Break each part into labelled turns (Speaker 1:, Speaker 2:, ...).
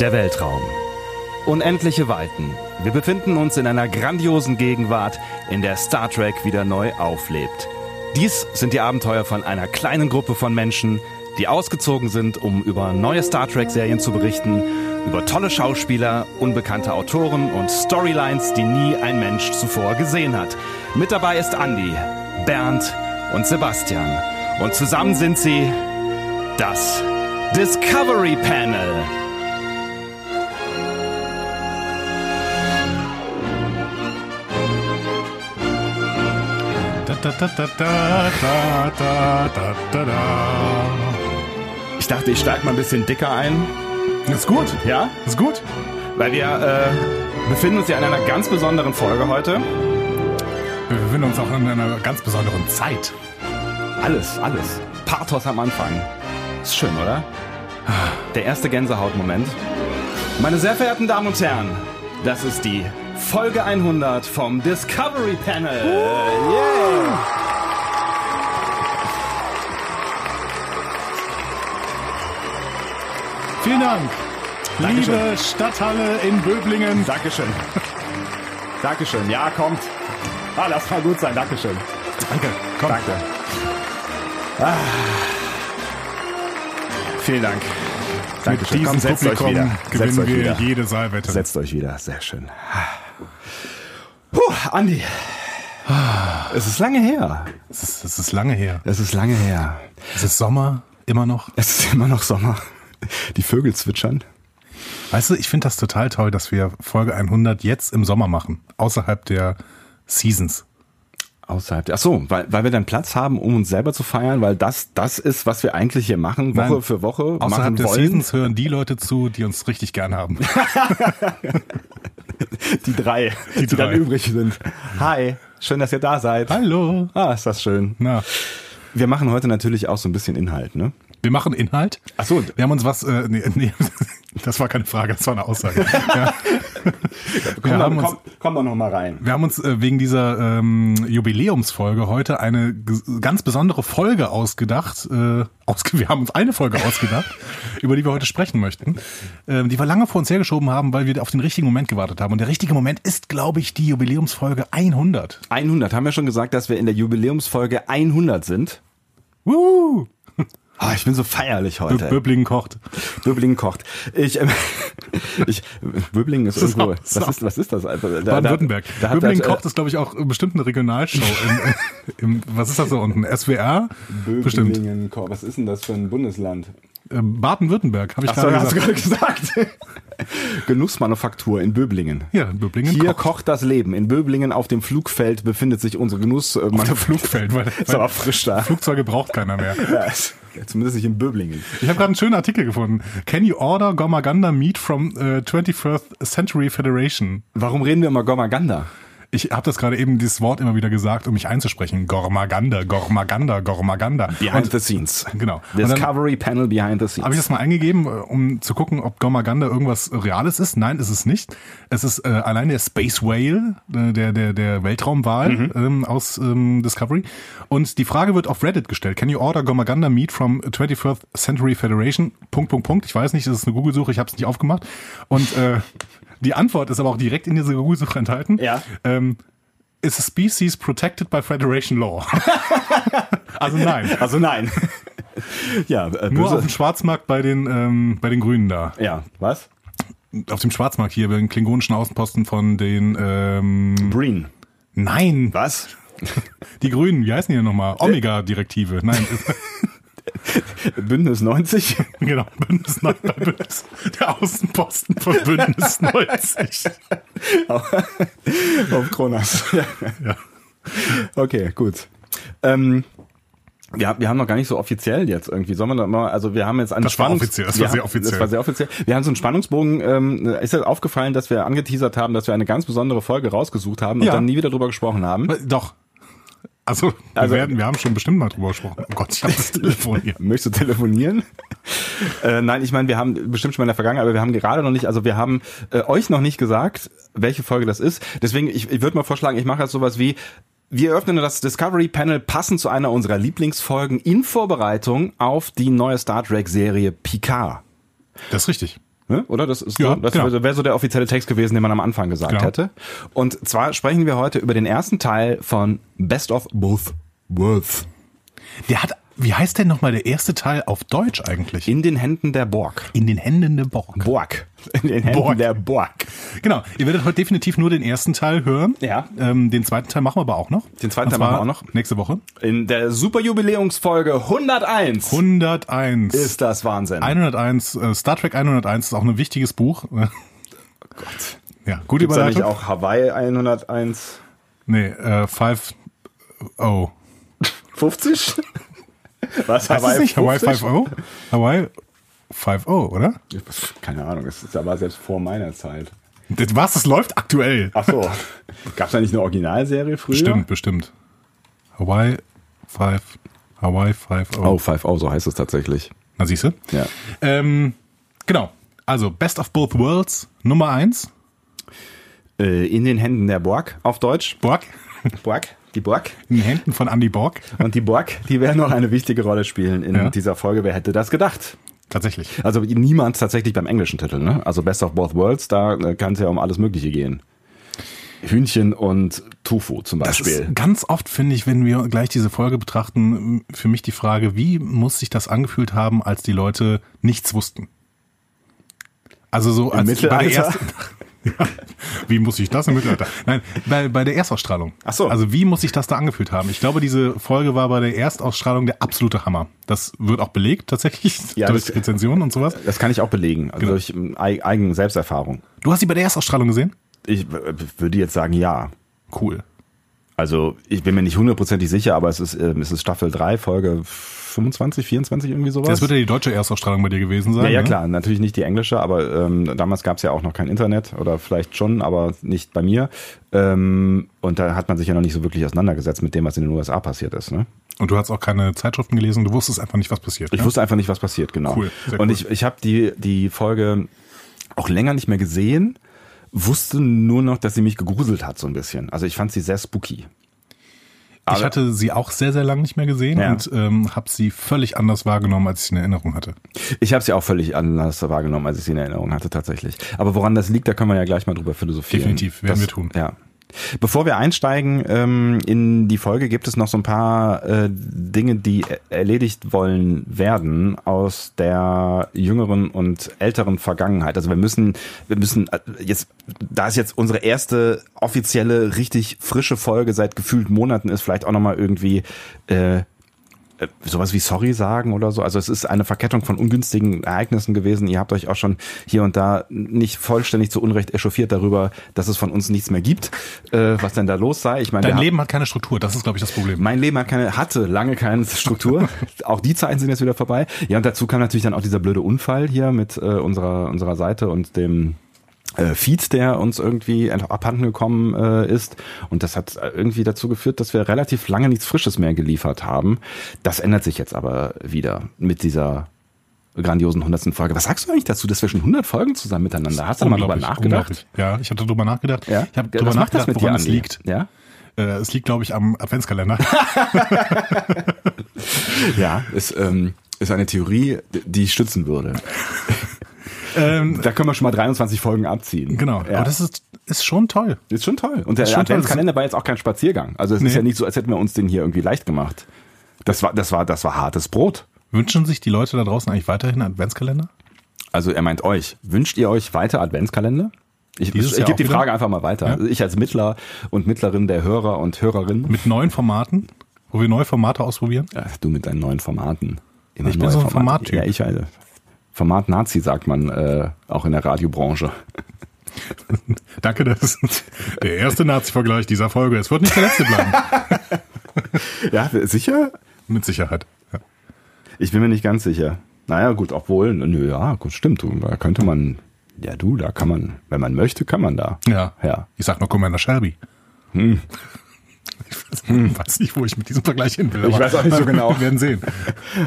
Speaker 1: Der Weltraum. Unendliche Weiten. Wir befinden uns in einer grandiosen Gegenwart, in der Star Trek wieder neu auflebt. Dies sind die Abenteuer von einer kleinen Gruppe von Menschen, die ausgezogen sind, um über neue Star Trek-Serien zu berichten, über tolle Schauspieler, unbekannte Autoren und Storylines, die nie ein Mensch zuvor gesehen hat. Mit dabei ist Andy, Bernd und Sebastian. Und zusammen sind sie das Discovery Panel.
Speaker 2: Da, da, da, da, da, da, da, da, da, da.
Speaker 1: Ich dachte, ich steige mal ein bisschen dicker ein.
Speaker 2: Ist gut,
Speaker 1: Ja?
Speaker 2: ist gut.
Speaker 1: Weil wir äh, befinden uns ja in einer ganz besonderen Folge heute.
Speaker 2: Wir befinden uns auch in einer ganz besonderen Zeit.
Speaker 1: Alles, alles. Pathos am Anfang. Ist schön, oder? Der erste Gänsehautmoment. Meine sehr verehrten Damen und Herren, das ist die Folge 100 vom Discovery Panel. Yeah.
Speaker 2: Vielen Dank,
Speaker 1: Dankeschön.
Speaker 2: liebe Stadthalle in Böblingen.
Speaker 1: Dankeschön. Dankeschön. Ja, kommt. Ah, lass mal gut sein. Dankeschön.
Speaker 2: Danke, komm.
Speaker 1: Danke. Ah. Vielen Dank.
Speaker 2: Mit diesem
Speaker 1: Komm, setzt euch
Speaker 2: Publikum
Speaker 1: wieder. Setzt
Speaker 2: gewinnen
Speaker 1: euch
Speaker 2: wir
Speaker 1: wieder.
Speaker 2: jede Saalwette.
Speaker 1: Setzt euch wieder, sehr schön. Puh, Andi. Es ist lange her.
Speaker 2: Es ist, es ist lange her.
Speaker 1: Es ist lange her.
Speaker 2: Es ist Sommer, immer noch.
Speaker 1: Es ist immer noch Sommer. Die Vögel zwitschern.
Speaker 2: Weißt du, ich finde das total toll, dass wir Folge 100 jetzt im Sommer machen. Außerhalb der Seasons.
Speaker 1: Außerhalb. Ach so, weil, weil wir dann Platz haben, um uns selber zu feiern, weil das das ist, was wir eigentlich hier machen, Woche
Speaker 2: Nein.
Speaker 1: für Woche
Speaker 2: Außerhalb
Speaker 1: machen
Speaker 2: der
Speaker 1: wollen.
Speaker 2: Seasons hören die Leute zu, die uns richtig gern haben.
Speaker 1: Die drei, die,
Speaker 2: drei.
Speaker 1: dann übrig sind. Hi, schön, dass ihr da seid.
Speaker 2: Hallo.
Speaker 1: Ah, ist das schön.
Speaker 2: Na,
Speaker 1: Wir machen heute natürlich auch so ein bisschen Inhalt, ne?
Speaker 2: wir machen Inhalt.
Speaker 1: Ach so.
Speaker 2: Wir haben uns was. Äh, nee, nee, das war keine Frage, das war eine Aussage. ja. wir, haben uns,
Speaker 1: komm doch noch mal rein.
Speaker 2: wir haben uns äh, wegen dieser ähm, Jubiläumsfolge heute eine g- ganz besondere Folge ausgedacht. Äh, ausge wir haben uns eine Folge ausgedacht, über die wir heute sprechen möchten, ähm, die wir lange vor uns hergeschoben haben, weil wir auf den richtigen Moment gewartet haben. Und der richtige Moment ist, glaube ich, die Jubiläumsfolge 100.
Speaker 1: 100. Haben wir schon gesagt, dass wir in der Jubiläumsfolge 100 sind?
Speaker 2: Woo!
Speaker 1: Ah, ich bin so feierlich heute.
Speaker 2: Böblingen kocht.
Speaker 1: Böblingen kocht. Ich, ähm, ich Böblingen ist
Speaker 2: Sau,
Speaker 1: irgendwo.
Speaker 2: sau.
Speaker 1: Was ist, was ist das? Also, Da- da-
Speaker 2: Baden-Württemberg.
Speaker 1: da hat-
Speaker 2: Böblingen
Speaker 1: äh,
Speaker 2: kocht ist, glaube ich, auch bestimmt eine Regionalshow. im, im, was ist das da unten? SWR? Bestimmt.
Speaker 1: Böblingen kocht. Was ist denn das für ein Bundesland?
Speaker 2: Ähm, Baden-Württemberg, habe ich
Speaker 1: Ach so,
Speaker 2: gerade
Speaker 1: hast du
Speaker 2: gesagt.
Speaker 1: gerade gesagt. Genussmanufaktur in Böblingen.
Speaker 2: Ja, Böblingen
Speaker 1: Hier kocht.
Speaker 2: kocht.
Speaker 1: das Leben. In Böblingen auf dem Flugfeld befindet sich unsere äh, Genussmanufaktur.
Speaker 2: Flugfeld, weil-
Speaker 1: ist
Speaker 2: weil-
Speaker 1: aber frisch da.
Speaker 2: Flugzeuge braucht keiner mehr.
Speaker 1: Ja, ist- zumindest nicht in Böblingen.
Speaker 2: Ich habe gerade einen schönen Artikel gefunden. Can you order Gomaganda Meat from äh, 21st Century Federation?
Speaker 1: Warum reden wir immer Gormaganda?
Speaker 2: Ich habe das gerade eben, dieses Wort immer wieder gesagt, um mich einzusprechen. Gormaganda, Gormaganda, Gormaganda.
Speaker 1: Behind
Speaker 2: Und
Speaker 1: the scenes.
Speaker 2: genau. Und dann-
Speaker 1: Discovery Panel Behind the
Speaker 2: Habe
Speaker 1: scenes.
Speaker 2: ich das mal eingegeben, äh, um zu gucken, ob Gomaganda irgendwas Reales ist? Nein, ist es nicht. Es ist äh, allein der Space Whale, äh, der, der, der Weltraumwal ähm, aus ähm, Discovery. Und die Frage wird auf Reddit gestellt. Can you order Gomaganda Meat from 21st Century Federation? Punkt, Punkt, Punkt. Ich weiß nicht, das ist eine Google-Suche, ich habe es nicht aufgemacht. Und äh, die Antwort ist aber auch direkt in dieser Google-Suche enthalten.
Speaker 1: Ja.
Speaker 2: Ähm, is a species protected by Federation Law? also nein.
Speaker 1: Also nein. ja, äh,
Speaker 2: Nur auf
Speaker 1: böse.
Speaker 2: dem Schwarzmarkt bei den, ähm, bei den Grünen da.
Speaker 1: Ja, was?
Speaker 2: auf dem Schwarzmarkt hier, bei den klingonischen Außenposten von den, ähm,
Speaker 1: Breen.
Speaker 2: nein,
Speaker 1: Was?
Speaker 2: die Grünen, wie heißen die denn nochmal?
Speaker 1: Äh.
Speaker 2: Omega-Direktive, nein,
Speaker 1: Bündnis 90?
Speaker 2: genau, Bündnis, nein, bei Bündnis, der Außenposten von Bündnis 90.
Speaker 1: auf Kronas. ja.
Speaker 2: Ja.
Speaker 1: Okay, gut. Ähm, wir, haben- wir haben noch gar nicht so offiziell jetzt irgendwie. Sollen wir noch mal, also wir haben jetzt einen
Speaker 2: Das war
Speaker 1: Spannungs-
Speaker 2: offiziell, das
Speaker 1: wir
Speaker 2: war sehr
Speaker 1: haben-
Speaker 2: offiziell.
Speaker 1: Das war sehr offiziell. Wir haben so einen Spannungsbogen. Ähm, ist jetzt aufgefallen, dass wir angeteasert haben, dass wir eine ganz besondere Folge rausgesucht haben und
Speaker 2: Ja.
Speaker 1: dann nie wieder drüber gesprochen haben.
Speaker 2: Doch. Also, wir,
Speaker 1: Also-
Speaker 2: werden, wir haben schon bestimmt mal drüber gesprochen. Oh Gott, ich habe das Telefon hier.
Speaker 1: Möchtest du telefonieren? äh, nein, ich meine, wir haben bestimmt schon mal in der Vergangenheit, aber wir haben gerade noch nicht, also wir haben äh, euch noch nicht gesagt, welche Folge das ist. Deswegen, ich, ich würde mal vorschlagen, ich mache jetzt sowas wie, wir öffnen das Discovery Panel passend zu einer unserer Lieblingsfolgen in Vorbereitung auf die neue Star Trek Serie Picard.
Speaker 2: Das ist richtig.
Speaker 1: Ne? Oder? Das ist
Speaker 2: Ja,
Speaker 1: so, das
Speaker 2: genau.
Speaker 1: wäre so der offizielle Text gewesen, den man am Anfang gesagt
Speaker 2: Genau.
Speaker 1: hätte. Und zwar sprechen wir heute über den ersten Teil von Best of Both Worlds.
Speaker 2: Der hat, wie heißt denn nochmal der erste Teil auf Deutsch eigentlich?
Speaker 1: In den Händen der Borg.
Speaker 2: In den Händen der Borg.
Speaker 1: Borg. In den Händen
Speaker 2: Borg.
Speaker 1: der Borg.
Speaker 2: Genau, ihr werdet heute definitiv nur den ersten Teil hören.
Speaker 1: Ja.
Speaker 2: Ähm, den zweiten Teil machen wir aber auch noch.
Speaker 1: Den zweiten
Speaker 2: Und
Speaker 1: Teil machen wir
Speaker 2: zwar
Speaker 1: auch noch.
Speaker 2: Nächste Woche.
Speaker 1: In der Superjubiläumsfolge 101
Speaker 2: 101.
Speaker 1: ist das Wahnsinn.
Speaker 2: 101, äh, Star Trek 101 ist auch ein wichtiges Buch. Oh Gott. Ja, gute
Speaker 1: Gibt's da nicht
Speaker 2: Überleitung.
Speaker 1: auch Hawaii 101?
Speaker 2: Nee, äh, five, oh.
Speaker 1: 50? Was,
Speaker 2: Heißt es nicht Hawaii
Speaker 1: 50?
Speaker 2: 5-0? Hawaii 5-0, oder?
Speaker 1: Keine Ahnung, das ist aber selbst vor meiner Zeit.
Speaker 2: Das war's, das läuft aktuell.
Speaker 1: Ach so. Gab es da nicht eine Originalserie früher?
Speaker 2: Bestimmt, bestimmt. Hawaii 5, Hawaii 5-0.
Speaker 1: Oh, 5-0, so heißt es tatsächlich.
Speaker 2: Na siehst du?
Speaker 1: Ja.
Speaker 2: Ähm, genau, also Best of Both Worlds, Nummer 1,
Speaker 1: Äh, in den Händen der Borg, auf Deutsch.
Speaker 2: Borg,
Speaker 1: Borg, die Borg.
Speaker 2: in den Händen von Andy Borg.
Speaker 1: Und die Borg, die werden noch eine wichtige Rolle spielen in
Speaker 2: Ja.
Speaker 1: dieser Folge. Wer hätte das gedacht?
Speaker 2: Tatsächlich.
Speaker 1: Also niemand tatsächlich beim englischen Titel, ne? Also Best of Both Worlds, da kann es ja um alles Mögliche gehen. Hühnchen und Tofu zum
Speaker 2: Das
Speaker 1: Beispiel.
Speaker 2: ist ganz oft, finde ich, wenn wir gleich diese Folge betrachten, für mich die Frage, wie muss sich das angefühlt haben, als die Leute nichts wussten? Also so als bei der
Speaker 1: Mittelalter?
Speaker 2: ersten. Ja, wie muss ich das im Mittelalter? Nein, bei, bei der Erstausstrahlung.
Speaker 1: Ach so.
Speaker 2: Also wie muss sich das da angefühlt haben? Ich glaube, diese Folge war bei der Erstausstrahlung der absolute Hammer. Das wird auch belegt tatsächlich
Speaker 1: Ja,
Speaker 2: durch
Speaker 1: das-
Speaker 2: Rezensionen und sowas.
Speaker 1: Das kann ich auch belegen, also
Speaker 2: Genau.
Speaker 1: durch ähm, ei- eigene Selbsterfahrung.
Speaker 2: Du hast sie bei der Erstausstrahlung gesehen?
Speaker 1: Ich äh, würde jetzt sagen, ja.
Speaker 2: Cool.
Speaker 1: Also ich bin mir nicht hundertprozentig sicher, aber es ist, ähm, es ist Staffel 3, Folge 25, 24, irgendwie sowas.
Speaker 2: Das wird ja die deutsche Erstausstrahlung bei dir gewesen sein.
Speaker 1: ja, ja,
Speaker 2: ne?
Speaker 1: klar, natürlich nicht die englische, aber ähm, damals gab es ja auch noch kein Internet oder vielleicht schon, aber nicht bei mir. Ähm, und da hat man sich ja noch nicht so wirklich auseinandergesetzt mit dem, was in den USA passiert ist. Ne?
Speaker 2: Und du hast auch keine Zeitschriften gelesen, du wusstest einfach nicht, was passiert.
Speaker 1: Ich
Speaker 2: ne?
Speaker 1: wusste einfach nicht, was passiert, genau.
Speaker 2: Cool, sehr
Speaker 1: und
Speaker 2: cool.
Speaker 1: ich, ich habe die, die Folge auch länger nicht mehr gesehen, wusste nur noch, dass sie mich gegruselt hat so ein bisschen. Also ich fand sie sehr spooky.
Speaker 2: Ich hatte sie auch sehr, sehr lange nicht mehr gesehen
Speaker 1: Ja.
Speaker 2: und ähm, habe sie völlig anders wahrgenommen, als ich in Erinnerung hatte.
Speaker 1: Ich habe sie auch völlig anders wahrgenommen, als ich sie in Erinnerung hatte tatsächlich. Aber woran das liegt, da können wir ja gleich mal drüber philosophieren.
Speaker 2: Definitiv, werden
Speaker 1: das,
Speaker 2: wir tun.
Speaker 1: Ja. Bevor wir einsteigen ähm, in die Folge, gibt es noch so ein paar äh, Dinge, die e- erledigt wollen werden aus der jüngeren und älteren Vergangenheit. Also wir müssen, wir müssen äh, jetzt, da es jetzt unsere erste offizielle, richtig frische Folge seit gefühlt Monaten ist, vielleicht auch nochmal irgendwie äh, sowas wie sorry sagen oder so. Also es ist eine Verkettung von ungünstigen Ereignissen gewesen. Ihr habt euch auch schon hier und da nicht vollständig zu Unrecht echauffiert darüber, dass es von uns nichts mehr gibt, äh, was denn da los sei. Ich meine, wir
Speaker 2: Dein
Speaker 1: haben-
Speaker 2: Leben hat keine Struktur, das ist, glaube ich, das Problem.
Speaker 1: mein Leben hat keine, hatte lange keine Struktur. auch die Zeiten sind jetzt wieder vorbei. Ja, und dazu kam natürlich dann auch dieser blöde Unfall hier mit äh, unserer, unserer Seite und dem äh, Feed, der uns irgendwie einfach abhanden gekommen äh, ist. Und das hat äh, irgendwie dazu geführt, dass wir relativ lange nichts Frisches mehr geliefert haben. Das ändert sich jetzt aber wieder mit dieser grandiosen 100. Folge. Was sagst du eigentlich dazu, dass wir schon 100 Folgen zusammen miteinander? Hast du da mal drüber
Speaker 2: Unglaublich,
Speaker 1: nachgedacht?
Speaker 2: unglaublich. Ja, ich hatte drüber nachgedacht.
Speaker 1: Ja?
Speaker 2: Ich habe
Speaker 1: Ja,
Speaker 2: drüber
Speaker 1: was macht das
Speaker 2: nachgedacht,
Speaker 1: mit dir,
Speaker 2: woran es
Speaker 1: Andi?
Speaker 2: liegt.
Speaker 1: Ja?
Speaker 2: Äh, es liegt, glaube ich, am Adventskalender.
Speaker 1: Ja, ist, ähm, ist eine Theorie, d- die ich stützen würde.
Speaker 2: ähm,
Speaker 1: Da können wir schon mal 23 Folgen abziehen.
Speaker 2: genau,
Speaker 1: Ja.
Speaker 2: aber das ist, ist schon toll.
Speaker 1: ist schon toll. Und der
Speaker 2: schon toll.
Speaker 1: Adventskalender war jetzt auch kein Spaziergang. Also es ist
Speaker 2: Nee.
Speaker 1: ja nicht so, als hätten wir uns den hier irgendwie leicht gemacht. Das war, das war, das war hartes Brot.
Speaker 2: Wünschen sich die Leute da draußen eigentlich weiterhin Adventskalender?
Speaker 1: Also er meint euch. Wünscht ihr euch weiter Adventskalender? Ich,
Speaker 2: Dieses
Speaker 1: ich,
Speaker 2: Jahr
Speaker 1: gebe
Speaker 2: auch
Speaker 1: die
Speaker 2: wieder?
Speaker 1: Frage einfach mal weiter.
Speaker 2: Ja.
Speaker 1: Also Ich als Mittler und Mittlerin der Hörer und Hörerinnen.
Speaker 2: Mit neuen Formaten, wo wir neue Formate ausprobieren?
Speaker 1: Ja, du mit deinen neuen Formaten. Immer
Speaker 2: Ich bin
Speaker 1: neue
Speaker 2: so ein
Speaker 1: Formate.
Speaker 2: Formattyp.
Speaker 1: Ja, ich weiß. Format Nazi sagt man äh, auch in der Radiobranche.
Speaker 2: Danke, das ist der erste Nazi-Vergleich dieser Folge. Es wird nicht der letzte bleiben,
Speaker 1: Ja, sicher?
Speaker 2: mit Sicherheit. Ja.
Speaker 1: Ich bin mir nicht ganz sicher. Naja, gut, obwohl, nö, ja, gut, stimmt. Du, da könnte man, ja du, da kann man, wenn man möchte, kann man da.
Speaker 2: Ja.
Speaker 1: Ja. Hm.
Speaker 2: Ich sag nur Commander Shelby. Ich weiß nicht, wo ich mit diesem Vergleich hin will.
Speaker 1: Ich
Speaker 2: aber
Speaker 1: weiß auch nicht so genau.
Speaker 2: Wir werden sehen.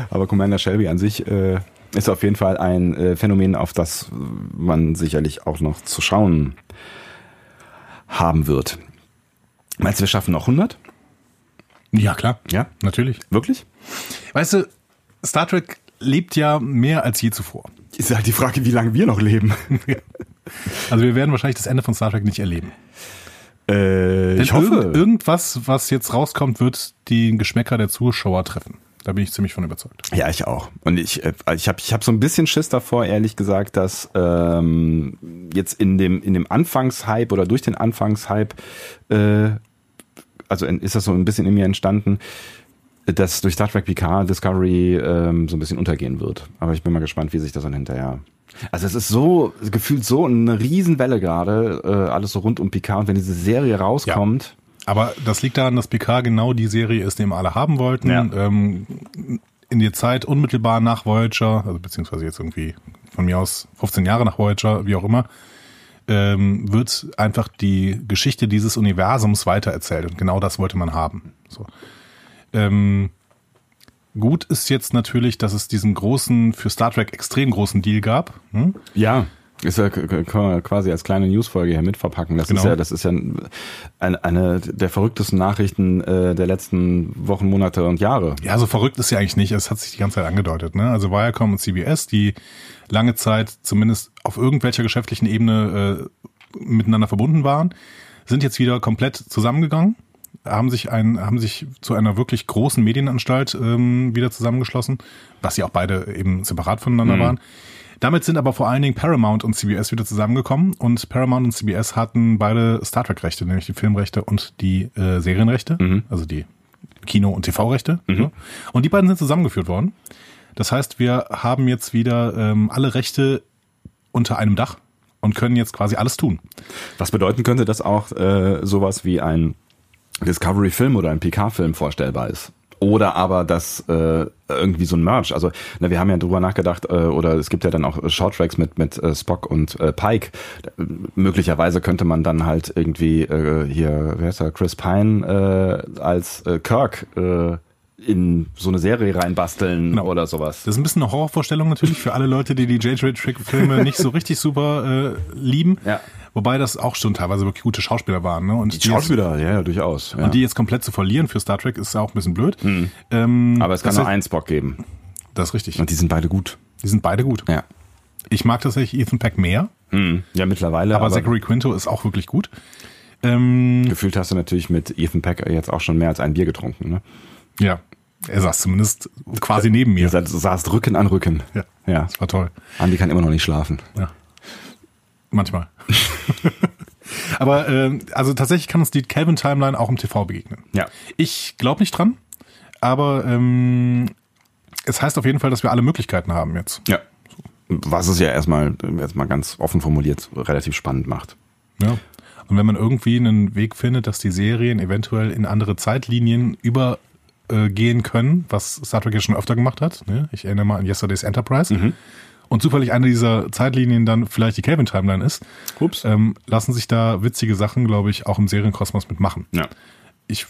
Speaker 1: Aber Commander Shelby an sich äh, ist auf jeden Fall ein äh, Phänomen, auf das man sicherlich auch noch zu schauen haben wird. Meinst du, wir schaffen noch 100?
Speaker 2: Ja, klar.
Speaker 1: Ja.
Speaker 2: Natürlich.
Speaker 1: Wirklich?
Speaker 2: Weißt du, Star Trek lebt ja mehr als je zuvor.
Speaker 1: Ist halt die Frage, wie lange wir noch leben.
Speaker 2: Also wir werden wahrscheinlich das Ende von Star Trek nicht erleben.
Speaker 1: Äh,
Speaker 2: Denn
Speaker 1: ich hoffe.
Speaker 2: Irgend, irgendwas, was jetzt rauskommt, wird die Geschmäcker der Zuschauer treffen. Da bin ich ziemlich von überzeugt.
Speaker 1: Ja, ich auch. Und ich, äh, also ich habe ich hab so ein bisschen Schiss davor, ehrlich gesagt, dass ähm, jetzt in dem, in dem Anfangshype oder durch den Anfangshype, äh, also in, ist das so ein bisschen in mir entstanden, dass durch Star Trek PK Discovery ähm, so ein bisschen untergehen wird. Aber ich bin mal gespannt, wie sich das dann hinterher. Also es ist so, gefühlt so eine Riesenwelle gerade, äh, alles so rund um PK. Und wenn diese Serie rauskommt.
Speaker 2: Aber das liegt daran, dass PK genau die Serie ist, die wir alle haben wollten.
Speaker 1: Ja.
Speaker 2: Ähm, in der Zeit unmittelbar nach Voyager, also beziehungsweise jetzt irgendwie von mir aus 15 Jahre nach Voyager, wie auch immer, ähm, wird einfach die Geschichte dieses Universums weitererzählt. Und genau das wollte man haben. So. Ähm, gut ist jetzt natürlich, dass es diesen großen, für Star Trek extrem großen Deal gab. Hm?
Speaker 1: Ja, ist ja k- k- kann man quasi als kleine Newsfolge hier mitverpacken. Das ist
Speaker 2: Genau.
Speaker 1: ja, das ist ja ein, eine der verrücktesten Nachrichten äh, der letzten Wochen, Monate und Jahre.
Speaker 2: Ja, so verrückt ist sie eigentlich nicht. Es hat sich die ganze Zeit angedeutet. Ne? Also Viacom und CBS, die lange Zeit zumindest auf irgendwelcher geschäftlichen Ebene äh, miteinander verbunden waren, sind jetzt wieder komplett zusammengegangen, haben sich, ein, haben sich zu einer wirklich großen Medienanstalt ähm, wieder zusammengeschlossen, was sie auch beide eben separat voneinander waren. Damit sind aber vor allen Dingen Paramount und CBS wieder zusammengekommen und Paramount und CBS hatten beide Star Trek-Rechte, nämlich die Filmrechte und die äh, Serienrechte, also die Kino- und TV-Rechte.
Speaker 1: Mhm.
Speaker 2: So. Und die beiden sind zusammengeführt worden. Das heißt, wir haben jetzt wieder ähm, alle Rechte unter einem Dach und können jetzt quasi alles tun.
Speaker 1: Was bedeuten könnte, dass auch äh, sowas wie ein Discovery-Film oder ein PK-Film vorstellbar ist? Oder aber dass äh, irgendwie so ein Merch, also ne, wir haben ja drüber nachgedacht, äh, oder es gibt ja dann auch Shorttracks mit, mit äh, Spock und äh, Pike. Da, äh, möglicherweise könnte man dann halt irgendwie äh, hier, wer ist er, Chris Pine äh, als äh, Kirk äh, in so eine Serie reinbasteln
Speaker 2: Genau.
Speaker 1: oder sowas.
Speaker 2: Das ist ein bisschen eine Horrorvorstellung natürlich für alle Leute, die die J.J. Trick-Filme nicht so richtig super äh, lieben.
Speaker 1: Ja.
Speaker 2: Wobei das auch schon teilweise wirklich gute Schauspieler waren. Ne? Und die,
Speaker 1: Schauspieler, ja, ja, durchaus. Ja. Hm.
Speaker 2: Jetzt, die jetzt komplett zu verlieren für Star Trek ist auch ein bisschen blöd. Ähm,
Speaker 1: aber es kann
Speaker 2: das
Speaker 1: nur
Speaker 2: ist-
Speaker 1: einen Spock geben.
Speaker 2: Das ist richtig.
Speaker 1: Und die sind beide gut.
Speaker 2: Die sind beide gut.
Speaker 1: Ja.
Speaker 2: Ich mag tatsächlich Ethan Peck mehr,
Speaker 1: Mhm. Ja, mittlerweile.
Speaker 2: aber, Zachary Quinto ist auch wirklich gut. Ähm,
Speaker 1: Gefühlt hast du natürlich mit Ethan Peck jetzt auch schon mehr als ein Bier getrunken. Ne?
Speaker 2: ja, er saß zumindest quasi neben mir.
Speaker 1: Du sa- saßt Rücken an Rücken.
Speaker 2: Ja.
Speaker 1: ja.
Speaker 2: Das war toll.
Speaker 1: Andi kann immer noch nicht schlafen.
Speaker 2: Ja. Manchmal. Aber ähm, also tatsächlich kann uns die Calvin Timeline auch im TV begegnen.
Speaker 1: Ja.
Speaker 2: Ich glaube nicht dran, aber ähm, es heißt auf jeden Fall, dass wir alle Möglichkeiten haben jetzt.
Speaker 1: Ja. Was es ja erstmal, erstmal ganz offen formuliert, relativ spannend macht.
Speaker 2: Ja. Und wenn man irgendwie einen Weg findet, dass die Serien eventuell in andere Zeitlinien übergehen können, was Star Trek ja schon öfter gemacht hat. Ne? Ich erinnere mal an Yesterday's Enterprise. Und zufällig eine dieser Zeitlinien dann vielleicht die Calvin Timeline ist,
Speaker 1: Ups.
Speaker 2: ähm, lassen sich da witzige Sachen, glaube ich, auch im Serienkosmos mitmachen.
Speaker 1: Ja.
Speaker 2: Ich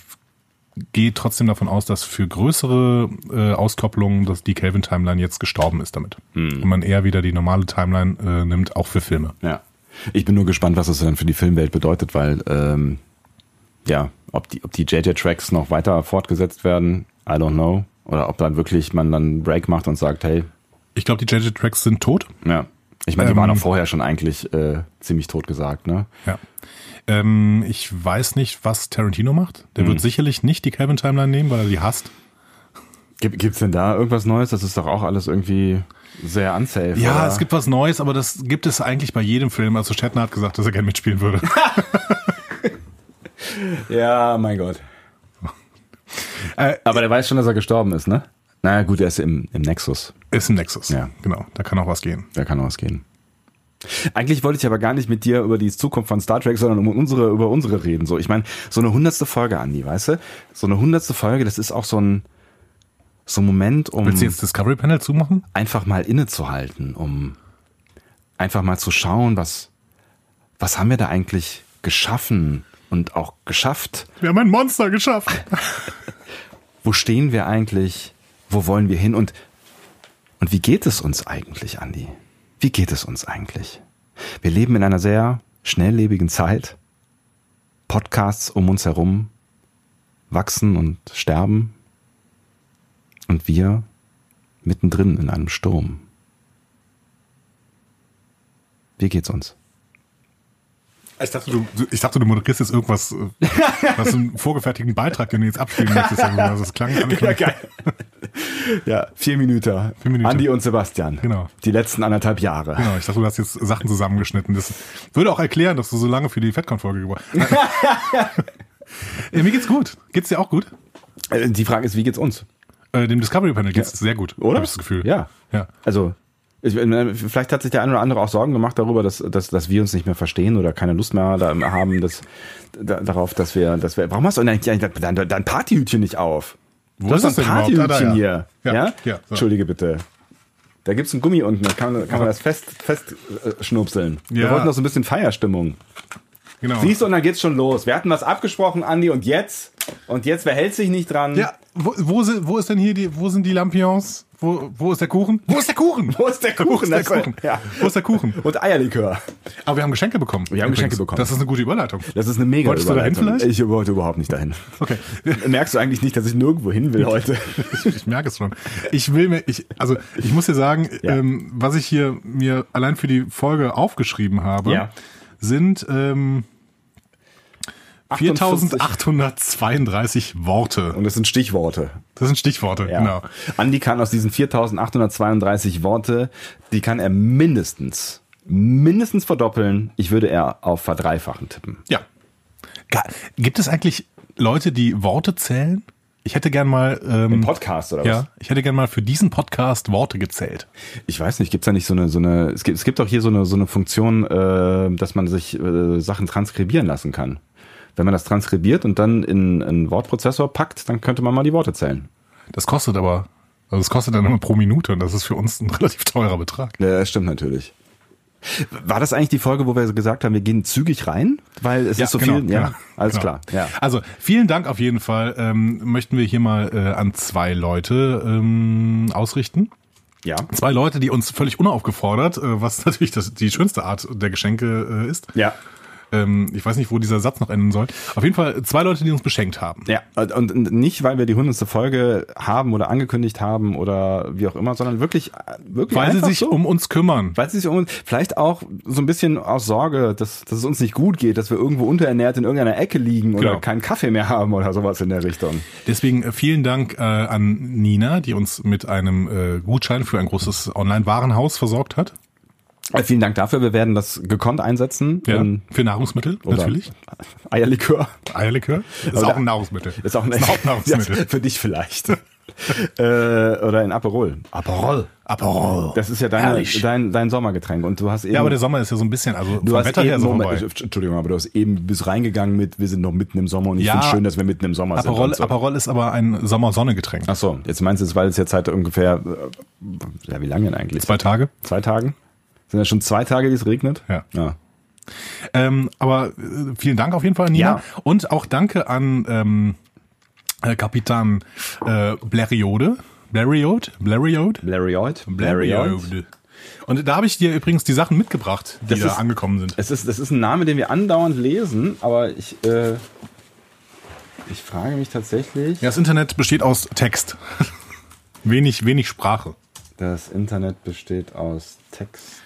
Speaker 2: gehe trotzdem davon aus, dass für größere äh, Auskopplungen dass die Calvin Timeline jetzt gestorben ist damit. Und man eher wieder die normale Timeline äh, nimmt, auch für Filme.
Speaker 1: Ja. Ich bin nur gespannt, was es dann für die Filmwelt bedeutet, weil, ähm, ja, ob die, ob die JJ-Tracks noch weiter fortgesetzt werden, I don't know. Oder ob dann wirklich man dann einen Break macht und sagt, hey,
Speaker 2: Ich glaube, die JJ Tracks sind tot.
Speaker 1: ja. Ich meine, die
Speaker 2: Ähm.
Speaker 1: waren auch vorher schon eigentlich äh, ziemlich tot gesagt, ne?
Speaker 2: Ja. Ähm, ich weiß nicht, was Tarantino macht. Der wird sicherlich nicht die Calvin Timeline nehmen, weil er die hasst.
Speaker 1: Gibt, gibt's denn da irgendwas Neues? Das ist doch auch alles irgendwie sehr unsafe.
Speaker 2: Ja,
Speaker 1: oder?
Speaker 2: es gibt was Neues, aber das gibt es eigentlich bei jedem Film. Also Shatner hat gesagt, dass er gerne mitspielen würde.
Speaker 1: Ja, mein Gott.
Speaker 2: Äh,
Speaker 1: Aber der weiß schon, dass er gestorben ist, ne? Na gut, er ist im, im Nexus.
Speaker 2: Ist ein Nexus.
Speaker 1: Ja.
Speaker 2: Genau, da kann auch was gehen.
Speaker 1: Da kann ausgehen. Eigentlich wollte ich aber gar nicht mit dir über die Zukunft von Star Trek, sondern um unsere, über unsere reden. So, ich meine, so eine hundertste Folge, Andi, weißt du? So eine hundertste Folge, das ist auch so ein, so ein Moment, um
Speaker 2: Willst du jetzt Discovery Panel zumachen?
Speaker 1: einfach mal innezuhalten, um einfach mal zu schauen, was, was haben wir da eigentlich geschaffen und auch geschafft?
Speaker 2: Wir haben ein Monster geschafft.
Speaker 1: wo stehen wir eigentlich, wo wollen wir hin und, und wie geht es uns eigentlich, Andi? Wie geht es uns eigentlich? Wir leben in einer sehr schnelllebigen Zeit. Podcasts um uns herum wachsen und sterben. Und wir mittendrin in einem Sturm. Wie geht's uns?
Speaker 2: Ich dachte, du, ich dachte, du moderierst jetzt irgendwas, äh, was einen vorgefertigten Beitrag, den du jetzt abspielen möchtest. Also das klang,
Speaker 1: Ja, geil. ja, vier Minuten.
Speaker 2: Vier Minuten.
Speaker 1: Andi und Sebastian.
Speaker 2: Genau.
Speaker 1: Die letzten anderthalb Jahre.
Speaker 2: Genau, ich dachte, du hast jetzt Sachen zusammengeschnitten. Das würde auch erklären, dass du so lange für die FedCon-Folge gebraucht hast. äh, mir geht's gut. Geht's dir auch gut?
Speaker 1: Äh, Die Frage ist, wie geht's uns?
Speaker 2: Äh, dem Discovery Panel geht's sehr gut,
Speaker 1: Oder?
Speaker 2: hab ich das Gefühl.
Speaker 1: Ja.
Speaker 2: ja.
Speaker 1: Also, ich, äh, vielleicht hat sich der eine oder andere auch Sorgen gemacht darüber, dass, dass, dass wir uns nicht mehr verstehen oder keine Lust mehr da haben, dass, da, darauf, dass wir, dass wir. Warum hast du denn eigentlich dein, dein, dein Partyhütchen nicht auf?
Speaker 2: Wo
Speaker 1: du
Speaker 2: ist
Speaker 1: hast
Speaker 2: das
Speaker 1: ein
Speaker 2: denn überhaupt? Ah, da,
Speaker 1: Partyhütchen hier.
Speaker 2: ja.
Speaker 1: Ja?
Speaker 2: Ja, ja, so.
Speaker 1: Entschuldige bitte. Da gibt's einen Gummi unten, da kann, man- kann man das fest, fest äh, schnupseln. Wir
Speaker 2: Ja.
Speaker 1: wollten noch so ein bisschen Feierstimmung.
Speaker 2: Genau.
Speaker 1: Siehst du, und dann geht's schon los. Wir hatten was abgesprochen, Andi, und jetzt? Und jetzt, wer hält sich nicht dran?
Speaker 2: Ja, wo, wo, sind, wo ist denn hier die, wo sind die Lampions? Wo, wo ist der Kuchen? Wo ist der Kuchen?
Speaker 1: Wo ist der Kuchen?
Speaker 2: Wo ist der
Speaker 1: Das war-
Speaker 2: Kuchen?
Speaker 1: ja.
Speaker 2: Wo ist der Kuchen?
Speaker 1: Und Eierlikör.
Speaker 2: Aber wir haben Geschenke bekommen. Wir
Speaker 1: haben Geschenke bekommen.
Speaker 2: Das ist eine gute Überleitung.
Speaker 1: Das ist eine mega
Speaker 2: Wolltest du dahin
Speaker 1: Überleitung.
Speaker 2: vielleicht?
Speaker 1: Ich wollte überhaupt nicht dahin.
Speaker 2: Okay.
Speaker 1: Merkst du eigentlich nicht, dass ich nirgendwo hin will heute?
Speaker 2: Ich merke es schon. Ich will mir, ich, also ich muss dir sagen,
Speaker 1: Ja.
Speaker 2: ähm, was ich hier mir allein für die Folge aufgeschrieben habe,
Speaker 1: Ja.
Speaker 2: sind ähm, 4832 Worte.
Speaker 1: Und das sind Stichworte.
Speaker 2: Das sind Stichworte,
Speaker 1: Ja.
Speaker 2: genau.
Speaker 1: Andi kann aus diesen 4832 Worte, die kann er mindestens, mindestens verdoppeln. Ich würde eher auf verdreifachen tippen.
Speaker 2: Ja. Ge- Gibt es eigentlich Leute, die Worte zählen? Ich hätte gern mal, ähm,
Speaker 1: Podcast oder was?
Speaker 2: ja, ich hätte gern mal für diesen Podcast Worte gezählt.
Speaker 1: Ich weiß nicht, gibt's da nicht so eine, so eine, es gibt, es gibt auch hier so eine, so eine Funktion, äh, dass man sich äh, Sachen transkribieren lassen kann. Wenn man das transkribiert und dann in einen Wortprozessor packt, dann könnte man mal die Worte zählen.
Speaker 2: Das kostet aber, also das kostet dann immer pro Minute und das ist für uns ein relativ teurer Betrag.
Speaker 1: Ja, das stimmt natürlich. War das eigentlich die Folge, wo wir gesagt haben, wir gehen zügig rein? Weil es ist so viel. Ja, alles
Speaker 2: genau.
Speaker 1: klar. Ja.
Speaker 2: Also vielen Dank auf jeden Fall. Ähm, möchten wir hier mal äh, an zwei Leute ähm, ausrichten.
Speaker 1: ja.
Speaker 2: Zwei Leute, die uns völlig unaufgefordert, äh, was natürlich das, die schönste Art der Geschenke äh, ist.
Speaker 1: Ja.
Speaker 2: Ähm, ich weiß nicht, wo dieser Satz noch enden soll. Auf jeden Fall zwei Leute, die uns beschenkt haben.
Speaker 1: Ja, und- und nicht, weil wir die hundertste Folge haben oder angekündigt haben oder wie auch immer, sondern wirklich, wirklich
Speaker 2: Weil sie
Speaker 1: einfach
Speaker 2: sich
Speaker 1: so.
Speaker 2: um uns kümmern.
Speaker 1: Weil sie sich um uns, vielleicht auch so ein bisschen aus Sorge, dass, dass es uns nicht gut geht, dass wir irgendwo unterernährt in irgendeiner Ecke liegen oder
Speaker 2: Genau.
Speaker 1: keinen Kaffee mehr haben oder sowas in der Richtung.
Speaker 2: Deswegen äh, vielen Dank äh, an Nina, die uns mit einem äh, Gutschein für ein großes Online-Warenhaus versorgt hat.
Speaker 1: Äh, Vielen Dank dafür. Wir werden das gekonnt einsetzen. Ähm,
Speaker 2: Für Nahrungsmittel,
Speaker 1: oder
Speaker 2: natürlich.
Speaker 1: Eierlikör.
Speaker 2: Eierlikör. Ist
Speaker 1: Oder-
Speaker 2: auch ein Nahrungsmittel.
Speaker 1: Ist auch ein,
Speaker 2: Nahrungsmittel.
Speaker 1: Ja, für dich vielleicht. äh, oder in Aperol.
Speaker 2: Aperol. Aperol.
Speaker 1: Das ist ja deine, dein, dein Sommergetränk. Und du hast eben.
Speaker 2: ja, aber der Sommer ist ja so ein bisschen, also
Speaker 1: Du
Speaker 2: vom
Speaker 1: hast
Speaker 2: Wetter
Speaker 1: eben,
Speaker 2: her ist er
Speaker 1: Moment,
Speaker 2: vorbei.
Speaker 1: Entschuldigung, aber du hast eben bis reingegangen mit, wir sind noch mitten im Sommer und ich
Speaker 2: Ja.
Speaker 1: finde schön, dass wir mitten im Sommer sind.
Speaker 2: Aperol,
Speaker 1: und so.
Speaker 2: Aperol ist aber ein Sommersonnegetränk.
Speaker 1: Ach so, jetzt meinst du es, weil es jetzt halt ungefähr, äh, ja, wie lange denn eigentlich?
Speaker 2: Zwei Tage.
Speaker 1: Zwei Tagen? Sind das schon zwei Tage, die es regnet? Ah.
Speaker 2: Ja.
Speaker 1: ja.
Speaker 2: Ähm, aber äh, vielen Dank auf jeden Fall an Nina.
Speaker 1: Ja.
Speaker 2: Und auch danke an ähm, äh, Kapitan äh, Blériode. Blériode? Blériode?
Speaker 1: Blériot.
Speaker 2: Blériode. Und da habe ich dir übrigens die Sachen mitgebracht, die
Speaker 1: Das
Speaker 2: da
Speaker 1: ist-
Speaker 2: angekommen sind.
Speaker 1: Es ist, das ist ein Name, den wir andauernd lesen, aber ich, äh, ich frage mich tatsächlich.
Speaker 2: Ja, das Internet besteht aus Text. wenig, wenig Sprache.
Speaker 1: Das Internet besteht aus Text.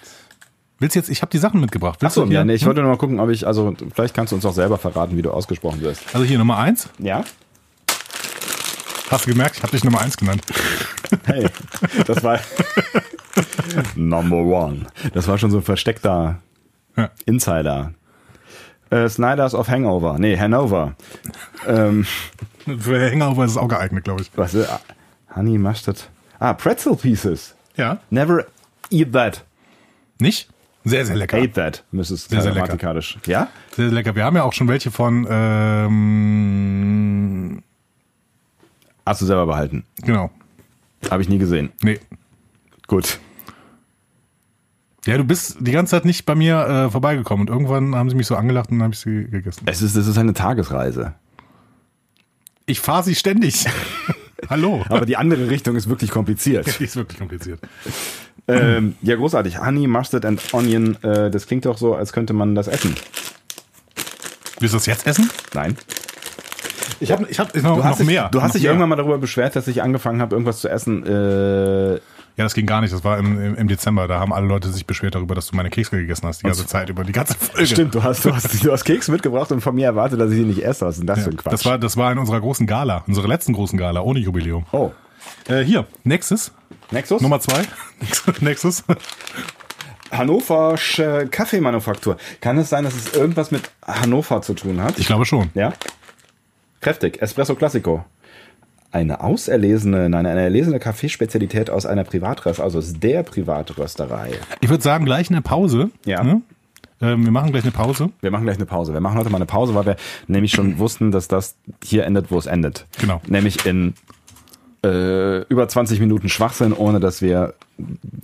Speaker 2: Willst du jetzt, ich habe die Sachen mitgebracht. Willst
Speaker 1: Achso,
Speaker 2: du die-
Speaker 1: ja, nee, ich wollte nur mal gucken, ob ich, also vielleicht kannst du uns auch selber verraten, wie du ausgesprochen wirst.
Speaker 2: Also hier Nummer eins.
Speaker 1: Ja?
Speaker 2: Hast du gemerkt, ich habe dich Nummer eins genannt.
Speaker 1: Hey, das war Number One. Das war schon so ein versteckter
Speaker 2: Ja.
Speaker 1: Insider. Äh, Snyders of Hangover. Nee, Hanover. Ähm,
Speaker 2: Für Hangover ist es auch geeignet, glaube ich.
Speaker 1: was? Äh, Honey Mustard. Ah, Pretzel Pieces.
Speaker 2: Ja.
Speaker 1: Never eat that.
Speaker 2: Nicht? Sehr, sehr lecker.
Speaker 1: Ate that. Müsstest
Speaker 2: Sehr, sehr lecker.
Speaker 1: grammatikalisch. Ja?
Speaker 2: Sehr, sehr lecker. Wir haben ja auch schon welche von, ähm,
Speaker 1: Hast du selber behalten.
Speaker 2: genau.
Speaker 1: Habe ich nie gesehen.
Speaker 2: Nee.
Speaker 1: Gut.
Speaker 2: Ja, du bist die ganze Zeit nicht bei mir äh, vorbeigekommen und irgendwann haben sie mich so angelacht und dann habe ich sie gegessen.
Speaker 1: Es ist, es ist eine Tagesreise.
Speaker 2: Ich fahre sie ständig. Hallo.
Speaker 1: Aber die andere Richtung ist wirklich kompliziert.
Speaker 2: Die ist wirklich kompliziert.
Speaker 1: ähm, ja, großartig. Honey, Mustard and Onion. Äh, das klingt doch so, als könnte man das essen.
Speaker 2: Willst du das jetzt essen?
Speaker 1: Nein.
Speaker 2: Ich habe ich hab noch,
Speaker 1: Du hast
Speaker 2: noch
Speaker 1: dich,
Speaker 2: mehr.
Speaker 1: Du hast
Speaker 2: noch
Speaker 1: dich
Speaker 2: mehr.
Speaker 1: irgendwann mal darüber beschwert, dass ich angefangen habe, irgendwas zu essen. Äh,
Speaker 2: Ja, das ging gar nicht. Das war im, im, im Dezember. Da haben alle Leute sich beschwert darüber, dass du meine Kekse gegessen hast die ganze Zeit über die ganze Folge.
Speaker 1: Stimmt, du hast, du, hast, du hast Kekse mitgebracht und von mir erwartet, dass ich ihn nicht esse. Was ist denn das für ein Quatsch?
Speaker 2: Das war, das war in unserer großen Gala, unserer letzten großen Gala ohne Jubiläum.
Speaker 1: oh,
Speaker 2: Äh, hier, Nexus,
Speaker 1: Nexus?
Speaker 2: Nummer zwei. Nexus.
Speaker 1: Hannoversche Kaffeemanufaktur. Kann es sein, dass es irgendwas mit Hannover zu tun hat?
Speaker 2: Ich glaube schon.
Speaker 1: Ja. Kräftig. Espresso Classico. Eine auserlesene, nein, eine erlesene Kaffeespezialität aus einer Privatröst, also aus der Privatrösterei.
Speaker 2: Ich würde sagen, gleich eine Pause.
Speaker 1: Ja.
Speaker 2: Ne? Ähm, wir machen gleich eine Pause.
Speaker 1: Wir machen gleich eine Pause. Wir machen heute mal eine Pause, weil wir nämlich schon wussten, dass das hier endet, wo es endet.
Speaker 2: Genau.
Speaker 1: Nämlich in äh, über 20 Minuten Schwachsinn, ohne dass wir,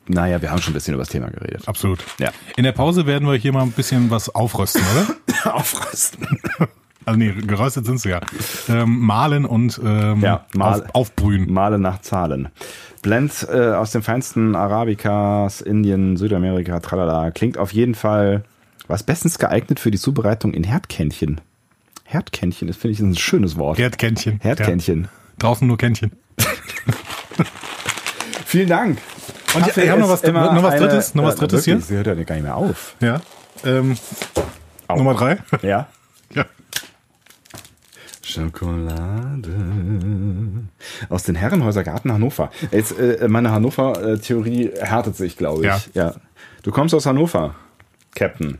Speaker 1: naja, wir haben schon ein bisschen über das Thema geredet.
Speaker 2: Absolut.
Speaker 1: Ja.
Speaker 2: In der Pause werden wir hier mal ein bisschen was aufrösten, oder?
Speaker 1: Aufrüsten.
Speaker 2: Also nee, geröstet sind sie ja. Ähm, malen und ähm,
Speaker 1: Ja, mal-
Speaker 2: auf, aufbrühen.
Speaker 1: Male nach Zahlen. Blend äh, aus dem feinsten Arabikas, Indien, Südamerika, tralala. Klingt auf jeden Fall was bestens geeignet für die Zubereitung in Herdkännchen. Herdkännchen, das finde ich ein schönes Wort.
Speaker 2: Herdkännchen.
Speaker 1: Herdkännchen.
Speaker 2: Ja. Draußen nur Kännchen.
Speaker 1: Vielen Dank.
Speaker 2: Und
Speaker 1: Kaffee
Speaker 2: ich habe noch
Speaker 1: ist
Speaker 2: was-
Speaker 1: immer
Speaker 2: noch was
Speaker 1: eine-
Speaker 2: Drittes, noch was
Speaker 1: Äh,
Speaker 2: Drittes
Speaker 1: wirklich, Sie hört ja gar nicht mehr auf.
Speaker 2: Ja. Ähm,
Speaker 1: Au.
Speaker 2: Nummer drei.
Speaker 1: Ja.
Speaker 2: ja.
Speaker 1: Schokolade. Aus den Herrenhäuser Garten Hannover. Jetzt, äh, meine Hannover-Theorie härtet sich, glaube ich.
Speaker 2: Ja.
Speaker 1: Du kommst aus Hannover, Captain.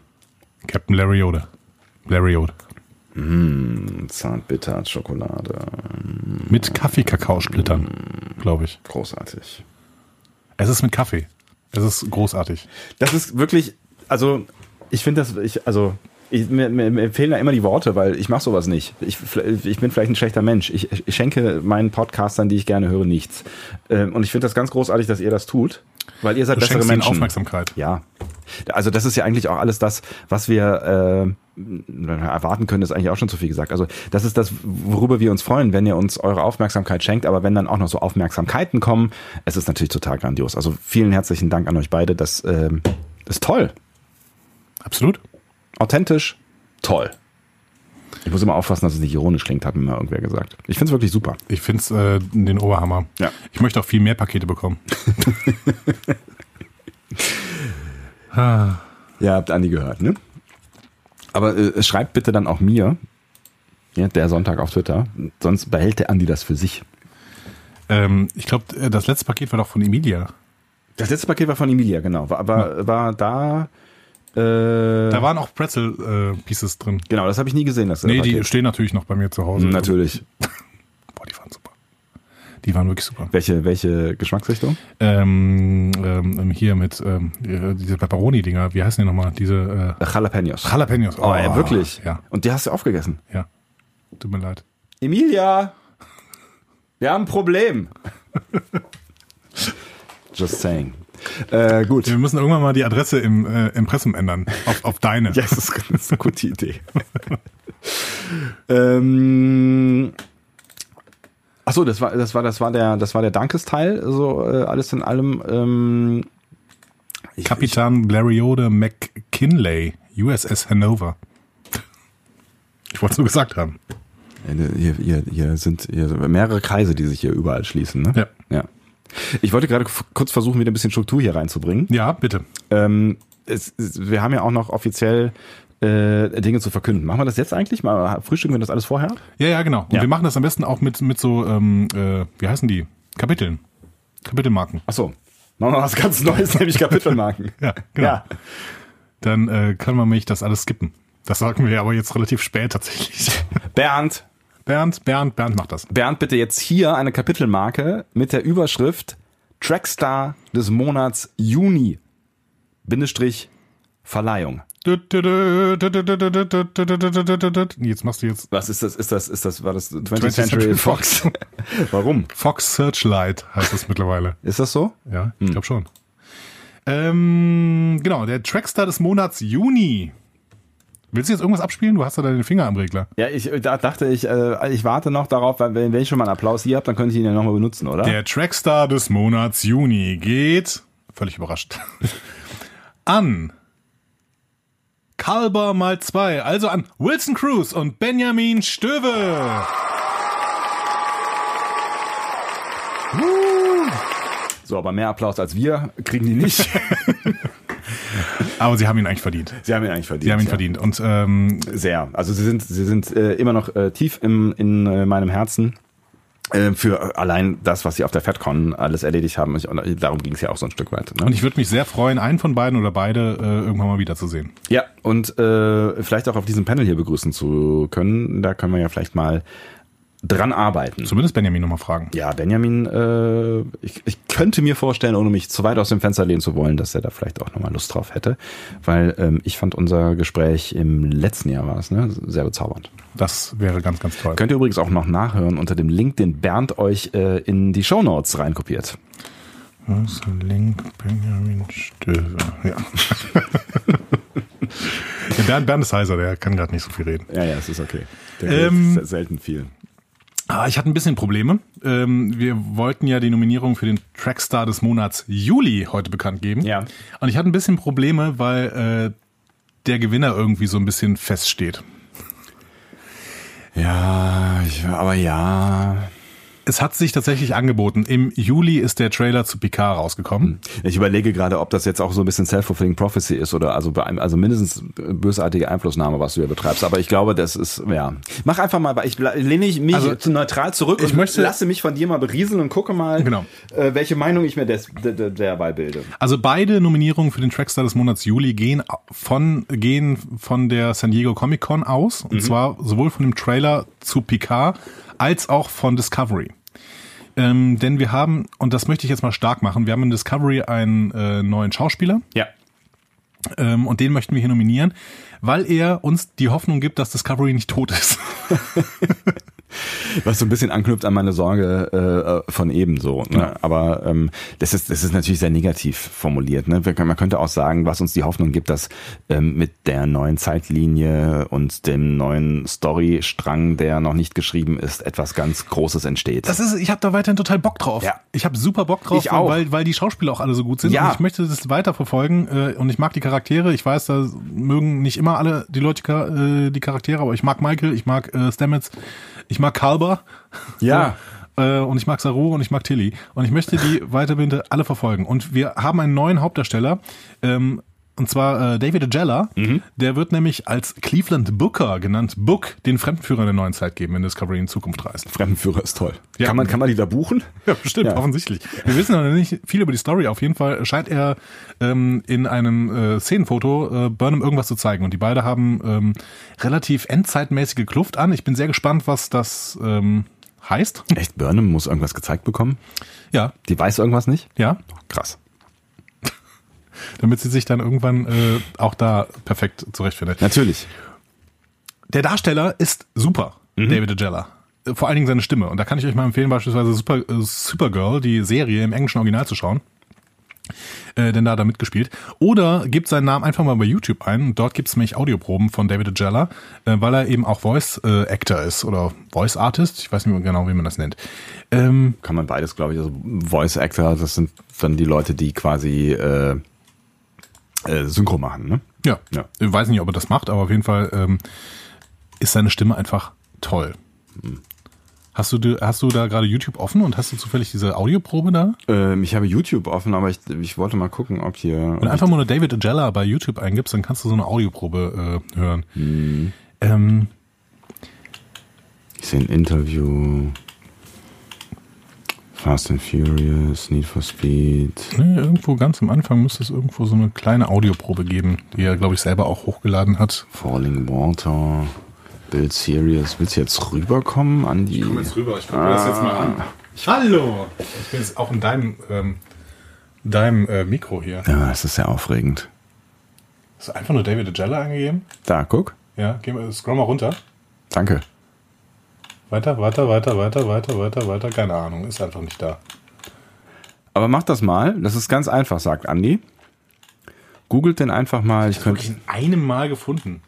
Speaker 2: Captain Larry Ode. Larry Ode.
Speaker 1: Zartbitter Schokolade.
Speaker 2: Mit Kaffee-Kakaosplittern, glaube ich.
Speaker 1: Großartig.
Speaker 2: Es ist mit Kaffee. Es ist großartig.
Speaker 1: Das ist wirklich, also ich finde das, ich, also ich, mir, mir, mir fehlen da immer die Worte, weil ich mache sowas nicht. Ich, ich bin vielleicht ein schlechter Mensch. Ich, ich schenke meinen Podcastern, die ich gerne höre, nichts. Ähm, Und ich finde das ganz großartig, dass ihr das tut, weil ihr seid
Speaker 2: Du
Speaker 1: bessere
Speaker 2: schenkst ihnen
Speaker 1: Menschen.
Speaker 2: Aufmerksamkeit.
Speaker 1: Ja. Also das ist ja eigentlich auch alles das, was wir äh, erwarten können, ist eigentlich auch schon zu viel gesagt. Also das ist das, worüber wir uns freuen, wenn ihr uns eure Aufmerksamkeit schenkt, aber wenn dann auch noch so Aufmerksamkeiten kommen, es ist natürlich total grandios. Also vielen herzlichen Dank an euch beide. Das ähm, ist toll.
Speaker 2: Absolut.
Speaker 1: Authentisch, toll. Ich muss immer aufpassen, dass es nicht ironisch klingt, hat mir mal irgendwer gesagt. Ich finde es wirklich super.
Speaker 2: Ich finde es äh, den Oberhammer.
Speaker 1: Ja.
Speaker 2: Ich möchte auch viel mehr Pakete bekommen.
Speaker 1: Ja, habt Andi gehört, ne? Aber äh, schreibt bitte dann auch mir, ja, der Sonntag auf Twitter, sonst behält der Andi das für sich.
Speaker 2: Ähm, ich glaube, das letzte Paket war doch von Emilia.
Speaker 1: Das letzte Paket war von Emilia, genau. War, war, war da. Äh,
Speaker 2: Da waren auch Pretzel-Pieces drin.
Speaker 1: genau, das habe ich nie gesehen. Das
Speaker 2: Nee, die
Speaker 1: Paket. Hm,
Speaker 2: stehen natürlich noch bei mir zu Hause.
Speaker 1: Natürlich.
Speaker 2: Boah, die waren super. Die waren wirklich super.
Speaker 1: Welche, welche Geschmacksrichtung?
Speaker 2: Ähm, ähm, hier mit ähm, diese Pepperoni-Dinger, wie heißen die nochmal? Diese
Speaker 1: Äh, Jalapenos.
Speaker 2: äh, Jalapenos.
Speaker 1: oh, ja, wirklich.
Speaker 2: Ja,
Speaker 1: Und die hast du aufgegessen.
Speaker 2: ja. Tut mir leid.
Speaker 1: Emilia! Wir haben ein Problem. Just saying. Äh, gut.
Speaker 2: Wir müssen irgendwann mal die Adresse im äh, Impressum ändern. Auf, auf deine.
Speaker 1: Ja, das ist, das ist eine gute Idee. ähm, achso, das war, das war, das war der, das war der Dankesteil, so äh, alles in allem. Ähm, ich,
Speaker 2: Kapitan Blariode McKinley, USS Hanover. Ich wollte es nur gesagt haben.
Speaker 1: ich, ne, hier, hier, hier sind hier sind mehrere Kreise, die sich hier überall schließen. Ne?
Speaker 2: Ja.
Speaker 1: ja. Ich wollte gerade f- kurz versuchen, wieder ein bisschen Struktur hier reinzubringen.
Speaker 2: Ja, bitte.
Speaker 1: Ähm, es, es, wir haben ja auch noch offiziell äh, Dinge zu verkünden. Machen wir das jetzt eigentlich? Mal frühstücken wir das alles vorher?
Speaker 2: Ja, ja, genau. Und
Speaker 1: Ja.
Speaker 2: wir machen das am besten auch mit, mit so, ähm, äh, wie heißen die? Kapiteln. Kapitelmarken.
Speaker 1: Ach so. Machen wir was ganz Neues, nämlich Kapitelmarken.
Speaker 2: Ja, genau.
Speaker 1: Ja.
Speaker 2: Dann äh, können wir mich das alles skippen. Das sagen wir aber jetzt relativ spät tatsächlich.
Speaker 1: Bernd,
Speaker 2: Bernd, Bernd, Bernd macht das.
Speaker 1: Bernd, bitte jetzt hier eine Kapitelmarke mit der Überschrift Trackstar des Monats Juni. Bindestrich Verleihung.
Speaker 2: Jetzt machst du jetzt
Speaker 1: Was ist das? Ist das, ist das, war das 20th,
Speaker 2: 20th
Speaker 1: Century
Speaker 2: Century
Speaker 1: Fox?
Speaker 2: Fox.
Speaker 1: Warum?
Speaker 2: Fox Searchlight heißt das mittlerweile.
Speaker 1: Ist das so?
Speaker 2: Ja, ich glaube schon. Ähm, genau, der Trackstar des Monats Juni. Willst du jetzt irgendwas abspielen? Du hast ja deine Finger am Regler.
Speaker 1: Ja, ich da dachte, ich, äh, ich warte noch darauf, weil wenn wenn ich schon mal einen Applaus hier habe, dann könnte ich ihn ja nochmal benutzen, oder?
Speaker 2: Der Trackstar des Monats Juni geht, völlig überrascht, an Kalber mal zwei, also an Wilson Cruz und Benjamin Stöwe. Woo!
Speaker 1: So, aber mehr Applaus als wir kriegen die nicht.
Speaker 2: Aber sie haben ihn eigentlich verdient.
Speaker 1: Sie haben ihn eigentlich verdient.
Speaker 2: Sie haben ihn
Speaker 1: ja.
Speaker 2: verdient. Und ähm,
Speaker 1: Sehr. Also sie sind, sie sind äh, immer noch äh, tief im, in äh, meinem Herzen. Äh, Für allein das, was sie auf der FedCon alles erledigt haben. Ich, und äh, darum ging es ja auch so ein Stück weit. Ne?
Speaker 2: und ich würde mich sehr freuen, einen von beiden oder beide äh, irgendwann mal wiederzusehen.
Speaker 1: ja, und äh, vielleicht auch auf diesem Panel hier begrüßen zu können. Da können wir ja vielleicht mal dran arbeiten.
Speaker 2: Zumindest Benjamin nochmal fragen.
Speaker 1: Ja, Benjamin, äh, ich, ich könnte mir vorstellen, ohne mich zu weit aus dem Fenster lehnen zu wollen, dass er da vielleicht auch nochmal Lust drauf hätte. Weil ähm, ich fand unser Gespräch im letzten Jahr war es, ne? Sehr bezaubernd.
Speaker 2: Das wäre ganz, ganz toll.
Speaker 1: Könnt ihr übrigens auch noch nachhören unter dem Link, den Bernd euch äh, in die Shownotes reinkopiert.
Speaker 2: Was, Link, Benjamin Stöver. Ja. ja Bernd, Bernd ist heiser, der kann gerade nicht so viel reden.
Speaker 1: Ja, ja, es ist okay.
Speaker 2: redet Ähm, se-
Speaker 1: selten viel.
Speaker 2: Ah, ich hatte ein bisschen Probleme. Ähm, wir wollten ja die Nominierung für den Trackstar des Monats Juli heute bekannt geben.
Speaker 1: Ja.
Speaker 2: Und ich hatte ein bisschen Probleme, weil äh, der Gewinner irgendwie so ein bisschen feststeht.
Speaker 1: Ja, ich, aber ja.
Speaker 2: Es hat sich tatsächlich angeboten. Im Juli ist der Trailer zu Picard rausgekommen.
Speaker 1: Ich überlege gerade, ob das jetzt auch so ein bisschen Self-Fulfilling Prophecy ist oder also, bei einem- also mindestens bösartige Einflussnahme, was du hier betreibst. Aber ich glaube, das ist, ja. Mach einfach mal, ich ble- lehne ich mich
Speaker 2: Also,
Speaker 1: zu neutral zurück
Speaker 2: ich
Speaker 1: und
Speaker 2: möchte-
Speaker 1: lasse mich von dir mal berieseln und gucke mal,
Speaker 2: Genau.
Speaker 1: äh, welche Meinung ich mir des, d- d- dabei bilde.
Speaker 2: Also beide Nominierungen für den Trackstar des Monats Juli gehen von, gehen von der San Diego Comic Con aus. Und zwar sowohl von dem Trailer zu Picard als auch von Discovery. Ähm, denn wir haben, und das möchte ich jetzt mal stark machen, wir haben in Discovery einen äh, neuen Schauspieler
Speaker 1: Ja.
Speaker 2: ähm, und den möchten wir hier nominieren, weil er uns die Hoffnung gibt, dass Discovery nicht tot ist.
Speaker 1: Was so ein bisschen anknüpft an meine Sorge äh, von eben so. Ne? Aber ähm, das, ist, das ist natürlich sehr negativ formuliert. Ne? Wir können, man könnte auch sagen, was uns die Hoffnung gibt, dass ähm, mit der neuen Zeitlinie und dem neuen Storystrang, der noch nicht geschrieben ist, etwas ganz Großes entsteht.
Speaker 2: Das ist, ich habe da weiterhin total Bock drauf.
Speaker 1: Ja.
Speaker 2: Ich habe super Bock drauf,
Speaker 1: Ich auch.
Speaker 2: Weil, weil die Schauspieler auch alle so gut sind.
Speaker 1: Ja.
Speaker 2: Und ich möchte das weiterverfolgen äh, und ich mag die Charaktere. Ich weiß, da mögen nicht immer alle die Leute ka- äh, die Charaktere, aber ich mag Michael, ich mag äh, Stamets, ich mag Kalber.
Speaker 1: Ja.
Speaker 2: Äh, Und ich mag Saru und ich mag Tilly. Und ich möchte die weiterhin alle verfolgen. Und wir haben einen neuen Hauptdarsteller, ähm, und zwar äh, David Agella.
Speaker 1: Mhm.
Speaker 2: Der wird nämlich als Cleveland Booker genannt, Book, den Fremdenführer der neuen Zeit geben, wenn Discovery in Zukunft reist.
Speaker 1: Fremdenführer ist toll.
Speaker 2: Ja.
Speaker 1: Kann, man, kann man die da buchen?
Speaker 2: Ja, bestimmt,
Speaker 1: Ja.
Speaker 2: offensichtlich. Wir wissen noch nicht viel über die Story. Auf jeden Fall scheint er ähm, in einem äh, Szenenfoto äh, Burnham irgendwas zu zeigen. Und die beiden haben ähm, relativ endzeitmäßige Kluft an. Ich bin sehr gespannt, was das ähm, heißt.
Speaker 1: Echt, Burnham muss irgendwas gezeigt bekommen?
Speaker 2: Ja,
Speaker 1: Die weiß irgendwas nicht?
Speaker 2: ja.
Speaker 1: Krass.
Speaker 2: Damit sie sich dann irgendwann äh, auch da perfekt zurechtfindet.
Speaker 1: Natürlich.
Speaker 2: Der Darsteller ist super, David Agella. Äh, Vor allen Dingen seine Stimme. Und da kann ich euch mal empfehlen, beispielsweise Super, äh, Supergirl, die Serie im englischen Original zu schauen. Äh, denn da hat er mitgespielt. Oder gebt seinen Namen einfach mal bei YouTube ein. Und dort gibt es nämlich Audioproben von David Agella, äh, weil er eben auch Voice-Actor ist oder Voice-Artist. Ich weiß nicht mehr genau, wie man das nennt. Ähm,
Speaker 1: Kann man beides, glaube ich. Also Voice Actor, das sind dann die Leute, die quasi äh, äh, Synchro machen, ne?
Speaker 2: Ja.
Speaker 1: Ja.
Speaker 2: Ich weiß nicht, ob er das macht, aber auf jeden Fall ähm, ist seine Stimme einfach toll. Hast du, di- hast du da gerade YouTube offen und hast du zufällig diese Audioprobe da?
Speaker 1: Ähm, ich habe YouTube offen, aber ich, ich wollte mal gucken, ob hier.
Speaker 2: Wenn du einfach mal nur David Agella bei YouTube eingibst, dann kannst du so eine Audioprobe äh, hören. Ähm,
Speaker 1: Ich sehe ein Interview. Fast and Furious, Need for Speed.
Speaker 2: ne, irgendwo ganz am Anfang müsste es irgendwo so eine kleine Audioprobe geben, die er, glaube ich, selber auch hochgeladen hat.
Speaker 1: Falling Water. Build Serious. Willst du jetzt rüberkommen an die.
Speaker 2: rüber, ich probiere das jetzt mal an. Hallo! Ich bin jetzt auch in deinem, ähm, deinem äh, Mikro hier.
Speaker 1: Ja, es ist sehr aufregend.
Speaker 2: Hast du einfach nur David Agella eingegeben?
Speaker 1: Da, guck.
Speaker 2: Ja, geh mal, scroll mal runter.
Speaker 1: Danke.
Speaker 2: Weiter, weiter, weiter, weiter, weiter, weiter, weiter. Keine Ahnung, ist einfach nicht da.
Speaker 1: Aber mach das mal. Das ist ganz einfach, sagt Andi. Googelt den einfach mal. Ich könnte.
Speaker 2: Wirklich in einem Mal gefunden.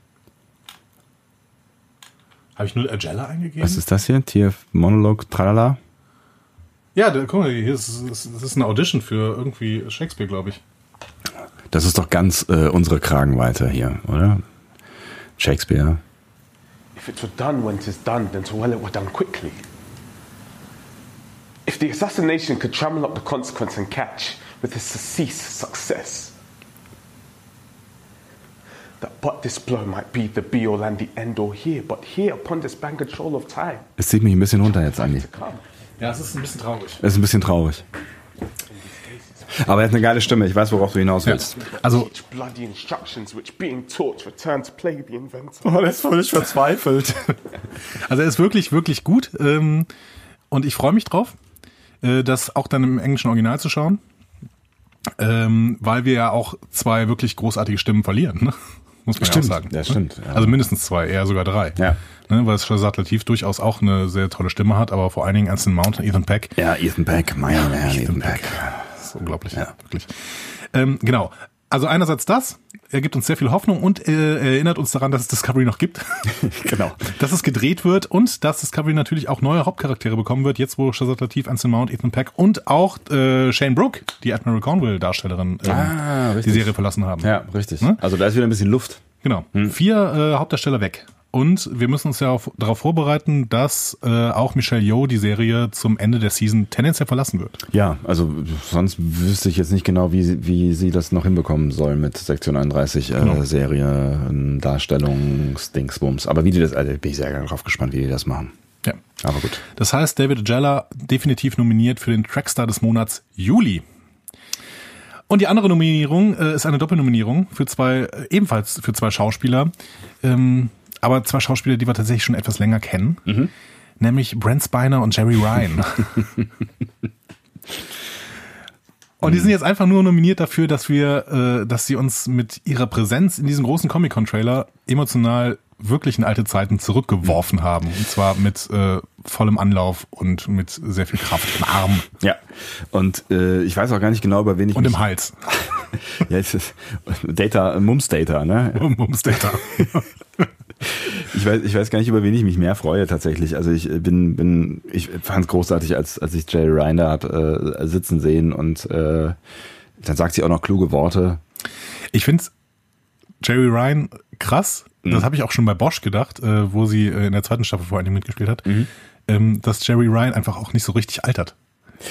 Speaker 2: Habe ich nur Agella eingegeben?
Speaker 1: Was ist das hier? TF Monolog, tralala.
Speaker 2: ja, da, guck mal, hier ist, ist, ist, ist eine Audition für irgendwie Shakespeare, glaube ich.
Speaker 1: Das ist doch ganz äh, unsere Kragenweite hier, oder? Shakespeare.
Speaker 3: If it were done when 'tis done, then so well it were done quickly. If the assassination could trammel up the consequence and catch with a surceased success, that but this blow might be the be all and the end all here, but here upon this bank control of time
Speaker 1: Es zieht mich ein bisschen runter jetzt, Andi.
Speaker 3: to come.
Speaker 2: Ja, es ist ein bisschen traurig.
Speaker 1: Es ist ein bisschen traurig. Aber er hat eine geile Stimme. Ich weiß, worauf du hinaus
Speaker 2: Ja.
Speaker 1: willst.
Speaker 2: Also,
Speaker 3: Each bloody instructions which being taught return to play the inventor.
Speaker 1: Oh, der ist völlig verzweifelt.
Speaker 2: also er ist wirklich, wirklich gut. Ähm, und ich freue mich drauf, äh, das auch dann im englischen Original zu schauen. Ähm, weil wir ja auch zwei wirklich großartige Stimmen verlieren, ne? Muss man
Speaker 1: Stimmt.
Speaker 2: ja auch sagen.
Speaker 1: Ja, stimmt. Ja.
Speaker 2: Also mindestens zwei, eher sogar drei.
Speaker 1: Ja.
Speaker 2: Ne, weil Shazad Latif durchaus auch eine sehr tolle Stimme hat, aber vor allen Dingen Anson Mount und Ethan Peck.
Speaker 1: Ja, Ethan Beck, mein Herr, Ethan Beck.
Speaker 2: Das ist unglaublich, wirklich. Ähm, genau. Also einerseits das, er gibt uns sehr viel Hoffnung und äh, erinnert uns daran, dass es Discovery noch gibt,
Speaker 1: Genau.
Speaker 2: dass es gedreht wird und dass Discovery natürlich auch neue Hauptcharaktere bekommen wird, jetzt wo Shazad Latif, Anson Mount, Ethan Peck und auch äh, Shane Brooke, die Admiral Cornwall-Darstellerin, ähm,
Speaker 1: Ah,
Speaker 2: die
Speaker 1: richtig.
Speaker 2: Serie verlassen haben.
Speaker 1: Ja, Hm. richtig. Also da ist wieder ein bisschen Luft.
Speaker 2: Genau. Vier äh, Hauptdarsteller weg. Und wir müssen uns ja auf, darauf vorbereiten, dass äh, auch Michelle Yeoh die Serie zum Ende der Season tendenziell verlassen wird.
Speaker 1: Ja, also sonst wüsste ich jetzt nicht genau, wie, sie- wie sie das noch hinbekommen sollen mit Sektion 31 äh, Serie, ähm, Darstellung, Dingsbums. Aber wie die das, also bin ich sehr drauf gespannt, wie die das machen.
Speaker 2: Ja.
Speaker 1: Aber gut.
Speaker 2: Das heißt, David Ajella definitiv nominiert für den Trackstar des Monats Juli. Und die andere Nominierung äh, ist eine Doppelnominierung für zwei, äh, ebenfalls für zwei Schauspieler, ähm, aber zwei Schauspieler, die wir tatsächlich schon etwas länger kennen, nämlich Brent Spiner und Jerry Ryan. Und die sind jetzt einfach nur nominiert dafür, dass wir, äh, dass sie uns mit ihrer Präsenz in diesem großen Comic-Con-Trailer emotional wirklich in alte Zeiten zurückgeworfen haben. Und zwar mit äh, vollem Anlauf und mit sehr viel Kraft im Arm
Speaker 1: Ja. Und äh, ich weiß auch gar nicht genau, über wen ich
Speaker 2: und
Speaker 1: mich-
Speaker 2: im Hals.
Speaker 1: Ja, es ist Data, Mums Data, ne?
Speaker 2: Um, Ums Data.
Speaker 1: Ich weiß, ich weiß gar nicht, über wen ich mich mehr freue tatsächlich. Also ich äh, bin, bin, ich fand es großartig, als, als ich Jerry Ryan da hab, äh, sitzen sehen und äh, dann sagt sie auch noch kluge Worte.
Speaker 2: Ich find's Jerry Ryan krass.
Speaker 1: Mhm.
Speaker 2: Das habe ich auch schon bei Bosch gedacht, äh, wo sie äh, in der zweiten Staffel vor allem mitgespielt hat,
Speaker 1: Mhm.
Speaker 2: ähm, dass Jerry Ryan einfach auch nicht so richtig altert.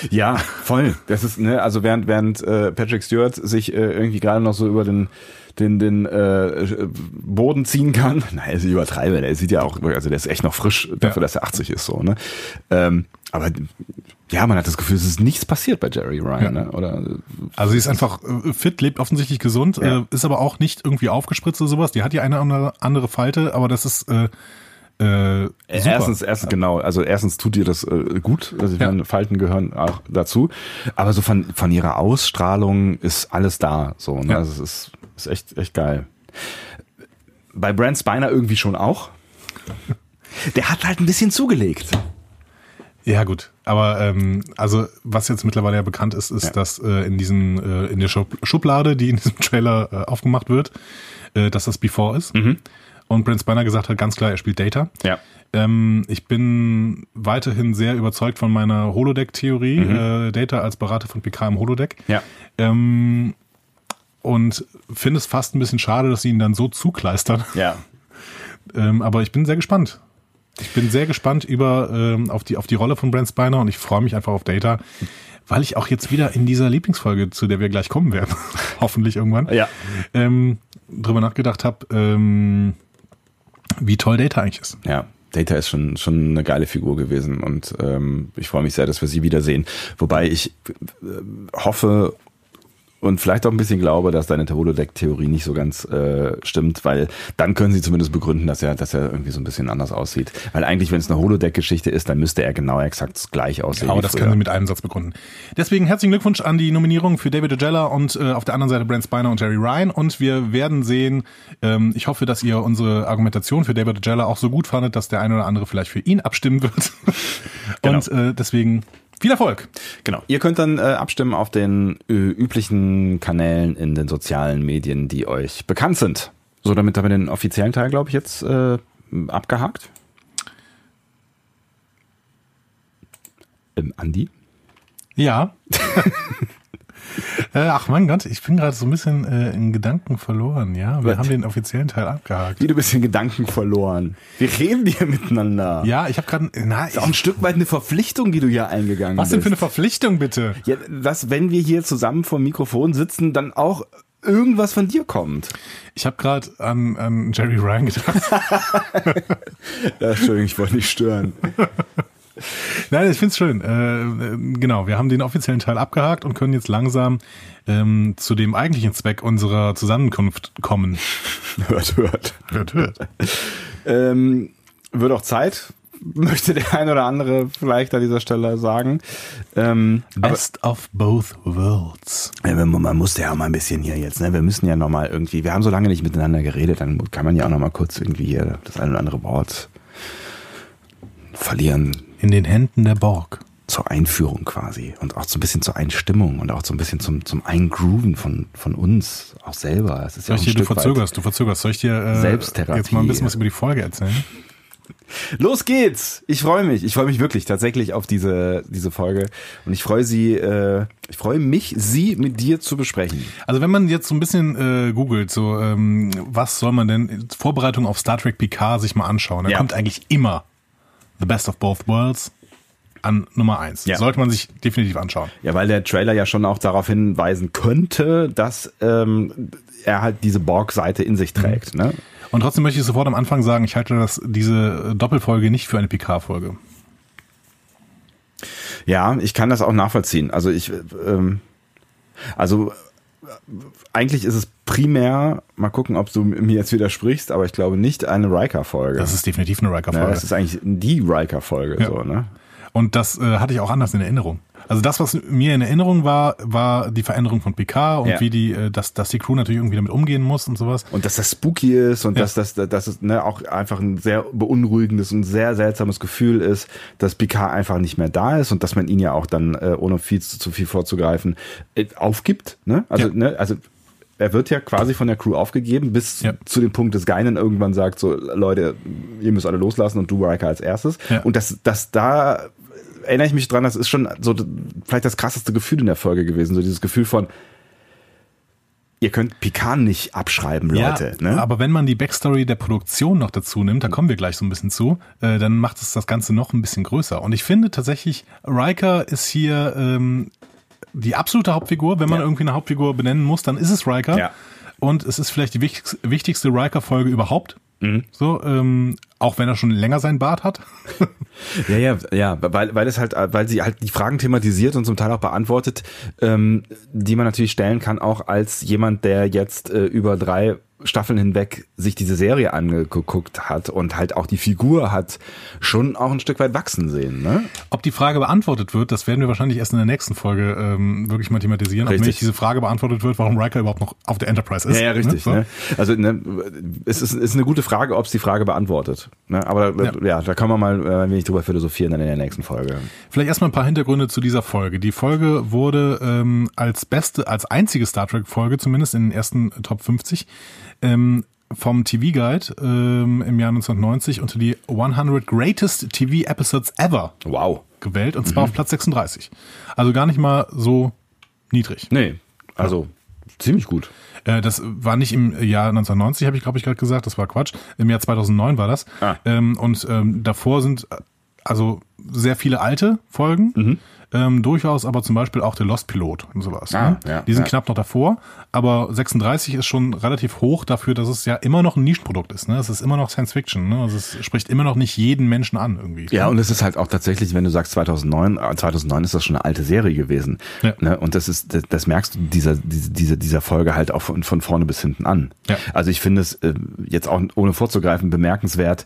Speaker 1: Ja, voll. Das ist, ne, also während, während äh, Patrick Stewart sich äh, irgendwie gerade noch so über den den, den äh, Boden ziehen kann. Nein, ich übertreibe, der sieht ja auch, also der ist echt noch frisch dafür,
Speaker 2: Ja.
Speaker 1: dass er 80 ist, so, ne? Ähm, aber ja, man hat das Gefühl, es ist nichts passiert bei Jerry Ryan,
Speaker 2: Ja.
Speaker 1: ne? Oder
Speaker 2: Also sie ist einfach äh, fit, lebt offensichtlich gesund,
Speaker 1: Ja.
Speaker 2: äh, ist aber auch nicht irgendwie aufgespritzt oder sowas. Die hat ja eine andere- andere Falte, aber das ist äh, äh, super.
Speaker 1: Erstens, erstens genau. Also erstens tut ihr das äh, gut. Also ich
Speaker 2: Ja.
Speaker 1: meine, Falten gehören auch dazu. Aber so von von ihrer Ausstrahlung ist alles da. So, ne?
Speaker 2: Ja.
Speaker 1: also es ist, ist echt echt geil. Bei Brand Spiner irgendwie schon auch. Der hat halt ein bisschen zugelegt.
Speaker 2: Ja gut, aber ähm, also was jetzt mittlerweile ja bekannt ist, ist,
Speaker 1: Ja.
Speaker 2: dass äh, in diesen äh, in der Schub Schublade, die in diesem Trailer äh, aufgemacht wird, äh, dass das Before ist.
Speaker 1: Mhm.
Speaker 2: Und Brent Spiner gesagt hat ganz klar, er spielt Data.
Speaker 1: Ja.
Speaker 2: Ähm, ich bin weiterhin sehr überzeugt von meiner Holodeck-Theorie. Äh, Data als Berater von PK im Holodeck.
Speaker 1: Mhm. Ja.
Speaker 2: Ähm, und finde es fast ein bisschen schade, dass sie ihn dann so zukleistern.
Speaker 1: Ja.
Speaker 2: Ähm, aber ich bin sehr gespannt. Ich bin sehr gespannt über ähm, auf die auf die Rolle von Brent Spiner und ich freue mich einfach auf Data, weil ich auch jetzt wieder in dieser Lieblingsfolge, zu der wir gleich kommen werden, hoffentlich irgendwann,
Speaker 1: Ja.
Speaker 2: ähm, drüber nachgedacht habe, ähm, wie toll Data eigentlich ist.
Speaker 1: Ja. Data ist schon, schon eine geile Figur gewesen und ähm, ich freue mich sehr, dass wir sie wiedersehen. Wobei ich äh, hoffe und vielleicht auch ein bisschen glaube, dass deine Holodeck-Theorie nicht so ganz äh, stimmt, weil dann können sie zumindest begründen, dass er, dass er irgendwie so ein bisschen anders aussieht. Weil eigentlich, wenn es eine Holodeck-Geschichte ist, dann müsste er genau exakt gleich aussehen.
Speaker 2: Aber
Speaker 1: wie
Speaker 2: das
Speaker 1: früher.
Speaker 2: können Sie mit einem Satz begründen. Deswegen herzlichen Glückwunsch an die Nominierung für David Agella und äh, auf der anderen Seite Brent Spiner und Jerry Ryan. Und wir werden sehen, ähm, ich hoffe, dass ihr unsere Argumentation für David Agella auch so gut fandet, dass der eine oder andere vielleicht für ihn abstimmen wird. Und äh, deswegen viel Erfolg.
Speaker 1: Genau. Ihr könnt dann äh, abstimmen auf den äh, üblichen Kanälen in den sozialen Medien, die euch bekannt sind. So, damit haben wir den offiziellen Teil, glaube ich, jetzt äh, abgehakt. Ähm, Andi?
Speaker 2: Ja. Äh, ach mein Gott, ich bin gerade so ein bisschen äh, in Gedanken verloren, ja. Wir
Speaker 1: Was?
Speaker 2: haben den offiziellen Teil abgehakt.
Speaker 1: Wie du bist in Gedanken verloren. Wir reden hier miteinander.
Speaker 2: Ja, ich habe gerade. Na, ich,
Speaker 1: Ist auch ein Stück weit eine Verpflichtung, die du hier eingegangen
Speaker 2: was
Speaker 1: bist.
Speaker 2: denn für eine Verpflichtung bitte?
Speaker 1: Ja, dass, wenn wir hier zusammen vor dem Mikrofon sitzen, dann auch irgendwas von dir kommt.
Speaker 2: Ich habe gerade an, an Jerry Ryan gedacht.
Speaker 1: Ja, Äh, Entschuldigung, ich wollte nicht stören.
Speaker 2: Nein, ich find's schön. Äh, äh, genau, wir haben den offiziellen Teil abgehakt und können jetzt langsam ähm, zu dem eigentlichen Zweck unserer Zusammenkunft kommen.
Speaker 1: hört, hört.
Speaker 2: Hört, hört.
Speaker 1: Ähm, wird auch Zeit, möchte der ein oder andere vielleicht an dieser Stelle sagen. Ähm,
Speaker 2: Best of both worlds.
Speaker 1: Ja, wenn man man muss ja auch mal ein bisschen hier jetzt, ne? Wir müssen ja nochmal irgendwie, wir haben so lange nicht miteinander geredet, dann kann man ja auch nochmal kurz irgendwie hier das ein oder andere Wort verlieren
Speaker 2: In den Händen der Borg.
Speaker 1: zur Einführung quasi und auch so ein bisschen zur Einstimmung und auch so ein bisschen zum, zum Eingrooven von, von uns auch selber. Es ist ja
Speaker 2: Soll
Speaker 1: auch
Speaker 2: ich
Speaker 1: ein
Speaker 2: dir, du
Speaker 1: Stück weit.
Speaker 2: verzögerst, du verzögerst. Soll ich dir äh,
Speaker 1: Selbsttherapie.
Speaker 2: jetzt mal ein bisschen was über die Folge erzählen?
Speaker 1: Los geht's! Ich freue mich. Ich freue mich wirklich tatsächlich auf diese, diese Folge und ich freue sie, äh, ich freue mich, sie mit dir zu besprechen.
Speaker 2: Also wenn man jetzt so ein bisschen äh, googelt, so ähm, was soll man denn in Vorbereitung auf Star Trek PK sich mal anschauen, dann
Speaker 1: Ja.
Speaker 2: kommt eigentlich immer The Best of Both Worlds an Nummer eins.
Speaker 1: Ja.
Speaker 2: Sollte man sich definitiv anschauen.
Speaker 1: Ja, weil der Trailer ja schon auch darauf hinweisen könnte, dass ähm, er halt diese Borg-Seite in sich trägt.
Speaker 2: Mhm.
Speaker 1: Ne?
Speaker 2: Und trotzdem möchte ich sofort am Anfang sagen, ich halte das, diese äh, Doppelfolge nicht für eine PK-Folge.
Speaker 1: Ja, ich kann das auch nachvollziehen. Also ich, ähm, also äh, eigentlich ist es primär, mal gucken, ob du mir jetzt widersprichst, aber ich glaube nicht eine Riker-Folge.
Speaker 2: Das ist definitiv eine
Speaker 1: ja,
Speaker 2: Riker-Folge.
Speaker 1: das ist eigentlich die Riker-Folge.
Speaker 2: Ja.
Speaker 1: So, ne?
Speaker 2: Und das äh, hatte ich auch anders in Erinnerung. Also das, was mir in Erinnerung war, war die Veränderung von PK und
Speaker 1: Ja.
Speaker 2: wie die, äh, dass, dass die Crew natürlich irgendwie damit umgehen muss und sowas.
Speaker 1: Und dass das spooky ist und
Speaker 2: Ja.
Speaker 1: dass das, dass es ne, auch einfach ein sehr beunruhigendes und sehr seltsames Gefühl ist, dass Picard einfach nicht mehr da ist und dass man ihn ja auch dann, äh, ohne viel zu, zu viel vorzugreifen, äh, aufgibt. Ne? Also,
Speaker 2: Ja.
Speaker 1: ne, also er wird ja quasi von der Crew aufgegeben, bis
Speaker 2: Ja.
Speaker 1: zu dem Punkt, dass Geinen irgendwann sagt: So, Leute, ihr müsst alle loslassen und du Riker als erstes.
Speaker 2: Ja.
Speaker 1: Und dass, dass da erinnere ich mich dran, das ist schon so d- vielleicht das krasseste Gefühl in der Folge gewesen, so dieses Gefühl von Ihr könnt Picard nicht abschreiben, Leute.
Speaker 2: ja,
Speaker 1: ne?
Speaker 2: aber wenn man die Backstory der Produktion noch dazu nimmt, da kommen wir gleich so ein bisschen zu, äh, dann macht es das Ganze noch ein bisschen größer. Und ich finde tatsächlich, Riker ist hier ähm, die absolute Hauptfigur. Wenn man
Speaker 1: Ja.
Speaker 2: irgendwie eine Hauptfigur benennen muss, dann ist es Riker.
Speaker 1: Ja.
Speaker 2: Und es ist vielleicht die wichtigst- wichtigste Riker-Folge überhaupt.
Speaker 1: Mhm.
Speaker 2: So, ähm, auch wenn er schon länger seinen Bart hat.
Speaker 1: Ja, ja, ja, weil, weil es halt, weil sie halt die Fragen thematisiert und zum Teil auch beantwortet, ähm, die man natürlich stellen kann, auch als jemand, der jetzt äh, über drei Staffeln hinweg sich diese Serie angeguckt hat und halt auch die Figur hat schon auch ein Stück weit wachsen sehen, ne?
Speaker 2: Ob die Frage beantwortet wird, das werden wir wahrscheinlich erst in der nächsten Folge ähm, wirklich mal thematisieren. Ob
Speaker 1: Richtig.
Speaker 2: nämlich diese Frage beantwortet wird, warum Riker überhaupt noch auf der Enterprise ist.
Speaker 1: Ja, ja, richtig.
Speaker 2: So.
Speaker 1: Ne? Also ne, es ist, ist eine gute Frage, ob es die Frage beantwortet. Ne? Aber ja. ja, da kann man mal äh, ein wenig drüber philosophieren dann in der nächsten Folge.
Speaker 2: Vielleicht erstmal ein paar Hintergründe zu dieser Folge. Die Folge wurde ähm, als beste, als einzige Star Trek-Folge, zumindest in den ersten Top 50, ähm, vom TV Guide ähm, im Jahr 1990 unter die 100 Greatest TV Episodes Ever
Speaker 1: Wow.
Speaker 2: gewählt und zwar auf Platz 36. Also gar nicht mal so niedrig.
Speaker 1: Nee, also ziemlich gut.
Speaker 2: Äh, das war nicht im Jahr 1990, habe ich glaube ich gerade gesagt, das war Quatsch. Im Jahr 2009 war das.
Speaker 1: Ah.
Speaker 2: Ähm, und ähm, davor sind äh, also sehr viele alte Folgen.
Speaker 1: Mhm.
Speaker 2: Ähm, durchaus, aber zum Beispiel auch der Lost Pilot und sowas.
Speaker 1: Ah,
Speaker 2: ne?
Speaker 1: ja,
Speaker 2: Die sind
Speaker 1: ja.
Speaker 2: knapp noch davor, aber 36 ist schon relativ hoch dafür, dass es ja immer noch ein Nischenprodukt ist. Ne? Es ist immer noch Science Fiction. Ne? Also es spricht immer noch nicht jeden Menschen an irgendwie.
Speaker 1: Ja, und es ist halt auch tatsächlich, wenn du sagst 2009, äh, 2009 ist das schon eine alte Serie gewesen.
Speaker 2: Ja.
Speaker 1: Ne? Und das ist, das, das merkst du dieser, diese, dieser, dieser Folge halt auch von, von vorne bis hinten an.
Speaker 2: Ja.
Speaker 1: Also ich finde es äh, jetzt auch ohne vorzugreifen bemerkenswert,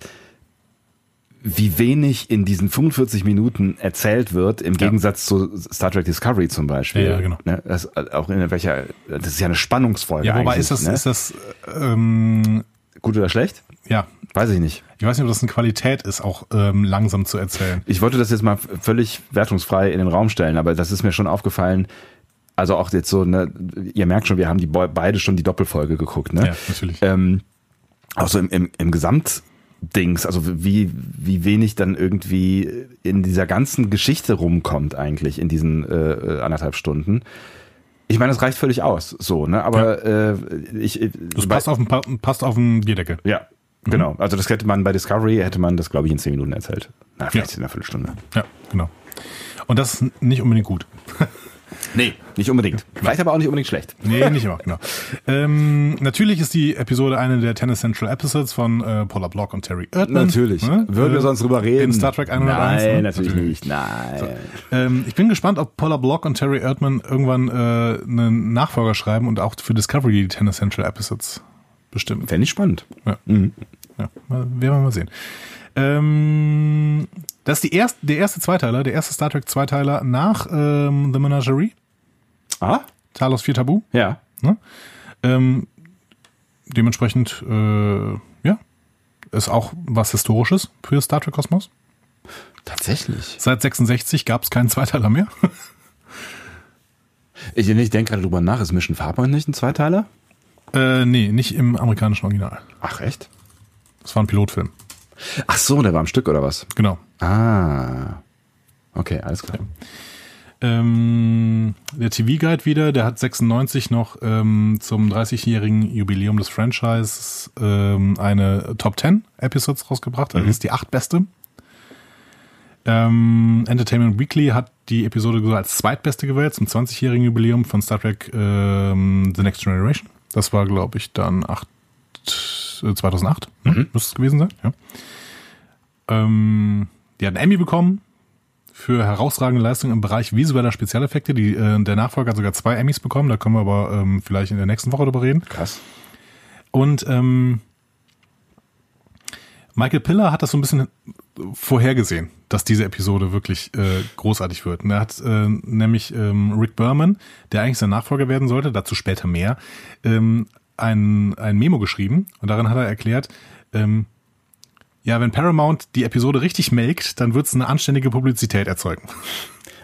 Speaker 1: wie wenig in diesen 45 Minuten erzählt wird, im Gegensatz zu Star Trek Discovery zum Beispiel.
Speaker 2: Ja, ja, genau.
Speaker 1: Ne? Das, äh, auch in welcher, das ist ja eine Spannungsfolge.
Speaker 2: ja wobei
Speaker 1: eigentlich,
Speaker 2: ist das,
Speaker 1: ne?
Speaker 2: ist das, ähm,
Speaker 1: gut oder schlecht?
Speaker 2: ja,
Speaker 1: Weiß ich nicht.
Speaker 2: ich weiß nicht, ob das eine Qualität ist, auch ähm, langsam zu erzählen.
Speaker 1: Ich wollte das jetzt mal völlig wertungsfrei in den Raum stellen, aber das ist mir schon aufgefallen. Also auch jetzt so, ne, ihr merkt schon, wir haben die Boy- beide schon die Doppelfolge geguckt, ne?
Speaker 2: Ja, natürlich.
Speaker 1: Ähm, auch so im, im, im Gesamtdings, also wie, wie wenig dann irgendwie in dieser ganzen Geschichte rumkommt eigentlich in diesen äh, anderthalb äh, Stunden. Ich meine, das reicht völlig aus, so, ne? Aber äh, ich, ich
Speaker 2: Das Also passt Mhm. auf, den, Pa- passt auf den Bierdeckel.
Speaker 1: ja, genau. Also das hätte man bei Discovery hätte man das, glaube ich, in zehn Minuten erzählt. Na, vielleicht
Speaker 2: Ja.
Speaker 1: in einer Viertelstunde.
Speaker 2: Ja, genau. Und das ist nicht unbedingt gut.
Speaker 1: Nee, nicht unbedingt. Vielleicht aber auch nicht unbedingt schlecht.
Speaker 2: Nee, nicht immer, genau. Ähm, natürlich ist die Episode eine der Tennis Central Episodes von äh, Paula Block und Terry
Speaker 1: Hm?
Speaker 2: Erdmann. Ne?
Speaker 1: Würden wir
Speaker 2: Äh,
Speaker 1: sonst drüber reden?
Speaker 2: In Star Trek 101.
Speaker 1: Nein,
Speaker 2: ne?
Speaker 1: natürlich nicht. Nein.
Speaker 2: Ähm, ich bin gespannt, ob Paula Block und Terry Erdmann irgendwann äh, einen Nachfolger schreiben und auch für Discovery die Tennis Central Episodes bestimmen.
Speaker 1: Fände ich spannend.
Speaker 2: Ja. ja mal, werden wir mal sehen. Ähm, das ist die erst, der erste Zweiteiler, der erste Star Trek Zweiteiler nach ähm, The Menagerie,
Speaker 1: Ah?
Speaker 2: Talos 4 Tabu.
Speaker 1: Ja.
Speaker 2: Ähm, dementsprechend, äh, ja, ist auch was Historisches für Star Trek Kosmos.
Speaker 1: Tatsächlich.
Speaker 2: Seit 66 gab es keinen Zweiteiler mehr.
Speaker 1: Ich, ich denke gerade drüber nach, ist Mission Farpoint nicht ein Zweiteiler?
Speaker 2: äh, nee, nicht im amerikanischen Original.
Speaker 1: Ach, echt?
Speaker 2: Das war ein Pilotfilm.
Speaker 1: Ach so, der war am Stück oder was?
Speaker 2: Genau.
Speaker 1: Ah. Okay, alles klar.
Speaker 2: Ähm, der TV-Guide wieder, der hat 96 noch ähm, zum 30-jährigen Jubiläum des Franchises ähm, eine Top 10 Episodes rausgebracht. Das ist die acht beste. Ähm, Entertainment Weekly hat die Episode sogar als zweitbeste gewählt zum 20-jährigen Jubiläum von Star Trek ähm, The Next Generation. Das war, glaube ich, dann acht, äh, 2008. ne? Müsste es gewesen sein, ja. Ähm, die hat einen Emmy bekommen für herausragende Leistung im Bereich visueller Spezialeffekte. Die, äh, der Nachfolger hat sogar zwei Emmys bekommen, da können wir aber ähm, vielleicht in der nächsten Woche drüber reden.
Speaker 1: Krass.
Speaker 2: Und ähm, Michael Piller hat das so ein bisschen vorhergesehen, dass diese Episode wirklich äh, großartig wird. Und er hat äh, nämlich ähm, Rick Berman, der eigentlich sein Nachfolger werden sollte, dazu später mehr, ähm, ein, ein Memo geschrieben und darin hat er erklärt, ähm, ja, wenn Paramount die Episode richtig melkt, dann wird es eine anständige Publizität erzeugen.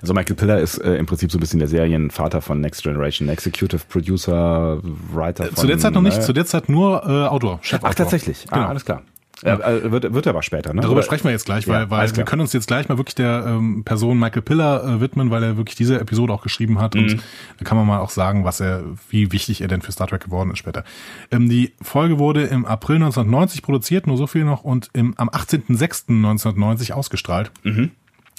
Speaker 1: Also Michael Piller ist äh, im Prinzip so ein bisschen der Serienvater von Next Generation, Executive Producer, Writer von...
Speaker 2: Zu der Zeit noch nicht,
Speaker 1: äh,
Speaker 2: zu der Zeit nur äh, Autor, Chefautor.
Speaker 1: Ach, tatsächlich. Ah,
Speaker 2: Genau.
Speaker 1: alles klar. Äh, äh, wird, wird aber später, ne?
Speaker 2: Darüber
Speaker 1: Oder-
Speaker 2: sprechen wir jetzt gleich,
Speaker 1: Ja,
Speaker 2: weil, weil
Speaker 1: alles
Speaker 2: wir
Speaker 1: klar.
Speaker 2: können uns jetzt gleich mal wirklich der ähm, Person Michael Piller äh, widmen, weil er wirklich diese Episode auch geschrieben hat
Speaker 1: Mhm.
Speaker 2: und da kann man mal auch sagen, was er, wie wichtig er denn für Star Trek geworden ist später. Ähm, die Folge wurde im April 1990 produziert, nur so viel noch, und im, am 18.06.1990 ausgestrahlt.
Speaker 1: Mhm.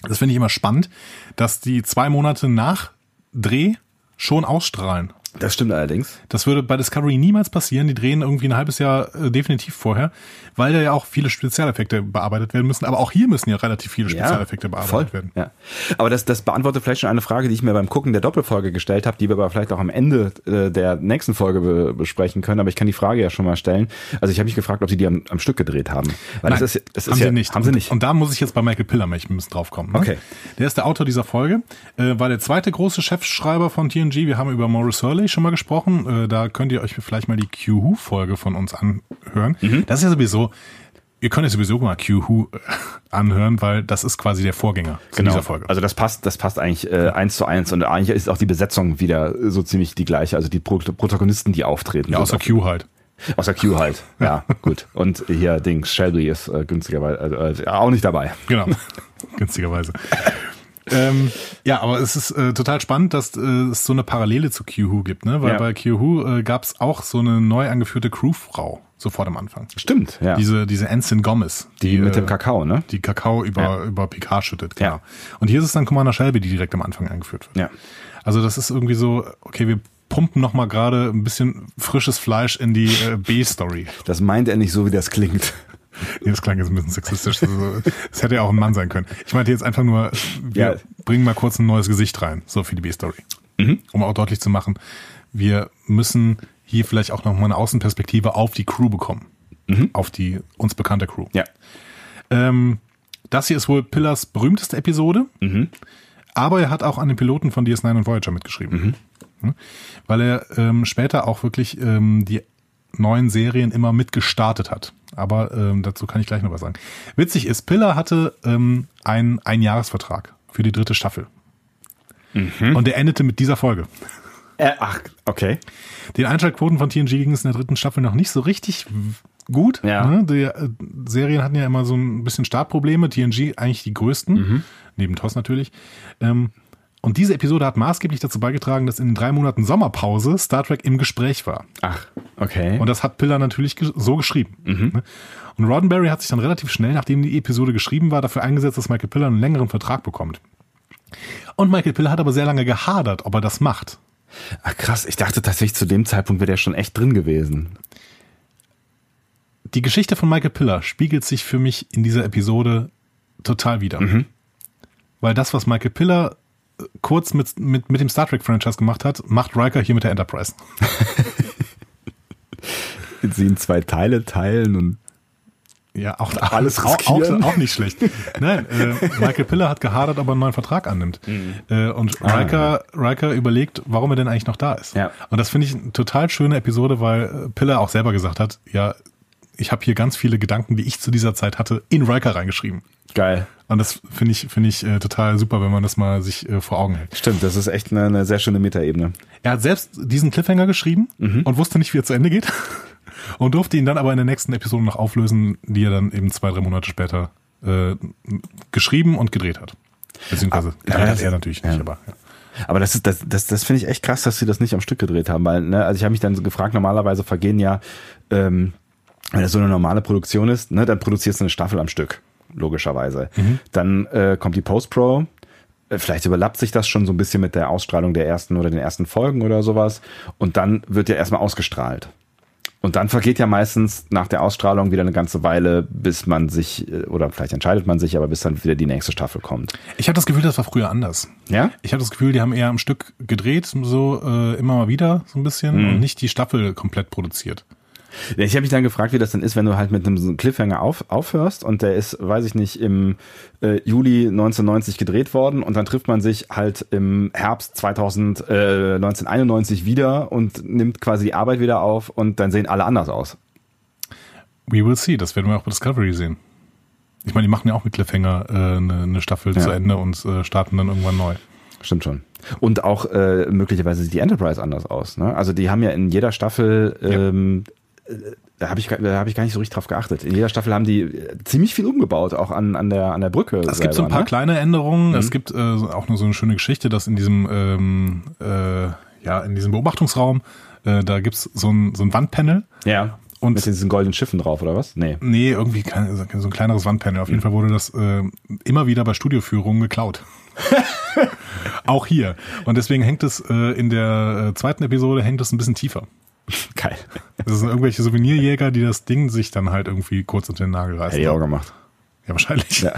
Speaker 2: Das finde ich immer spannend, dass die zwei Monate nach Dreh schon ausstrahlen.
Speaker 1: Das stimmt allerdings.
Speaker 2: Das würde bei Discovery niemals passieren. Die drehen irgendwie ein halbes Jahr äh, definitiv vorher, weil da ja auch viele Spezialeffekte bearbeitet werden müssen. Aber auch hier müssen ja relativ viele Spezialeffekte bearbeitet werden.
Speaker 1: Ja. Aber das, das beantwortet vielleicht schon eine Frage, die ich mir beim Gucken der Doppelfolge gestellt habe, die wir aber vielleicht auch am Ende äh, der nächsten Folge be besprechen können. Aber ich kann die Frage ja schon mal stellen. Also ich habe mich gefragt, ob sie die am, am Stück gedreht haben. Weil
Speaker 2: Nein,
Speaker 1: das ist, das ist
Speaker 2: haben
Speaker 1: ja,
Speaker 2: sie nicht.
Speaker 1: Haben sie nicht.
Speaker 2: Und, und da muss ich jetzt bei Michael Piller mal ein bisschen drauf kommen. Ne?
Speaker 1: Okay.
Speaker 2: Der ist der Autor dieser Folge, äh, war der zweite große Chefschreiber von TNG. Wir haben über Maurice Hurley schon mal gesprochen. Äh, da könnt ihr euch vielleicht mal die Q-Who-Folge von uns anhören.
Speaker 1: Mhm.
Speaker 2: Das ist ja sowieso, ihr könnt ja sowieso mal Q-Who anhören, weil das ist quasi der Vorgänger zu
Speaker 1: Genau.
Speaker 2: dieser Folge.
Speaker 1: Also das passt, das passt eigentlich äh, eins zu eins und eigentlich ist auch die Besetzung wieder so ziemlich die gleiche. Also die Pro Protagonisten, die auftreten.
Speaker 2: ja,
Speaker 1: sind
Speaker 2: außer
Speaker 1: auch-
Speaker 2: Q halt.
Speaker 1: Außer Q halt. Ja, gut. Und hier Dings, Shelby ist äh, günstigerweise äh, äh, auch nicht dabei.
Speaker 2: Genau, günstigerweise. ähm, ja, aber es ist äh, total spannend, dass äh, es so eine Parallele zu Q-Who gibt, ne? Weil
Speaker 1: Ja.
Speaker 2: bei Q-Who äh, gab es auch so eine neu angeführte Crewfrau sofort am Anfang.
Speaker 1: Stimmt, ja.
Speaker 2: Diese, diese Anson Gomez,
Speaker 1: die mit
Speaker 2: äh,
Speaker 1: dem Kakao, ne?
Speaker 2: die Kakao über,
Speaker 1: Ja.
Speaker 2: über Picard schüttet,
Speaker 1: Ja.
Speaker 2: klar. Und hier ist es dann Commander Shelby, die direkt am Anfang eingeführt wird.
Speaker 1: Ja.
Speaker 2: Also das ist irgendwie so, okay, wir pumpen noch mal gerade ein bisschen frisches Fleisch in die äh, B-Story.
Speaker 1: Das meint er nicht so, wie das klingt.
Speaker 2: Nee, das klang jetzt ein bisschen sexistisch. Also, Es hätte ja auch ein Mann sein können. Ich meinte jetzt einfach nur, wir
Speaker 1: Ja.
Speaker 2: bringen mal kurz ein neues Gesicht rein, so für die B-Story. Um auch deutlich zu machen, wir müssen hier vielleicht auch nochmal eine Außenperspektive auf die Crew bekommen. Auf die uns bekannte Crew.
Speaker 1: Ja.
Speaker 2: Ähm, das hier ist wohl Pillars berühmteste Episode. Aber er hat auch an den Piloten von DS9 und Voyager mitgeschrieben. Hm? Weil er ähm, später auch wirklich ähm, die neuen Serien immer mitgestartet hat. Aber ähm, dazu kann ich gleich noch was sagen. Witzig ist, Pillar hatte ähm, einen Einjahresvertrag für die dritte Staffel. Und der endete mit dieser Folge.
Speaker 1: Äh, ach, okay.
Speaker 2: Den Einschaltquoten von TNG ging es in der dritten Staffel noch nicht so richtig w- gut.
Speaker 1: Ja.
Speaker 2: Ne? Die äh, Serien hatten ja immer so ein bisschen Startprobleme. TNG eigentlich die größten, neben TOS natürlich. Ähm, Und diese Episode hat maßgeblich dazu beigetragen, dass in den drei Monaten Sommerpause Star Trek im Gespräch war.
Speaker 1: Ach, okay.
Speaker 2: Und das hat Piller natürlich ge- so geschrieben. ne? Und Roddenberry hat sich dann relativ schnell, nachdem die Episode geschrieben war, dafür eingesetzt, dass Michael Piller einen längeren Vertrag bekommt. Und Michael Piller hat aber sehr lange gehadert, ob er das macht.
Speaker 1: Ach krass, ich dachte tatsächlich zu dem Zeitpunkt wäre der schon echt drin gewesen.
Speaker 2: Die Geschichte von Michael Piller spiegelt sich für mich in dieser Episode total wieder.
Speaker 1: Mhm.
Speaker 2: Weil das, was Michael Piller äh, kurz mit, mit, mit dem Star Trek-Franchise gemacht hat, macht Riker hier mit der Enterprise.
Speaker 1: Sie in zwei Teile teilen und
Speaker 2: Ja, auch
Speaker 1: Alles
Speaker 2: auch,
Speaker 1: riskieren.
Speaker 2: auch, auch nicht schlecht. Nein, äh, Michael Piller hat gehadert, ob er einen neuen Vertrag annimmt.
Speaker 1: Mhm.
Speaker 2: Äh, und Riker, Riker überlegt, warum er denn eigentlich noch da ist.
Speaker 1: Ah. Ja.
Speaker 2: Und das finde ich eine total schöne Episode, weil äh, Piller auch selber gesagt hat, ja, ich habe hier ganz viele Gedanken, die ich zu dieser Zeit hatte, in Riker reingeschrieben.
Speaker 1: geil.
Speaker 2: Und das finde ich, finde ich äh, total super, wenn man das mal sich äh, vor Augen hält.
Speaker 1: Stimmt, das ist echt eine, eine sehr schöne Metaebene.
Speaker 2: Er hat selbst diesen Cliffhanger geschrieben
Speaker 1: Mhm.
Speaker 2: und wusste nicht, wie er zu Ende geht. Und durfte ihn dann aber in der nächsten Episode noch auflösen, die er dann eben zwei, drei Monate später äh, geschrieben und gedreht hat. Beziehungsweise gedreht hat
Speaker 1: das-
Speaker 2: er natürlich
Speaker 1: Ah, ja.
Speaker 2: nicht, aber ja.
Speaker 1: Aber das ist, das, das, das finde ich echt krass, dass sie das nicht am Stück gedreht haben, weil, ne, also ich habe mich dann so gefragt, normalerweise vergehen ja, ähm, wenn das so eine normale Produktion ist, ne, dann produzierst du eine Staffel am Stück, logischerweise. Dann äh, kommt die Post-Pro, äh, vielleicht überlappt sich das schon so ein bisschen mit der Ausstrahlung der ersten oder den ersten Folgen oder sowas. Und dann wird ja erstmal ausgestrahlt. Und dann vergeht ja meistens nach der Ausstrahlung wieder eine ganze Weile, bis man sich, äh, oder vielleicht entscheidet man sich, aber bis dann wieder die nächste Staffel kommt.
Speaker 2: Ich habe das Gefühl, das war früher anders.
Speaker 1: Ja?
Speaker 2: Ich habe das Gefühl, die haben eher am Stück gedreht, so äh, immer mal wieder so ein bisschen
Speaker 1: Mhm.
Speaker 2: und nicht die Staffel komplett produziert.
Speaker 1: Ja, Ich habe mich dann gefragt, wie das dann ist, wenn du halt mit einem so einem Cliffhanger auf, aufhörst und der ist, weiß ich nicht, im äh, Juli 1990 gedreht worden und dann trifft man sich halt im Herbst 2000, äh, 1991 wieder und nimmt quasi die Arbeit wieder auf und dann sehen alle anders aus.
Speaker 2: We will see, das werden wir auch bei Discovery sehen. Ich meine, die machen ja auch mit Cliffhanger äh, eine, eine Staffel
Speaker 1: Ja.
Speaker 2: zu Ende und äh, starten dann irgendwann neu.
Speaker 1: Stimmt schon. Und auch äh, möglicherweise sieht die Enterprise anders aus. Ne? Also die haben ja in jeder Staffel, ähm, äh, da habe ich, gar- da hab ich gar nicht so richtig drauf geachtet, in jeder Staffel haben die äh, ziemlich viel umgebaut, auch an, an, der, an der Brücke.
Speaker 2: Es gibt so ein paar
Speaker 1: ne?
Speaker 2: kleine Änderungen. Es gibt äh, auch nur so eine schöne Geschichte, dass in diesem ähm, äh, ja in diesem Beobachtungsraum äh, da gibt's so ein so ein Wandpanel.
Speaker 1: Ja.
Speaker 2: Und-
Speaker 1: mit diesen goldenen Schiffen drauf, oder was? Nee.
Speaker 2: Nee, irgendwie kein, so ein kleineres Wandpanel. Auf jeden Fall wurde das äh, immer wieder bei Studioführungen geklaut. auch hier. Und deswegen hängt es äh, in der äh, zweiten Episode hängt es ein bisschen tiefer.
Speaker 1: Geil.
Speaker 2: Das sind irgendwelche Souvenirjäger, die das Ding sich dann halt irgendwie kurz unter den Nagel reißen.
Speaker 1: Hätte ich auch gemacht.
Speaker 2: ja, wahrscheinlich.
Speaker 1: Ja.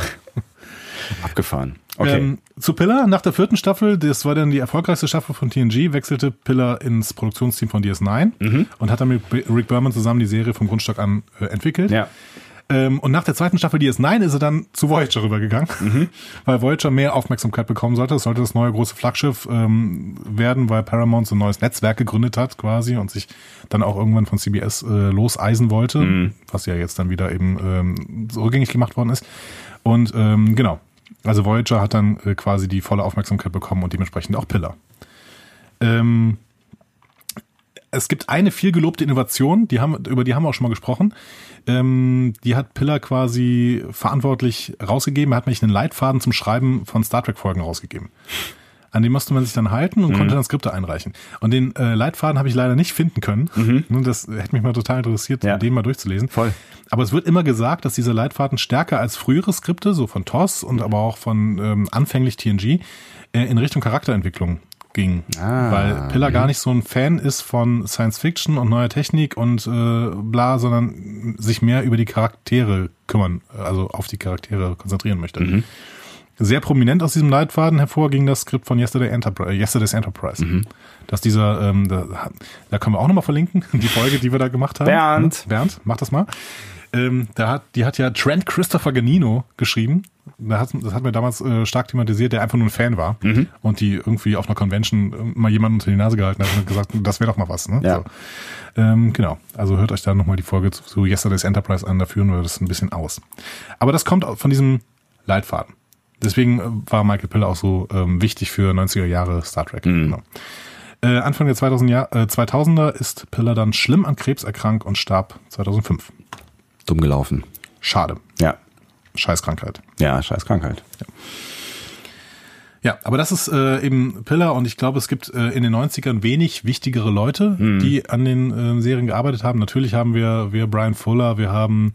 Speaker 1: Abgefahren. Okay.
Speaker 2: Ähm, zu Pillar nach der vierten Staffel, das war dann die erfolgreichste Staffel von TNG, wechselte Pillar ins Produktionsteam von DS9
Speaker 1: Mhm.
Speaker 2: und hat dann mit B- Rick Berman zusammen die Serie vom Grundstock an äh, entwickelt.
Speaker 1: ja.
Speaker 2: Ähm, und nach der zweiten Staffel DS9 ist er dann zu Voyager rübergegangen, weil Voyager mehr Aufmerksamkeit bekommen sollte. Es sollte das neue große Flaggschiff ähm, werden, weil Paramount so ein neues Netzwerk gegründet hat quasi und sich dann auch irgendwann von CBS äh, loseisen wollte, was ja jetzt dann wieder eben ähm, so rückgängig gemacht worden ist. Und ähm, genau, also Voyager hat dann äh, quasi die volle Aufmerksamkeit bekommen und dementsprechend auch Pillar. Ähm, es gibt eine viel gelobte Innovation, die haben, über die haben wir auch schon mal gesprochen. Ähm, die hat Piller quasi verantwortlich rausgegeben. Er hat nämlich einen Leitfaden zum Schreiben von Star Trek-Folgen rausgegeben. An den musste man sich dann halten und konnte dann Skripte einreichen. Und den äh, Leitfaden habe ich leider nicht finden können. Nun, Das hätte mich mal total interessiert,
Speaker 1: Ja.
Speaker 2: den mal durchzulesen.
Speaker 1: Voll.
Speaker 2: Aber es wird immer gesagt, dass diese Leitfaden stärker als frühere Skripte, so von TOS und aber auch von ähm, anfänglich TNG, äh, in Richtung Charakterentwicklung ging.
Speaker 1: Ah,
Speaker 2: weil Piller
Speaker 1: mhm.
Speaker 2: gar nicht so ein Fan ist von Science Fiction und neuer Technik und äh, bla, sondern sich mehr über die Charaktere kümmern, also auf die Charaktere konzentrieren möchte.
Speaker 1: Mhm.
Speaker 2: Sehr prominent aus diesem Leitfaden hervor ging das Skript von Yesterday Enterprise, Yesterday's Enterprise.
Speaker 1: Mhm.
Speaker 2: Dass dieser, ähm, da, da können wir auch nochmal verlinken, die Folge, die wir da gemacht haben.
Speaker 1: Bernd.
Speaker 2: Bernd, mach das mal. Ähm, da hat, die hat ja Trent Christopher Ganino geschrieben. Da hat, das hat mir damals äh, stark thematisiert, der einfach nur ein Fan war und die irgendwie auf einer Convention äh, mal jemanden unter die Nase gehalten hat und gesagt, das wäre doch mal was. Ne?
Speaker 1: Ja.
Speaker 2: So. Ähm, genau. Also hört euch da nochmal die Folge zu, zu Yesterday's Enterprise an, da führen wir das ein bisschen aus. Aber das kommt von diesem Leitfaden. Deswegen äh, war Michael Piller auch so ähm, wichtig für 90er Jahre Star Trek. Genau. Äh, Anfang der 2000 Jahr, äh, 2000er ist Piller dann schlimm an Krebs erkrankt und starb 2005.
Speaker 1: Dumm gelaufen.
Speaker 2: Schade.
Speaker 1: Ja. halt.
Speaker 2: Scheißkrankheit.
Speaker 1: Ja, scheiß Krankheit.
Speaker 2: Ja, aber das ist äh, eben Pillar und ich glaube, es gibt äh, in den 90ern wenig wichtigere Leute, die an den äh, Serien gearbeitet haben. Natürlich haben wir, wir Brian Fuller, wir haben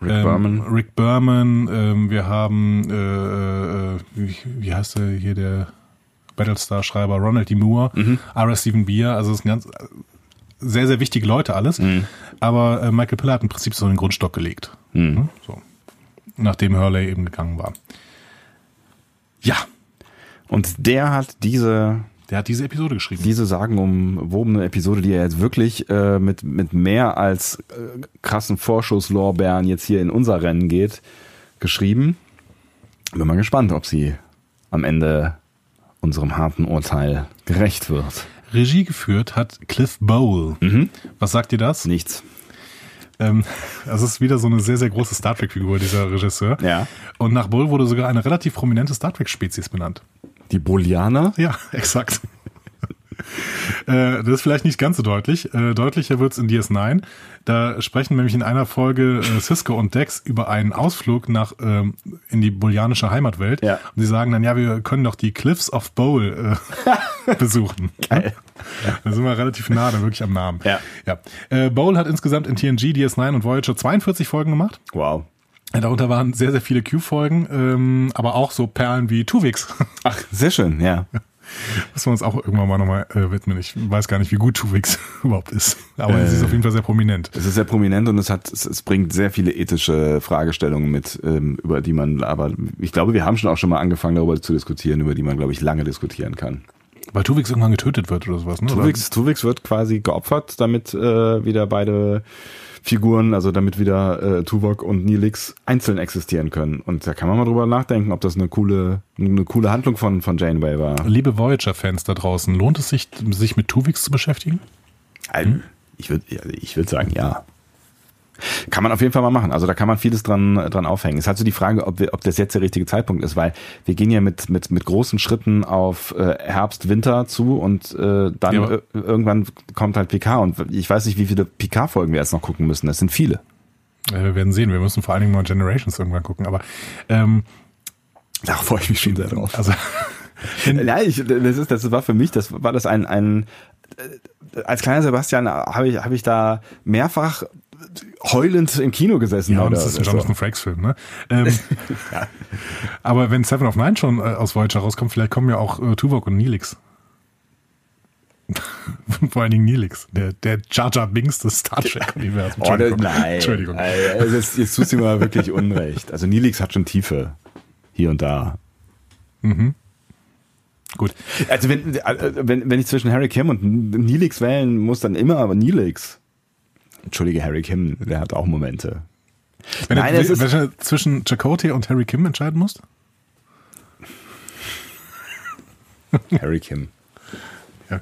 Speaker 1: Rick
Speaker 2: ähm,
Speaker 1: Berman.
Speaker 2: Rick Berman ähm, wir haben, äh, äh, wie, wie heißt der hier, der Battlestar-Schreiber Ronald D. Moore, R.S. Stephen Beer, also es sind ganz äh, sehr, sehr wichtige Leute alles. Aber äh, Michael Pillar hat im Prinzip so den Grundstock gelegt, ne? so, nachdem Hurley eben gegangen war. Ja,
Speaker 1: Und der hat diese
Speaker 2: der hat diese Episode geschrieben.
Speaker 1: diese sagenumwobene Episode, die er jetzt wirklich äh, mit, mit mehr als äh, krassen Vorschusslorbeeren jetzt hier in unser Rennen geht, geschrieben. Bin mal gespannt, ob sie am Ende unserem harten Urteil gerecht wird.
Speaker 2: Regie geführt hat Cliff Bowl. Was sagt ihr das?
Speaker 1: Nichts.
Speaker 2: Ähm, das ist wieder so eine sehr, sehr große Star Trek-Figur, dieser Regisseur.
Speaker 1: Ja.
Speaker 2: Und nach Bowl wurde sogar eine relativ prominente Star Trek-Spezies benannt.
Speaker 1: Die Bolianer?
Speaker 2: Ja, exakt. Äh, Das ist vielleicht nicht ganz so deutlich. Äh, Deutlicher wird's in DS9. Da sprechen nämlich in einer Folge äh, Cisco und Dex über einen Ausflug nach ähm, in die bolianische Heimatwelt.
Speaker 1: Ja.
Speaker 2: Und sie sagen dann, ja, wir können doch die Cliffs of Bowl äh, besuchen. Geil. Da sind wir relativ nah, da wirklich am Namen.
Speaker 1: Ja.
Speaker 2: ja. Äh, Bowl hat insgesamt in TNG, DS9 und Voyager 42 Folgen gemacht.
Speaker 1: Wow.
Speaker 2: Ja, Darunter waren sehr, sehr viele Q-Folgen, ähm, aber auch so Perlen wie Tuvix.
Speaker 1: Ach, sehr schön, ja.
Speaker 2: Müssen wir uns auch irgendwann mal nochmal äh, widmen. Ich weiß gar nicht, wie gut Tuvix überhaupt ist. Aber sie ist auf jeden Fall sehr prominent.
Speaker 1: Es ist sehr prominent und es hat, es, es bringt sehr viele ethische Fragestellungen mit, ähm, über die man, aber ich glaube, wir haben schon auch schon mal angefangen, darüber zu diskutieren, über die man, glaube ich, lange diskutieren kann.
Speaker 2: Weil Tuvix irgendwann getötet wird oder sowas, ne?
Speaker 1: Tuvix, Tuvix wird quasi geopfert, damit äh, wieder beide Figuren, also damit wieder äh, Tuvok und Nilix einzeln existieren können. Und da kann man mal drüber nachdenken, ob das eine coole, eine coole Handlung von, von Janeway war.
Speaker 2: Oder? Liebe Voyager-Fans da draußen, lohnt es sich, sich mit Tuvix zu beschäftigen?
Speaker 1: Ein- Ich würde ja, ich würd sagen, ja. Kann man auf jeden Fall mal machen. Also da kann man vieles dran, dran aufhängen. Es ist halt so die Frage, ob, wir, ob das jetzt der richtige Zeitpunkt ist, weil wir gehen ja mit, mit, mit großen Schritten auf äh, Herbst, Winter zu und äh, dann
Speaker 2: Ja.
Speaker 1: ir- irgendwann kommt halt PK und ich weiß nicht, wie viele PK-Folgen wir jetzt noch gucken müssen. Das sind viele.
Speaker 2: Äh, wir werden sehen. Wir müssen vor allen Dingen mal Generations irgendwann gucken. Aber ähm,
Speaker 1: Da freue ich mich schon sehr drauf.
Speaker 2: also
Speaker 1: Nein, ich, das, ist, das war für mich, das war das ein, ein äh, als kleiner Sebastian habe ich, habe ich da mehrfach heulend im Kino gesessen.
Speaker 2: Ja, und
Speaker 1: oder
Speaker 2: das ist ein
Speaker 1: so.
Speaker 2: Jonathan Frakes Film, ne? Ähm, Aber wenn Seven of Nine schon äh, aus Voyager rauskommt, vielleicht kommen ja auch äh, Tuvok und Nilix. Vor allen Dingen Nilix, der, der Jar Jar Binks des Star Trek-Universums.
Speaker 1: Oh, das,
Speaker 2: Entschuldigung.
Speaker 1: nein.
Speaker 2: Entschuldigung.
Speaker 1: Also jetzt, jetzt tust du mir wirklich unrecht. Also Nilix hat schon Tiefe. Hier und da.
Speaker 2: Gut.
Speaker 1: Also wenn, äh, wenn, wenn ich zwischen Harry Kim und Nilix wählen muss, dann immer aber Nilix. Entschuldige, Harry Kim, der hat auch Momente.
Speaker 2: Wenn,
Speaker 1: Nein,
Speaker 2: du,
Speaker 1: es ist-
Speaker 2: wenn du zwischen Chakotay und Harry Kim entscheiden musst,
Speaker 1: Harry Kim.
Speaker 2: ja.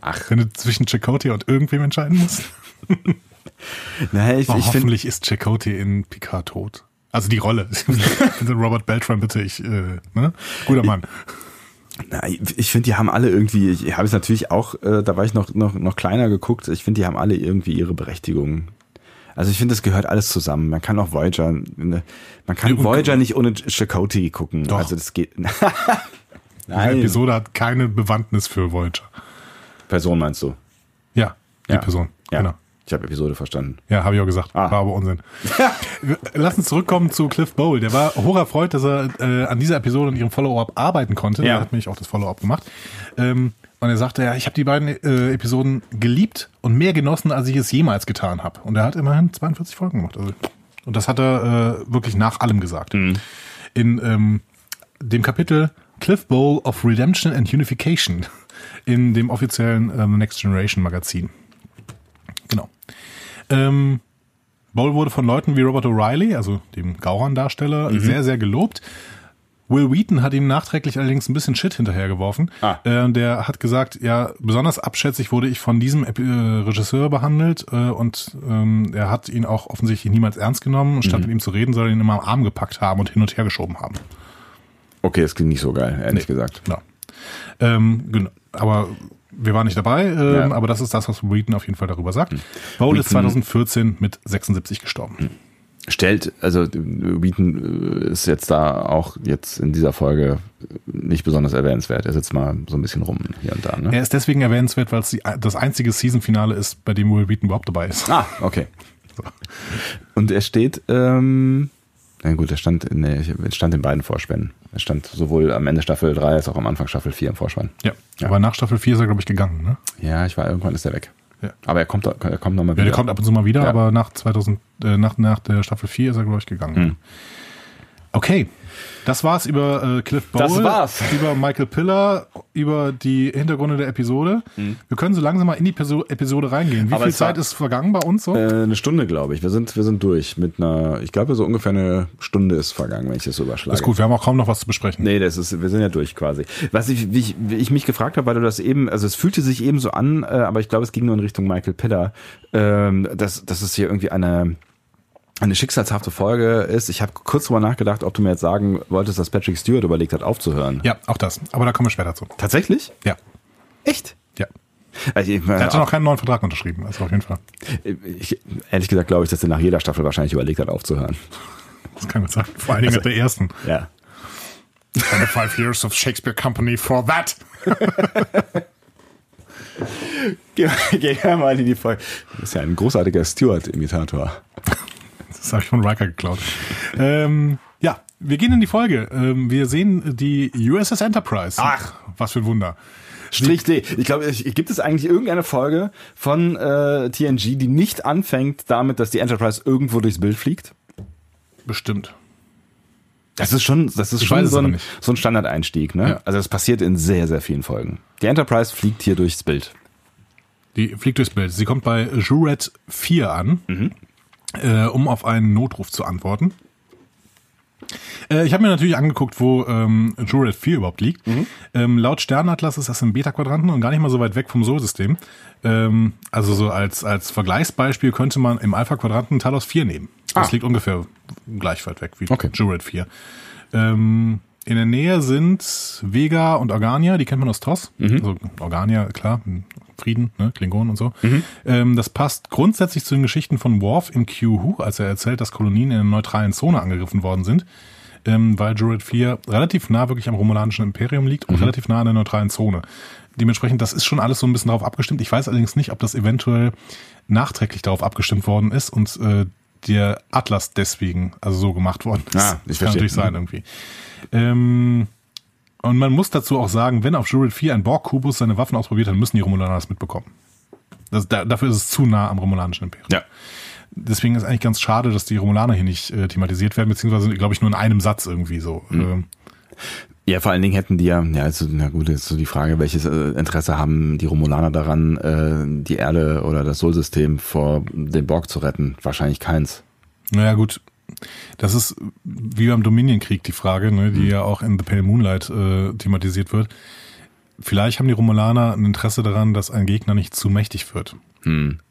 Speaker 1: Ach.
Speaker 2: wenn du zwischen Chakotay und irgendwem entscheiden musst,
Speaker 1: Nein, ich,
Speaker 2: oh,
Speaker 1: ich finde,
Speaker 2: hoffentlich ist Chakotay in Picard tot. Also die Rolle. Also Robert Beltran, bitte, ich, äh, ne? Guter Mann.
Speaker 1: Na, ich- ich finde, die haben alle irgendwie, ich habe es natürlich auch, äh, da war ich noch, noch, noch kleiner geguckt, ich finde, die haben alle irgendwie ihre Berechtigung. Also ich finde, das gehört alles zusammen. Man kann auch Voyager, ne, man kann
Speaker 2: Ja, und-
Speaker 1: Voyager nicht ohne Chakotay gucken.
Speaker 2: Doch.
Speaker 1: Also das geht.
Speaker 2: Diese
Speaker 1: Nein,
Speaker 2: Episode hat keine Bewandtnis für Voyager.
Speaker 1: Person meinst du?
Speaker 2: Ja, die
Speaker 1: Ja.
Speaker 2: Person.
Speaker 1: Ja.
Speaker 2: Genau.
Speaker 1: Ich habe Episode verstanden.
Speaker 2: Ja, habe ich auch gesagt.
Speaker 1: Ah.
Speaker 2: War aber Unsinn. Lass uns zurückkommen zu Cliff Bowl. Der war hocherfreut, dass er äh, an dieser Episode und ihrem Follow-up arbeiten konnte.
Speaker 1: Ja.
Speaker 2: Der hat mich auch das Follow-up gemacht. Ähm, und er sagte, ja, ich habe die beiden äh, Episoden geliebt und mehr genossen, als ich es jemals getan habe. Und er hat immerhin 42 Folgen gemacht. Also, und das hat er äh, wirklich nach allem gesagt.
Speaker 1: Mhm.
Speaker 2: In ähm, dem Kapitel Cliff Bowl of Redemption and Unification in dem offiziellen ähm, Next Generation Magazin. Genau. Ähm, Bowl wurde von Leuten wie Robert O'Reilly, also dem Gauran-Darsteller, sehr, sehr gelobt. Will Wheaton hat ihm nachträglich allerdings ein bisschen Shit hinterhergeworfen.
Speaker 1: Ah.
Speaker 2: Äh, der hat gesagt, ja, besonders abschätzig wurde ich von diesem Epi- äh, Regisseur behandelt äh, und ähm, er hat ihn auch offensichtlich niemals ernst genommen. Statt mit ihm zu reden, soll er ihn immer am Arm gepackt haben und hin und her geschoben haben.
Speaker 1: Okay, das klingt nicht so geil, ehrlich gesagt.
Speaker 2: Genau. Ähm, genau. Aber wir waren nicht dabei, ähm,
Speaker 1: Ja. Hm.
Speaker 2: aber das ist das, was Wheaton auf jeden Fall darüber sagt. Bowl ist 2014 mit 76 gestorben.
Speaker 1: stellt, also Wheaton äh, ist jetzt da auch jetzt in dieser Folge nicht besonders erwähnenswert. Er sitzt mal so ein bisschen rum hier und da. Ne?
Speaker 2: Er ist deswegen erwähnenswert, weil es die, das einzige Season-Finale ist, bei dem Will Wheaton überhaupt dabei ist.
Speaker 1: Ah, okay. Und er steht, ähm, na gut, er stand, in, nee, er stand in beiden Vorspänen. Er stand sowohl am Ende Staffel 3 als auch am Anfang Staffel 4 im Vorspann.
Speaker 2: Ja. aber nach Staffel 4 ist er, glaube ich, gegangen. Ne?
Speaker 1: Ja, ich war, irgendwann ist er weg.
Speaker 2: Ja.
Speaker 1: Aber er kommt, er kommt nochmal
Speaker 2: Ja,
Speaker 1: wieder.
Speaker 2: der kommt ab und zu mal wieder,
Speaker 1: Ja.
Speaker 2: aber nach 2000, äh, nach, nach der Staffel 4 ist er, glaube ich, gegangen.
Speaker 1: Hm.
Speaker 2: Okay. Das war's über äh, Cliff Bowl,
Speaker 1: Das war's.
Speaker 2: über Michael Piller, über die Hintergründe der Episode. Wir können so langsam mal in die Perso Episode reingehen.
Speaker 1: Hm.
Speaker 2: Wie
Speaker 1: Aber
Speaker 2: viel
Speaker 1: es war-
Speaker 2: Zeit ist vergangen bei uns so?
Speaker 1: Äh, eine Stunde, glaube ich. Wir sind, wir sind durch mit einer, ich glaube, so ungefähr eine Stunde ist vergangen, wenn ich das so überschlage.
Speaker 2: ist gut, wir haben auch kaum noch was zu besprechen.
Speaker 1: Nee, das ist, wir sind ja durch quasi. Was ich, wie ich, wie ich mich gefragt habe, weil du das eben, also es fühlte sich eben so an, äh, aber ich glaube, es ging nur in Richtung Michael Piller, ähm, dass, dass es hier irgendwie eine, eine schicksalshafte Folge ist. Ich habe kurz drüber nachgedacht, ob du mir jetzt sagen wolltest, dass Patrick Stewart überlegt hat, aufzuhören.
Speaker 2: Ja, auch das. Aber da kommen wir später zu.
Speaker 1: Tatsächlich?
Speaker 2: Ja,
Speaker 1: Echt?
Speaker 2: ja.
Speaker 1: Also, ich,
Speaker 2: Er hatte
Speaker 1: äh,
Speaker 2: noch keinen neuen Vertrag unterschrieben, also auf jeden Fall.
Speaker 1: ich, ehrlich gesagt glaube ich, dass er nach jeder Staffel wahrscheinlich überlegt hat, aufzuhören.
Speaker 2: Das kann man sagen. Vor allen Dingen
Speaker 1: Also
Speaker 2: mit der ersten.
Speaker 1: Ja.
Speaker 2: 25 years of Shakespeare Company for that.
Speaker 1: Geh, geh mal in die Folge. Du bist ja ein großartiger Stewart-Imitator.
Speaker 2: Das habe ich von Riker geklaut. ähm, ja, wir gehen in die Folge. Ähm, wir sehen die USS Enterprise.
Speaker 1: Ach.
Speaker 2: was für ein Wunder.
Speaker 1: Strich D. Ich glaube, ich- gibt es eigentlich irgendeine Folge von äh, TNG, die nicht anfängt damit, dass die Enterprise irgendwo durchs Bild fliegt?
Speaker 2: Bestimmt.
Speaker 1: Das ist schon, das ist
Speaker 2: Ich
Speaker 1: schon
Speaker 2: weiß es
Speaker 1: so
Speaker 2: aber
Speaker 1: ein,
Speaker 2: nicht.
Speaker 1: so ein Standardeinstieg. Ne?
Speaker 2: Ja.
Speaker 1: Also das passiert in sehr, sehr vielen Folgen. Die Enterprise fliegt hier durchs Bild.
Speaker 2: Die fliegt durchs Bild. Sie kommt bei Juret 4 an,
Speaker 1: Mhm.
Speaker 2: äh, um auf einen Notruf zu antworten. Äh, ich habe mir natürlich angeguckt, wo ähm, Juret 4 überhaupt liegt.
Speaker 1: Mhm.
Speaker 2: Ähm, laut Sternatlas ist das im Beta-Quadranten und gar nicht mal so weit weg vom Sol-System. Ähm, also so als, als Vergleichsbeispiel könnte man im Alpha-Quadranten Talos 4 nehmen. Das
Speaker 1: Ah.
Speaker 2: liegt ungefähr gleich weit weg wie
Speaker 1: Okay.
Speaker 2: Juret 4. Ähm, in der Nähe sind Vega und Organia, die kennt man aus TOS.
Speaker 1: Mhm.
Speaker 2: Also Organia, klar, Frieden, ne, Klingonen und so.
Speaker 1: Mhm.
Speaker 2: Ähm, das passt grundsätzlich zu den Geschichten von Worf im Q-Who, als er erzählt, dass Kolonien in der neutralen Zone angegriffen worden sind. Ähm, weil Juret 4 relativ nah wirklich am romulanischen Imperium liegt
Speaker 1: Mhm.
Speaker 2: und relativ nah an der neutralen Zone. Dementsprechend, das ist schon alles so ein bisschen darauf abgestimmt. Ich weiß allerdings nicht, ob das eventuell nachträglich darauf abgestimmt worden ist und äh, der Atlas deswegen also so gemacht worden ist.
Speaker 1: Ah, ich
Speaker 2: Kann
Speaker 1: verstehe.
Speaker 2: natürlich sein irgendwie. Ähm, und man muss dazu auch sagen, wenn auf Jurid 4 ein Borg-Kubus seine Waffen ausprobiert, dann müssen die Romulaner das mitbekommen. Das, da, dafür ist es zu nah am romulanischen Imperium.
Speaker 1: Ja.
Speaker 2: Deswegen ist eigentlich ganz schade, dass die Romulaner hier nicht äh, thematisiert werden, beziehungsweise, glaube ich, nur in einem Satz irgendwie so. Ähm,
Speaker 1: Ja, vor allen Dingen hätten die ja, ja, also, na gut, jetzt so die Frage, welches äh, Interesse haben die Romulaner daran, äh, die Erde oder das Sol-System vor dem Borg zu retten? Wahrscheinlich keins.
Speaker 2: Naja, gut. Das ist wie beim Dominion-Krieg die Frage, ne, die ja auch in The Pale Moonlight äh, thematisiert wird. Vielleicht haben die Romulaner ein Interesse daran, dass ein Gegner nicht zu mächtig wird.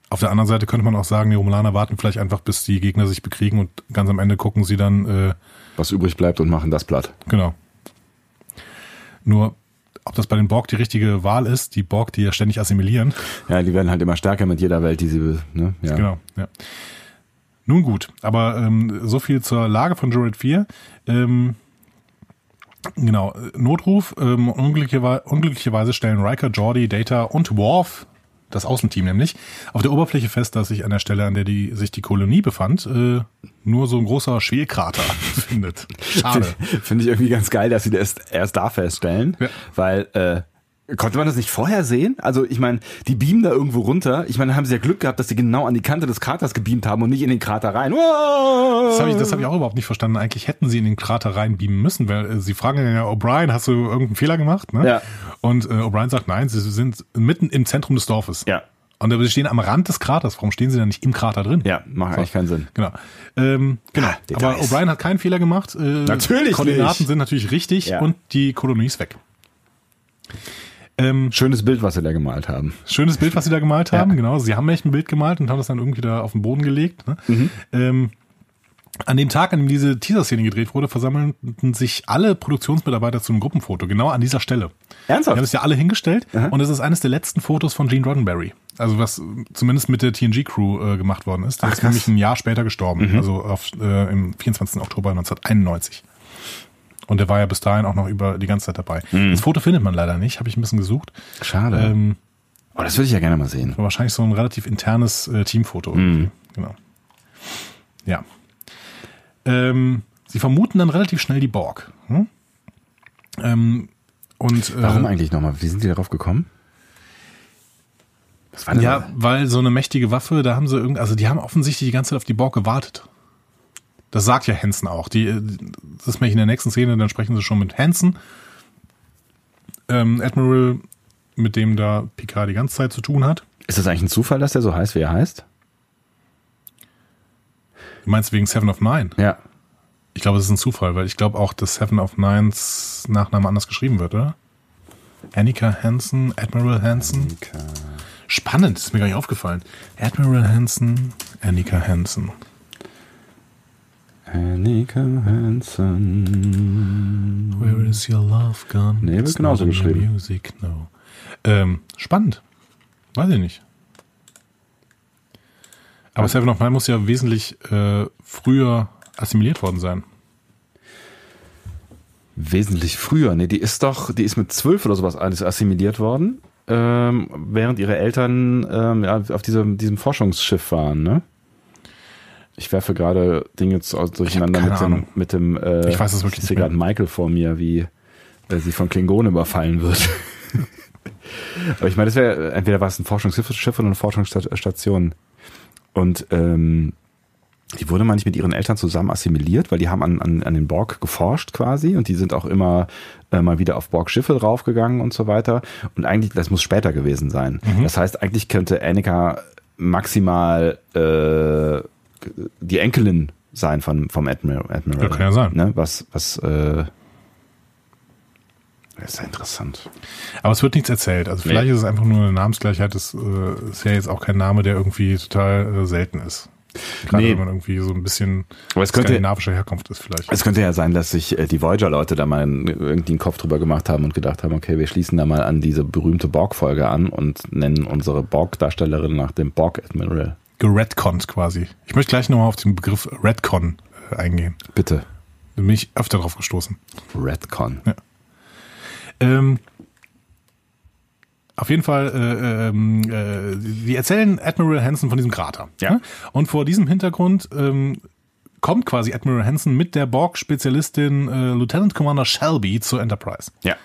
Speaker 2: Auf der anderen Seite könnte man auch sagen, die Romulaner warten vielleicht einfach, bis die Gegner sich bekriegen und ganz am Ende gucken sie dann, äh,
Speaker 1: Was übrig bleibt und machen das platt.
Speaker 2: genau. Nur, ob das bei den Borg die richtige Wahl ist, die Borg, die ja ständig assimilieren,
Speaker 1: Ja, die werden halt immer stärker mit jeder Welt, die sie, be- ne? Ja.
Speaker 2: Genau, ja. Nun gut, aber ähm, so viel zur Lage von Jared 4. Ähm, genau, äh, Notruf. Ähm, unglücklicherweise, unglücklicherweise stellen Riker, Geordi, Data und Worf, das Außenteam nämlich, auf der Oberfläche fest, dass sich an der Stelle, an der die, sich die Kolonie befand, äh, nur so ein großer Schwelkrater findet. Schade.
Speaker 1: Finde ich irgendwie ganz geil, dass sie das erst da feststellen,
Speaker 2: Ja.
Speaker 1: weil äh, konnte man das nicht vorher sehen? Also ich meine, die beamen da irgendwo runter. Ich meine, da haben sie ja Glück gehabt, dass sie genau an die Kante des Kraters gebeamt haben und nicht in den Krater rein.
Speaker 2: Das
Speaker 1: Das
Speaker 2: habe ich, das hab ich auch überhaupt nicht verstanden. Eigentlich hätten sie in den Krater reinbeamen müssen, weil äh, sie fragen ja, O'Brien, hast du irgendeinen Fehler gemacht? Ne?
Speaker 1: Ja.
Speaker 2: Und äh, O'Brien sagt, nein, sie sind mitten im Zentrum des Dorfes.
Speaker 1: Ja.
Speaker 2: Und sie stehen am Rand des Kraters. Warum stehen sie dann nicht im Krater drin?
Speaker 1: Ja, macht eigentlich keinen Sinn.
Speaker 2: Genau. Ähm, genau.
Speaker 1: Ah, Details.
Speaker 2: Aber O'Brien hat keinen Fehler gemacht. Äh,
Speaker 1: Natürlich
Speaker 2: Koordinaten
Speaker 1: nicht.
Speaker 2: sind natürlich richtig
Speaker 1: Ja.
Speaker 2: und die Kolonie ist weg. Ähm,
Speaker 1: Schönes Bild, was sie da gemalt haben.
Speaker 2: Schönes Bild, was sie da
Speaker 1: Mhm.
Speaker 2: gemalt haben, genau. Sie haben echt ein Bild gemalt und haben das dann irgendwie da auf den Boden gelegt. Ne? Ähm, An dem Tag, an dem diese Teaser-Szene gedreht wurde, versammelten sich alle Produktionsmitarbeiter zu einem Gruppenfoto, genau an dieser Stelle. Die
Speaker 1: Ernsthaft?
Speaker 2: haben es ja alle hingestellt und es ist eines der letzten Fotos von Gene Roddenberry. Also was zumindest mit der TNG-Crew äh, gemacht worden ist. Der ist nämlich ein Jahr später gestorben,
Speaker 1: Mhm.
Speaker 2: also auf, äh, im 24. Oktober 1991. Und der war ja bis dahin auch noch über die ganze Zeit dabei. Das Foto findet man leider nicht, habe ich ein bisschen gesucht.
Speaker 1: Mhm. Schade.
Speaker 2: Ähm,
Speaker 1: oh, das würde ich ja gerne mal sehen.
Speaker 2: war wahrscheinlich so ein relativ internes äh, Teamfoto. irgendwie. Genau. Ja. Ähm, sie vermuten dann relativ schnell die Borg. Hm? Ähm, und, äh,
Speaker 1: Warum eigentlich nochmal? Wie sind die darauf gekommen? Was war denn
Speaker 2: Ja,
Speaker 1: da?
Speaker 2: weil so eine mächtige Waffe, da haben sie irgend, also die haben offensichtlich die ganze Zeit auf die Borg gewartet. Das sagt ja Hansen auch. Die, äh, das ist nämlich in der nächsten Szene, dann sprechen sie schon mit Hansen. Ähm, Admiral, mit dem da Picard die ganze Zeit zu tun hat.
Speaker 1: Ist das eigentlich ein Zufall, dass der so heißt, wie er heißt?
Speaker 2: Du meinst wegen Seven of Nine?
Speaker 1: Ja.
Speaker 2: Ich glaube, es ist ein Zufall, weil ich glaube auch, dass Seven of Nines Nachname anders geschrieben wird, oder? Annika Hansen, Admiral Hansen. Spannend, ist mir gar nicht aufgefallen. Admiral Hansen, Annika Hansen.
Speaker 1: Annika Hansen.
Speaker 2: Where is your love gone?
Speaker 1: Nee, wird
Speaker 2: It's
Speaker 1: genauso
Speaker 2: not in the
Speaker 1: geschrieben.
Speaker 2: Music, no. Ähm, spannend. Weiß ich nicht. Aber Seven of Nine muss ja wesentlich äh, früher assimiliert worden sein.
Speaker 1: Wesentlich früher. Nee, die ist doch, die ist mit zwölf oder sowas alles assimiliert worden, ähm, während ihre Eltern ähm, ja, auf diesem, diesem Forschungsschiff waren, ne? Ich werfe gerade Dinge zu, durcheinander
Speaker 2: keine
Speaker 1: mit dem,
Speaker 2: Ahnung.
Speaker 1: mit dem äh,
Speaker 2: Ich weiß es wirklich
Speaker 1: ich sehe
Speaker 2: nicht mehr.
Speaker 1: gerade Michael vor mir, wie äh, sie von Klingonen überfallen wird. Aber ich meine, das wäre, entweder war es ein Forschungsschiff oder eine Forschungsstation. Und ähm, die wurde mal nicht mit ihren Eltern zusammen assimiliert, weil die haben an, an, an den Borg geforscht quasi und die sind auch immer äh, mal wieder auf Borg-Schiffe draufgegangen und so weiter. Und eigentlich, das muss später gewesen sein.
Speaker 2: Mhm.
Speaker 1: Das heißt, eigentlich könnte Annika maximal äh, die Enkelin sein von, vom Admiral. Admiral
Speaker 2: Ja, kann ja sein.
Speaker 1: Ne? Was, was, äh, das ist ja interessant.
Speaker 2: Aber es wird nichts erzählt. Also vielleicht ist es einfach nur eine Namensgleichheit. Das äh, ist ja jetzt auch kein Name, der irgendwie total äh, selten ist. Gerade
Speaker 1: Nee.
Speaker 2: wenn man irgendwie so ein bisschen
Speaker 1: Aber es könnte-
Speaker 2: skandinavischer Herkunft ist vielleicht.
Speaker 1: Es könnte ja sein, dass sich äh, die Voyager-Leute da mal einen- irgendwie einen Kopf drüber gemacht haben und gedacht haben, okay, wir schließen da mal an diese berühmte Borg-Folge an und nennen unsere Borg-Darstellerin nach dem Borg-Admiral.
Speaker 2: Geredconnt quasi. Ich möchte gleich nochmal auf den Begriff Redcon äh, eingehen.
Speaker 1: Bitte.
Speaker 2: Da bin ich öfter drauf gestoßen.
Speaker 1: Redcon.
Speaker 2: Ähm, auf jeden Fall, äh, ähm, äh, die erzählen Admiral Hansen von diesem Krater. ne?
Speaker 1: Ja.
Speaker 2: Und vor diesem Hintergrund ähm, kommt quasi Admiral Hansen mit der Borg-Spezialistin äh, Lieutenant Commander Shelby zur Enterprise.
Speaker 1: Ja.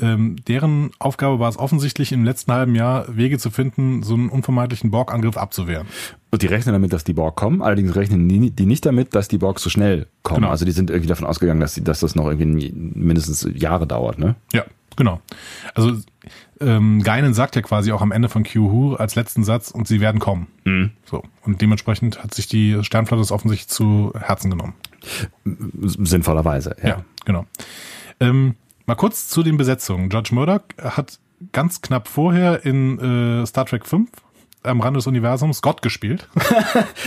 Speaker 2: Ähm, deren Aufgabe war es offensichtlich im letzten halben Jahr Wege zu finden, so einen unvermeidlichen Borg-Angriff abzuwehren.
Speaker 1: Und die rechnen damit, dass die Borg kommen. Allerdings rechnen die, die nicht damit, dass die Borg so schnell kommen.
Speaker 2: Genau.
Speaker 1: Also die sind irgendwie davon ausgegangen, dass, sie, dass das noch irgendwie mindestens Jahre dauert, ne?
Speaker 2: Ja, genau. Also ähm, Geinen sagt ja quasi auch am Ende von Q-Who als letzten Satz und sie werden kommen. So. Und dementsprechend hat sich die Sternflotte das offensichtlich zu Herzen genommen.
Speaker 1: S- Sinnvollerweise. Ja.
Speaker 2: Ja, genau. Ähm, mal kurz zu den Besetzungen. Judge Murdoch hat ganz knapp vorher in äh, Star Trek 5 am Rande des Universums Gott gespielt.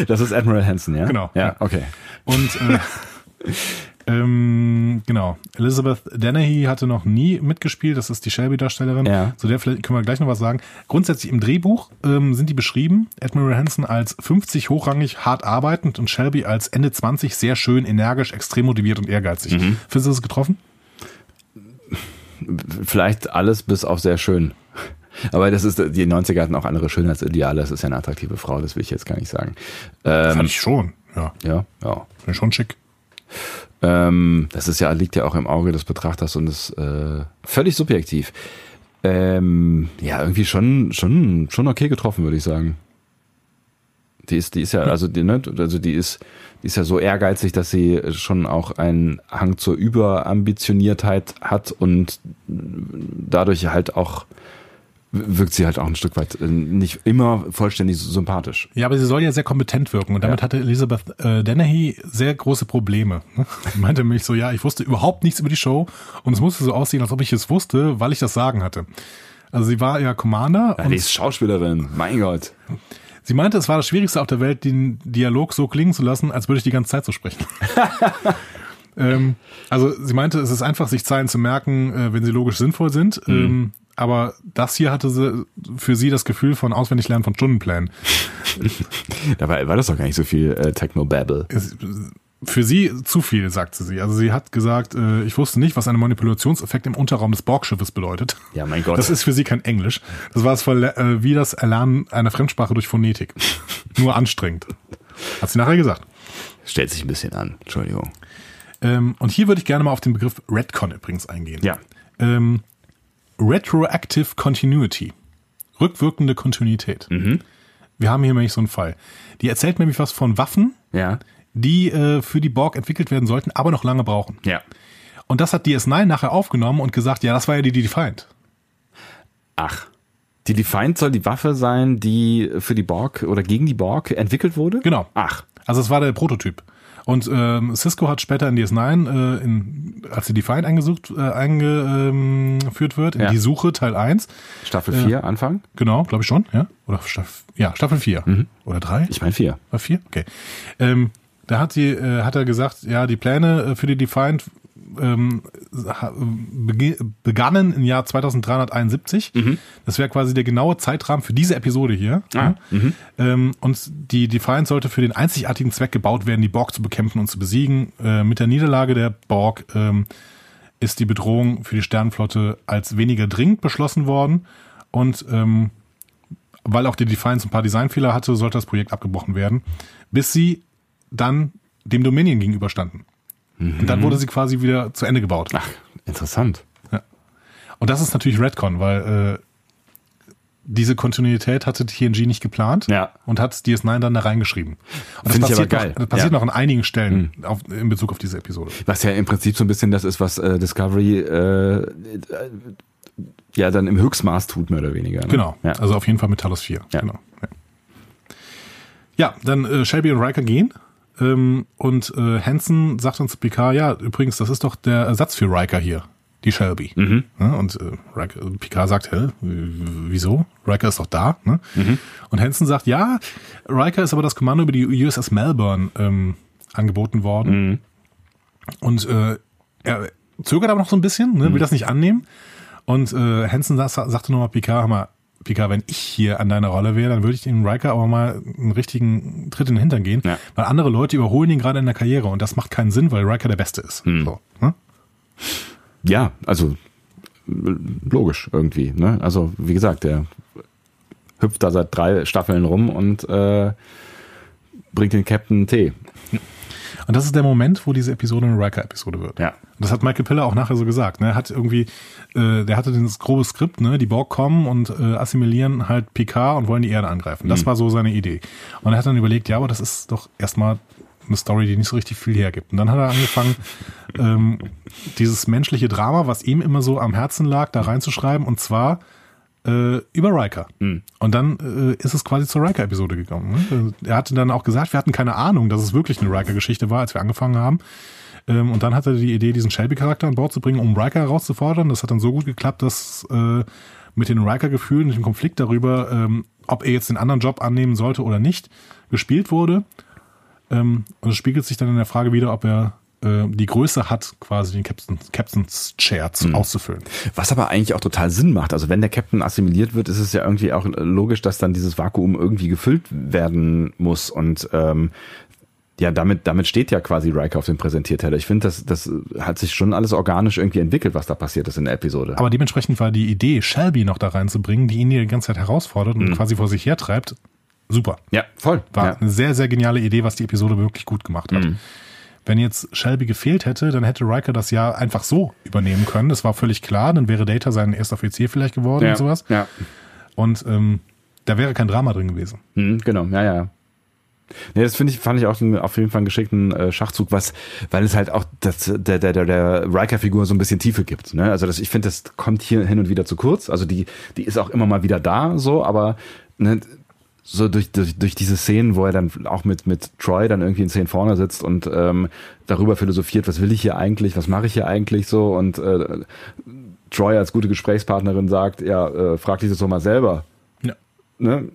Speaker 1: Das ist Admiral Hansen, ja?
Speaker 2: Genau.
Speaker 1: Ja, okay.
Speaker 2: Und äh, ähm, genau, Elizabeth Dennehy hatte noch nie mitgespielt, das ist die Shelby-Darstellerin.
Speaker 1: Ja.
Speaker 2: Zu der vielleicht können wir gleich noch was sagen. Grundsätzlich im Drehbuch ähm, sind die beschrieben, Admiral Hansen als 50 hochrangig, hart arbeitend und Shelby als Ende 20 sehr schön, energisch, extrem motiviert und ehrgeizig. Findest du das getroffen?
Speaker 1: Vielleicht alles bis auf sehr schön. Aber das ist, die 90er hatten auch andere Schönheitsideale. Das ist ja eine attraktive Frau, das will ich jetzt gar nicht sagen. Ähm,
Speaker 2: Fand ich schon, ja.
Speaker 1: ja, ja.
Speaker 2: Finde ich Schon schick.
Speaker 1: Ähm, das ist ja, liegt ja auch im Auge des Betrachters und ist äh, völlig subjektiv. Ähm, ja, irgendwie schon, schon, schon okay getroffen, würde ich sagen. Die ist, die ist ja, also die, ne, also die ist, die ist ja so ehrgeizig, dass sie schon auch einen Hang zur Überambitioniertheit hat und dadurch halt auch wirkt sie halt auch ein Stück weit äh, nicht immer vollständig sympathisch.
Speaker 2: Ja, aber sie soll ja sehr kompetent wirken und damit hatte Elizabeth äh, Dennehy sehr große Probleme. Sie meinte mich so, ja, ich wusste überhaupt nichts über die Show und es musste so aussehen, als ob ich es wusste, weil ich das Sagen hatte. Also sie war ja Commander
Speaker 1: Ja,
Speaker 2: und
Speaker 1: die ist Schauspielerin, mein Gott.
Speaker 2: Sie meinte, es war das Schwierigste auf der Welt, den Dialog so klingen zu lassen, als würde ich die ganze Zeit so sprechen. ähm, also sie meinte, es ist einfach, sich Zeilen zu merken, äh, wenn sie logisch sinnvoll sind. Ähm, aber das hier hatte sie für sie das Gefühl von auswendig lernen von Stundenplänen.
Speaker 1: Dabei war das doch gar nicht so viel äh, Technobabble.
Speaker 2: Es, für sie zu viel, sagte sie. Also sie hat gesagt, äh, ich wusste nicht, was ein Manipulationseffekt im Unterraum des Borgschiffes bedeutet.
Speaker 1: Ja, mein Gott.
Speaker 2: Das ist für sie kein Englisch. Das war es voll, äh, wie das Erlernen einer Fremdsprache durch Phonetik. Nur anstrengend. Hat sie nachher gesagt.
Speaker 1: Stellt sich ein bisschen an. Entschuldigung.
Speaker 2: Ähm, und hier würde ich gerne mal auf den Begriff Redcon übrigens eingehen.
Speaker 1: Ja.
Speaker 2: Ähm, Retroactive Continuity. Rückwirkende Kontinuität.
Speaker 1: Mhm.
Speaker 2: Wir haben hier nämlich so einen Fall. Die erzählt nämlich was von Waffen,
Speaker 1: Ja.
Speaker 2: die äh, für die Borg entwickelt werden sollten, aber noch lange brauchen.
Speaker 1: Ja.
Speaker 2: Und das hat DS9 nachher aufgenommen und gesagt, ja, das war ja die, die Defiant.
Speaker 1: Ach. Die Defiant soll die Waffe sein, die für die Borg oder gegen die Borg entwickelt wurde?
Speaker 2: Genau.
Speaker 1: Ach.
Speaker 2: Also es war der Prototyp. Und ähm, Cisco hat später in DS9, äh, in, als die Defiant eingesucht, äh, eingeführt wird, in
Speaker 1: Ja.
Speaker 2: die Suche Teil 1,
Speaker 1: Staffel 4, Anfang?
Speaker 2: genau, glaube ich schon, ja? Oder Staff, ja, Staffel 4 oder 3?
Speaker 1: Ich meine 4.
Speaker 2: War Äh, vier? Okay. Ähm, da hat, die, äh, hat er gesagt, ja, die Pläne äh, für die Defiant ähm, ha- bege- begannen im Jahr 2371. Das wäre quasi der genaue Zeitrahmen für diese Episode hier. Ja. Ähm, und die Defiant sollte für den einzigartigen Zweck gebaut werden, die Borg zu bekämpfen und zu besiegen. Äh, mit der Niederlage der Borg ähm, ist die Bedrohung für die Sternenflotte als weniger dringend beschlossen worden. Und ähm, weil auch die Defiance ein paar Designfehler hatte, sollte das Projekt abgebrochen werden, bis sie dann dem Dominion gegenüberstanden. Und
Speaker 1: Mhm.
Speaker 2: dann wurde sie quasi wieder zu Ende gebaut.
Speaker 1: Ach, interessant.
Speaker 2: Und das ist natürlich Redcon, weil äh, diese Kontinuität hatte TNG nicht geplant
Speaker 1: Ja.
Speaker 2: und hat DS9 dann da reingeschrieben. Und das
Speaker 1: Find ich
Speaker 2: passiert,
Speaker 1: aber geil.
Speaker 2: Noch, das passiert
Speaker 1: Ja. Mhm.
Speaker 2: noch an einigen Stellen auf, in Bezug auf diese Episode.
Speaker 1: Was ja im Prinzip so ein bisschen das ist, was äh, Discovery äh, äh, ja dann im Höchstmaß tut, mehr oder weniger. Ne?
Speaker 2: Genau.
Speaker 1: Ja.
Speaker 2: Also auf jeden Fall mit Talos 4.
Speaker 1: Ja.
Speaker 2: Genau. Ja, ja dann äh, Shelby und Riker gehen. Ähm, und äh, Hansen sagt uns Picard, ja, übrigens, das ist doch der Ersatz für Riker hier. Die Shelby.
Speaker 1: Mhm.
Speaker 2: Ja, und äh, Riker, Picard sagt, hä, w- wieso? Riker ist doch da. Ne?
Speaker 1: Mhm.
Speaker 2: Und Hansen sagt, ja, Riker ist aber das Kommando über die USS Melbourne ähm, angeboten
Speaker 1: Mhm.
Speaker 2: worden. Und äh, er zögert aber noch so ein bisschen, ne, will das nicht annehmen. Und äh, Hansen sa- sa- sagte nochmal Picard, hör mal, Picard, wenn ich hier an deiner Rolle wäre, dann würde ich dem Riker aber mal einen richtigen Tritt in den Hintern gehen,
Speaker 1: Ja.
Speaker 2: weil andere Leute überholen ihn gerade in der Karriere und das macht keinen Sinn, weil Riker der Beste ist. So, ne?
Speaker 1: Ja, also äh, logisch irgendwie. Ne? Also wie gesagt, der hüpft da seit drei Staffeln rum und äh, bringt den Captain Tee.
Speaker 2: Und das ist der Moment, wo diese Episode eine Riker-Episode wird.
Speaker 1: Ja.
Speaker 2: Und das hat Michael Piller auch nachher so gesagt. Ne? Er hat irgendwie, äh, der hatte dieses grobe Skript, ne? die Borg kommen und äh, assimilieren halt Picard und wollen die Erde angreifen. Das war so seine Idee. Und er hat dann überlegt, ja, aber das ist doch erstmal eine Story, die nicht so richtig viel hergibt. Und dann hat er angefangen, ähm, dieses menschliche Drama, was ihm immer so am Herzen lag, da reinzuschreiben. Und zwar äh, über Riker. Und dann äh, ist es quasi zur Riker-Episode gekommen. Ne? Er hatte dann auch gesagt, wir hatten keine Ahnung, dass es wirklich eine Riker-Geschichte war, als wir angefangen haben. Ähm, und dann hatte er die Idee, diesen Shelby-Charakter an Bord zu bringen, um Riker herauszufordern. Das hat dann so gut geklappt, dass äh, mit den Riker-Gefühlen, mit dem Konflikt darüber, ähm, ob er jetzt den anderen Job annehmen sollte oder nicht, gespielt wurde. Ähm, und es spiegelt sich dann in der Frage wieder, ob er äh, die Größe hat, quasi den Captain, Captain's Chair zu, auszufüllen.
Speaker 1: Was aber eigentlich auch total Sinn macht. Also wenn der Captain assimiliert wird, ist es ja irgendwie auch logisch, dass dann dieses Vakuum irgendwie gefüllt werden muss. Und ähm, ja, damit, damit steht ja quasi Riker auf dem Präsentierteller. Ich finde, das, das hat sich schon alles organisch irgendwie entwickelt, was da passiert ist in der Episode.
Speaker 2: Aber dementsprechend war die Idee, Shelby noch da reinzubringen, die ihn die ganze Zeit herausfordert und quasi vor sich hertreibt, super.
Speaker 1: ja, voll.
Speaker 2: War
Speaker 1: Mhm. Ja. Mhm.
Speaker 2: eine sehr, sehr geniale Idee, was die Episode wirklich gut gemacht hat. Wenn jetzt Shelby gefehlt hätte, dann hätte Riker das ja einfach so übernehmen können. Das war völlig klar. Dann wäre Data sein erster Offizier vielleicht geworden
Speaker 1: ja.
Speaker 2: und sowas.
Speaker 1: Ja.
Speaker 2: Und ähm, da wäre kein Drama drin gewesen.
Speaker 1: Mhm, genau, ja, ja. Nee, das finde ich, fand ich auch einen, auf jeden Fall einen geschickten äh, Schachzug, was, weil es halt auch das, der, der, der, der Riker-Figur so ein bisschen Tiefe gibt. Ne? Also das, ich finde, das kommt hier hin und wieder zu kurz. Also die, die ist auch immer mal wieder da, so, aber ne, so durch, durch, durch diese Szenen, wo er dann auch mit, mit Troy dann irgendwie in Szenen vorne sitzt und ähm, darüber philosophiert, was will ich hier eigentlich, was mache ich hier eigentlich so und äh, Troy als gute Gesprächspartnerin sagt, ja, äh, frag dich das doch mal selber.
Speaker 2: Ja.
Speaker 1: Ne?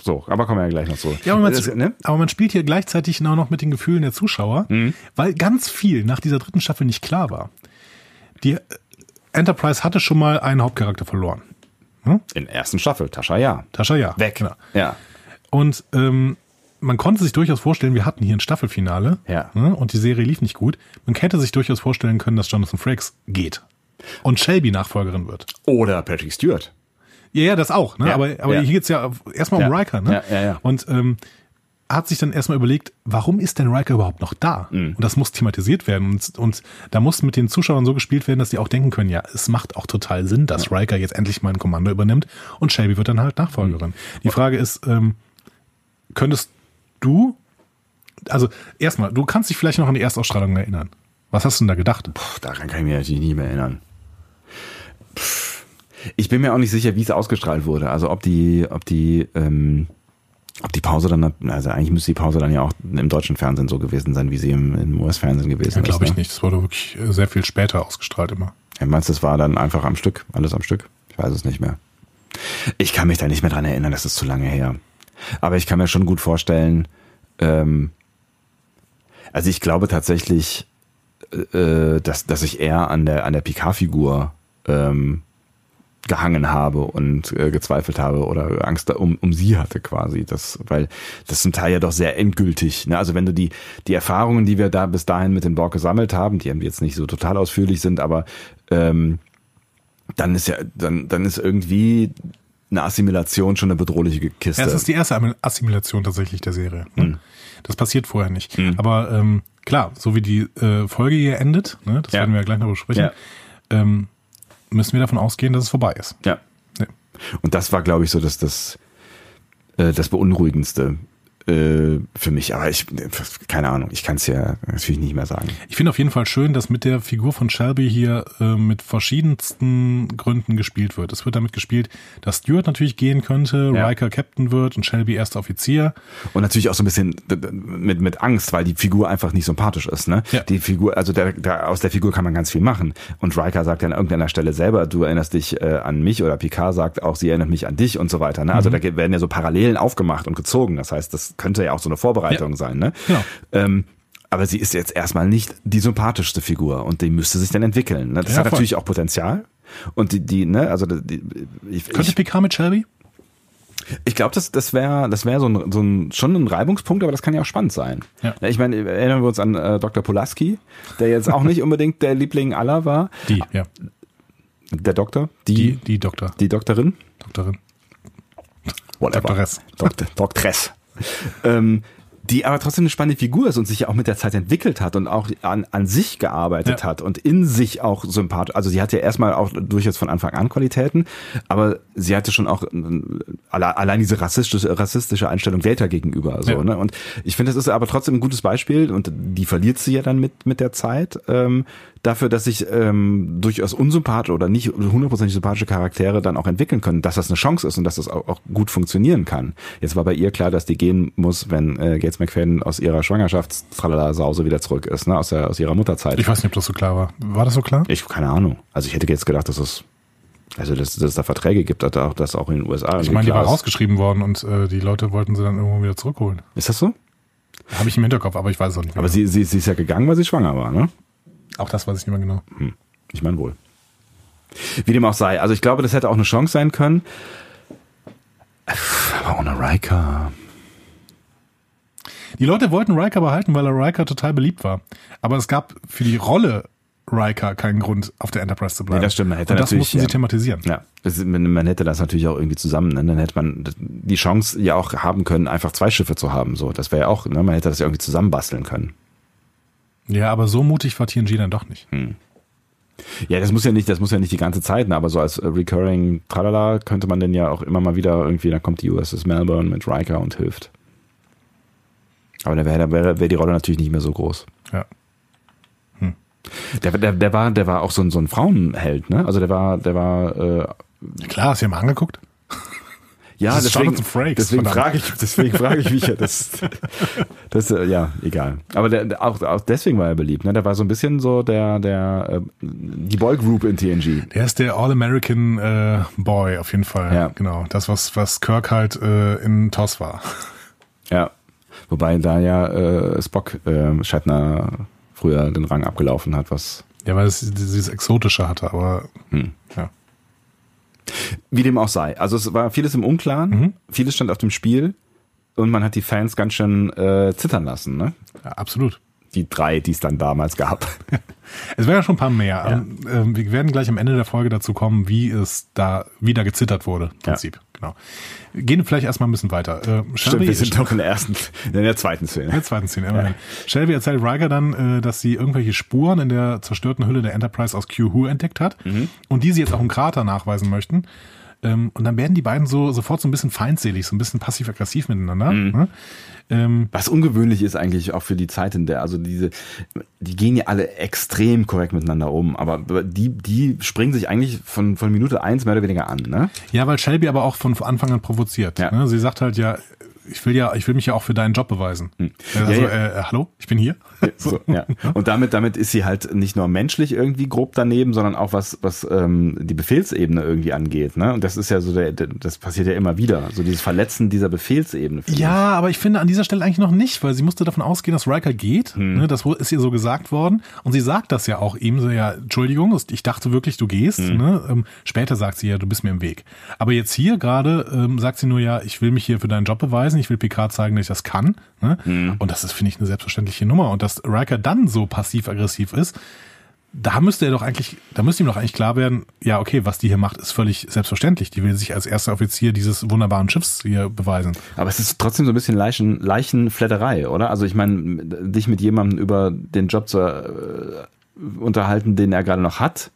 Speaker 1: So, aber kommen wir ja gleich noch zu.
Speaker 2: Ja, aber man,
Speaker 1: Das, ne? Mhm.
Speaker 2: aber man spielt hier gleichzeitig auch noch mit den Gefühlen der Zuschauer, weil ganz viel nach dieser dritten Staffel nicht klar war. Die äh, Enterprise hatte schon mal einen Hauptcharakter verloren.
Speaker 1: In der ersten Staffel, Tascha, ja.
Speaker 2: Tascha, ja.
Speaker 1: Weg.
Speaker 2: Genau.
Speaker 1: Ja.
Speaker 2: Und ähm, man konnte sich durchaus vorstellen, wir hatten hier ein Staffelfinale
Speaker 1: Ja.
Speaker 2: ne, und die Serie lief nicht gut. Man hätte sich durchaus vorstellen können, dass Jonathan Frakes geht und Shelby Nachfolgerin wird.
Speaker 1: Oder Patrick Stewart.
Speaker 2: Ja, ja, das auch. Ne?
Speaker 1: Ja,
Speaker 2: aber aber
Speaker 1: ja.
Speaker 2: hier geht's ja erstmal um
Speaker 1: Ja,
Speaker 2: Riker. Ne?
Speaker 1: ja, ja, ja.
Speaker 2: Und ähm, hat sich dann erstmal überlegt, warum ist denn Riker überhaupt noch da?
Speaker 1: Mhm.
Speaker 2: Und das muss thematisiert werden. Und, und da muss mit den Zuschauern so gespielt werden, dass die auch denken können, ja, es macht auch total Sinn, dass Riker jetzt endlich mal ein Kommando übernimmt und Shelby wird dann halt Nachfolgerin.
Speaker 1: Mhm.
Speaker 2: Die Frage ist, ähm, könntest du, also erstmal, du kannst dich vielleicht noch an die Erstausstrahlung erinnern. Was hast du denn da gedacht?
Speaker 1: Puh, daran kann ich mich natürlich nicht mehr erinnern. Pff. Ich bin mir auch nicht sicher, wie es ausgestrahlt wurde. Also ob die, ob die, ähm, ob die Pause dann, also eigentlich müsste die Pause dann ja auch im deutschen Fernsehen so gewesen sein, wie sie im, im US-Fernsehen gewesen
Speaker 2: Ja,
Speaker 1: ist.
Speaker 2: glaube ich
Speaker 1: ne?
Speaker 2: nicht. Das wurde wirklich äh, sehr viel später ausgestrahlt immer.
Speaker 1: Ja, meinst du, es war dann einfach am Stück, alles am Stück? Ich weiß es nicht mehr. Ich kann mich da nicht mehr dran erinnern, das ist zu lange her. Aber ich kann mir schon gut vorstellen, ähm, also ich glaube tatsächlich, äh, dass, dass ich eher an der, an der Picard-Figur ähm, gehangen habe und äh, gezweifelt habe oder Angst da- um, um sie hatte quasi. Das, weil das zum Teil ja doch sehr endgültig. Ne? Also wenn du die, die Erfahrungen, die wir da bis dahin mit den Borg gesammelt haben, die jetzt nicht so total ausführlich sind, aber ähm, dann ist ja, dann, dann ist irgendwie eine Assimilation schon eine bedrohliche Kiste.
Speaker 2: Ja, es ist die erste Ami- Assimilation tatsächlich der Serie. Ne?
Speaker 1: Hm.
Speaker 2: Das passiert vorher nicht. Aber ähm, klar, so wie die äh, Folge hier endet, ne, das
Speaker 1: Ja.
Speaker 2: werden wir ja gleich noch besprechen,
Speaker 1: Ja.
Speaker 2: ähm, müssen wir davon ausgehen, dass es vorbei ist.
Speaker 1: ja.
Speaker 2: Ja.
Speaker 1: Und das war, glaube ich, so das, das, äh, das Beunruhigendste äh, für mich. Aber ich, keine Ahnung, ich kann es ja natürlich nicht mehr sagen.
Speaker 2: Ich finde auf jeden Fall schön, dass mit der Figur von Shelby hier äh, mit verschiedensten Gründen gespielt wird. Es wird damit gespielt, dass Stewart natürlich gehen könnte,
Speaker 1: Ja.
Speaker 2: Riker Captain wird und Shelby erster Offizier.
Speaker 1: Und natürlich auch so ein bisschen d- d- mit, mit Angst, weil die Figur einfach nicht sympathisch ist. Ne?
Speaker 2: Ja.
Speaker 1: Die Figur, also der, der, aus der Figur kann man ganz viel machen. Und Riker sagt ja an irgendeiner Stelle selber, du erinnerst dich äh, an mich oder Picard sagt auch, sie erinnert mich an dich und so weiter. Ne?
Speaker 2: Mhm.
Speaker 1: Also da ge- werden ja so Parallelen aufgemacht und gezogen. Das heißt, das könnte ja auch so eine Vorbereitung
Speaker 2: Ja.
Speaker 1: sein. Ne?
Speaker 2: Genau.
Speaker 1: Ähm, aber sie ist jetzt erstmal nicht die sympathischste Figur und die müsste sich dann entwickeln. Ne? Das
Speaker 2: Ja,
Speaker 1: hat
Speaker 2: voll.
Speaker 1: natürlich auch Potenzial. Und die, die, ne, also die, ich,
Speaker 2: Könnte
Speaker 1: ich,
Speaker 2: Picard mit Shelby?
Speaker 1: ich glaube, das, das wäre das wär so ein, so ein, schon ein Reibungspunkt, aber das kann ja auch spannend sein.
Speaker 2: Ja.
Speaker 1: Ich meine, erinnern wir uns an äh, Dr. Pulaski, der jetzt auch nicht unbedingt der Liebling aller war.
Speaker 2: Die, ja.
Speaker 1: Der Doktor,
Speaker 2: Die,
Speaker 1: die, die,
Speaker 2: die Doktor,
Speaker 1: Doktorin.
Speaker 2: Doktorin.
Speaker 1: Whatever.
Speaker 2: Doktoress.
Speaker 1: Doktor, Doktress. ähm, die aber trotzdem eine spannende Figur ist und sich ja auch mit der Zeit entwickelt hat und auch an, an sich gearbeitet
Speaker 2: Ja.
Speaker 1: hat und in sich auch sympathisch. Also sie hatte ja erstmal auch durchaus von Anfang an Qualitäten, aber sie hatte schon auch ähm, alle- allein diese rassistische, rassistische Einstellung Data gegenüber. So,
Speaker 2: Ja.
Speaker 1: ne? Und ich finde, das ist aber trotzdem ein gutes Beispiel und die verliert sie ja dann mit, mit der Zeit ähm, dafür, dass sich ähm, durchaus unsympathische oder nicht hundertprozentig sympathische Charaktere dann auch entwickeln können, dass das eine Chance ist und dass das auch, auch gut funktionieren kann. Jetzt war bei ihr klar, dass die gehen muss, wenn äh, Gates McFadden aus ihrer Schwangerschaftstralala-Sause wieder zurück ist, ne? aus, der, aus ihrer Mutterzeit.
Speaker 2: Ich weiß nicht, ob das so klar war. War das so klar?
Speaker 1: Ich, keine Ahnung. Also ich hätte jetzt gedacht, dass es, also dass, dass es da Verträge gibt, dass auch, dass auch in den USA.
Speaker 2: Ich meine, die war rausgeschrieben worden und äh, die Leute wollten sie dann irgendwo wieder zurückholen.
Speaker 1: Ist das so?
Speaker 2: Habe ich im Hinterkopf, aber ich weiß es auch nicht mehr.
Speaker 1: Aber sie, sie, sie ist ja gegangen, weil sie schwanger war, ne?
Speaker 2: auch das weiß ich nicht mehr genau.
Speaker 1: Ich meine wohl. Wie dem auch sei. Also ich glaube, das hätte auch eine Chance sein können. Aber ohne Riker.
Speaker 2: Die Leute wollten Riker behalten, weil er Riker total beliebt war. Aber es gab für die Rolle Riker keinen Grund, auf der Enterprise zu bleiben.
Speaker 1: Nee, das stimmt, man hätte
Speaker 2: und das
Speaker 1: natürlich,
Speaker 2: mussten
Speaker 1: ja.
Speaker 2: sie thematisieren.
Speaker 1: Ja, das, man man hätte das natürlich auch irgendwie zusammen. Ne? Dann hätte man die Chance ja auch haben können, einfach zwei Schiffe zu haben. So, das wäre ja auch. Ne? Man hätte das ja irgendwie zusammenbasteln können.
Speaker 2: Ja, aber so mutig war TNG dann doch nicht.
Speaker 1: Hm. Ja, das muss ja nicht, das muss ja nicht die ganze Zeit. Ne? Aber so als äh, recurring Tralala könnte man denn ja auch immer mal wieder irgendwie. Da kommt die USS Melbourne mit Riker und hilft. Aber da wäre da wäre wäre die Rolle natürlich nicht mehr so groß.
Speaker 2: Ja.
Speaker 1: Der, der, der war, der war auch so ein, so ein Frauenheld, ne? Also der war, der war, äh,
Speaker 2: Klar, hast du dir mal angeguckt?
Speaker 1: Ja,
Speaker 2: Das ist
Speaker 1: deswegen,
Speaker 2: Jonathan Frakes,
Speaker 1: deswegen
Speaker 2: verdammt.
Speaker 1: frage ich, deswegen frage ich mich ja, das, das, äh, ja, egal. Aber der, der, auch, auch deswegen war er beliebt, ne? Der war so ein bisschen so der, der, äh, die Boygroup in TNG.
Speaker 2: Der ist der All-American äh, Boy auf jeden Fall.
Speaker 1: Ja.
Speaker 2: Genau. Das, was, was Kirk halt äh, in TOS war.
Speaker 1: Ja. Wobei da ja äh, Spock äh, Shatner früher den Rang abgelaufen hat, was
Speaker 2: Ja, weil es dieses Exotische hatte, aber
Speaker 1: Hm.
Speaker 2: ja.
Speaker 1: wie dem auch sei. Also es war vieles im Unklaren, vieles stand auf dem Spiel und man hat die Fans ganz schön äh, zittern lassen, ne?
Speaker 2: ja, absolut.
Speaker 1: Die drei, die es dann damals gab.
Speaker 2: Es wären ja schon ein paar mehr. Ähm, ähm, wir werden gleich am Ende der Folge dazu kommen, wie es da wieder gezittert wurde. Im Prinzip, genau. Gehen wir vielleicht erstmal ein bisschen weiter. Äh,
Speaker 1: Stimmt,
Speaker 2: Shelby,
Speaker 1: wir sind doch in der ersten, in der zweiten Szene.
Speaker 2: der zweiten Szene. immerhin. Shelby erzählt Riker dann, äh, dass sie irgendwelche Spuren in der zerstörten Hülle der Enterprise aus Q-Who entdeckt hat
Speaker 1: Mhm.
Speaker 2: und die sie jetzt auch im Krater nachweisen möchten. Ähm, und dann werden die beiden so sofort so ein bisschen feindselig, so ein bisschen passiv-aggressiv miteinander.
Speaker 1: Mhm.
Speaker 2: Ne? Ähm,
Speaker 1: Was ungewöhnlich ist eigentlich auch für die Zeit, in der, also diese, die gehen ja alle extrem korrekt miteinander um, aber die, die springen sich eigentlich von, von Minute eins mehr oder weniger an, ne?
Speaker 2: ja, weil Shelby aber auch von Anfang an provoziert.
Speaker 1: Ja.
Speaker 2: Ne? Sie sagt halt ja, ich will ja, ich will mich ja auch für deinen Job beweisen. Äh, Also,
Speaker 1: Hm. Ja, ja.
Speaker 2: Äh, hallo, ich bin hier.
Speaker 1: Äh, So, ja. Und damit, damit ist sie halt nicht nur menschlich irgendwie grob daneben, sondern auch was, was ähm, die Befehlsebene irgendwie angeht. Ne? Und das ist ja so, der, der, das passiert ja immer wieder. So dieses Verletzen dieser Befehlsebene. finde ich.
Speaker 2: Ja, aber ich finde an dieser Stelle eigentlich noch nicht, weil sie musste davon ausgehen, dass Riker geht. Ne, das wo- ist ihr so gesagt worden. Und sie sagt das ja auch ihm, so ja, Entschuldigung, ist- ich dachte wirklich, du gehst. Ne? Ähm, später sagt sie ja, du bist mir im Weg. Aber jetzt hier gerade ähm, sagt sie nur, ja, ich will mich hier für deinen Job beweisen, ich will Picard zeigen, dass ich das kann. Ne? Und das ist, finde ich, eine selbstverständliche Nummer. Und dass Riker dann so passiv-aggressiv ist, da müsste er doch eigentlich, da müsste ihm doch eigentlich klar werden, ja, okay, was die hier macht, ist völlig selbstverständlich. Die will sich als erster Offizier dieses wunderbaren Schiffs hier beweisen.
Speaker 1: Aber es ist trotzdem so ein bisschen Leichen, Leichenflatterei, oder? Also ich meine, dich mit jemandem über den Job zu äh, unterhalten, den er gerade noch hat,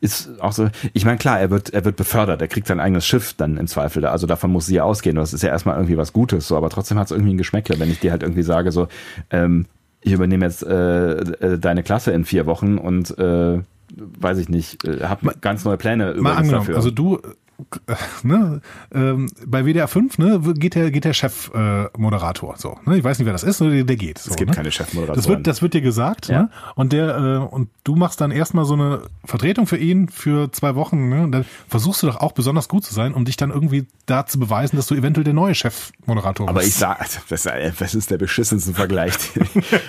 Speaker 1: ist auch so. Ich meine, klar, er wird, er wird befördert, er kriegt sein eigenes Schiff dann im Zweifel. Also davon muss sie ja ausgehen. Das ist ja erstmal irgendwie was Gutes, so, aber trotzdem hat es irgendwie ein Geschmäckle, wenn ich dir halt irgendwie sage, so, ähm, ich übernehme jetzt äh, äh, deine Klasse in vier Wochen und äh, weiß ich nicht, äh, hab ganz neue Pläne
Speaker 2: Mal
Speaker 1: übrigens
Speaker 2: angenommen,
Speaker 1: dafür.
Speaker 2: also du, äh, ne, ähm, bei WDR 5, ne, geht der, geht der Chefmoderator, äh, Moderator, so, ne, ich weiß nicht, wer das ist, ne, der, der geht. So, es
Speaker 1: gibt
Speaker 2: ne?
Speaker 1: keine Chefmoderatoren.
Speaker 2: Das wird, das wird dir gesagt,
Speaker 1: Ja.
Speaker 2: ne, und der, äh, und du machst dann erstmal so eine Vertretung für ihn für zwei Wochen, ne, und dann versuchst du doch auch besonders gut zu sein, um dich dann irgendwie da zu beweisen, dass du eventuell der neue Chefmoderator
Speaker 1: Aber
Speaker 2: bist.
Speaker 1: ich sag, also, das, ist- das ist der beschissenste Vergleich.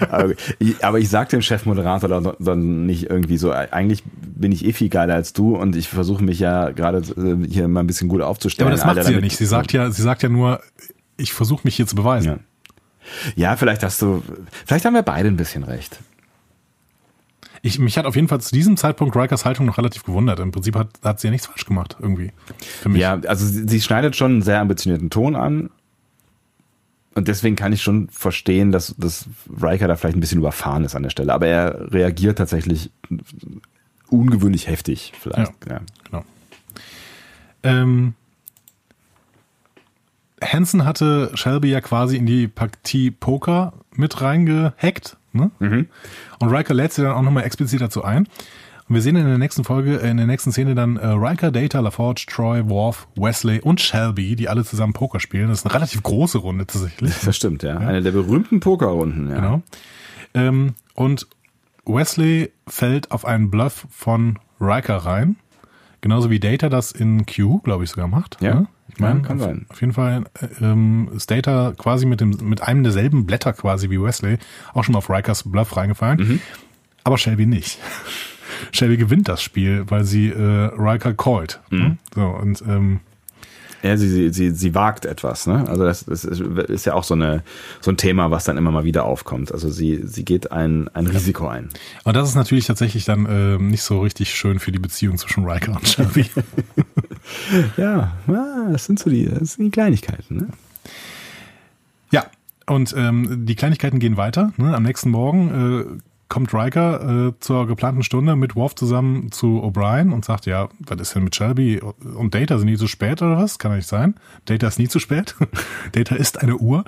Speaker 1: aber, ich, aber ich sag dem Chefmoderator dann, dann nicht irgendwie so, äh, eigentlich bin ich eh viel geiler als du und ich versuche mich ja gerade äh, hier mal ein bisschen gut
Speaker 2: ja,
Speaker 1: aufzustellen.
Speaker 2: aber das macht
Speaker 1: Alter,
Speaker 2: sie ja
Speaker 1: damit-
Speaker 2: nicht. Sie sagt ja, sie sagt ja nur, ich versuche mich hier zu beweisen.
Speaker 1: Ja. Ja, vielleicht hast du, vielleicht haben wir beide ein bisschen recht.
Speaker 2: Ich, mich hat auf jeden Fall zu diesem Zeitpunkt Rikers Haltung noch relativ gewundert. Im Prinzip hat, hat sie ja nichts falsch gemacht, irgendwie. Für mich.
Speaker 1: Ja, also sie, sie schneidet schon einen sehr ambitionierten Ton an. Und deswegen kann ich schon verstehen, dass, dass Riker da vielleicht ein bisschen überfahren ist an der Stelle. Aber er reagiert tatsächlich ungewöhnlich heftig, vielleicht. Ja.
Speaker 2: Genau. Ähm, Hansen hatte Shelby ja quasi in die Partie Poker mit reingehackt. Ne? Und Riker lädt sie dann auch nochmal explizit dazu ein. Und wir sehen in der nächsten Folge, äh, in der nächsten Szene dann äh, Riker, Data, LaForge, Troy, Worf, Wesley und Shelby, die alle zusammen Poker spielen. Das ist eine relativ große Runde tatsächlich.
Speaker 1: Das stimmt, ja. Eine der berühmten Pokerrunden, ja.
Speaker 2: Genau. Ähm, und Wesley fällt auf einen Bluff von Riker rein. Genauso wie Data das in Q, glaube ich, sogar macht.
Speaker 1: Ja.
Speaker 2: ne? Ich meine,
Speaker 1: Ja, kann
Speaker 2: auf,
Speaker 1: sein.
Speaker 2: auf jeden Fall äh, ähm, ist Data quasi mit, dem, mit einem derselben Blätter quasi wie Wesley auch schon mal auf Rikers Bluff reingefallen.
Speaker 1: Mhm.
Speaker 2: Aber Shelby nicht. Shelby gewinnt das Spiel, weil sie äh, Riker callt. ne?
Speaker 1: Mhm.
Speaker 2: So, und ähm,
Speaker 1: Ja, sie, sie, sie, sie wagt etwas, ne? Also das, das ist, ist ja auch so, eine, so ein Thema, was dann immer mal wieder aufkommt. Also sie, sie geht ein, ein Risiko ein.
Speaker 2: Aber das ist natürlich tatsächlich dann ähm, nicht so richtig schön für die Beziehung zwischen Riker und Shelby.
Speaker 1: Ja, ah, das sind so die, das sind die Kleinigkeiten, ne?
Speaker 2: Ja, und ähm, die Kleinigkeiten gehen weiter. Ne? Am nächsten Morgen äh, kommt Riker äh, zur geplanten Stunde mit Worf zusammen zu O'Brien und sagt, ja, was ist denn mit Shelby und Data? Sind die zu spät oder was? Kann doch nicht sein. Data ist nie zu spät. Data ist eine Uhr.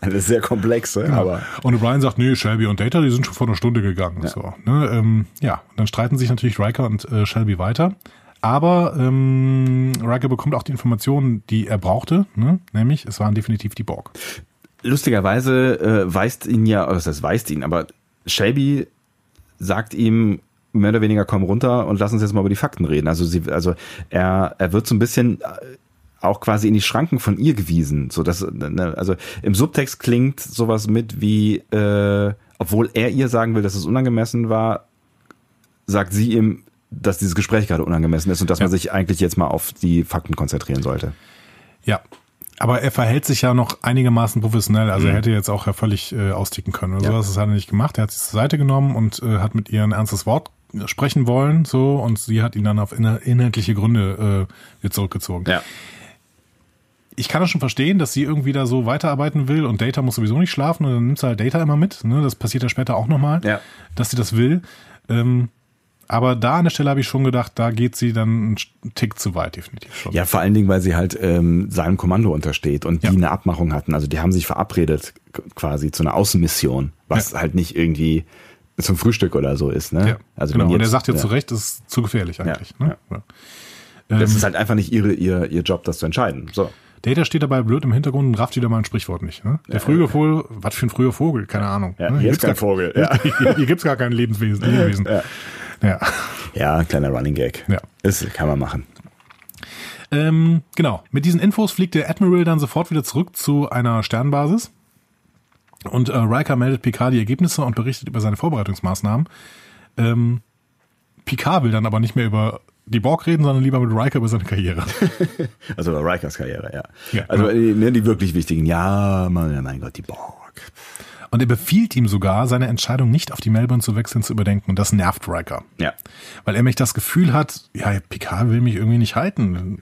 Speaker 1: Eine sehr komplexe, aber.
Speaker 2: Und O'Brien sagt, nee, Shelby und Data, die sind schon vor einer Stunde gegangen. So, ne? ähm, ja, und dann streiten sich natürlich Riker und äh, Shelby weiter. Aber ähm, Riker bekommt auch die Informationen, die er brauchte, ne? nämlich es waren definitiv die Borg.
Speaker 1: Lustigerweise äh, weist ihn ja, oder das weist ihn, aber Shelby sagt ihm mehr oder weniger komm runter und lass uns jetzt mal über die Fakten reden. Also sie, also er, er wird so ein bisschen äh, auch quasi in die Schranken von ihr gewiesen. So dass, ne, also im Subtext klingt sowas mit wie, äh, obwohl er ihr sagen will, dass es unangemessen war, sagt sie ihm, dass dieses Gespräch gerade unangemessen ist und dass man sich eigentlich jetzt mal auf die Fakten konzentrieren sollte.
Speaker 2: Ja. Aber er verhält sich ja noch einigermaßen professionell. Also er hätte jetzt auch ja völlig äh, austicken können oder
Speaker 1: Mhm. Ja.
Speaker 2: sowas. Das hat er nicht gemacht. Er hat sie zur Seite genommen und äh, hat mit ihr ein ernstes Wort sprechen wollen. So, und sie hat ihn dann auf inner- inhaltliche Gründe äh, wieder zurückgezogen. ich kann das schon verstehen, dass sie irgendwie da so weiterarbeiten will und Data muss sowieso nicht schlafen und dann nimmt sie halt Data immer mit. Ne? Das passiert ja später auch nochmal,
Speaker 1: Ja.
Speaker 2: dass sie das will. Ähm, aber da an der Stelle habe ich schon gedacht, da geht sie dann einen Tick zu weit, definitiv schon.
Speaker 1: Ja, vor allen Dingen, weil sie halt ähm, seinem Kommando untersteht und
Speaker 2: Ja.
Speaker 1: die eine Abmachung hatten. Also die haben sich verabredet k- quasi zu einer Außenmission, was halt nicht irgendwie zum Frühstück oder so ist. Ne?
Speaker 2: Ja,
Speaker 1: Also
Speaker 2: genau.
Speaker 1: wenn
Speaker 2: und er sagt ja, zu
Speaker 1: ja.
Speaker 2: Recht, es ist zu gefährlich eigentlich. ne? Ja.
Speaker 1: Das
Speaker 2: Ähm,
Speaker 1: ist halt einfach nicht ihre, ihr, ihr Job, das zu entscheiden. So.
Speaker 2: Data steht dabei blöd im Hintergrund und rafft wieder mal ein Sprichwort nicht. Ne? Der frühe Vogel, was für ein früher Vogel, keine Ahnung.
Speaker 1: Ja,
Speaker 2: ne?
Speaker 1: hier
Speaker 2: gibt's
Speaker 1: ist kein
Speaker 2: gar-
Speaker 1: Vogel, ja.
Speaker 2: Hier, hier gibt's gar kein Lebenswesen. Lebewesen. Ja.
Speaker 1: Ja, kleiner Running Gag.
Speaker 2: Ja.
Speaker 1: Ist, kann man machen.
Speaker 2: Ähm, genau. Mit diesen Infos fliegt der Admiral dann sofort wieder zurück zu einer Sternbasis. Und äh, Riker meldet Picard die Ergebnisse und berichtet über seine Vorbereitungsmaßnahmen. Ähm, Picard will dann aber nicht mehr über die Borg reden, sondern lieber mit Riker über seine Karriere.
Speaker 1: Also über Rikers Karriere, ja.
Speaker 2: Ja,
Speaker 1: also
Speaker 2: genau.
Speaker 1: äh, ne, die wirklich wichtigen. Ja, mein, mein Gott, die Borg.
Speaker 2: Und er befiehlt ihm sogar, seine Entscheidung nicht auf die Melbourne zu wechseln zu überdenken. Und das nervt Riker.
Speaker 1: Ja.
Speaker 2: Weil er mich das Gefühl hat, ja, Picard will mich irgendwie nicht halten.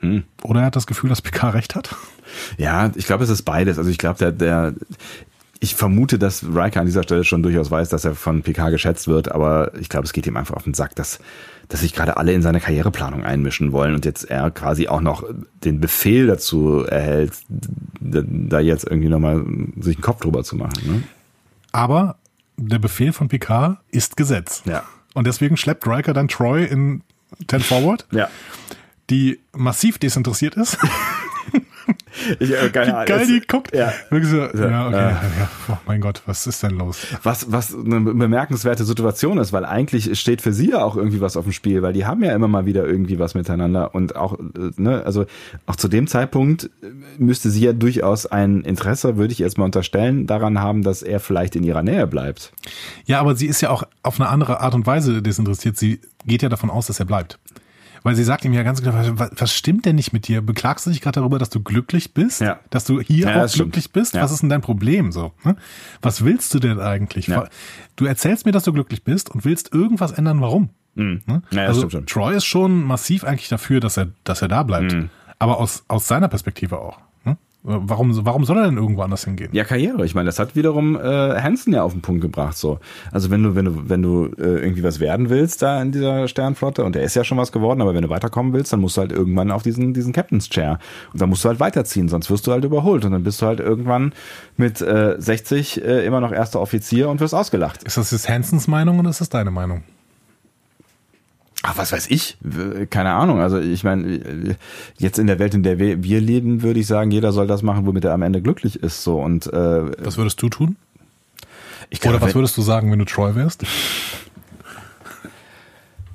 Speaker 1: Hm.
Speaker 2: Oder er hat das Gefühl, dass Picard recht hat.
Speaker 1: Ja, ich glaube, es ist beides. Also ich glaube, der, der, ich vermute, dass Riker an dieser Stelle schon durchaus weiß, dass er von PK geschätzt wird, aber ich glaube, es geht ihm einfach auf den Sack, dass, dass sich gerade alle in seine Karriereplanung einmischen wollen und jetzt er quasi auch noch den Befehl dazu erhält, da da jetzt irgendwie nochmal sich einen Kopf drüber zu machen. ne?
Speaker 2: Aber der Befehl von Picard ist Gesetz.
Speaker 1: Ja.
Speaker 2: Und deswegen schleppt Riker dann Troy in Ten Forward,
Speaker 1: Ne? Ja.
Speaker 2: die massiv desinteressiert ist.
Speaker 1: Ich, äh, keine Ahnung.
Speaker 2: Geil, die
Speaker 1: Es-
Speaker 2: guckt.
Speaker 1: Ja.
Speaker 2: Wirklich so, ja, okay.
Speaker 1: äh.
Speaker 2: Ja, oh mein Gott, was ist denn los?
Speaker 1: Was, was eine bemerkenswerte Situation ist, weil eigentlich steht für sie ja auch irgendwie was auf dem Spiel, weil die haben ja immer mal wieder irgendwie was miteinander und auch, äh, ne, also auch zu dem Zeitpunkt äh, müsste sie ja durchaus ein Interesse, würde ich jetzt mal unterstellen, daran haben, dass er vielleicht in ihrer Nähe bleibt.
Speaker 2: Ja, aber sie ist ja auch auf eine andere Art und Weise desinteressiert. Sie geht ja davon aus, dass er bleibt. Weil sie sagt ihm ja ganz genau, was, was stimmt denn nicht mit dir? Beklagst du dich gerade darüber, dass du glücklich bist?
Speaker 1: Ja.
Speaker 2: Dass du hier
Speaker 1: Ja,
Speaker 2: auch
Speaker 1: das stimmt.
Speaker 2: glücklich bist?
Speaker 1: Ja.
Speaker 2: Was ist denn dein Problem so? ne? Was willst du denn eigentlich?
Speaker 1: Ja.
Speaker 2: Du erzählst mir, dass du glücklich bist und willst irgendwas ändern, warum? Ne?
Speaker 1: Mhm. Ja, das
Speaker 2: also
Speaker 1: stimmt schon.
Speaker 2: Troy ist schon massiv eigentlich dafür, dass er, dass er da bleibt.
Speaker 1: Mhm.
Speaker 2: Aber aus, aus seiner Perspektive auch. ne? Warum, warum soll er denn irgendwo anders hingehen?
Speaker 1: Ja, Karriere. Ich meine, das hat wiederum äh, Hansen ja auf den Punkt gebracht. So, also wenn du, wenn du, wenn du äh, irgendwie was werden willst da in dieser Sternflotte und er ist ja schon was geworden, aber wenn du weiterkommen willst, dann musst du halt irgendwann auf diesen diesen Captain's Chair und dann musst du halt weiterziehen, sonst wirst du halt überholt und dann bist du halt irgendwann mit äh, 60 äh, immer noch erster Offizier und wirst ausgelacht.
Speaker 2: Ist das jetzt Hansons Meinung oder ist das deine Meinung?
Speaker 1: Ach, was weiß ich? W- Keine Ahnung. Also ich meine, äh, jetzt in der Welt, in der wir wir leben, würde ich sagen, jeder soll das machen, womit er am Ende glücklich ist. So und äh,
Speaker 2: Was würdest du tun?
Speaker 1: ich
Speaker 2: Oder
Speaker 1: glaube,
Speaker 2: was würdest du sagen, wenn du Troy wärst?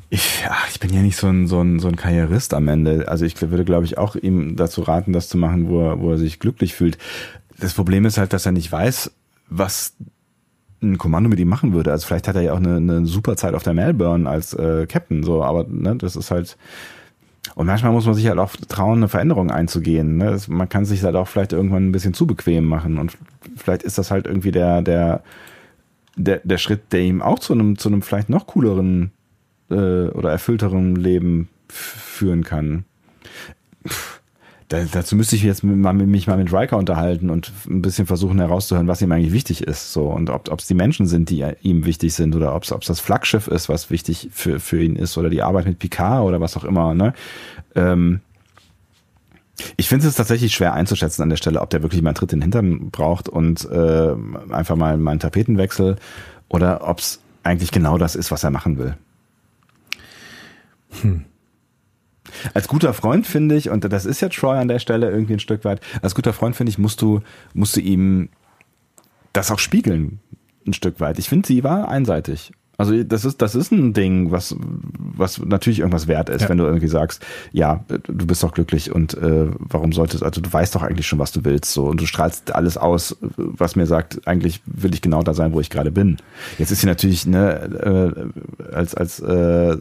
Speaker 1: Ich, ach, ich bin ja nicht so ein, so ein, so ein Karrierist am Ende. Also ich würde, glaube ich, auch ihm dazu raten, das zu machen, wo er, wo er sich glücklich fühlt. Das Problem ist halt, dass er nicht weiß, was ein Kommando mit ihm machen würde. Also vielleicht hat er ja auch eine, eine super Zeit auf der Melbourne als äh, Captain, so, aber ne, das ist halt. Und manchmal muss man sich halt auch trauen, eine Veränderung einzugehen. Ne? Das, man kann sich halt auch vielleicht irgendwann ein bisschen zu bequem machen. Und vielleicht ist das halt irgendwie der, der, der, der Schritt, der ihm auch zu einem, zu einem vielleicht noch cooleren äh, oder erfüllterem Leben f- führen kann. Pff, Da, dazu müsste ich jetzt mal, mit- mich mal mit Riker unterhalten und ein bisschen versuchen herauszuhören, was ihm eigentlich wichtig ist. So und ob es die Menschen sind, die äh, ihm wichtig sind oder ob es das Flaggschiff ist, was wichtig für, für ihn ist oder die Arbeit mit Picard oder was auch immer. Ne? Ähm, ich finde es tatsächlich schwer einzuschätzen an der Stelle, ob der wirklich mal einen Tritt in den Hintern braucht und äh, einfach mal, mal einen Tapetenwechsel oder ob es eigentlich genau das ist, was er machen will. Als guter Freund finde ich, und das ist ja Troy an der Stelle irgendwie ein Stück weit, als guter Freund finde ich, musst du, musst du ihm das auch spiegeln, ein Stück weit. Ich finde, sie war einseitig. Also das ist, das ist ein Ding, was, was natürlich irgendwas wert ist,
Speaker 2: Ja.
Speaker 1: wenn du irgendwie sagst, ja, du bist doch glücklich und äh, warum solltest, also du weißt doch eigentlich schon, was du willst, so und du strahlst alles aus, was mir sagt, eigentlich will ich genau da sein, wo ich gerade bin. Jetzt ist sie natürlich, ne, äh, als, als äh,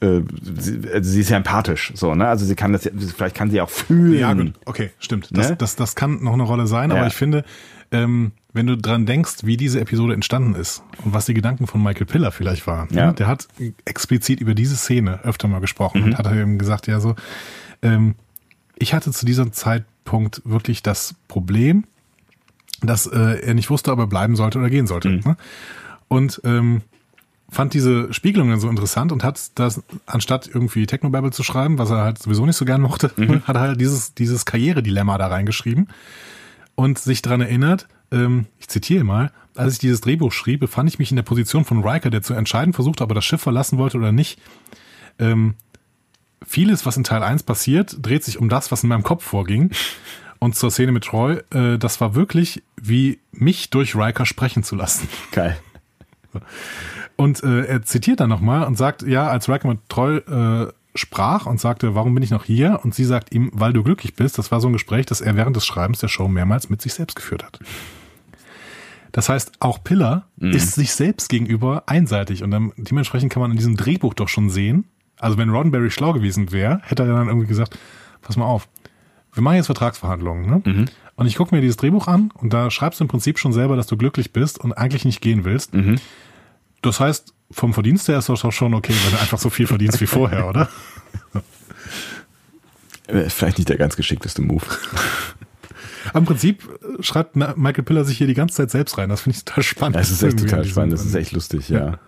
Speaker 1: äh, sie, also sie ist ja empathisch, so, ne? Also sie kann das, ja- vielleicht kann sie auch fühlen.
Speaker 2: Ja, gut, okay, stimmt. Das,
Speaker 1: Hm. Ne?
Speaker 2: das, das kann noch eine Rolle sein, aber
Speaker 1: Ja.
Speaker 2: ich finde, ähm, wenn du dran denkst, wie diese Episode entstanden ist und was die Gedanken von Michael Piller vielleicht waren,
Speaker 1: Ja.
Speaker 2: ne? der hat explizit über diese Szene öfter mal gesprochen und hat eben gesagt, ja, so, ähm, ich hatte zu diesem Zeitpunkt wirklich das Problem, dass äh, er nicht wusste, ob er bleiben sollte oder gehen sollte. Ne? Und ähm, fand diese Spiegelung dann so interessant und hat das, anstatt irgendwie Technobabble zu schreiben, was er halt sowieso nicht so gern mochte, hat er halt dieses, dieses Karrieredilemma da reingeschrieben und sich dran erinnert, ähm, ich zitiere mal, als ich dieses Drehbuch schrieb, befand ich mich in der Position von Riker, der zu entscheiden versucht, ob er das Schiff verlassen wollte oder nicht. Ähm, vieles, was in Teil 1 passiert, dreht sich um das, was in meinem Kopf vorging. Und zur Szene mit Troy, äh, das war wirklich wie mich durch Riker sprechen zu lassen.
Speaker 1: Geil.
Speaker 2: Und äh, er zitiert dann nochmal und sagt, ja, als Riker mit Troll äh, sprach und sagte, warum bin ich noch hier? Und sie sagt ihm, weil du glücklich bist. Das war so ein Gespräch, das er während des Schreibens der Show mehrmals mit sich selbst geführt hat. Das heißt, auch Piller ist sich selbst gegenüber einseitig. Und dann, dementsprechend kann man in diesem Drehbuch doch schon sehen, also wenn Roddenberry schlau gewesen wäre, hätte er dann irgendwie gesagt, pass mal auf, wir machen jetzt Vertragsverhandlungen. Ne? Und ich gucke mir dieses Drehbuch an und da schreibst du im Prinzip schon selber, dass du glücklich bist und eigentlich nicht gehen willst. Das heißt, vom Verdienst her ist das doch schon okay, wenn du einfach so viel verdienst wie vorher, oder?
Speaker 1: Äh, Vielleicht nicht der ganz geschickteste Move.
Speaker 2: Am Prinzip äh, schreibt Ma- Michael Piller sich hier die ganze Zeit selbst rein. Das finde ich total spannend.
Speaker 1: Das ist echt
Speaker 2: Irgendwie an
Speaker 1: total
Speaker 2: diesem-
Speaker 1: spannend, das ist echt lustig, ja.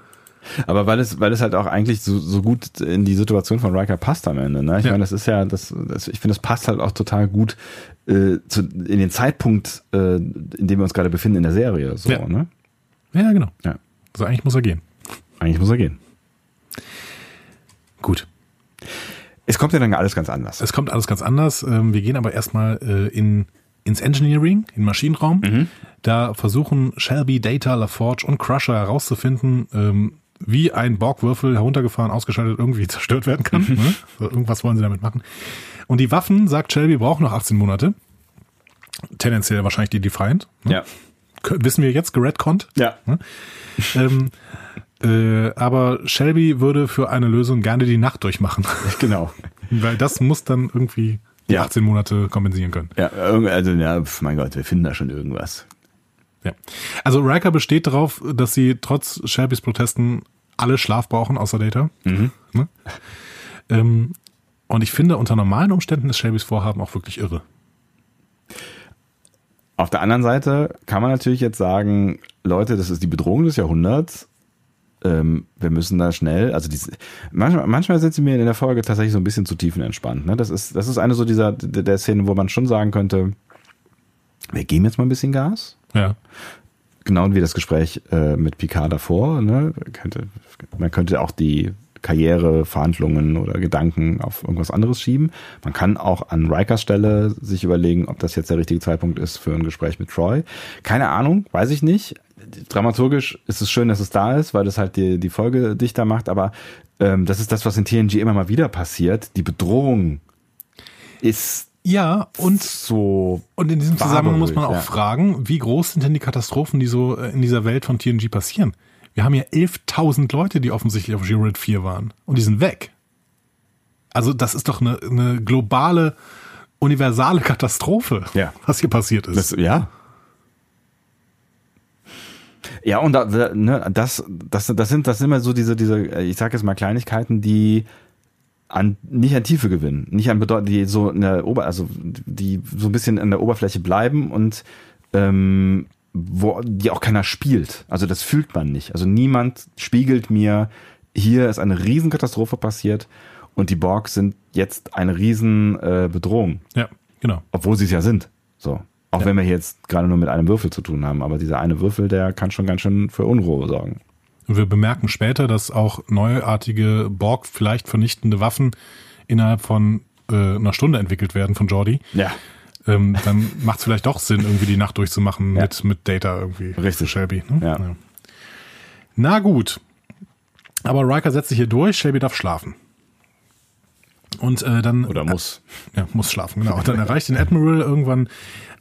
Speaker 1: Aber weil es, weil es halt auch eigentlich so, so gut in die Situation von Riker passt am Ende. Ne? Ich
Speaker 2: Ja.
Speaker 1: meine, das ist ja, das, das ich finde, das passt halt auch total gut äh, zu, in den Zeitpunkt, äh, in dem wir uns gerade befinden in der Serie. So,
Speaker 2: Ja.
Speaker 1: ne?
Speaker 2: Ja, genau.
Speaker 1: ja.
Speaker 2: Also eigentlich muss er gehen.
Speaker 1: Eigentlich muss er gehen.
Speaker 2: Gut.
Speaker 1: Es kommt ja dann alles ganz anders.
Speaker 2: Es kommt alles ganz anders. Ähm, Wir gehen aber erstmal äh, in, ins Engineering, in den Maschinenraum. Da versuchen Shelby, Data, LaForge und Crusher herauszufinden, ähm, wie ein Borgwürfel heruntergefahren, ausgeschaltet, irgendwie zerstört werden kann. ne? So, Irgendwas wollen sie damit machen. Und die Waffen, sagt Shelby, brauchen noch 18 Monate. Tendenziell wahrscheinlich die Defiant. Ne?
Speaker 1: Ja.
Speaker 2: K- Wissen wir jetzt, geredconnt.
Speaker 1: Ja.
Speaker 2: Ähm, äh, aber Shelby würde für eine Lösung gerne die Nacht durchmachen.
Speaker 1: Genau.
Speaker 2: Weil das muss dann irgendwie die
Speaker 1: Ja.
Speaker 2: 18 Monate kompensieren können.
Speaker 1: Ja, irgend- also, ja, pf, mein Gott, wir finden da schon irgendwas.
Speaker 2: Ja. Also Riker besteht darauf, dass sie trotz Shelbys Protesten alle Schlaf brauchen, außer Data. Ne? Ähm, und ich finde, unter normalen Umständen ist Shelbys Vorhaben auch wirklich irre.
Speaker 1: Auf der anderen Seite kann man natürlich jetzt sagen, Leute, das ist die Bedrohung des Jahrhunderts. Ähm, wir müssen da schnell, also diese, manchmal, manchmal sind sie mir in der Folge tatsächlich so ein bisschen zu tiefenentspannt. Ne? Das ist, das ist eine so dieser der der Szenen, wo man schon sagen könnte, wir geben jetzt mal ein bisschen Gas.
Speaker 2: Ja.
Speaker 1: Genau wie das Gespräch äh, mit Picard davor. Ne? Könnte, man könnte auch die Karriere, Verhandlungen oder Gedanken auf irgendwas anderes schieben. Man kann auch an Rikers Stelle sich überlegen, ob das jetzt der richtige Zeitpunkt ist für ein Gespräch mit Troy. Keine Ahnung, weiß ich nicht. Dramaturgisch ist es schön, dass es da ist, weil das halt die, die Folge dichter macht, aber ähm, das ist das, was in TNG immer mal wieder passiert. Die Bedrohung ist
Speaker 2: Ja, und,
Speaker 1: so
Speaker 2: und in diesem
Speaker 1: War
Speaker 2: Zusammenhang muss man auch
Speaker 1: beruhigt, ja.
Speaker 2: fragen, wie groß sind denn die Katastrophen, die so äh, in dieser Welt von TNG passieren? Wir haben ja 11.000 Leute, die offensichtlich auf Girid 4 waren. Und die sind weg. Also das ist doch eine, eine globale, universale Katastrophe,
Speaker 1: Ja.
Speaker 2: was hier passiert ist.
Speaker 1: Das, ja. Ja, und da, da- ne, das, das, das sind, das sind immer so diese, diese, äh, ich sag jetzt mal Kleinigkeiten, die an, nicht an Tiefe gewinnen, nicht an Bedeutung, die so in der Ober, also die so ein bisschen an der Oberfläche bleiben und ähm, wo die auch keiner spielt. Also das fühlt man nicht. Also niemand spiegelt mir, hier ist eine Riesenkatastrophe passiert und die Borg sind jetzt eine Riesenbedrohung. Äh, Bedrohung
Speaker 2: ja, genau.
Speaker 1: obwohl sie es ja sind. So. Auch wenn wir hier jetzt gerade nur mit einem Würfel zu tun haben, aber dieser eine Würfel, der kann schon ganz schön für Unruhe sorgen.
Speaker 2: Und wir bemerken später, dass auch neuartige Borg vielleicht vernichtende Waffen innerhalb von äh, einer Stunde entwickelt werden von Jordi.
Speaker 1: Ja.
Speaker 2: Ähm, dann macht es vielleicht doch Sinn, irgendwie die Nacht durchzumachen
Speaker 1: Ja.
Speaker 2: mit, mit Data irgendwie.
Speaker 1: Richtig.
Speaker 2: Shelby. Ne?
Speaker 1: Ja.
Speaker 2: Na gut. Aber Riker setzt sich hier durch, Shelby darf schlafen. Und äh, dann
Speaker 1: Oder muss.
Speaker 2: ja, muss schlafen, genau. Und dann erreicht den Admiral irgendwann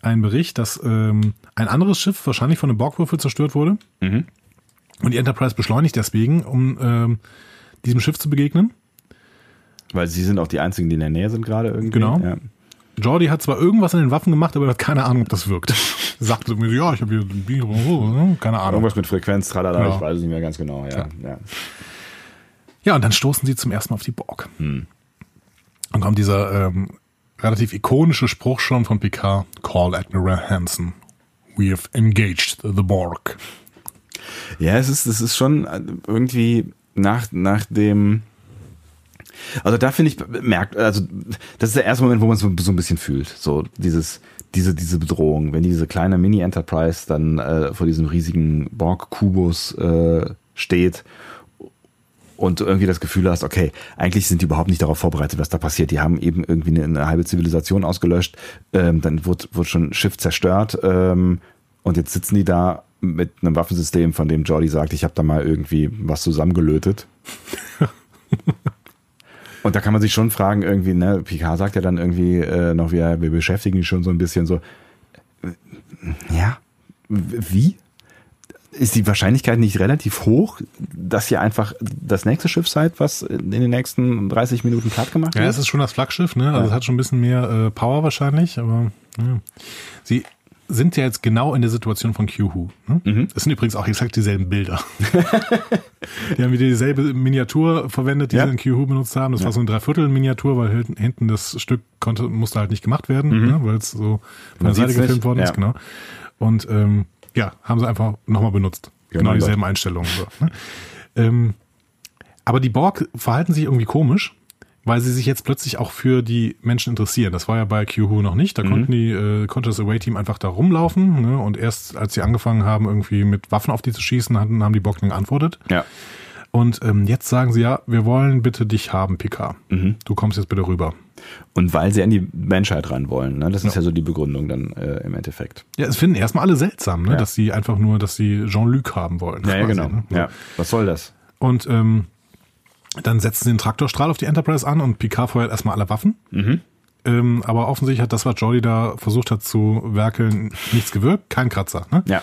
Speaker 2: einen Bericht, dass ähm, ein anderes Schiff wahrscheinlich von einem Borgwürfel zerstört wurde.
Speaker 1: Mhm.
Speaker 2: Und die Enterprise beschleunigt deswegen, um ähm, diesem Schiff zu begegnen.
Speaker 1: Weil sie sind auch die einzigen, die in der Nähe sind gerade irgendwie.
Speaker 2: Genau.
Speaker 1: Ja.
Speaker 2: Jordi hat zwar irgendwas an den Waffen gemacht, aber er hat keine Ahnung, ob das wirkt. Sagt so, ja, ich habe hier ein Bier, oh, ne? keine Ahnung.
Speaker 1: Irgendwas mit Frequenz, tralala,
Speaker 2: Ja.
Speaker 1: ich weiß es nicht mehr ganz genau. Ja, ja.
Speaker 2: Ja, und dann stoßen sie zum ersten Mal auf die Borg. Und kommt dieser ähm, relativ ikonische Spruch schon von Picard, Call Admiral Hansen. We have engaged the Borg.
Speaker 1: Ja, es ist, es ist schon äh, irgendwie nach, nach dem. Also da finde ich, merkt, also das ist der erste Moment, wo man es so so ein bisschen fühlt. So dieses, diese, diese Bedrohung, wenn diese kleine Mini-Enterprise dann äh, vor diesem riesigen Borg-Kubus äh, steht und du irgendwie das Gefühl hast, okay, eigentlich sind die überhaupt nicht darauf vorbereitet, was da passiert. Die haben eben irgendwie eine, eine halbe Zivilisation ausgelöscht, ähm, dann wurde, wurde schon ein Schiff zerstört ähm, und jetzt sitzen die da mit einem Waffensystem, von dem Jordi sagt, ich habe da mal irgendwie was zusammengelötet. Und da kann man sich schon fragen, irgendwie, ne, Picard sagt ja dann irgendwie äh, noch, wir, wir beschäftigen die schon so ein bisschen so, äh, ja, w- wie? ist die Wahrscheinlichkeit nicht relativ hoch, dass ihr einfach das nächste Schiff seid, was in den nächsten 30 Minuten platt gemacht
Speaker 2: Ja,
Speaker 1: wird?
Speaker 2: es ist schon das Flaggschiff, ne? Also es hat schon ein bisschen mehr äh, Power wahrscheinlich, aber ja. sie sind ja jetzt genau in der Situation von Q-Who. Ne?
Speaker 1: Mhm.
Speaker 2: Das sind übrigens auch exakt dieselben Bilder. die haben wieder dieselbe Miniatur verwendet, die
Speaker 1: Ja.
Speaker 2: sie in Q-Who benutzt haben. Das war so ein Dreiviertel-Miniatur, weil hinten- hinten das Stück konnte, musste halt nicht gemacht werden, ne? weil es so von
Speaker 1: Mhm. Man
Speaker 2: der Seite
Speaker 1: sieht's nicht.
Speaker 2: gefilmt worden ist,
Speaker 1: Ja.
Speaker 2: genau. Und ähm, ja, haben sie einfach nochmal benutzt.
Speaker 1: Ja,
Speaker 2: Genau
Speaker 1: mein
Speaker 2: dieselben Einstellungen. So, ne? ähm, aber die Borg verhalten sich irgendwie komisch, weil sie sich jetzt plötzlich auch für die Menschen interessieren. Das war ja bei QHU noch nicht. Da
Speaker 1: Mhm.
Speaker 2: konnten die, äh, konnte das Away-Team einfach da rumlaufen. Ne? Und erst als sie angefangen haben, irgendwie mit Waffen auf die zu schießen, hatten, haben die Borg dann geantwortet.
Speaker 1: ja.
Speaker 2: Und ähm, jetzt sagen sie ja, wir wollen bitte dich haben, Picard.
Speaker 1: Mhm.
Speaker 2: Du kommst jetzt bitte rüber.
Speaker 1: Und weil sie an die Menschheit ran wollen, ne? das ist ja so die Begründung dann äh, im Endeffekt.
Speaker 2: Ja, es finden erstmal alle seltsam, ne?
Speaker 1: Ja.
Speaker 2: dass sie einfach nur, dass sie Jean-Luc haben wollen. quasi, ne? So.
Speaker 1: Ja. Was soll das?
Speaker 2: Und ähm, dann setzen sie den Traktorstrahl auf die Enterprise an und Picard feuert erstmal alle Waffen.
Speaker 1: Mhm.
Speaker 2: Ähm, aber offensichtlich hat das, was Jordi da versucht hat zu werkeln, nichts gewirkt. Kein Kratzer. Ne?
Speaker 1: Ja.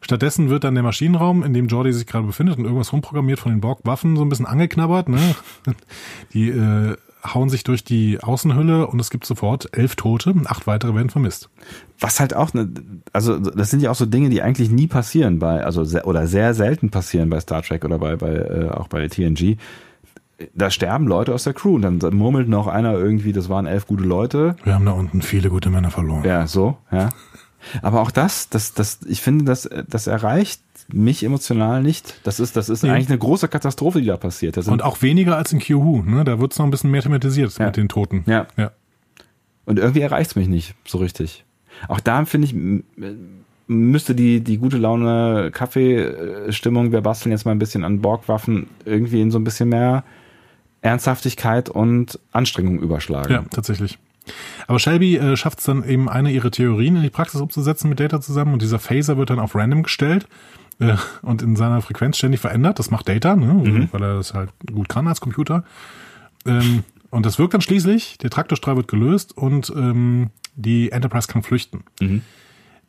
Speaker 2: Stattdessen wird dann der Maschinenraum, in dem Jordi sich gerade befindet und irgendwas rumprogrammiert von den Borg-Waffen, so ein bisschen angeknabbert. Ne? Die äh, hauen sich durch die Außenhülle und es gibt sofort elf Tote und acht weitere werden vermisst.
Speaker 1: Was halt auch, ne, also das sind ja auch so Dinge, die eigentlich nie passieren bei, also sehr, oder sehr selten passieren bei Star Trek oder bei, bei äh, auch bei TNG. Da sterben Leute aus der Crew und dann murmelt noch einer irgendwie, das waren elf gute Leute.
Speaker 2: Wir haben da unten viele gute Männer verloren.
Speaker 1: Ja, so, ja. Aber auch das, das, das, ich finde, das, das erreicht mich emotional nicht. Das ist, das ist eigentlich eine große Katastrophe, die da passiert. Das sind,
Speaker 2: Und
Speaker 1: und,
Speaker 2: auch weniger als in QHU. Ne? Da wird es noch ein bisschen mehr thematisiert mit den Toten.
Speaker 1: Ja.
Speaker 2: ja.
Speaker 1: irgendwie erreicht es mich nicht so richtig. Auch da finde ich, m- m- müsste die, die gute Laune Kaffeestimmung, wir basteln jetzt mal ein bisschen an Borgwaffen, irgendwie in so ein bisschen mehr Ernsthaftigkeit und Anstrengung überschlagen.
Speaker 2: Ja, tatsächlich. Aber Shelby äh, schafft es dann eben, eine ihrer Theorien in die Praxis umzusetzen mit Data zusammen und dieser Phaser wird dann auf random gestellt äh, und in seiner Frequenz ständig verändert. Das macht Data, ne? weil er das halt gut kann als Computer. Ähm, und das wirkt dann schließlich, der Traktorstrahl wird gelöst und ähm, die Enterprise kann flüchten.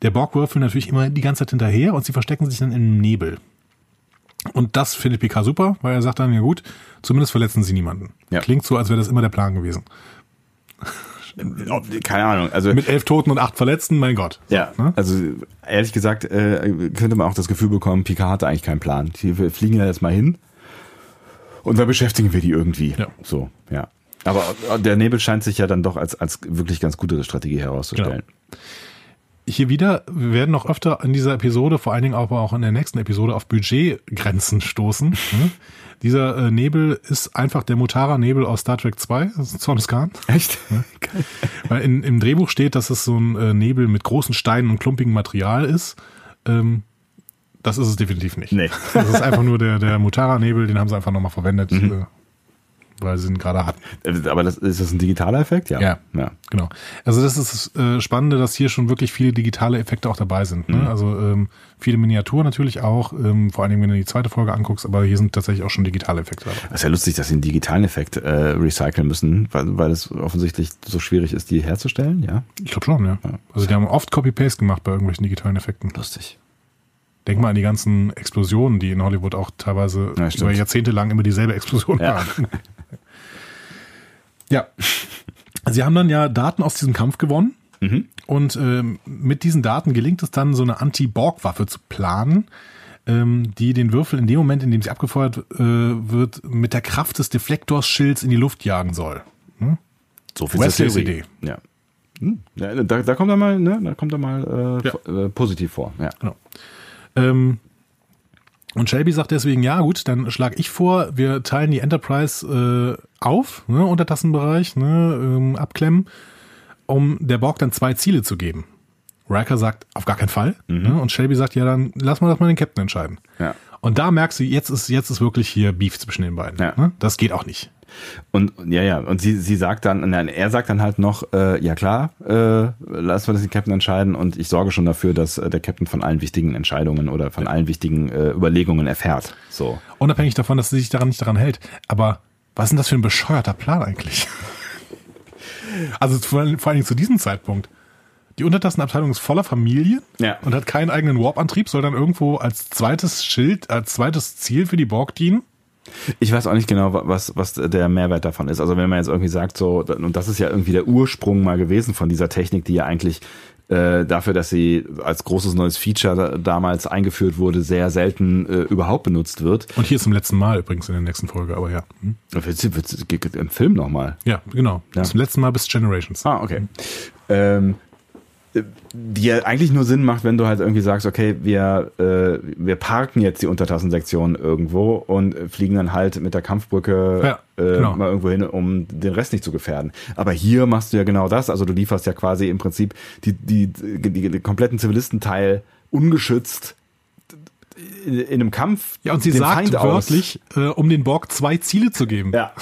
Speaker 2: Der Borgwürfel natürlich immer die ganze Zeit hinterher und sie verstecken sich dann im Nebel. Und das findet Picard super, weil er sagt dann, ja gut, zumindest verletzen sie niemanden.
Speaker 1: Ja.
Speaker 2: Klingt so, als wäre das immer der Plan gewesen.
Speaker 1: Keine Ahnung. Also
Speaker 2: Mit elf Toten und acht Verletzten, mein Gott.
Speaker 1: Ja,
Speaker 2: Ne?
Speaker 1: also ehrlich gesagt äh, könnte man auch das Gefühl bekommen, Picard hatte eigentlich keinen Plan. Die, wir fliegen ja jetzt mal hin und dann beschäftigen wir die irgendwie.
Speaker 2: Ja.
Speaker 1: So, ja. Aber der Nebel scheint sich ja dann doch als, als wirklich ganz gute Strategie herauszustellen.
Speaker 2: Hier wieder, wir werden noch öfter in dieser Episode, vor allen Dingen aber auch in der nächsten Episode, auf Budgetgrenzen stoßen. ne? Dieser äh, Nebel ist einfach der Mutara-Nebel aus Star Trek 2, das ist Zornes Khan.
Speaker 1: Echt?
Speaker 2: Weil in, im Drehbuch steht, dass es so ein äh, Nebel mit großen Steinen und klumpigem Material ist. Ähm, Das ist es definitiv nicht.
Speaker 1: Nee.
Speaker 2: Das ist einfach nur der, der Mutara-Nebel, den haben sie einfach nochmal verwendet,
Speaker 1: Mhm.
Speaker 2: äh, weil sie ihn gerade hatten.
Speaker 1: Äh, Aber das, ist das ein digitaler Effekt? Ja.
Speaker 2: Ja. Genau. Also das ist das äh, Spannende, dass hier schon wirklich viele digitale Effekte auch dabei sind. Ne? Also ähm, viele Miniaturen natürlich auch, ähm, vor allem wenn du die zweite Folge anguckst, aber hier sind tatsächlich auch schon digitale Effekte dabei.
Speaker 1: Das ist ja lustig, dass sie einen digitalen Effekt äh, recyceln müssen, weil, weil es offensichtlich so schwierig ist, die herzustellen. Ja.
Speaker 2: Ich glaube schon, ja. Also die haben oft Copy-Paste gemacht bei irgendwelchen digitalen Effekten.
Speaker 1: Lustig.
Speaker 2: Denk mal an die ganzen Explosionen, die in Hollywood auch teilweise
Speaker 1: Ja, stimmt.
Speaker 2: über Jahrzehnte lang immer dieselbe Explosion
Speaker 1: Ja.
Speaker 2: waren. ja. Sie haben dann ja Daten aus diesem Kampf gewonnen.
Speaker 1: Mhm.
Speaker 2: Und ähm, mit diesen Daten gelingt es dann, so eine Anti-Borg-Waffe zu planen, ähm, die den Würfel in dem Moment, in dem sie abgefeuert äh, wird, mit der Kraft des Deflektorschilds in die Luft jagen soll.
Speaker 1: So viel
Speaker 2: Wesleys
Speaker 1: zur
Speaker 2: Idee.
Speaker 1: Theorie. Ja. Hm. ja da, da kommt er mal, ne? Da kommt er mal äh,
Speaker 2: Ja.
Speaker 1: vo- äh, positiv vor. Ja.
Speaker 2: Ähm, und Shelby sagt deswegen, ja gut, dann schlage ich vor, wir teilen die Enterprise äh, auf, ne, Untertassenbereich, ne, ähm, abklemmen, um der Borg dann zwei Ziele zu geben. Riker sagt, auf gar keinen Fall. Ne, und Shelby sagt, ja dann lass mal das mal den Captain entscheiden.
Speaker 1: Mhm. Ja.
Speaker 2: Und da merkst du, jetzt ist, jetzt ist wirklich hier Beef zwischen den beiden.
Speaker 1: Ja.
Speaker 2: Ne? Das geht auch nicht.
Speaker 1: Und ja, ja, und sie, sie sagt dann, nein, er sagt dann halt noch, äh, ja klar, äh, lassen wir das den Captain entscheiden und ich sorge schon dafür, dass äh, der Captain von allen wichtigen Entscheidungen oder von allen wichtigen äh, Überlegungen erfährt. So.
Speaker 2: Unabhängig davon, dass sie sich daran nicht daran hält. Aber was ist denn das für ein bescheuerter Plan eigentlich? also vor, allen- vor allen Dingen zu diesem Zeitpunkt. Die Untertassenabteilung ist voller Familien
Speaker 1: Ja.
Speaker 2: und hat keinen eigenen Warp-Antrieb, soll dann irgendwo als zweites Schild, als zweites Ziel für die Borg dienen.
Speaker 1: Ich weiß auch nicht genau, wa- was, was der Mehrwert davon ist. Also wenn man jetzt irgendwie sagt, so, und das ist ja irgendwie der Ursprung mal gewesen von dieser Technik, die ja eigentlich äh, dafür, dass sie als großes neues Feature da, damals eingeführt wurde, sehr selten äh, überhaupt benutzt wird.
Speaker 2: Und hier zum letzten Mal übrigens in der nächsten Folge, aber ja. Hm.
Speaker 1: Wird's- wird's- ge- ge- Im Film nochmal.
Speaker 2: Ja, genau.
Speaker 1: Ja.
Speaker 2: Zum letzten Mal bis Generations.
Speaker 1: Ah, okay. Ähm, äh, die ja eigentlich nur Sinn macht, wenn du halt irgendwie sagst, okay, wir, äh, wir parken jetzt die Untertassensektion irgendwo und äh, fliegen dann halt mit der Kampfbrücke
Speaker 2: Ja,
Speaker 1: äh,
Speaker 2: genau.
Speaker 1: mal irgendwo hin, um den Rest nicht zu gefährden. Aber hier machst du ja genau das, also du lieferst ja quasi im Prinzip die, die, die, die, den kompletten Zivilistenteil ungeschützt in, in einem Kampf
Speaker 2: Ja, und sie
Speaker 1: dem
Speaker 2: sagt
Speaker 1: Feind aus.
Speaker 2: wörtlich, äh, um den Borg zwei Ziele zu geben.
Speaker 1: Ja,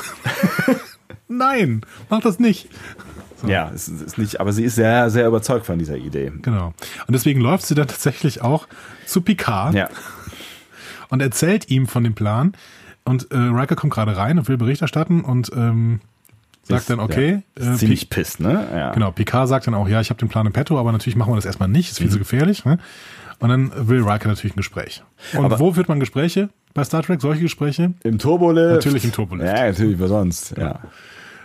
Speaker 2: Nein, mach das nicht.
Speaker 1: ja, es ist, ist nicht, aber sie ist sehr, sehr überzeugt von dieser Idee.
Speaker 2: Genau. Und deswegen läuft sie dann tatsächlich auch zu Picard
Speaker 1: Ja.
Speaker 2: und erzählt ihm von dem Plan. Und äh, Riker kommt gerade rein und will Bericht erstatten und ähm, sagt
Speaker 1: Ist-
Speaker 2: dann, okay,
Speaker 1: ja, ist
Speaker 2: äh,
Speaker 1: ziemlich
Speaker 2: Pi-
Speaker 1: pisst, ne? Ja.
Speaker 2: genau, Picard sagt dann auch, ja, ich habe den Plan im Petto, aber natürlich machen wir das erstmal nicht, ist
Speaker 1: Mhm.
Speaker 2: viel zu gefährlich. Ne? Und dann will Riker natürlich ein Gespräch. Und
Speaker 1: Aber-
Speaker 2: wo führt man Gespräche? Bei Star Trek solche Gespräche
Speaker 1: Im Turbolift.
Speaker 2: Natürlich im Turbolift.
Speaker 1: Ja, natürlich, wo sonst? Ja.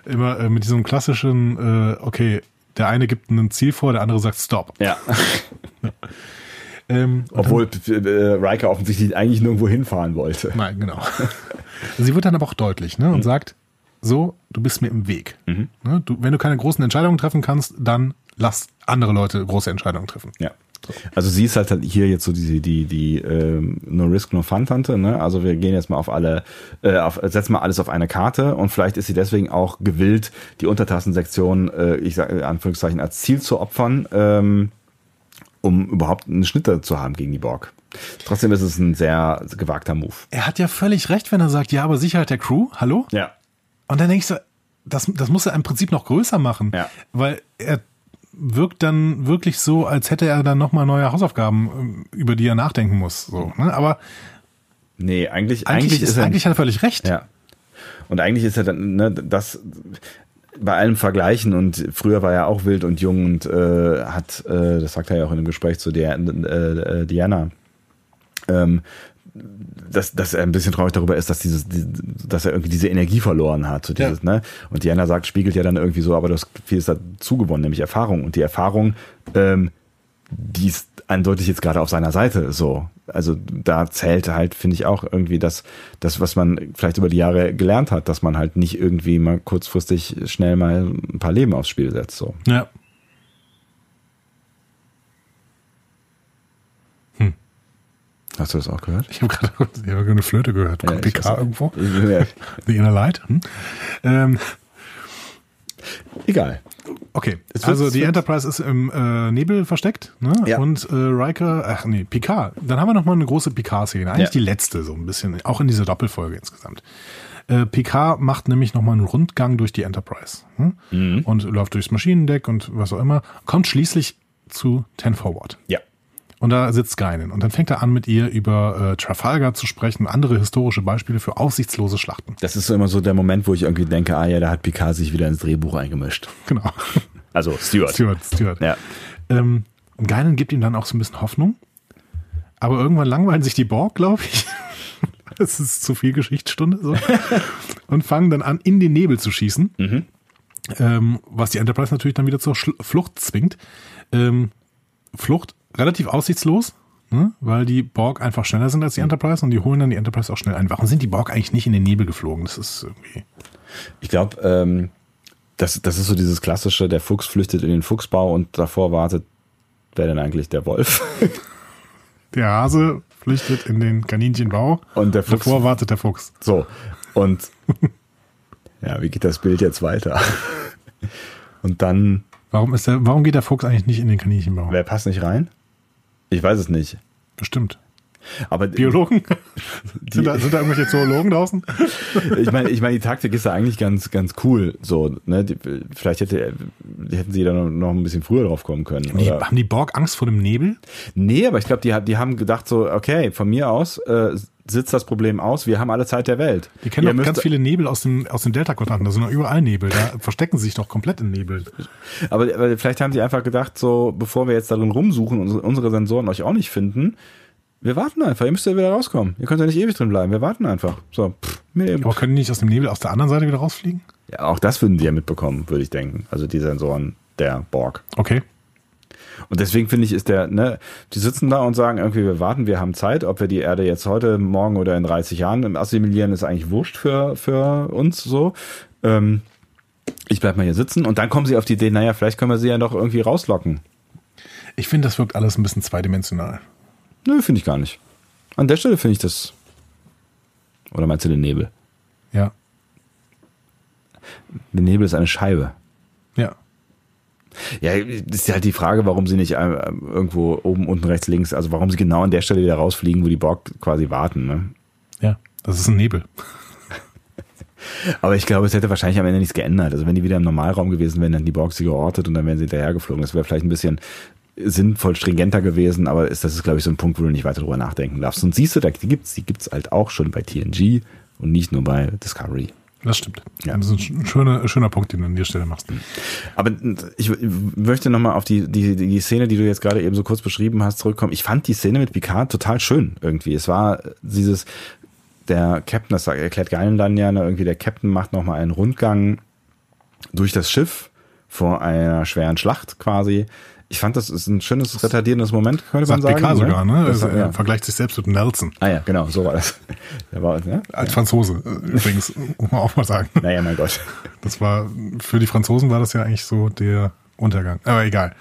Speaker 2: immer äh, mit diesem klassischen, äh, okay, der eine gibt ein Ziel vor, der andere sagt Stop.
Speaker 1: ja.
Speaker 2: Ähm, und
Speaker 1: Obwohl äh, Riker offensichtlich eigentlich nirgendwo hinfahren wollte.
Speaker 2: Nein, genau. Sie wird dann aber auch deutlich ne, und sagt, so, du bist mir im Weg. Ne, du, wenn du keine großen Entscheidungen treffen kannst, dann lass andere Leute große Entscheidungen treffen.
Speaker 1: Ja. Also sie ist halt halt hier jetzt so die, die, die ähm, No Risk, No Fun Tante, ne? Also wir gehen jetzt mal auf alle, äh, auf, setzen mal alles auf eine Karte und vielleicht ist sie deswegen auch gewillt, die Untertassensektion, äh, ich sage in Anführungszeichen, als Ziel zu opfern, ähm, um überhaupt einen Schnitter zu haben gegen die Borg. Trotzdem ist es ein sehr gewagter Move.
Speaker 2: Er hat ja völlig recht, wenn er sagt, ja, aber Sicherheit der Crew, hallo?
Speaker 1: Ja.
Speaker 2: Und dann denke ich so, das, das muss er im Prinzip noch größer machen,
Speaker 1: Ja.
Speaker 2: weil er wirkt dann wirklich so, als hätte er dann nochmal neue Hausaufgaben, ähm, über die er nachdenken muss. So, ne? Aber
Speaker 1: Nee, eigentlich,
Speaker 2: eigentlich, ist,
Speaker 1: er-
Speaker 2: eigentlich hat er völlig recht.
Speaker 1: Ja. Und eigentlich ist ja dann, ne, das bei allem Vergleichen und früher war er auch wild und jung und äh, hat, äh, das sagt er ja auch in einem Gespräch zu der, äh, äh, Diana, ähm, dass, dass er ein bisschen traurig darüber ist, dass dieses, die, dass er irgendwie diese Energie verloren hat. So dieses, ne? Und Diana sagt, spiegelt ja dann irgendwie so, aber du hast vieles dazu gewonnen, nämlich Erfahrung. Und die Erfahrung, ähm, die ist eindeutig jetzt gerade auf seiner Seite so. Also da zählt halt, finde ich auch irgendwie das, das, was man vielleicht über die Jahre gelernt hat, dass man halt nicht irgendwie mal kurzfristig schnell mal ein paar Leben aufs Spiel setzt. So.
Speaker 2: Ja. Hm.
Speaker 1: Hast du das auch gehört?
Speaker 2: Ich habe gerade ich hab gerade eine Flöte gehört. Kommt
Speaker 1: ich weiß-
Speaker 2: Picard irgendwo?
Speaker 1: Ja,
Speaker 2: The Inner Light. Hm? Ähm,
Speaker 1: Egal.
Speaker 2: Okay,
Speaker 1: Es wird-
Speaker 2: also
Speaker 1: es
Speaker 2: die
Speaker 1: wird-
Speaker 2: Enterprise ist im äh, Nebel versteckt ne?
Speaker 1: Ja.
Speaker 2: und äh, Riker, ach nee, Picard. Dann haben wir nochmal eine große Picard-Szene, eigentlich
Speaker 1: Ja.
Speaker 2: die letzte so ein bisschen, auch in dieser Doppelfolge insgesamt. Äh, Picard macht nämlich nochmal einen Rundgang durch die Enterprise hm?
Speaker 1: Mhm.
Speaker 2: und läuft durchs Maschinendeck und was auch immer, kommt schließlich zu Ten Forward.
Speaker 1: Ja.
Speaker 2: Und da sitzt Geinen. Und dann fängt er an, mit ihr über äh, Trafalgar zu sprechen, andere historische Beispiele für aussichtslose Schlachten.
Speaker 1: Das ist so immer so der Moment, wo ich irgendwie denke, ah ja, da hat Picard sich wieder ins Drehbuch eingemischt.
Speaker 2: Genau.
Speaker 1: Also Stewart.
Speaker 2: Stuart, Stuart.
Speaker 1: Ja.
Speaker 2: Ähm, und Geinen gibt ihm dann auch so ein bisschen Hoffnung. Aber irgendwann langweilen sich die Borg, glaube ich. Das ist zu viel Geschichtsstunde. So. Und fangen dann an, in den Nebel zu schießen.
Speaker 1: Mhm.
Speaker 2: Ähm, was die Enterprise natürlich dann wieder zur Schl- Flucht zwingt. Ähm, Flucht relativ aussichtslos, ne? weil die Borg einfach schneller sind als die Enterprise und die holen dann die Enterprise auch schnell ein. Warum sind die Borg eigentlich nicht in den Nebel geflogen? Das ist irgendwie.
Speaker 1: Ich glaube, ähm, das, das ist so dieses klassische, der Fuchs flüchtet in den Fuchsbau und davor wartet, wer denn eigentlich der Wolf?
Speaker 2: Der Hase flüchtet in den Kaninchenbau.
Speaker 1: Und der Fuchs-
Speaker 2: Davor wartet der Fuchs.
Speaker 1: So. Und ja, wie geht das Bild jetzt weiter? Und dann,
Speaker 2: Warum, ist der, warum geht der Fuchs eigentlich nicht in den Kaninchenbau?
Speaker 1: wer passt nicht rein? Ich weiß es nicht.
Speaker 2: Bestimmt.
Speaker 1: Aber
Speaker 2: Biologen? sind, da, sind da irgendwelche Zoologen draußen?
Speaker 1: ich meine, ich meine, die Taktik ist ja eigentlich ganz, ganz cool. So, ne? die, vielleicht hätte, hätten sie da noch, noch ein bisschen früher drauf kommen können.
Speaker 2: Die,
Speaker 1: oder?
Speaker 2: haben die Borg Angst vor dem Nebel?
Speaker 1: Nee, aber ich glaube, die, ha- die haben gedacht so, okay, von mir aus äh, sitzt das Problem aus, wir haben alle Zeit der Welt.
Speaker 2: Die kennen
Speaker 1: Ihr
Speaker 2: doch
Speaker 1: müsst-
Speaker 2: ganz viele Nebel aus dem, aus dem Delta-Quadranten. Da sind doch überall Nebel. Da verstecken sie sich doch komplett in Nebel.
Speaker 1: Aber, aber vielleicht haben sie einfach gedacht so, bevor wir jetzt darin rumsuchen und unsere, unsere Sensoren euch auch nicht finden, wir warten einfach, ihr müsst ja wieder rauskommen. Ihr könnt ja nicht ewig drin bleiben, wir warten einfach. So, pff, mir eben.
Speaker 2: Aber können die nicht aus dem Nebel aus der anderen Seite wieder rausfliegen?
Speaker 1: Ja, auch das würden die ja mitbekommen, würde ich denken. Also die Sensoren der Borg.
Speaker 2: Okay.
Speaker 1: Und deswegen finde ich, ist der, ne, die sitzen da und sagen irgendwie, wir warten, wir haben Zeit, ob wir die Erde jetzt heute, morgen oder in 30 Jahren assimilieren, ist eigentlich wurscht für, für uns so. Ähm, ich bleib mal hier sitzen und dann kommen sie auf die Idee, naja, vielleicht können wir sie ja noch irgendwie rauslocken.
Speaker 2: Ich finde, das wirkt alles ein bisschen zweidimensional.
Speaker 1: Nö, finde ich gar nicht. An der Stelle finde ich das. Oder meinst du den Nebel?
Speaker 2: Ja.
Speaker 1: Der Nebel ist eine Scheibe.
Speaker 2: Ja.
Speaker 1: Ja, ist ja halt die Frage, warum sie nicht äh, irgendwo oben, unten, rechts, links, also warum sie genau an der Stelle wieder rausfliegen, wo die Borg quasi warten, ne?
Speaker 2: Ja. Das ist ein Nebel.
Speaker 1: Aber ich glaube, es hätte wahrscheinlich am Ende nichts geändert. Also wenn die wieder im Normalraum gewesen wären, dann die Borg sie geortet und dann wären sie hinterhergeflogen. Das wäre vielleicht ein bisschen sinnvoll stringenter gewesen, aber ist, das ist, glaube ich, so ein Punkt, wo du nicht weiter drüber nachdenken darfst. Und siehst du, da- die gibt's, die gibt's halt auch schon bei TNG und nicht nur bei Discovery.
Speaker 2: Das stimmt.
Speaker 1: Ja.
Speaker 2: Das ist ein schöner, schöner Punkt, den du an der Stelle machst.
Speaker 1: Aber ich möchte nochmal auf die, die, die Szene, die du jetzt gerade eben so kurz beschrieben hast, zurückkommen. Ich fand die Szene mit Picard total schön irgendwie. Es war äh, dieses, der Captain, das sagt- erklärt Geilen dann ja, ne, irgendwie der Captain macht nochmal einen Rundgang durch das Schiff vor einer schweren Schlacht quasi. Ich fand, das ist ein schönes, retardierendes Moment, könnte man
Speaker 2: Sagt
Speaker 1: sagen.
Speaker 2: Picard sogar, ne?
Speaker 1: Das,
Speaker 2: er
Speaker 1: ja.
Speaker 2: vergleicht sich selbst mit Nelson.
Speaker 1: Ah ja, genau, so war das. Der war, ne?
Speaker 2: Als Franzose, äh, übrigens, muss man auch mal sagen.
Speaker 1: Naja, mein Gott.
Speaker 2: Das war, für die Franzosen war das ja eigentlich so der Untergang. Aber egal.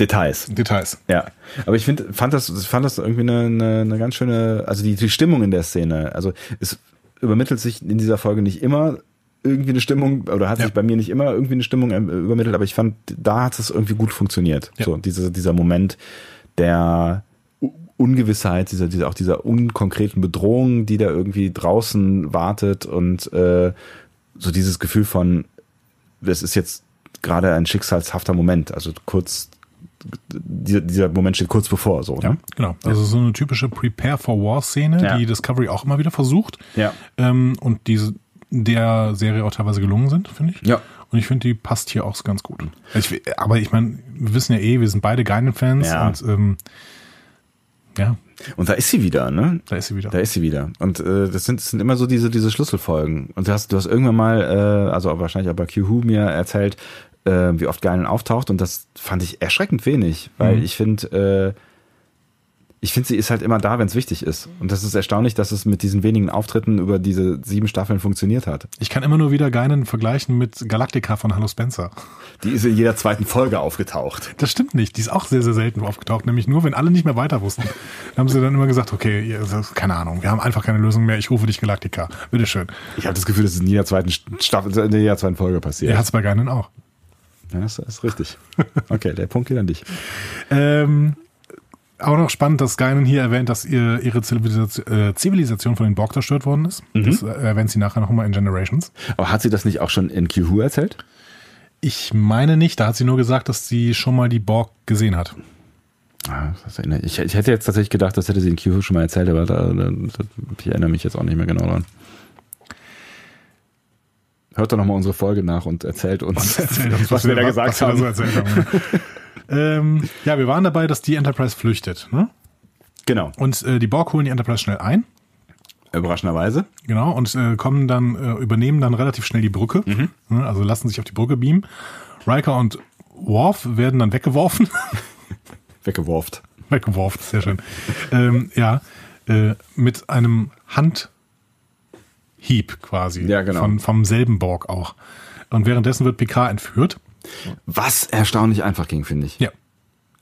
Speaker 1: Details.
Speaker 2: Details.
Speaker 1: Ja, aber ich find, fand das, fand das irgendwie eine, eine, eine ganz schöne, also die, die Stimmung in der Szene. Also es übermittelt sich in dieser Folge nicht immer irgendwie eine Stimmung oder hat
Speaker 2: Ja.
Speaker 1: sich bei mir nicht immer irgendwie eine Stimmung ähm, übermittelt, aber ich fand, da hat es irgendwie gut funktioniert.
Speaker 2: Ja.
Speaker 1: So dieser dieser Moment der U- Ungewissheit, dieser, dieser auch dieser unkonkreten Bedrohung, die da irgendwie draußen wartet und äh, so dieses Gefühl von, es ist jetzt gerade ein schicksalshafter Moment, also kurz dieser, dieser Moment steht kurz bevor, so, ne?
Speaker 2: Genau. Also so eine typische Prepare for War-Szene,
Speaker 1: Ja.
Speaker 2: die Discovery auch immer wieder versucht.
Speaker 1: Ja.
Speaker 2: Ähm, und die der Serie auch teilweise gelungen sind, finde ich.
Speaker 1: Ja.
Speaker 2: Und ich finde, die passt hier auch ganz gut. Ich, will- aber ich meine, wir wissen ja eh, wir sind beide Guardian-Fans
Speaker 1: Ja.
Speaker 2: und ähm, ja,
Speaker 1: Und da ist sie wieder, ne?
Speaker 2: da ist sie wieder.
Speaker 1: Da ist sie wieder. Und äh, das, sind, das sind immer so diese, diese Schlüsselfolgen. Und du hast, du hast irgendwann mal, äh, also auch wahrscheinlich auch bei QHU mir erzählt, äh, wie oft Geilen auftaucht. Und das fand ich erschreckend wenig, weil ich finde, äh, ich finde, sie ist halt immer da, wenn es wichtig ist. Und das ist erstaunlich, dass es mit diesen wenigen Auftritten über diese sieben Staffeln funktioniert hat.
Speaker 2: ich kann immer nur wieder Guardian vergleichen mit Galactica von Hallo Spencer.
Speaker 1: Die ist in jeder zweiten Folge aufgetaucht.
Speaker 2: Das stimmt nicht. Die ist auch sehr, sehr selten aufgetaucht. Nämlich nur, wenn alle nicht mehr weiter wussten. Dann haben sie dann immer gesagt, okay, ihr- keine Ahnung, wir haben einfach keine Lösung mehr. Ich rufe dich Galactica. Bitteschön.
Speaker 1: Ich habe das Gefühl, das ist in jeder zweiten Staffel, in jeder zweiten Folge passiert.
Speaker 2: Er hat's bei Geinen auch.
Speaker 1: Ja, das ist richtig. Okay, der Punkt geht an dich.
Speaker 2: Ähm, auch noch spannend, dass Geinen hier erwähnt, dass ihr, ihre Zivilisation, äh, Zivilisation von den Borg zerstört worden ist.
Speaker 1: Mhm.
Speaker 2: Das äh, erwähnt sie nachher nochmal in Generations.
Speaker 1: Aber hat sie das nicht auch schon in Q-Who erzählt?
Speaker 2: Ich meine nicht, da hat sie nur gesagt, dass sie schon mal die Borg gesehen hat.
Speaker 1: Ah, das erinnere ich. ich hätte jetzt tatsächlich gedacht, das hätte sie in Q-Who schon mal erzählt, aber da, da, da, ich erinnere mich jetzt auch nicht mehr genau dran. Hört doch nochmal unsere Folge nach und erzählt uns,
Speaker 2: Erzählt uns,
Speaker 1: was wir da gesagt
Speaker 2: wir da
Speaker 1: haben.
Speaker 2: so erzählt haben. ähm, ja, wir waren dabei, dass die Enterprise flüchtet. Ne?
Speaker 1: Genau,
Speaker 2: Und äh, die Borg holen die Enterprise schnell ein.
Speaker 1: überraschenderweise.
Speaker 2: Genau, und äh, kommen dann, äh, übernehmen dann relativ schnell die Brücke.
Speaker 1: Mhm.
Speaker 2: Ne, Also lassen sich auf die Brücke beamen. Riker und Worf werden dann weggeworfen.
Speaker 1: Weggeworfen.
Speaker 2: weggeworfen, sehr schön. Ähm, ja, äh, mit einem Handhieb quasi.
Speaker 1: Ja, genau.
Speaker 2: Von, vom selben Borg auch. Und währenddessen wird Picard entführt.
Speaker 1: Was erstaunlich einfach ging, finde ich.
Speaker 2: Ja.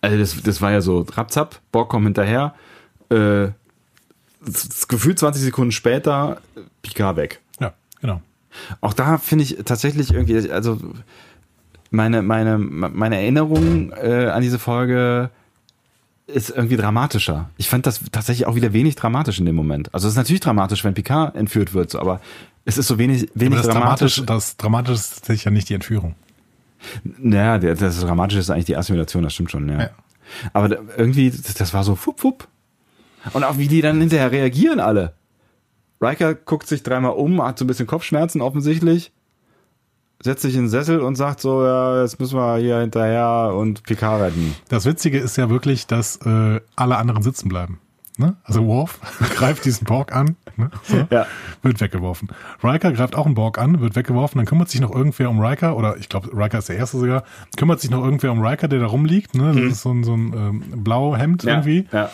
Speaker 1: Also das, das war ja so Rapzap, Borg kommt hinterher, äh, das, das Gefühl 20 Sekunden später, äh, Picard weg.
Speaker 2: Ja, genau.
Speaker 1: Auch da finde ich tatsächlich irgendwie, also meine, meine, meine Erinnerung äh, an diese Folge ist irgendwie dramatischer. Ich fand das tatsächlich auch wieder wenig dramatisch in dem Moment. Also es ist natürlich dramatisch, wenn Picard entführt wird, so, aber es ist so wenig,
Speaker 2: Aber
Speaker 1: wenig
Speaker 2: das
Speaker 1: dramatisch.
Speaker 2: Dramatische, das Dramatische ist tatsächlich ja nicht die Entführung.
Speaker 1: Naja, der- das Dramatische ist eigentlich die Assimilation, das stimmt schon, ja.
Speaker 2: Ja.
Speaker 1: Aber da- irgendwie, das das war so fupp, fupp. Und auch wie die dann hinterher reagieren alle. Riker guckt sich dreimal um, hat so ein bisschen Kopfschmerzen offensichtlich, setzt sich in den Sessel und sagt so, ja, jetzt müssen wir hier hinterher und Picard retten.
Speaker 2: Das Witzige ist ja wirklich, dass äh, alle anderen sitzen bleiben. Ne? Also Worf greift diesen Borg an, ne? so,
Speaker 1: Ja.
Speaker 2: wird weggeworfen. Riker greift auch einen Borg an, wird weggeworfen. Dann kümmert sich noch irgendwer um Riker, oder ich glaube, Riker ist der Erste sogar, kümmert sich noch irgendwer um Riker, der da rumliegt. Ne? Das ist so ein, so ein ähm, blau Hemd irgendwie.
Speaker 1: Mhm. Ja.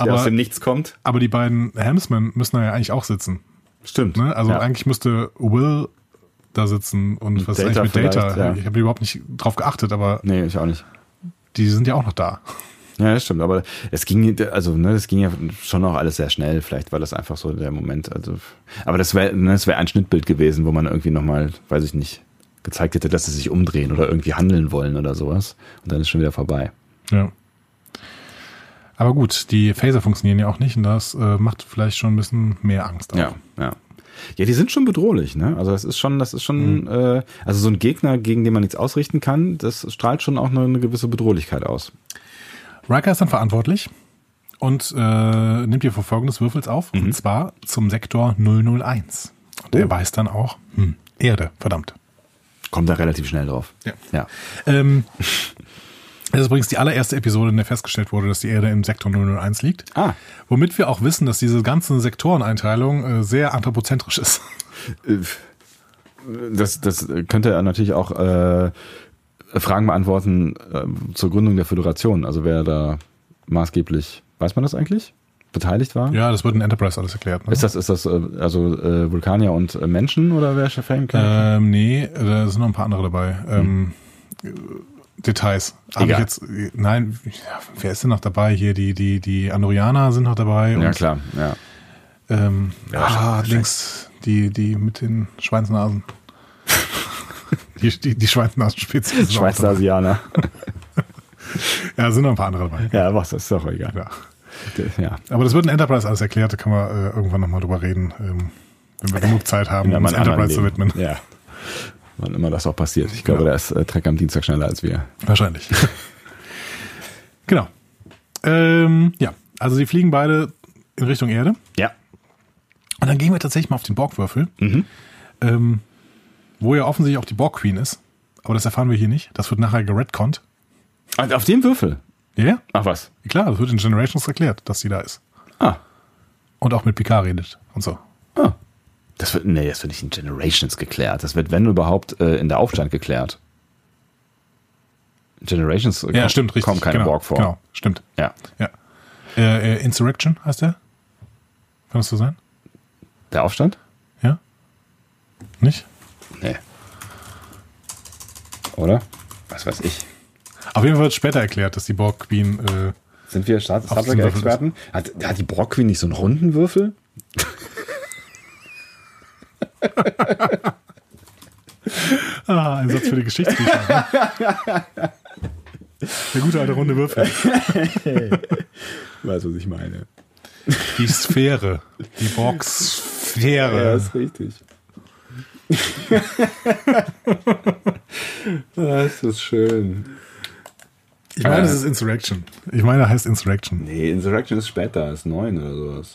Speaker 2: Aber-
Speaker 1: Aber aus dem Nichts kommt.
Speaker 2: Aber die beiden Helmsmen müssen da ja eigentlich auch sitzen.
Speaker 1: Stimmt.
Speaker 2: Ne? Also
Speaker 1: ja.
Speaker 2: eigentlich müsste Will da sitzen und was ist
Speaker 1: Data
Speaker 2: eigentlich mit Data?
Speaker 1: vielleicht, ja.
Speaker 2: Ich habe überhaupt nicht drauf geachtet, aber
Speaker 1: Nee, ich auch nicht.
Speaker 2: die sind ja auch noch da.
Speaker 1: Ja, das stimmt, aber es ging, also, ne, das ging ja schon auch alles sehr schnell. Vielleicht war das einfach so der Moment. Also, aber das wäre ne, das wär ein Schnittbild gewesen, wo man irgendwie nochmal, weiß ich nicht, gezeigt hätte, dass sie sich umdrehen oder irgendwie handeln wollen oder sowas. Und dann ist schon wieder vorbei.
Speaker 2: Ja. Aber gut, die Phaser funktionieren ja auch nicht und das äh, macht vielleicht schon ein bisschen mehr Angst. Auch.
Speaker 1: Ja, ja. Ja, die sind schon bedrohlich, ne? Also das ist schon, das ist schon, äh, also so ein Gegner, gegen den man nichts ausrichten kann, das strahlt schon auch eine, eine gewisse Bedrohlichkeit aus.
Speaker 2: Riker ist dann verantwortlich und äh, nimmt die Verfolgung des Würfels auf und zwar zum Sektor 001. Und er weiß dann auch, hm, Erde, verdammt.
Speaker 1: Kommt da relativ schnell drauf.
Speaker 2: Ja.
Speaker 1: Ja.
Speaker 2: Ähm, das ist übrigens die allererste Episode, in der festgestellt wurde, dass die Erde im Sektor 001 liegt.
Speaker 1: Ah.
Speaker 2: Womit wir auch wissen, dass diese ganze Sektoreneinteilung äh, sehr anthropozentrisch ist.
Speaker 1: Äh, das, das könnte er natürlich auch äh, Fragen beantworten äh, zur Gründung der Föderation. Also wer da maßgeblich, weiß man das eigentlich? Beteiligt war?
Speaker 2: Ja, das wird in Enterprise alles erklärt. Ne?
Speaker 1: Ist das, ist das äh, also äh, Vulkanier und äh, Menschen oder wer Chef kann?
Speaker 2: Ähm, nee, da sind noch ein paar andere dabei. Ähm, Details. Hab
Speaker 1: Egal.
Speaker 2: Ich jetzt, nein, ja, wer ist denn noch dabei? Hier, die, die, die Andorianer sind noch dabei.
Speaker 1: ja
Speaker 2: und,
Speaker 1: klar, ja.
Speaker 2: Ähm,
Speaker 1: Ja,
Speaker 2: ah,
Speaker 1: vielleicht.
Speaker 2: links, die, die mit den Schweinsnasen. die, die, die Schweinsnasenspitze. ist auch
Speaker 1: Schweizer Asianer.
Speaker 2: dabei. Ja, sind noch ein paar andere dabei.
Speaker 1: Ja, was, ist doch egal.
Speaker 2: Ja.
Speaker 1: Ja.
Speaker 2: Aber das wird in Enterprise alles erklärt, da kann man äh, irgendwann nochmal drüber reden, ähm, wenn wir genug Zeit haben,
Speaker 1: Ja,
Speaker 2: um uns
Speaker 1: man anderen
Speaker 2: Enterprise zu
Speaker 1: Leben.
Speaker 2: widmen.
Speaker 1: Ja. Wann immer das auch passiert. Ich glaube,
Speaker 2: Ja.
Speaker 1: da ist äh, Trek am Dienstag schneller als wir.
Speaker 2: Wahrscheinlich. genau. Ähm, ja, also sie fliegen beide in Richtung Erde.
Speaker 1: Ja.
Speaker 2: Und dann gehen wir tatsächlich mal auf den Borgwürfel,
Speaker 1: Mhm.
Speaker 2: ähm, wo ja offensichtlich auch die Borg Queen ist. Aber das erfahren wir hier nicht. Das wird nachher geredconnt.
Speaker 1: Und auf dem Würfel.
Speaker 2: Ja, ja,
Speaker 1: Ach was.
Speaker 2: klar, das wird in Generations erklärt, dass sie da ist.
Speaker 1: Ah.
Speaker 2: Und auch mit Picard redet und so.
Speaker 1: Ah. Das wird, nee, das wird nicht in Generations geklärt. Das wird, wenn überhaupt, äh, in der Aufstand geklärt. Generations äh,
Speaker 2: Ja,
Speaker 1: kommt-
Speaker 2: stimmt, richtig.
Speaker 1: kommen keine
Speaker 2: genau,
Speaker 1: Borg vor.
Speaker 2: Genau, stimmt.
Speaker 1: Ja.
Speaker 2: Ja. Äh, äh, Insurrection heißt der? Kann das so sein?
Speaker 1: Der Aufstand?
Speaker 2: Ja? Nicht?
Speaker 1: Nee. Oder? Was weiß ich.
Speaker 2: Auf jeden Fall wird später erklärt, dass die Borg Queen äh,
Speaker 1: Sind wir Star Star
Speaker 2: diesem Würfel
Speaker 1: Trek-Experten? Hat, hat die Borg Queen nicht so einen runden Würfel?
Speaker 2: Ah, ein Satz für die Geschichtsbücher. Ne? Der gute alte runde Würfel.
Speaker 1: Weißt du, was ich meine?
Speaker 2: Die Sphäre. Die
Speaker 1: Ja,
Speaker 2: Borg-Sphäre.
Speaker 1: ist richtig. das ist schön.
Speaker 2: Ich meine, es ist Insurrection. Ich meine, er heißt Insurrection.
Speaker 1: Nee, Insurrection ist später, ist neun oder sowas.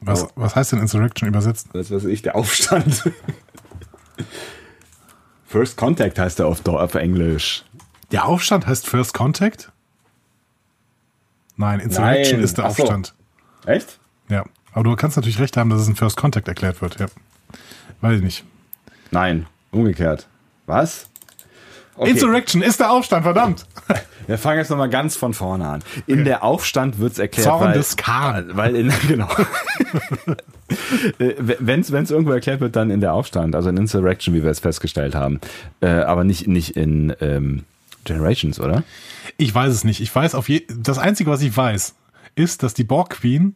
Speaker 1: Oh.
Speaker 2: Was, was heißt denn Insurrection übersetzt?
Speaker 1: Was weiß ich, der Aufstand. First Contact heißt er auf, Deu- auf Englisch.
Speaker 2: Der Aufstand heißt First Contact? Nein, Insurrection
Speaker 1: Nein,
Speaker 2: ist der
Speaker 1: ach so.
Speaker 2: Aufstand.
Speaker 1: Echt?
Speaker 2: Ja. Aber du kannst natürlich recht haben, dass es ein First Contact erklärt wird. Ja. Weiß ich nicht.
Speaker 1: Nein, umgekehrt. Was? Okay.
Speaker 2: Insurrection ist der Aufstand, verdammt!
Speaker 1: Wir fangen jetzt nochmal ganz von vorne an. In der Aufstand wird's erklärt.
Speaker 2: Zorn
Speaker 1: weil,
Speaker 2: des Khan.
Speaker 1: Weil in, genau. Äh, wenn es irgendwo erklärt wird, dann in der Aufstand, also in Insurrection, wie wir es festgestellt haben. Äh, aber nicht, nicht in ähm, Generations, oder?
Speaker 2: Ich weiß es nicht. Ich weiß auf je Das Einzige, was ich weiß, ist, dass die Borg Queen,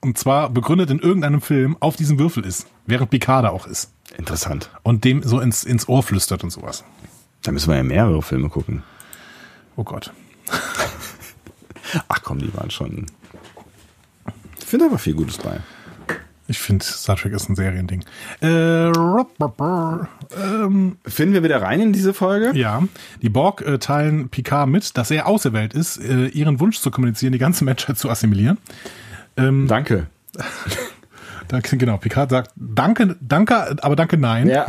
Speaker 2: und zwar begründet in irgendeinem Film, auf diesem Würfel ist. Während Picard da auch ist.
Speaker 1: Interessant.
Speaker 2: Und dem so ins, ins Ohr flüstert und sowas.
Speaker 1: Da müssen wir ja mehrere Filme gucken.
Speaker 2: Oh Gott.
Speaker 1: Ach komm, die waren schon. Ich finde aber viel Gutes bei.
Speaker 2: Ich finde, Star Trek ist ein Seriending. Äh, rup, rup, rup. Ähm,
Speaker 1: Finden wir wieder rein in diese Folge?
Speaker 2: ja, die Borg äh, teilen Picard mit, dass er auserwählt ist, äh, ihren Wunsch zu kommunizieren, die ganze Menschheit zu assimilieren.
Speaker 1: Danke.
Speaker 2: Danke, genau. Picard sagt, danke, danke, aber danke, nein.
Speaker 1: Ja.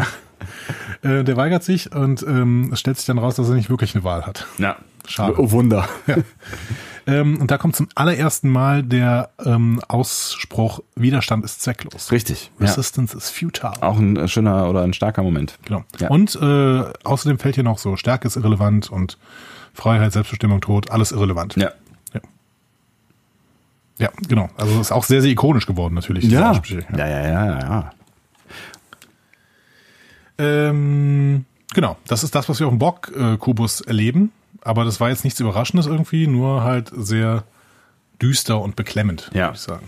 Speaker 2: Äh, der weigert sich und ähm, es stellt sich dann raus, dass er nicht wirklich eine Wahl hat.
Speaker 1: Na,
Speaker 2: Schade.
Speaker 1: Oh Wunder.
Speaker 2: Ähm, und da kommt zum allerersten Mal der ähm, Ausspruch, Widerstand ist zwecklos.
Speaker 1: Richtig. Ja.
Speaker 2: Resistance is futile.
Speaker 1: Auch ein äh, schöner oder ein starker Moment.
Speaker 2: Genau.
Speaker 1: Ja.
Speaker 2: Und äh, außerdem fällt hier noch so, Stärke ist irrelevant und Freiheit, Selbstbestimmung, Tod, alles irrelevant.
Speaker 1: Ja.
Speaker 2: Ja, ja genau. Also ist auch sehr, sehr ikonisch geworden natürlich. diese
Speaker 1: Ja.
Speaker 2: Aussprüche.
Speaker 1: Ja, ja, ja, ja, ja.
Speaker 2: Ähm, genau, das ist das, was wir auf dem Bock-Kubus erleben. Aber das war jetzt nichts Überraschendes irgendwie, nur halt sehr düster und beklemmend,
Speaker 1: Ja.
Speaker 2: würde ich sagen.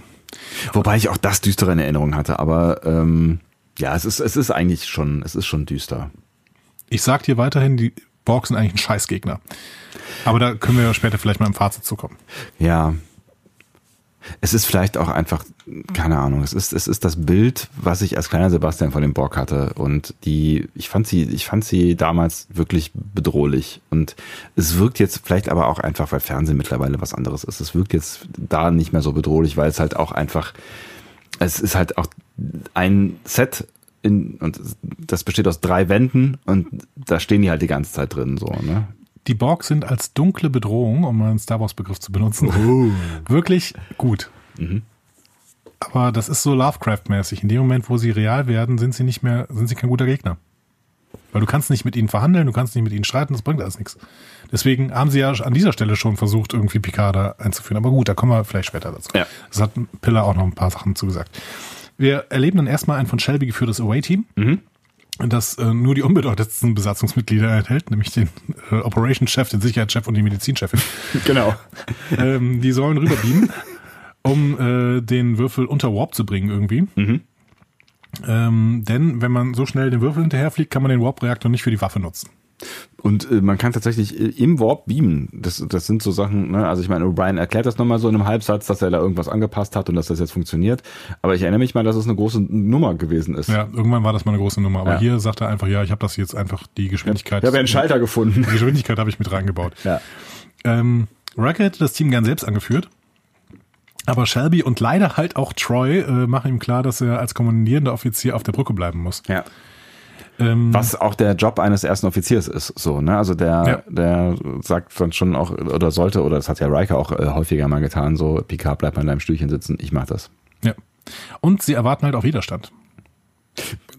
Speaker 1: Wobei ich auch das düstere in Erinnerung hatte, aber ähm, ja, es ist, es ist eigentlich schon, es ist schon düster.
Speaker 2: Ich sag dir weiterhin, die Borg sind eigentlich ein Scheißgegner. Aber da können wir später vielleicht mal im Fazit zukommen.
Speaker 1: Ja. Es ist vielleicht auch einfach, keine Ahnung, es ist, es ist das Bild, was ich als kleiner Sebastian von dem Borg hatte. Und die, ich fand sie, ich fand sie damals wirklich bedrohlich. Und es wirkt jetzt vielleicht aber auch einfach, weil Fernsehen mittlerweile was anderes ist. Es wirkt jetzt da nicht mehr so bedrohlich, weil es halt auch einfach, es ist halt auch ein Set in, und das besteht aus drei Wänden und da stehen die halt die ganze Zeit drin, so, ne?
Speaker 2: Die Borg sind als dunkle Bedrohung, um mal einen Star Wars-Begriff zu benutzen, wirklich gut. Aber das ist so Lovecraft-mäßig. In dem Moment, wo sie real werden, sind sie nicht mehr, sind sie kein guter Gegner. Weil du kannst nicht mit ihnen verhandeln, du kannst nicht mit ihnen streiten, das bringt alles nichts. Deswegen haben sie ja an dieser Stelle schon versucht, irgendwie Picard da einzuführen. Aber gut, da kommen wir vielleicht später dazu.
Speaker 1: Ja.
Speaker 2: Das hat Piller auch noch ein paar Sachen zugesagt. Wir erleben dann erstmal ein von Shelby geführtes Away-Team das äh, nur die unbedeutendsten Besatzungsmitglieder enthält, nämlich den äh, Operationschef, den Sicherheitschef und die Medizinchefin.
Speaker 1: Genau.
Speaker 2: ähm, die sollen rüberbeamen, um äh, den Würfel unter Warp zu bringen irgendwie.
Speaker 1: Mhm.
Speaker 2: Ähm, denn wenn man so schnell den Würfel hinterherfliegt, kann man den Warp-Reaktor nicht für die Waffe nutzen.
Speaker 1: Und äh, man kann tatsächlich äh, im Warp beamen. Das, das sind so Sachen, ne? also ich meine, O'Brien erklärt das nochmal so in einem Halbsatz, dass er da irgendwas angepasst hat und dass das jetzt funktioniert. Aber ich erinnere mich mal, dass es eine große Nummer gewesen ist.
Speaker 2: Ja, irgendwann war das mal eine große Nummer. Aber
Speaker 1: Ja.
Speaker 2: hier sagt er einfach, ja, ich habe das jetzt einfach die Geschwindigkeit.
Speaker 1: Ich habe einen Schalter gefunden.
Speaker 2: Die Geschwindigkeit habe ich mit reingebaut.
Speaker 1: Ja.
Speaker 2: Ähm, Racker hätte das Team gern selbst angeführt. Aber Shelby und leider halt auch Troy äh, machen ihm klar, dass er als kommandierender Offizier auf der Brücke bleiben muss.
Speaker 1: ja.
Speaker 2: Ähm,
Speaker 1: Was auch der Job eines ersten Offiziers ist, so, ne? Also der, der sagt dann schon auch, oder sollte, oder das hat ja Riker auch äh, häufiger mal getan, so, Picard bleibt mal in deinem Stühlchen sitzen, ich mach das.
Speaker 2: Ja. Und sie erwarten halt auch Widerstand.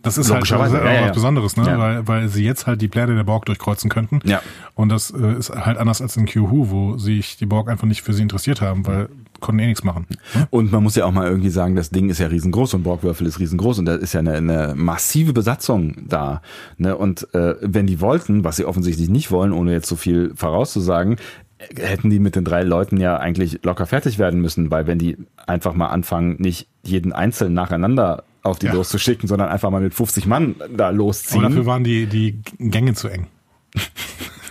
Speaker 2: Das ist halt das
Speaker 1: Logischerweise,
Speaker 2: ist halt auch
Speaker 1: ja, ja,
Speaker 2: was
Speaker 1: ja.
Speaker 2: Besonderes, ne?
Speaker 1: Ja.
Speaker 2: Weil, weil sie jetzt halt die Pläne der Borg durchkreuzen könnten.
Speaker 1: Ja.
Speaker 2: Und das äh, ist halt anders als in Q-Who, wo sich die Borg einfach nicht für sie interessiert haben, weil konnten eh nichts machen.
Speaker 1: Und man muss ja auch mal irgendwie sagen, das Ding ist ja riesengroß und Borgwürfel ist riesengroß und da ist ja eine, eine massive Besatzung da. Ne? Und äh, wenn die wollten, was sie offensichtlich nicht wollen, ohne jetzt so viel vorauszusagen, äh, hätten die mit den drei Leuten ja eigentlich locker fertig werden müssen, weil wenn die einfach mal anfangen, nicht jeden einzeln nacheinander auf die
Speaker 2: Ja.
Speaker 1: loszuschicken, sondern einfach mal mit 50 Mann da
Speaker 2: Aber dafür
Speaker 1: losziehen.
Speaker 2: waren die, die Gänge zu eng.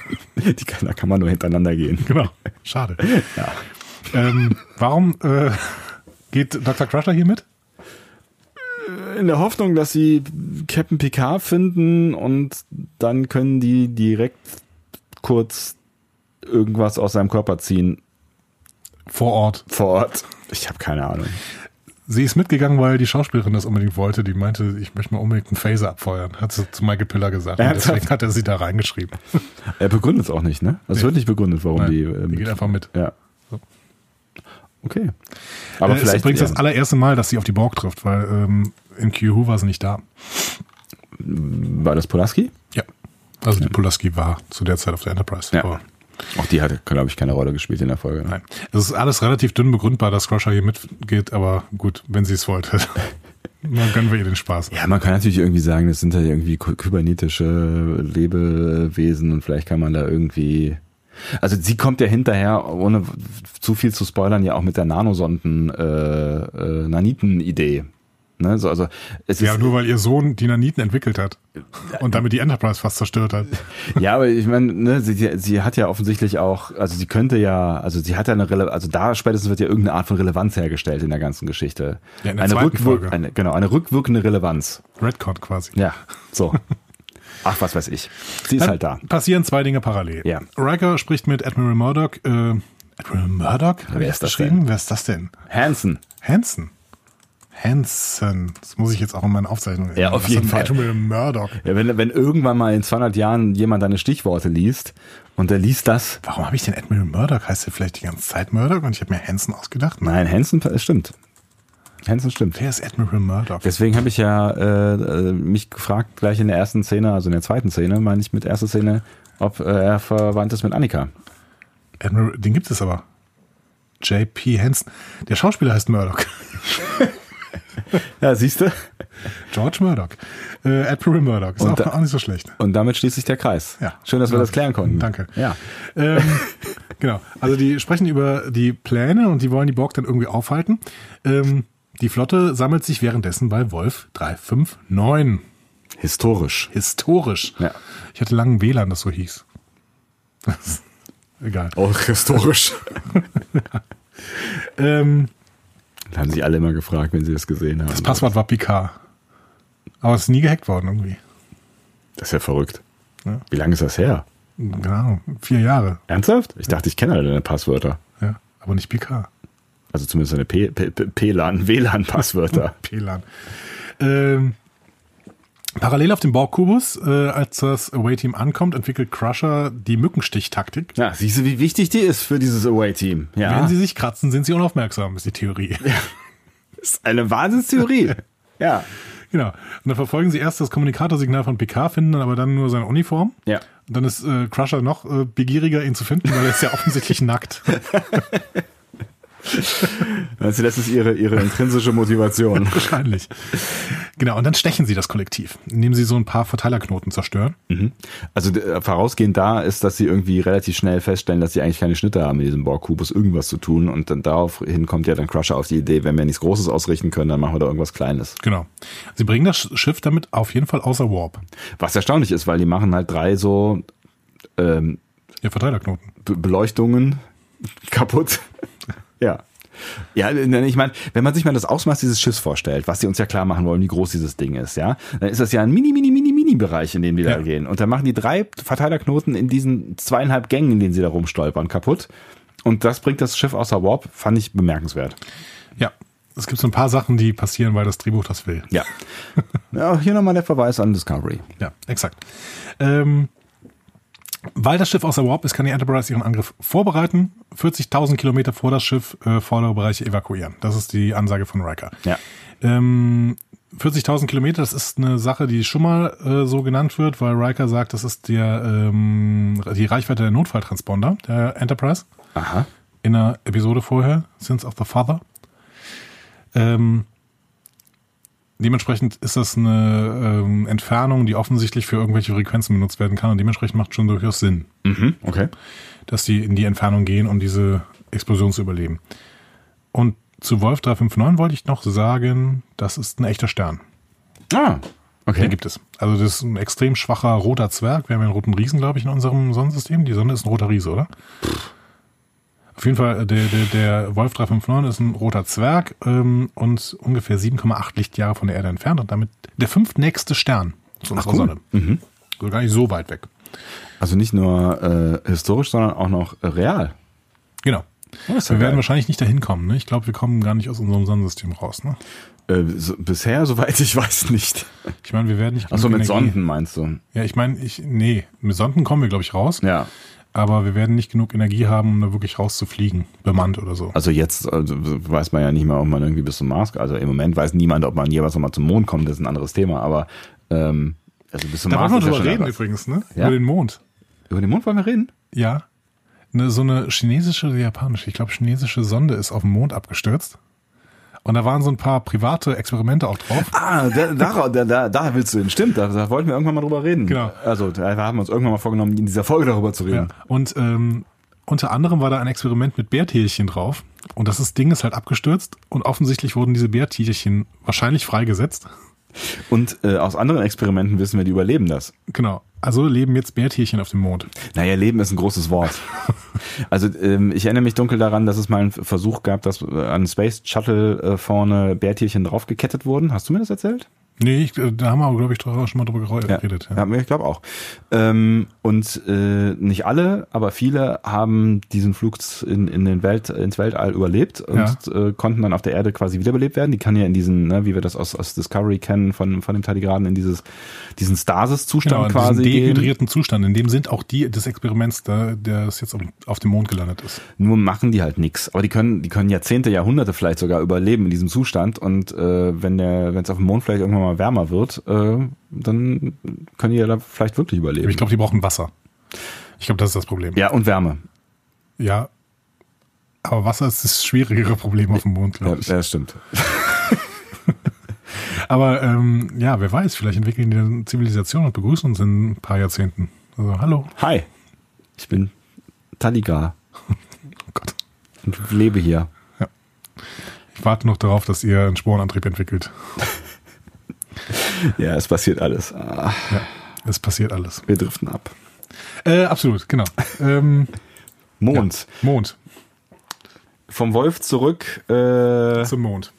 Speaker 1: Die kann, da kann man nur hintereinander gehen.
Speaker 2: Genau. Schade. Ähm, warum äh, geht Dr. Crusher hier mit?
Speaker 1: In der Hoffnung, dass sie Captain Picard finden und dann können die direkt kurz irgendwas aus seinem Körper ziehen
Speaker 2: Vor Ort.
Speaker 1: vor Ort. Ich habe keine Ahnung.
Speaker 2: Sie ist mitgegangen, weil die Schauspielerin das unbedingt wollte. Die meinte, ich möchte mal unbedingt einen Phaser abfeuern. Hat sie zu Michael Piller gesagt. Und
Speaker 1: Ernsthaft?
Speaker 2: deswegen hat er sie da reingeschrieben.
Speaker 1: Er begründet es auch nicht, ne? Es
Speaker 2: Nee.
Speaker 1: wird nicht begründet, warum
Speaker 2: Nein,
Speaker 1: die. äh,
Speaker 2: die geht einfach mit.
Speaker 1: Ja.
Speaker 2: So.
Speaker 1: Okay. Aber
Speaker 2: Äh, ist
Speaker 1: vielleicht.
Speaker 2: übrigens das
Speaker 1: ja,
Speaker 2: allererste Mal, dass sie auf die Borg trifft, weil ähm, in Q war sie nicht da.
Speaker 1: war das Polaski?
Speaker 2: Ja. Also die Pulaski war zu der Zeit auf der Enterprise.
Speaker 1: Ja.
Speaker 2: Aber
Speaker 1: Auch die hatte, glaube ich, keine Rolle gespielt in der Folge. Ne?
Speaker 2: nein. Es ist alles relativ dünn begründbar, dass Crusher hier mitgeht, aber gut, wenn sie es wollte. Dann gönnen wir ihr den Spaß.
Speaker 1: Ja, man kann natürlich irgendwie sagen, das sind halt irgendwie ky- kybernetische Lebewesen und vielleicht kann man da irgendwie. Also sie kommt ja hinterher, ohne zu viel zu spoilern, ja auch mit der Nanosonden äh, äh, Naniten-Idee. Ne? So, also es
Speaker 2: Ja,
Speaker 1: ist,
Speaker 2: nur weil ihr Sohn die Naniten entwickelt hat und damit die Enterprise fast zerstört hat.
Speaker 1: Ja, aber ich meine, ne, sie, sie- sie hat ja offensichtlich auch, also sie könnte ja, also sie hat ja eine Relevanz, also da spätestens wird ja irgendeine Art von Relevanz hergestellt in der ganzen Geschichte.
Speaker 2: Ja, in der
Speaker 1: eine,
Speaker 2: zweiten
Speaker 1: rückwirk-
Speaker 2: Folge.
Speaker 1: eine Genau, eine rückwirkende Relevanz.
Speaker 2: Redcon quasi.
Speaker 1: Ja, so. Ach, was weiß ich. Sie ist halt da.
Speaker 2: Passieren zwei Dinge parallel.
Speaker 1: Ja.
Speaker 2: Riker spricht mit Admiral Murdoch. Äh, Admiral Murdoch? Hab
Speaker 1: Wer
Speaker 2: ich
Speaker 1: ist das
Speaker 2: geschrieben? Wer ist das denn?
Speaker 1: Hansen.
Speaker 2: Hansen. Hansen. Das muss ich jetzt auch in meinen Aufzeichnungen.
Speaker 1: Ja, auf
Speaker 2: Was ist
Speaker 1: jeden
Speaker 2: denn
Speaker 1: Fall.
Speaker 2: Admiral Murdoch.
Speaker 1: Ja, wenn, wenn irgendwann mal in 200 Jahren jemand deine Stichworte liest und der liest das.
Speaker 2: Warum habe ich den Admiral Murdoch? Heißt der vielleicht die ganze Zeit Murdoch und ich habe mir Hansen ausgedacht?
Speaker 1: Nein, Hansen es stimmt. Hansen stimmt.
Speaker 2: Wer ist Admiral Murdoch?
Speaker 1: Deswegen habe ich ja äh, äh, mich gefragt, gleich in der ersten Szene, also in der zweiten Szene, meine ich mit erster Szene, ob äh, er verwandt ist mit Annika.
Speaker 2: Admiral, den gibt es aber. J.P. Hansen. Der Schauspieler heißt Murdoch.
Speaker 1: Ja, siehst du?
Speaker 2: George Murdoch. Äh, Admiral Murdoch. Ist
Speaker 1: Und
Speaker 2: auch,
Speaker 1: da-
Speaker 2: auch nicht so schlecht.
Speaker 1: Und damit schließt sich der Kreis.
Speaker 2: Ja.
Speaker 1: Schön, dass wir das klären konnten.
Speaker 2: Danke.
Speaker 1: Ja.
Speaker 2: Ähm, genau. Also die sprechen über die Pläne und die wollen die Borg dann irgendwie aufhalten. Ähm, die Flotte sammelt sich währenddessen bei Wolf 359.
Speaker 1: Historisch.
Speaker 2: Historisch.
Speaker 1: Ja.
Speaker 2: Ich hatte langen WLAN, das so hieß. Egal.
Speaker 1: Auch Oh, historisch.
Speaker 2: Ähm,
Speaker 1: haben sich alle immer gefragt, wenn sie das gesehen haben.
Speaker 2: das Passwort war Picard. Aber es ist nie gehackt worden irgendwie.
Speaker 1: Das ist ja verrückt.
Speaker 2: Ja.
Speaker 1: Wie lange ist das her?
Speaker 2: Genau. Vier Jahre.
Speaker 1: Ernsthaft? Ich dachte, ich kenne alle deine Passwörter.
Speaker 2: Ja. Aber nicht Picard.
Speaker 1: Also zumindest eine P- P- P- PLAN, WLAN-Passwörter.
Speaker 2: WLAN. Ähm, parallel auf dem Borg-Kubus, äh, als das Away-Team ankommt, entwickelt Crusher die Mückenstichtaktik.
Speaker 1: Ja, siehst du, wie wichtig die ist für dieses Away-Team. Ja,
Speaker 2: Wenn sie sich kratzen, sind sie unaufmerksam, ist die Theorie.
Speaker 1: ist eine Wahnsinnstheorie. ja,
Speaker 2: genau. Und dann verfolgen sie erst das Kommunikatorsignal von PK, finden dann aber dann nur seine Uniform.
Speaker 1: Ja.
Speaker 2: Und dann ist äh, Crusher noch äh, begieriger, ihn zu finden, weil er ist ja offensichtlich nackt.
Speaker 1: also das ist ihre, ihre intrinsische Motivation.
Speaker 2: Wahrscheinlich. Genau, und dann stechen sie das Kollektiv, indem sie so ein paar Verteilerknoten zerstören.
Speaker 1: Also d- vorausgehend da ist, dass sie irgendwie relativ schnell feststellen, dass sie eigentlich keine Schnitte haben, mit diesem Borg-Kubus irgendwas zu tun. Und dann daraufhin kommt ja dann Crusher auf die Idee, wenn wir nichts Großes ausrichten können, dann machen wir da irgendwas Kleines.
Speaker 2: Genau. Sie bringen das Schiff damit auf jeden Fall außer Warp.
Speaker 1: Was erstaunlich ist, weil die machen halt drei so ähm,
Speaker 2: Ihr Verteilerknoten.
Speaker 1: Be Beleuchtungen kaputt. ja. Ja, ne, ich meine, wenn man sich mal das Ausmaß dieses Schiffs vorstellt, was die uns ja klar machen wollen, wie groß dieses Ding ist, ja, dann ist das ja ein mini, mini, mini, mini Bereich, in dem die da
Speaker 2: Ja.
Speaker 1: gehen. Und dann machen die drei Verteilerknoten in diesen zweieinhalb Gängen, in denen sie da rumstolpern, kaputt. Und das bringt das Schiff außer Warp, fand ich bemerkenswert.
Speaker 2: Ja, es gibt so ein paar Sachen, die passieren, weil das Drehbuch das will.
Speaker 1: Ja. ja hier nochmal der Verweis an Discovery.
Speaker 2: Ja, exakt. Ähm, weil das Schiff außer Warp ist, kann die Enterprise ihren Angriff vorbereiten, 40.000 Kilometer vor das Schiff äh, vordere Bereiche evakuieren. Das ist die Ansage von Riker.
Speaker 1: Ja.
Speaker 2: Ähm, 40.000 Kilometer, das ist eine Sache, die schon mal äh, so genannt wird, weil Riker sagt, das ist der, ähm, die Reichweite der Notfalltransponder der Enterprise.
Speaker 1: Aha.
Speaker 2: in einer Episode vorher, Sins of the Father. Ähm, dementsprechend ist das eine ähm, Entfernung, die offensichtlich für irgendwelche Frequenzen benutzt werden kann und dementsprechend macht schon durchaus Sinn,
Speaker 1: Mhm. Okay.
Speaker 2: dass sie in die Entfernung gehen, um diese Explosion zu überleben. Und Zu Wolf 359 wollte ich noch sagen, das ist ein echter Stern.
Speaker 1: Ah,
Speaker 2: Den
Speaker 1: okay.
Speaker 2: gibt es. Also das ist ein extrem schwacher roter Zwerg. Wir haben ja einen roten Riesen, glaube ich, in unserem Sonnensystem. Die Sonne ist ein roter Riese, oder? Auf jeden Fall, äh, der, der, der Wolf 359 ist ein roter Zwerg ähm, und ungefähr 7,8 Lichtjahre von der Erde entfernt und damit der fünftnächste Stern zu unserer Sonne.
Speaker 1: Mhm.
Speaker 2: Also gar nicht so weit weg.
Speaker 1: Also nicht nur äh, historisch, sondern auch noch äh, real.
Speaker 2: Genau.
Speaker 1: Ja, ist ja
Speaker 2: wir werden
Speaker 1: geil.
Speaker 2: wahrscheinlich nicht dahin kommen. Ne? Ich glaube, wir kommen gar nicht aus unserem Sonnensystem raus. Ne?
Speaker 1: Äh, so, bisher, soweit ich weiß, nicht.
Speaker 2: Ich meine, wir werden nicht.
Speaker 1: Achso,
Speaker 2: genug
Speaker 1: mit
Speaker 2: Energie-
Speaker 1: Sonden meinst du?
Speaker 2: Ja, ich meine, ich nee, mit Sonden kommen wir glaube ich raus.
Speaker 1: Ja.
Speaker 2: Aber wir werden nicht genug Energie haben, um da wirklich rauszufliegen, bemannt oder so.
Speaker 1: Also jetzt also, weiß man ja nicht mal, ob man irgendwie bis zum Mars, also im Moment weiß niemand, ob man jeweils nochmal zum Mond kommt, das ist ein anderes Thema, aber ähm, also bis zum
Speaker 2: Da
Speaker 1: Mars
Speaker 2: wollen wir
Speaker 1: ist ja
Speaker 2: drüber
Speaker 1: schon
Speaker 2: reden
Speaker 1: was.
Speaker 2: übrigens, ne?
Speaker 1: Ja.
Speaker 2: Über den Mond.
Speaker 1: Über den Mond wollen wir reden?
Speaker 2: Ja. Ne, so eine chinesische oder japanische, ich glaube chinesische Sonde ist auf den Mond abgestürzt. Und da waren so ein paar private Experimente auch drauf.
Speaker 1: Ah, da, da, da- da, da willst du hin, stimmt, da, da wollten wir irgendwann mal drüber reden.
Speaker 2: Genau.
Speaker 1: Also da haben wir uns irgendwann mal vorgenommen, in dieser Folge darüber zu
Speaker 2: Ja.
Speaker 1: reden.
Speaker 2: Und ähm, unter anderem war da ein Experiment mit Bärtierchen drauf. Und das ist, Ding ist halt abgestürzt und offensichtlich wurden diese Bärtierchen wahrscheinlich freigesetzt.
Speaker 1: Und äh, aus anderen Experimenten wissen wir, die überleben das.
Speaker 2: Genau. Also leben jetzt Bärtierchen auf dem Mond.
Speaker 1: Naja, Leben ist ein großes Wort. Also ähm, ich erinnere mich dunkel daran, dass es mal einen Versuch gab, dass äh, an Space Shuttle äh, vorne Bärtierchen draufgekettet wurden. Hast du mir das erzählt?
Speaker 2: Nee, ich, äh, da haben wir, aber, glaube ich, doch schon mal drüber gereu- geredet. Ja.
Speaker 1: Ja, ich glaube auch. Ähm, und äh, nicht alle, aber viele haben diesen Flug in, in den Welt, ins Weltall überlebt und äh, konnten dann auf der Erde quasi wiederbelebt werden. Die kann ja in diesen, ne, wie wir das aus, aus Discovery kennen, von, von dem Tardigraden, in dieses, diesen Stasis-Zustand
Speaker 2: Genau, in
Speaker 1: quasi
Speaker 2: diesem
Speaker 1: gehen.
Speaker 2: dehydrierten Zustand, in dem sind auch die des Experiments, da, der es jetzt auf, auf dem Mond gelandet ist.
Speaker 1: Nur machen die halt nichts. Aber die können, die können Jahrzehnte, Jahrhunderte vielleicht sogar überleben in diesem Zustand. Und äh, wenn der, wenn es auf dem Mond vielleicht irgendwann mal wärmer wird, äh, dann können die ja da vielleicht wirklich
Speaker 2: Aber
Speaker 1: überleben.
Speaker 2: ich glaube, die brauchen Wasser. Ich glaube, das ist das Problem.
Speaker 1: ja, und Wärme.
Speaker 2: Ja. Aber Wasser ist das schwierigere Problem auf dem Mond,
Speaker 1: Ja,
Speaker 2: glaube ich.
Speaker 1: ja, stimmt.
Speaker 2: Aber ähm, ja, wer weiß, vielleicht entwickeln die eine Zivilisation und begrüßen uns in ein paar Jahrzehnten. Also, hallo.
Speaker 1: Hi, ich bin Taligar
Speaker 2: Oh Gott.
Speaker 1: und lebe hier.
Speaker 2: Ich warte noch darauf, dass ihr einen Sporenantrieb entwickelt.
Speaker 1: Ja, es passiert alles. Ah,
Speaker 2: Ja, es passiert alles.
Speaker 1: wir driften ab.
Speaker 2: Äh, absolut, genau. Ähm,
Speaker 1: Mond.
Speaker 2: Mond.
Speaker 1: Vom Wolf zurück. Äh,
Speaker 2: zum Mond.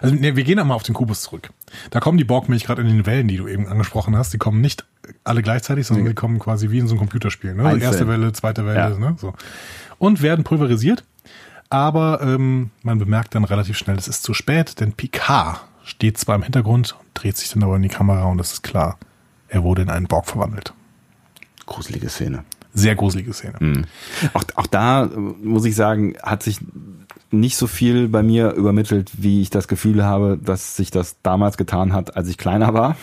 Speaker 2: Also nee, wir gehen einmal auf den Kubus zurück. Da kommen die Borgmilch gerade in den Wellen, die du eben angesprochen hast. Die kommen nicht alle gleichzeitig, sondern die kommen quasi wie in so einem Computerspiel. Ne? Also
Speaker 1: Einzeln.
Speaker 2: erste Welle, zweite Welle,
Speaker 1: Ja.
Speaker 2: ne? so. Und werden pulverisiert. Aber ähm, man bemerkt dann relativ schnell, es ist zu spät, denn Picard steht zwar im Hintergrund, dreht sich dann aber in die Kamera und es ist klar, er wurde in einen Borg verwandelt.
Speaker 1: gruselige Szene.
Speaker 2: Sehr gruselige Szene.
Speaker 1: Mhm. Auch, auch da, äh, muss ich sagen, hat sich nicht so viel bei mir übermittelt, wie ich das Gefühl habe, dass sich das damals getan hat, als ich kleiner war.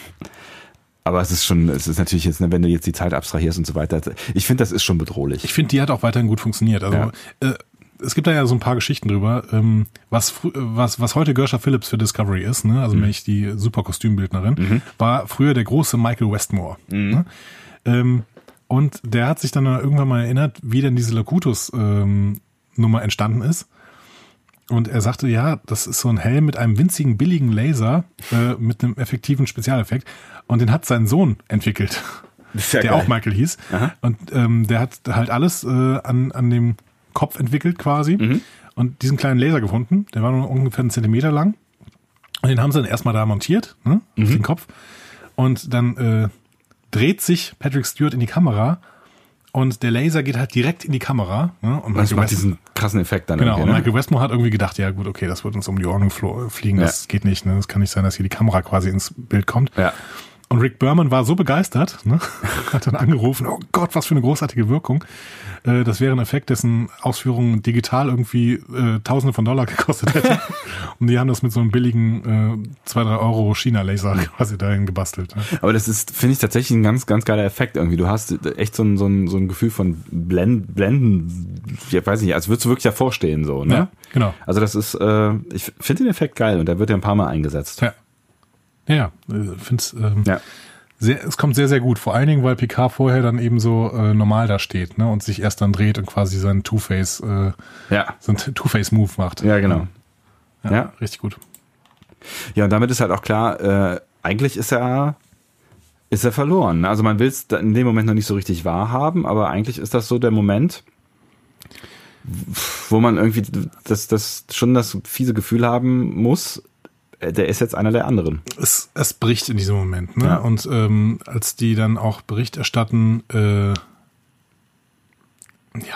Speaker 1: Aber es ist schon, es ist natürlich jetzt, ne, wenn du jetzt die Zeit abstrahierst und so weiter. Ich finde, das ist schon bedrohlich.
Speaker 2: Ich finde, die hat auch weiterhin gut funktioniert. Also
Speaker 1: Ja.
Speaker 2: äh, es gibt da ja so ein paar Geschichten drüber, ähm, was, frü- äh, was, was heute Gersha Phillips für Discovery ist, ne? also nämlich die super Kostümbildnerin, war früher der große Michael Westmore. Ne? Ähm, und der hat sich dann irgendwann mal erinnert, wie denn diese Locutus-Nummer entstanden ist. Und er sagte, ja, das ist so ein Helm mit einem winzigen, billigen Laser äh, mit einem effektiven Spezialeffekt. Und den hat sein Sohn entwickelt
Speaker 1: Ist ja
Speaker 2: der
Speaker 1: geil.
Speaker 2: auch Michael hieß. Und ähm, der hat halt alles äh, an, an dem Kopf entwickelt quasi
Speaker 1: Mhm.
Speaker 2: und diesen kleinen Laser gefunden. Der war nur ungefähr einen Zentimeter lang. Und den haben sie dann erstmal da montiert, ne,
Speaker 1: Mhm.
Speaker 2: auf den Kopf. Und dann äh, dreht sich Patrick Stewart in die Kamera und der Laser geht halt direkt in die Kamera.
Speaker 1: Das
Speaker 2: Ne, und Michael
Speaker 1: Also macht
Speaker 2: West-
Speaker 1: diesen krassen Effekt dann
Speaker 2: Genau,
Speaker 1: irgendwie,
Speaker 2: und
Speaker 1: ne?
Speaker 2: Michael Westmore hat irgendwie gedacht, ja gut, okay, das wird uns um die Ohren geflo- fliegen,
Speaker 1: Ja.
Speaker 2: das geht nicht, ne? das kann nicht sein, dass hier die Kamera quasi ins Bild kommt.
Speaker 1: Ja.
Speaker 2: Und Rick Berman war so begeistert, ne? hat dann angerufen, oh Gott, was für eine großartige Wirkung. Äh, das wäre ein Effekt, dessen Ausführung digital irgendwie äh, Tausende von Dollar gekostet hätte. und die haben das mit so einem billigen äh, 2-3 Euro China-Laser
Speaker 1: Hm.
Speaker 2: quasi dahin gebastelt. Ne?
Speaker 1: Aber das ist, finde ich, tatsächlich ein ganz, ganz geiler Effekt irgendwie. Du hast echt so ein, so ein, so ein Gefühl von Blend, Blenden, ich weiß nicht, als würdest du wirklich davor stehen, so, ne?
Speaker 2: Ja, genau.
Speaker 1: Also das ist, äh, ich finde den Effekt geil und der wird ja ein paar Mal eingesetzt.
Speaker 2: Ja. Ja, ja, äh, find's, ähm,
Speaker 1: Ja.
Speaker 2: sehr, es kommt sehr, sehr gut. Vor allen Dingen, weil Picard vorher dann eben so äh, normal da steht ne? und sich erst dann dreht und quasi seinen Two-Face, äh,
Speaker 1: Ja.
Speaker 2: seinen Two-Face-Move macht.
Speaker 1: Ja, genau.
Speaker 2: Ja,
Speaker 1: Ja.
Speaker 2: richtig gut.
Speaker 1: Ja, und damit ist halt auch klar, äh, eigentlich ist er, ist er verloren. ne? Also man will es in dem Moment noch nicht so richtig wahrhaben, aber eigentlich ist das so der Moment, wo man irgendwie das, das schon das fiese Gefühl haben muss, äh, der ist jetzt einer der anderen.
Speaker 2: Es, es bricht in diesem Moment. Ne?
Speaker 1: Ja.
Speaker 2: Und ähm, als die dann auch Bericht erstatten, äh,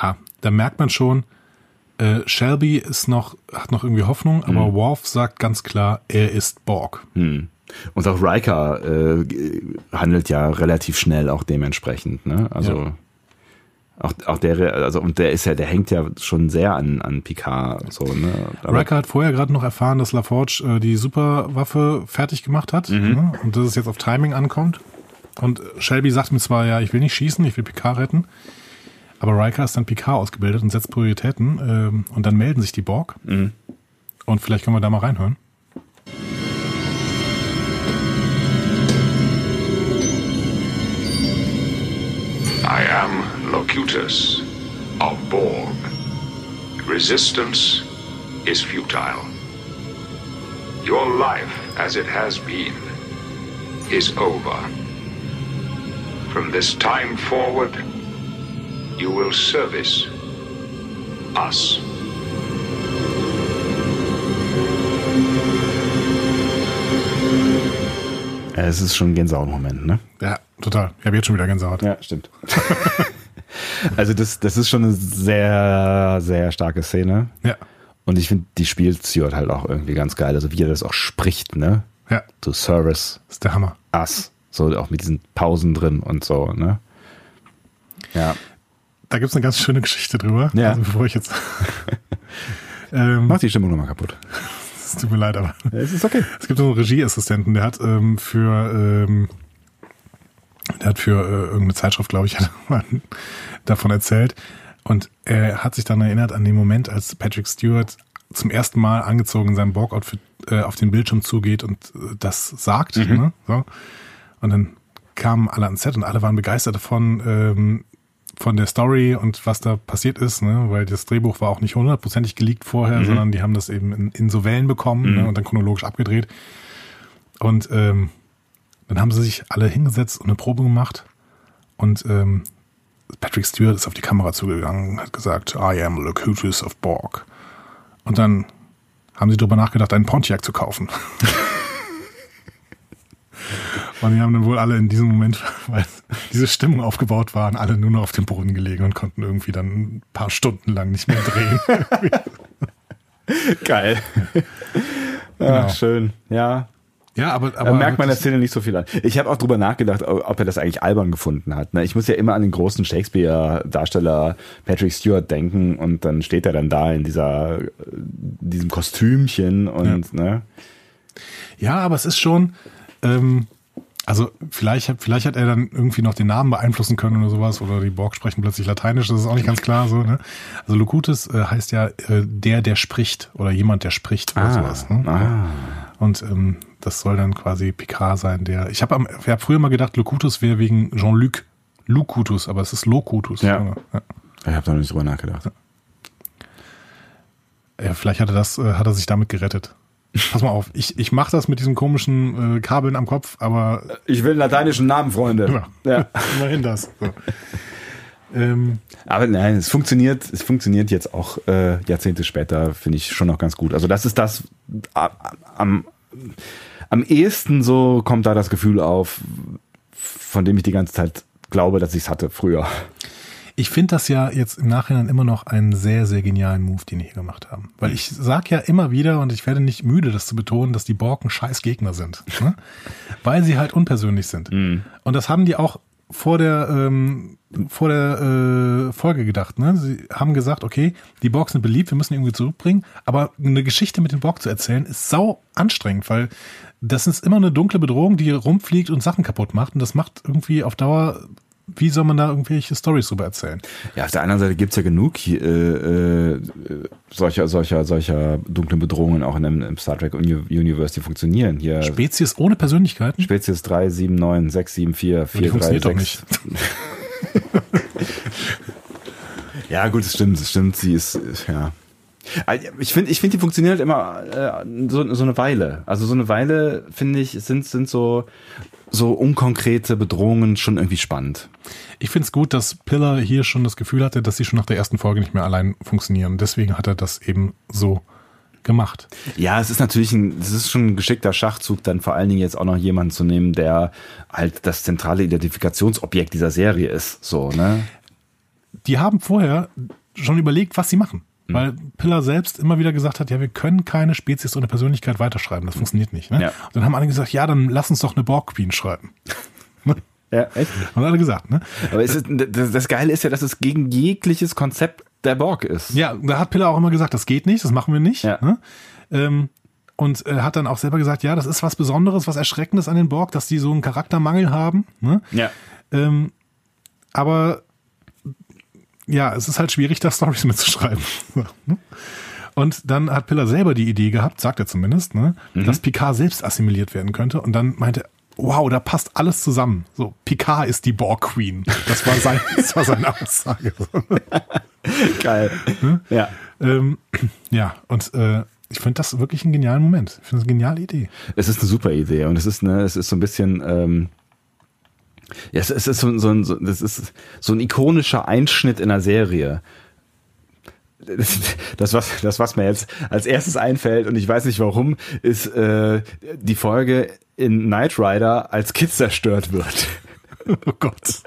Speaker 2: ja, da merkt man schon, äh, Shelby ist noch, hat noch irgendwie Hoffnung,
Speaker 1: Mhm.
Speaker 2: aber Worf sagt ganz klar, er ist Borg.
Speaker 1: Und auch Riker äh, g- handelt ja relativ schnell auch dementsprechend. Ne? Also
Speaker 2: Ja.
Speaker 1: auch, auch der, also und der ist ja, der hängt ja schon sehr an, an Picard. So, ne? Aber-
Speaker 2: Riker hat vorher gerade noch erfahren, dass LaForge äh, die Superwaffe fertig gemacht hat
Speaker 1: Mhm.
Speaker 2: ne? und dass es jetzt auf Timing ankommt. Und Shelby sagt ihm zwar, ja, ich will nicht schießen, ich will Picard retten, aber Riker ist dann Picard ausgebildet und setzt Prioritäten ähm, und dann melden sich die Borg.
Speaker 1: Mhm.
Speaker 2: Und vielleicht können wir da mal reinhören.
Speaker 4: I am Locutus of Borg. Resistance is futile. Your life as it has been is over. From this time forward, you will service us.
Speaker 1: Es ist schon ein Gänsehaut-Moment, ne?
Speaker 2: Ja, total. Ich habe jetzt schon wieder Gänsehaut.
Speaker 1: Ja, stimmt. also das, das ist schon eine sehr, sehr starke Szene.
Speaker 2: Ja,
Speaker 1: Und ich finde, die spielt Stuart halt auch irgendwie ganz geil. Also wie er das auch spricht, ne?
Speaker 2: ja,
Speaker 1: To service
Speaker 2: ist der Hammer.
Speaker 1: us. So auch mit diesen Pausen drin und so, ne? Ja.
Speaker 2: Da gibt's eine ganz schöne Geschichte drüber.
Speaker 1: Ja.
Speaker 2: Also bevor ich jetzt... ähm,
Speaker 1: Mach die Stimmung nochmal kaputt.
Speaker 2: es tut mir leid, aber...
Speaker 1: Es ist okay.
Speaker 2: Es gibt so einen Regieassistenten, der hat ähm, für ähm, der hat für äh, irgendeine Zeitschrift, glaube ich, hat er mal davon erzählt. Und er hat sich dann erinnert an den Moment, als Patrick Stewart zum ersten Mal angezogen in seinem Borg-Outfit äh, auf den Bildschirm zugeht und äh, das sagt. Ne? So. Und dann kamen alle ans Set und alle waren begeistert davon, ähm, von der Story und was da passiert ist, ne? weil das Drehbuch war auch nicht hundertprozentig geleakt vorher, sondern die haben das eben in, in so Wellen bekommen ne? und dann chronologisch abgedreht. Und ähm, dann haben sie sich alle hingesetzt und eine Probe gemacht. Und ähm, Patrick Stewart ist auf die Kamera zugegangen und hat gesagt, I am Locutus of Borg. Und dann haben sie drüber nachgedacht, einen Pontiac zu kaufen. und die haben dann wohl alle in diesem Moment, weil diese Stimmung aufgebaut waren, alle nur noch auf dem Boden gelegen und konnten irgendwie dann ein paar Stunden lang nicht mehr drehen.
Speaker 1: Geil.
Speaker 2: Genau.
Speaker 1: Ach, Ah, schön. Ja.
Speaker 2: ja, aber,
Speaker 1: Da
Speaker 2: aber
Speaker 1: merkt man der Szene nicht so viel an. Ich habe auch drüber nachgedacht, ob er das eigentlich albern gefunden hat. ne? Ich muss ja immer an den großen Shakespeare-Darsteller Patrick Stewart denken und dann steht er dann da in dieser, äh, diesem Kostümchen und ne?
Speaker 2: Ja, aber es ist schon, ähm, also vielleicht, hat- vielleicht hat er dann irgendwie noch den Namen beeinflussen können oder sowas oder die Borg sprechen plötzlich Lateinisch, das ist auch nicht ganz klar so. Ne? Also Locutus äh, heißt ja äh, der, der spricht oder jemand, der spricht
Speaker 1: Ah,
Speaker 2: oder sowas. Ne? Und ähm, das soll dann quasi Picard sein, der. Ich habe hab früher mal gedacht, Locutus wäre wegen Jean-Luc Locutus, aber es ist Locutus.
Speaker 1: Ja.
Speaker 2: Ne? Ja.
Speaker 1: Ich habe da noch nicht drüber nachgedacht.
Speaker 2: Ja, vielleicht hat er das, äh, hat er sich damit gerettet. Pass mal auf, ich, ich mache das mit diesen komischen äh, Kabeln am Kopf, aber
Speaker 1: Ich will einen lateinischen Namen, Freunde. Ja.
Speaker 2: Genau. Immerhin das. So. ähm,
Speaker 1: Aber nein, es funktioniert, es funktioniert jetzt auch äh, Jahrzehnte später, finde ich schon noch ganz gut. Also das ist das a- a- am, am ehesten so kommt da das Gefühl auf, von dem ich die ganze Zeit glaube, dass ich es hatte früher.
Speaker 2: ich finde das ja jetzt im Nachhinein immer noch einen sehr, sehr genialen Move, den die hier gemacht haben. Weil ich sag ja immer wieder, und ich werde nicht müde, das zu betonen, dass die Borken scheiß Gegner sind. Ne? Weil sie halt unpersönlich sind. Und das haben die auch vor der, ähm, vor der äh, Folge gedacht. Ne? Sie haben gesagt, okay, die Borgs sind beliebt, wir müssen die irgendwie zurückbringen, aber eine Geschichte mit den Borg zu erzählen, ist sau anstrengend, weil das ist immer eine dunkle Bedrohung, die rumfliegt und Sachen kaputt macht. Und das macht irgendwie auf Dauer, wie soll man da irgendwelche Stories drüber erzählen?
Speaker 1: Ja, auf der anderen Seite gibt's ja genug hier, äh, äh, solcher, solcher, solcher dunklen Bedrohungen auch in dem, im Star Trek Uni Universe, die funktionieren. Hier
Speaker 2: Spezies ohne Persönlichkeiten?
Speaker 1: Spezies 3, 7, 9, 6, 7, 4, 4, 3, 6. Ja, gut, das stimmt, das stimmt. Sie ist, ja. Ich finde, ich finde, die funktionieren halt immer äh, so, so eine Weile. Also so eine Weile finde ich sind sind so so unkonkrete Bedrohungen schon irgendwie spannend.
Speaker 2: Ich finde es gut, dass Pillar hier schon das Gefühl hatte, dass sie schon nach der ersten Folge nicht mehr allein funktionieren. Deswegen hat er das eben so gemacht.
Speaker 1: Ja, es ist natürlich ein, es ist schon ein geschickter Schachzug, dann vor allen Dingen jetzt auch noch jemanden zu nehmen, der halt das zentrale Identifikationsobjekt dieser Serie ist. So, ne?
Speaker 2: Die haben vorher schon überlegt, was sie machen. Weil Pillar selbst immer wieder gesagt hat, ja, wir können keine Spezies ohne Persönlichkeit weiterschreiben. Das funktioniert nicht. Ne?
Speaker 1: Ja.
Speaker 2: Und dann haben alle gesagt, ja, dann lass uns doch eine Borg Queen schreiben.
Speaker 1: Ja, echt?
Speaker 2: Haben alle gesagt, ne?
Speaker 1: Aber es ist, das, das Geile ist ja, dass es gegen jegliches Konzept der Borg ist.
Speaker 2: Ja, da hat Piller auch immer gesagt, das geht nicht, das machen wir nicht.
Speaker 1: Ja.
Speaker 2: Ne? Ähm, und äh, hat dann auch selber gesagt, ja, das ist was Besonderes, was Erschreckendes an den Borg, dass die so einen Charaktermangel haben. Ne?
Speaker 1: Ja.
Speaker 2: Ähm, aber ja, es ist halt schwierig, da Stories mitzuschreiben. Ne? und dann hat Piller selber die Idee gehabt, sagt er zumindest, ne? dass Picard selbst assimiliert werden könnte. Und dann meinte er, Wow, da passt alles zusammen. So, Picard ist die Borg Queen. Das war, sein, das war seine Aussage.
Speaker 1: Geil. Ja.
Speaker 2: Ähm, ja, und äh, ich finde das wirklich einen genialen Moment. Ich finde das eine geniale Idee.
Speaker 1: Es ist eine super Idee und es ist eine, es ist so ein bisschen, ähm, ja, es, es ist so, ein- so, ein- so, das ist so ein ikonischer Einschnitt in einer Serie. Das was, das, was mir jetzt als erstes einfällt, und ich weiß nicht warum, ist äh, die Folge in Knight Rider, als Kid zerstört wird.
Speaker 2: Oh Gott.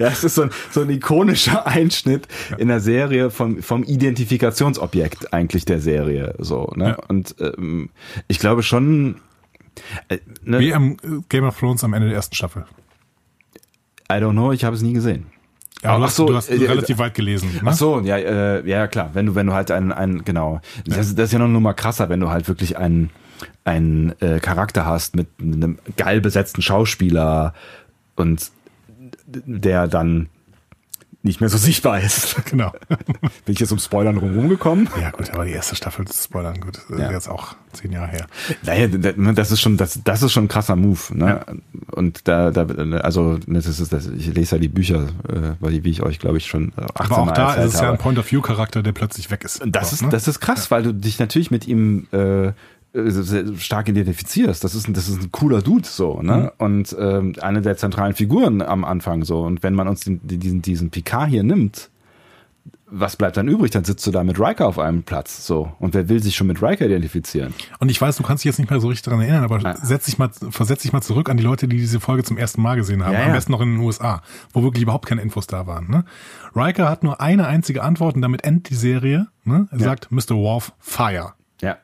Speaker 1: Ja, es ist so ein, so ein ikonischer Einschnitt in der Serie vom, vom Identifikationsobjekt eigentlich der Serie. So, ne?
Speaker 2: Ja.
Speaker 1: Und ähm, ich glaube schon, äh, ne?
Speaker 2: Wie am äh, Game of Thrones am Ende der ersten Staffel.
Speaker 1: I don't know, ich habe es nie gesehen.
Speaker 2: Ja, aber du
Speaker 1: Ach
Speaker 2: hast,
Speaker 1: so,
Speaker 2: du hast
Speaker 1: äh,
Speaker 2: relativ weit gelesen. Ne?
Speaker 1: Ach so, ja, äh, ja klar, wenn du wenn du halt einen einen genau, das, das ist ja noch nur mal krasser, wenn du halt wirklich einen einen äh, Charakter hast mit einem geil besetzten Schauspieler und der dann nicht mehr so sichtbar ist.
Speaker 2: Genau.
Speaker 1: Bin ich jetzt um Spoilern rumgekommen?
Speaker 2: ja, gut, aber die erste Staffel zu spoilern, gut. Das ist
Speaker 1: Ja.
Speaker 2: jetzt auch zehn Jahre her.
Speaker 1: Naja, ne, das ist schon, das, das ist schon ein krasser Move. Ne? Und da, da, also das ist, das, ich lese ja die Bücher, äh, weil wie ich euch, glaube ich, schon 18
Speaker 2: Aber auch
Speaker 1: Mal
Speaker 2: da
Speaker 1: erzählt
Speaker 2: ist es ja
Speaker 1: habe.
Speaker 2: ein Point-of-View-Charakter, der plötzlich weg ist.
Speaker 1: Und Das
Speaker 2: So,
Speaker 1: ist,
Speaker 2: ne?
Speaker 1: das ist krass, weil du dich natürlich mit ihm äh, äh, sehr stark identifizierst. Das ist, ein- das ist ein cooler Dude so, ne?
Speaker 2: Mhm.
Speaker 1: Und ähm, eine der zentralen Figuren am Anfang so. Und wenn man uns den, diesen, diesen Picard hier nimmt, was bleibt dann übrig? Dann sitzt du da mit Riker auf einem Platz so. Und wer will sich schon mit Riker identifizieren?
Speaker 2: Und ich weiß, du kannst dich jetzt nicht mehr so richtig daran erinnern, aber setz dich mal, versetz dich mal zurück an die Leute, die diese Folge zum ersten Mal gesehen haben.
Speaker 1: Ja,
Speaker 2: Am
Speaker 1: ja.
Speaker 2: besten noch in den USA, wo wirklich überhaupt keine Infos da waren. Ne? Riker hat nur eine einzige Antwort und damit endet die Serie. Ne? Er sagt, Mr. Worf, fire.
Speaker 1: Ja.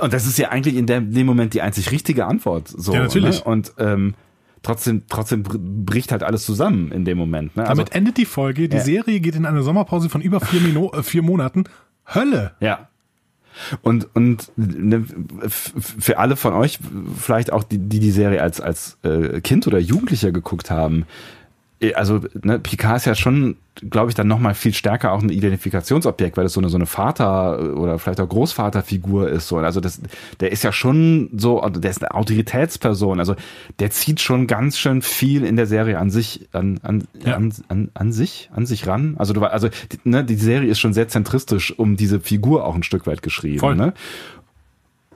Speaker 1: Und das ist ja eigentlich in dem, dem Moment die einzig richtige Antwort. So,
Speaker 2: Ja, natürlich.
Speaker 1: Ne? Und ähm, trotzdem, trotzdem br- bricht halt alles zusammen in dem Moment. Ne? Also,
Speaker 2: Damit endet die Folge. Die
Speaker 1: Ja.
Speaker 2: Serie geht in eine Sommerpause von über vier, Mino äh, vier Monaten. Hölle!
Speaker 1: Ja. Und, und ne, f- f- für alle von euch, vielleicht auch die, die die Serie als, als äh, Kind oder Jugendlicher geguckt haben, eh, also ne, Picard ist ja schon, glaube ich, dann nochmal viel stärker auch ein Identifikationsobjekt, weil das so eine, so eine Vater- oder vielleicht auch Großvaterfigur ist. So. Und Also das, der ist ja schon so, also der ist eine Autoritätsperson. Also der zieht schon ganz schön viel in der Serie an sich, an, an,
Speaker 2: Ja.
Speaker 1: an, an, an sich, an sich ran. Also du wei- also die, ne, die Serie ist schon sehr zentristisch um diese Figur auch ein Stück weit geschrieben.
Speaker 2: Voll.
Speaker 1: Ne?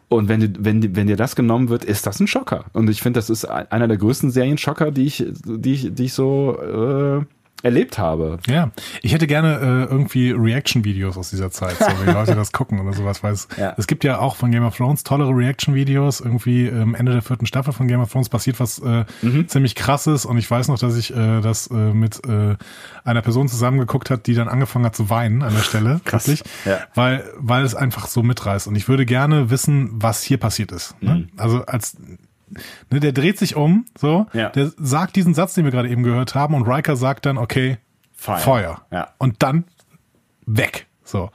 Speaker 1: Und wenn, du- wenn, wenn dir das genommen wird, ist das ein Schocker. Und ich finde, das ist ein- einer der größten Serienschocker, die ich, die ich, die ich so äh, erlebt habe.
Speaker 2: Ja, ich hätte gerne äh, irgendwie Reaction-Videos aus dieser Zeit, so wie Leute das gucken oder sowas. Weil es,
Speaker 1: Ja.
Speaker 2: es gibt ja auch von Game of Thrones tollere Reaction-Videos. Irgendwie ähm, Ende der vierten Staffel von Game of Thrones passiert was äh,
Speaker 1: Mhm.
Speaker 2: ziemlich krasses. Und ich weiß noch, dass ich äh, das äh, mit äh, einer Person zusammengeguckt hat, die dann angefangen hat zu weinen an der Stelle. Krass.
Speaker 1: Ja.
Speaker 2: Weil, weil es einfach so mitreißt. Und ich würde gerne wissen, was hier passiert ist.
Speaker 1: Mhm.
Speaker 2: Ne? Also als Ne, der dreht sich um, so,
Speaker 1: Ja.
Speaker 2: der sagt diesen Satz, den wir gerade eben gehört haben, und Riker sagt dann, okay,
Speaker 1: Feuer.
Speaker 2: Feuer.
Speaker 1: Ja.
Speaker 2: Und dann weg. So.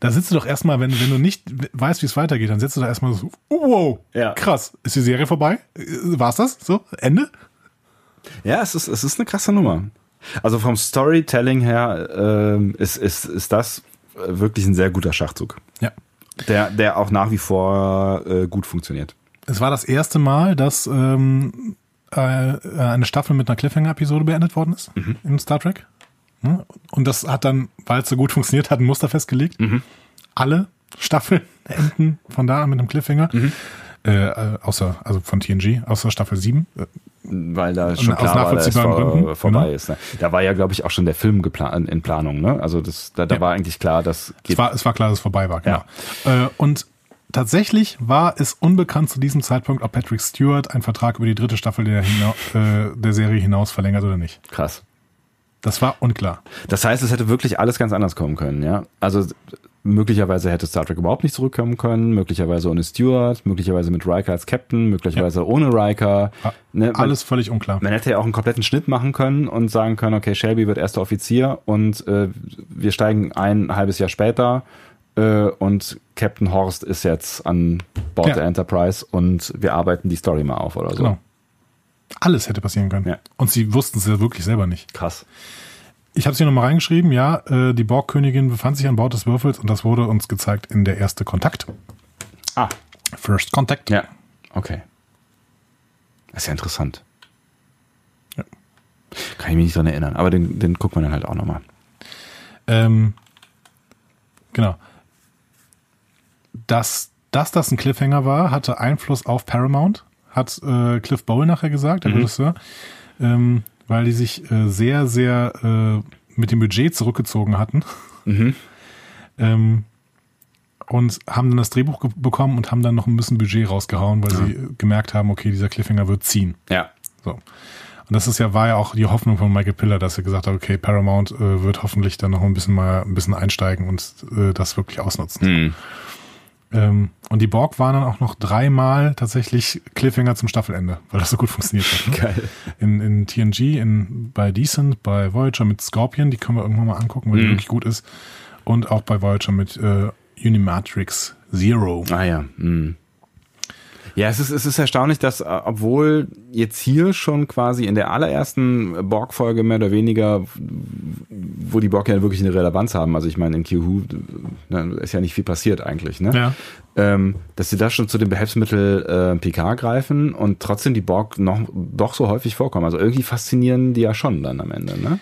Speaker 2: Da sitzt du doch erstmal, wenn, wenn du nicht weißt, wie es weitergeht, dann sitzt du da erstmal so, wow,
Speaker 1: Ja.
Speaker 2: krass, ist die Serie vorbei? Äh, War's das? So, Ende?
Speaker 1: Ja, es ist, es ist eine krasse Nummer. Also vom Storytelling her ähm, ist, ist, ist das äh, wirklich ein sehr guter Schachzug,
Speaker 2: Ja.
Speaker 1: der, der auch nach wie vor äh, gut funktioniert.
Speaker 2: Es war das erste Mal, dass äh,
Speaker 1: Mhm.
Speaker 2: ähm, äh, eine Staffel mit einer Cliffhanger-Episode beendet worden ist in Star Trek. Ne? Und das hat dann, weil es so gut funktioniert hat, ein Muster festgelegt.
Speaker 1: Mhm.
Speaker 2: Alle Staffeln enden von da an mit einem Cliffhanger.
Speaker 1: Mhm.
Speaker 2: Äh, äh, außer, also von TNG, außer Staffel 7. Äh,
Speaker 1: weil da schon
Speaker 2: aus
Speaker 1: klar war, dass es vor,
Speaker 2: nachvollziehbaren Gründen,
Speaker 1: vorbei
Speaker 2: genau.
Speaker 1: ist. Ne? Da war ja, glaube ich, auch schon der Film geplan in Planung. Ne? Also das, da, da war eigentlich klar, das
Speaker 2: Es
Speaker 1: geht.
Speaker 2: war, es war klar, dass es vorbei war, genau. Äh, und tatsächlich war es unbekannt zu diesem Zeitpunkt, ob Patrick Stewart einen Vertrag über die dritte Staffel der, hinau äh, der Serie hinaus verlängert oder nicht.
Speaker 1: krass.
Speaker 2: Das war unklar.
Speaker 1: Das heißt, es hätte wirklich alles ganz anders kommen können, ja. Also möglicherweise hätte Star Trek überhaupt nicht zurückkommen können, möglicherweise ohne Stewart, möglicherweise mit Riker als Captain, möglicherweise ohne Riker.
Speaker 2: War
Speaker 1: Ne, man-
Speaker 2: Alles völlig unklar.
Speaker 1: Man hätte ja auch einen kompletten Schnitt machen können und sagen können, okay, Shelby wird erster Offizier und äh, wir steigen ein halbes Jahr später äh, und Captain Horst ist jetzt an Bord
Speaker 2: Ja.
Speaker 1: der Enterprise und wir arbeiten die Story mal auf oder so.
Speaker 2: Genau. Alles hätte passieren können.
Speaker 1: Ja.
Speaker 2: Und sie wussten es ja wirklich selber nicht.
Speaker 1: Krass.
Speaker 2: Ich habe es hier nochmal reingeschrieben, ja, äh, die Borgkönigin befand sich an Bord des Würfels und das wurde uns gezeigt in der erste Kontakt.
Speaker 1: Ah,
Speaker 2: First Contact.
Speaker 1: ja, okay. Das ist ja interessant.
Speaker 2: Ja.
Speaker 1: Kann ich mich nicht dran erinnern, aber den, den guckt man dann halt auch nochmal.
Speaker 2: Ähm, genau. Dass, dass das ein Cliffhanger war, hatte Einfluss auf Paramount, hat äh, Cliff Bowl nachher gesagt, der Regisseur, ähm, weil die sich äh, sehr, sehr äh, mit dem Budget zurückgezogen hatten. Mhm. Ähm, und haben dann das Drehbuch ge- bekommen und haben dann noch ein bisschen Budget rausgehauen, weil sie äh, gemerkt haben, okay, dieser Cliffhanger wird ziehen.
Speaker 1: Ja.
Speaker 2: So. Und das ist ja, war ja auch die Hoffnung von Michael Piller, dass er gesagt hat, okay, Paramount äh, wird hoffentlich dann noch ein bisschen mal ein bisschen einsteigen und äh, das wirklich ausnutzen.
Speaker 1: Hm.
Speaker 2: Ähm, und die Borg waren dann auch noch dreimal tatsächlich Cliffhanger zum Staffelende, weil das so gut funktioniert hat. Ne?
Speaker 1: Geil.
Speaker 2: In, in TNG, in, bei Decent, bei Voyager mit Scorpion, die können wir irgendwann mal angucken,
Speaker 1: Mhm.
Speaker 2: weil die wirklich gut ist. Und auch bei Voyager mit äh, Unimatrix Zero.
Speaker 1: Ah ja. Hm. Ja, es ist, es ist erstaunlich, dass äh, obwohl jetzt hier schon quasi in der allerersten Borg-Folge mehr oder weniger, wo die Borg ja wirklich eine Relevanz haben, also ich meine in Kihu ne, ist ja nicht viel passiert eigentlich, ne?
Speaker 2: Ja.
Speaker 1: Ähm, dass sie da schon zu dem Behelfsmittel äh, PK greifen und trotzdem die Borg noch doch so häufig vorkommen. Also irgendwie faszinieren die ja schon dann am Ende, ne?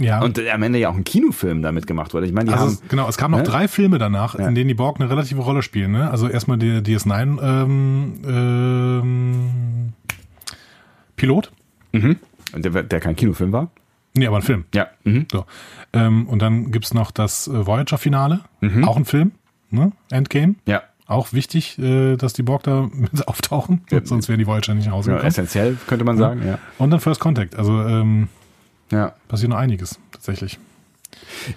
Speaker 2: Ja.
Speaker 1: Und äh, am Ende ja auch ein Kinofilm damit gemacht wurde. Ich meine, die
Speaker 2: Also
Speaker 1: haben
Speaker 2: es, genau, es kamen noch
Speaker 1: ne?
Speaker 2: drei Filme danach,
Speaker 1: Ja.
Speaker 2: in denen die Borg eine relative Rolle spielen. Ne? Also erstmal der DS9 ähm, ähm, Pilot.
Speaker 1: der, der kein Kinofilm war.
Speaker 2: Nee, aber ein Film.
Speaker 1: Ja. Mhm.
Speaker 2: So. Ähm, und dann gibt's noch das äh, Voyager-Finale, auch ein Film, ne? Endgame.
Speaker 1: Mhm. Ja.
Speaker 2: Auch wichtig, äh, dass die Borg da mit auftauchen,
Speaker 1: Ja.
Speaker 2: sonst wären die Voyager nicht nach Hause
Speaker 1: Ja,
Speaker 2: gekommen.
Speaker 1: essentiell könnte man sagen, ja.
Speaker 2: Und dann First Contact. Also ähm,
Speaker 1: Ja.
Speaker 2: passiert noch einiges tatsächlich.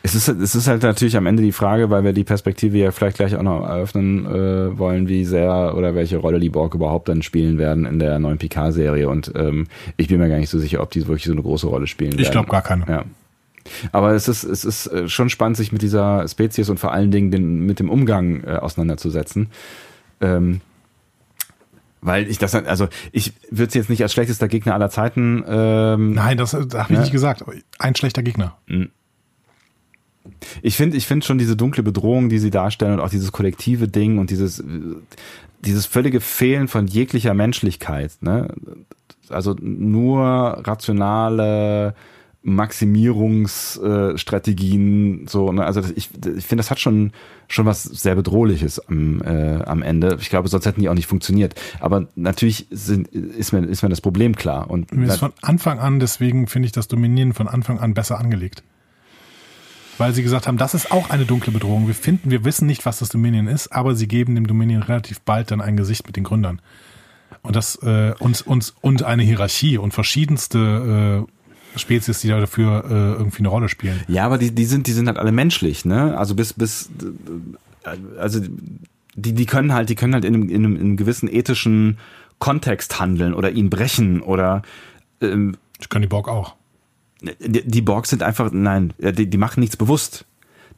Speaker 1: Es ist, es ist halt natürlich am Ende die Frage, weil wir die Perspektive ja vielleicht gleich auch noch eröffnen äh, wollen, wie sehr oder welche Rolle die Borg überhaupt dann spielen werden in der neuen PK-Serie. Und ähm, ich bin mir gar nicht so sicher, ob die wirklich so eine große Rolle spielen werden.
Speaker 2: Ich glaube gar keine.
Speaker 1: Ja. Aber es ist, es ist äh, schon spannend, sich mit dieser Spezies und vor allen Dingen den, mit dem Umgang äh, auseinanderzusetzen. Ähm, weil ich das, also ich würde es jetzt nicht als schlechtester Gegner aller Zeiten ähm,
Speaker 2: Nein, das, das habe ich
Speaker 1: Ja.
Speaker 2: nicht gesagt. Ein schlechter Gegner.
Speaker 1: Ich finde, ich finde schon diese dunkle Bedrohung, die sie darstellen und auch dieses kollektive Ding und dieses, äh, dieses völlige Fehlen von jeglicher Menschlichkeit, ne? Also nur rationale Maximierungsstrategien, so, ne? Also das, ich, ich finde, das hat schon, schon was sehr Bedrohliches am, äh, am Ende. Ich glaube, sonst hätten die auch nicht funktioniert. Aber natürlich sind, ist mir, ist mir das Problem klar. Und
Speaker 2: Mir ist von Anfang an, deswegen finde ich das Dominieren von Anfang an besser angelegt. Weil sie gesagt haben, das ist auch eine dunkle Bedrohung. Wir finden, wir wissen nicht, was das Dominion ist, aber sie geben dem Dominion relativ bald dann ein Gesicht mit den Gründern. Und das, äh, und, und, und eine Hierarchie und verschiedenste äh, Spezies, die da dafür äh, irgendwie eine Rolle spielen.
Speaker 1: Ja, aber die, die sind, die sind halt alle menschlich, ne? Also bis, bis, also die, die können halt, die können halt in einem, in einem, in einem gewissen ethischen Kontext handeln oder ihn brechen oder ähm,
Speaker 2: Das können die Borg auch.
Speaker 1: die, die Borg sind einfach, nein, äh, die, die machen nichts bewusst.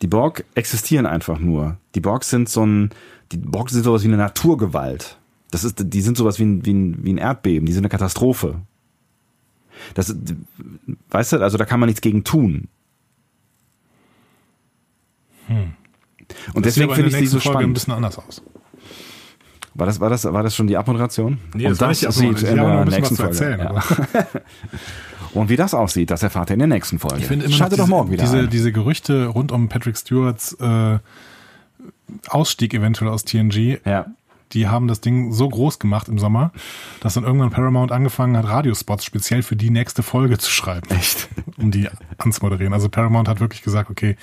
Speaker 1: Die Borg existieren einfach nur. Die Borg sind so ein, die Borg sind sowas wie eine Naturgewalt. Das ist, die sind sowas wie ein, wie ein, wie ein Erdbeben, die sind eine Katastrophe. Das, ist- weißt du, also da kann man nichts gegen tun. Und
Speaker 2: sieht
Speaker 1: deswegen
Speaker 2: Hm. aber
Speaker 1: finde
Speaker 2: in
Speaker 1: ich
Speaker 2: der
Speaker 1: die so
Speaker 2: nächsten Folge ein
Speaker 1: spannend.
Speaker 2: bisschen anders aus.
Speaker 1: War das, war das, war das schon die Abmoderation?
Speaker 2: Nee, das war nicht die Abmoderation. Ich habe noch ein bisschen was zu erzählen,
Speaker 1: Ja. Und wie das aussieht, das erfahrt ihr in der nächsten Folge.
Speaker 2: Ich finde immer
Speaker 1: Schaltet
Speaker 2: noch
Speaker 1: doch
Speaker 2: diese,
Speaker 1: morgen wieder
Speaker 2: diese,
Speaker 1: ein.
Speaker 2: diese Gerüchte rund um Patrick Stewarts äh, Ausstieg eventuell aus TNG.
Speaker 1: Ja.
Speaker 2: Die haben das Ding so groß gemacht im Sommer, dass dann irgendwann Paramount angefangen hat, Radiospots speziell für die nächste Folge zu schreiben. Echt? Um die anzumoderieren. Also Paramount hat wirklich gesagt, okay,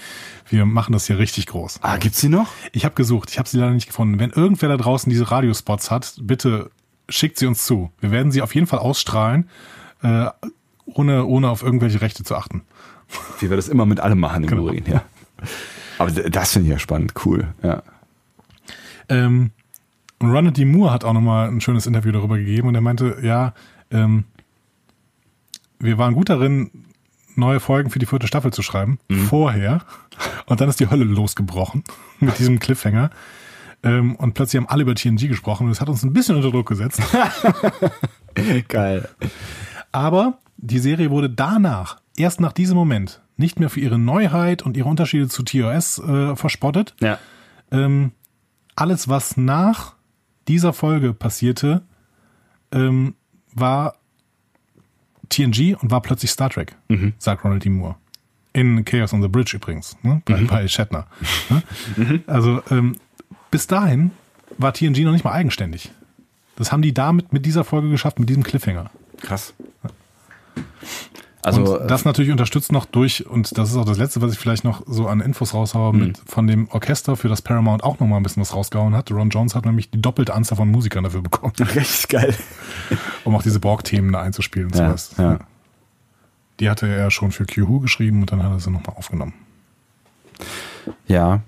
Speaker 2: wir machen das hier richtig groß.
Speaker 1: Ah, gibt's die noch?
Speaker 2: Ich habe gesucht, ich habe sie leider nicht gefunden. Wenn irgendwer da draußen diese Radiospots hat, bitte schickt sie uns zu. Wir werden sie auf jeden Fall ausstrahlen, äh, ohne, ohne auf irgendwelche Rechte zu achten.
Speaker 1: Wie wir das immer mit allem machen im Urin, ja. Aber d- das finde ich ja spannend, cool. Ja.
Speaker 2: Ähm, und Ronald D. Moore hat auch nochmal ein schönes Interview darüber gegeben und er meinte, ja, ähm, wir waren gut darin, neue Folgen für die vierte Staffel zu schreiben, vorher. Und dann ist die Hölle losgebrochen mit diesem Cliffhanger. Ähm, und plötzlich haben alle über TNG gesprochen und das hat uns ein bisschen unter Druck gesetzt.
Speaker 1: Geil.
Speaker 2: Aber die Serie wurde danach, erst nach diesem Moment, nicht mehr für ihre Neuheit und ihre Unterschiede zu TOS äh, verspottet.
Speaker 1: Ja.
Speaker 2: Ähm, alles, was nach dieser Folge passierte, ähm, war TNG und war plötzlich Star Trek, sagt Ronald D. Moore. In Chaos on the Bridge übrigens, ne? bei, bei Shatner. Ne? Also ähm, bis dahin war TNG noch nicht mal eigenständig. Das haben die damit mit dieser Folge geschafft, mit diesem Cliffhanger.
Speaker 1: Krass. Also,
Speaker 2: und das natürlich unterstützt noch durch, und das ist auch das Letzte, was ich vielleicht noch so an Infos raushaue, mit
Speaker 1: Mhm.
Speaker 2: von dem Orchester, für das Paramount auch nochmal ein bisschen was rausgehauen hat. Ron Jones hat nämlich die doppelte Anzahl von Musikern dafür bekommen,
Speaker 1: richtig geil.
Speaker 2: um auch diese Borg-Themen da einzuspielen und
Speaker 1: Ja,
Speaker 2: sowas.
Speaker 1: ja.
Speaker 2: Die hatte er schon für Q Who geschrieben und dann hat er sie nochmal aufgenommen.
Speaker 1: Ja.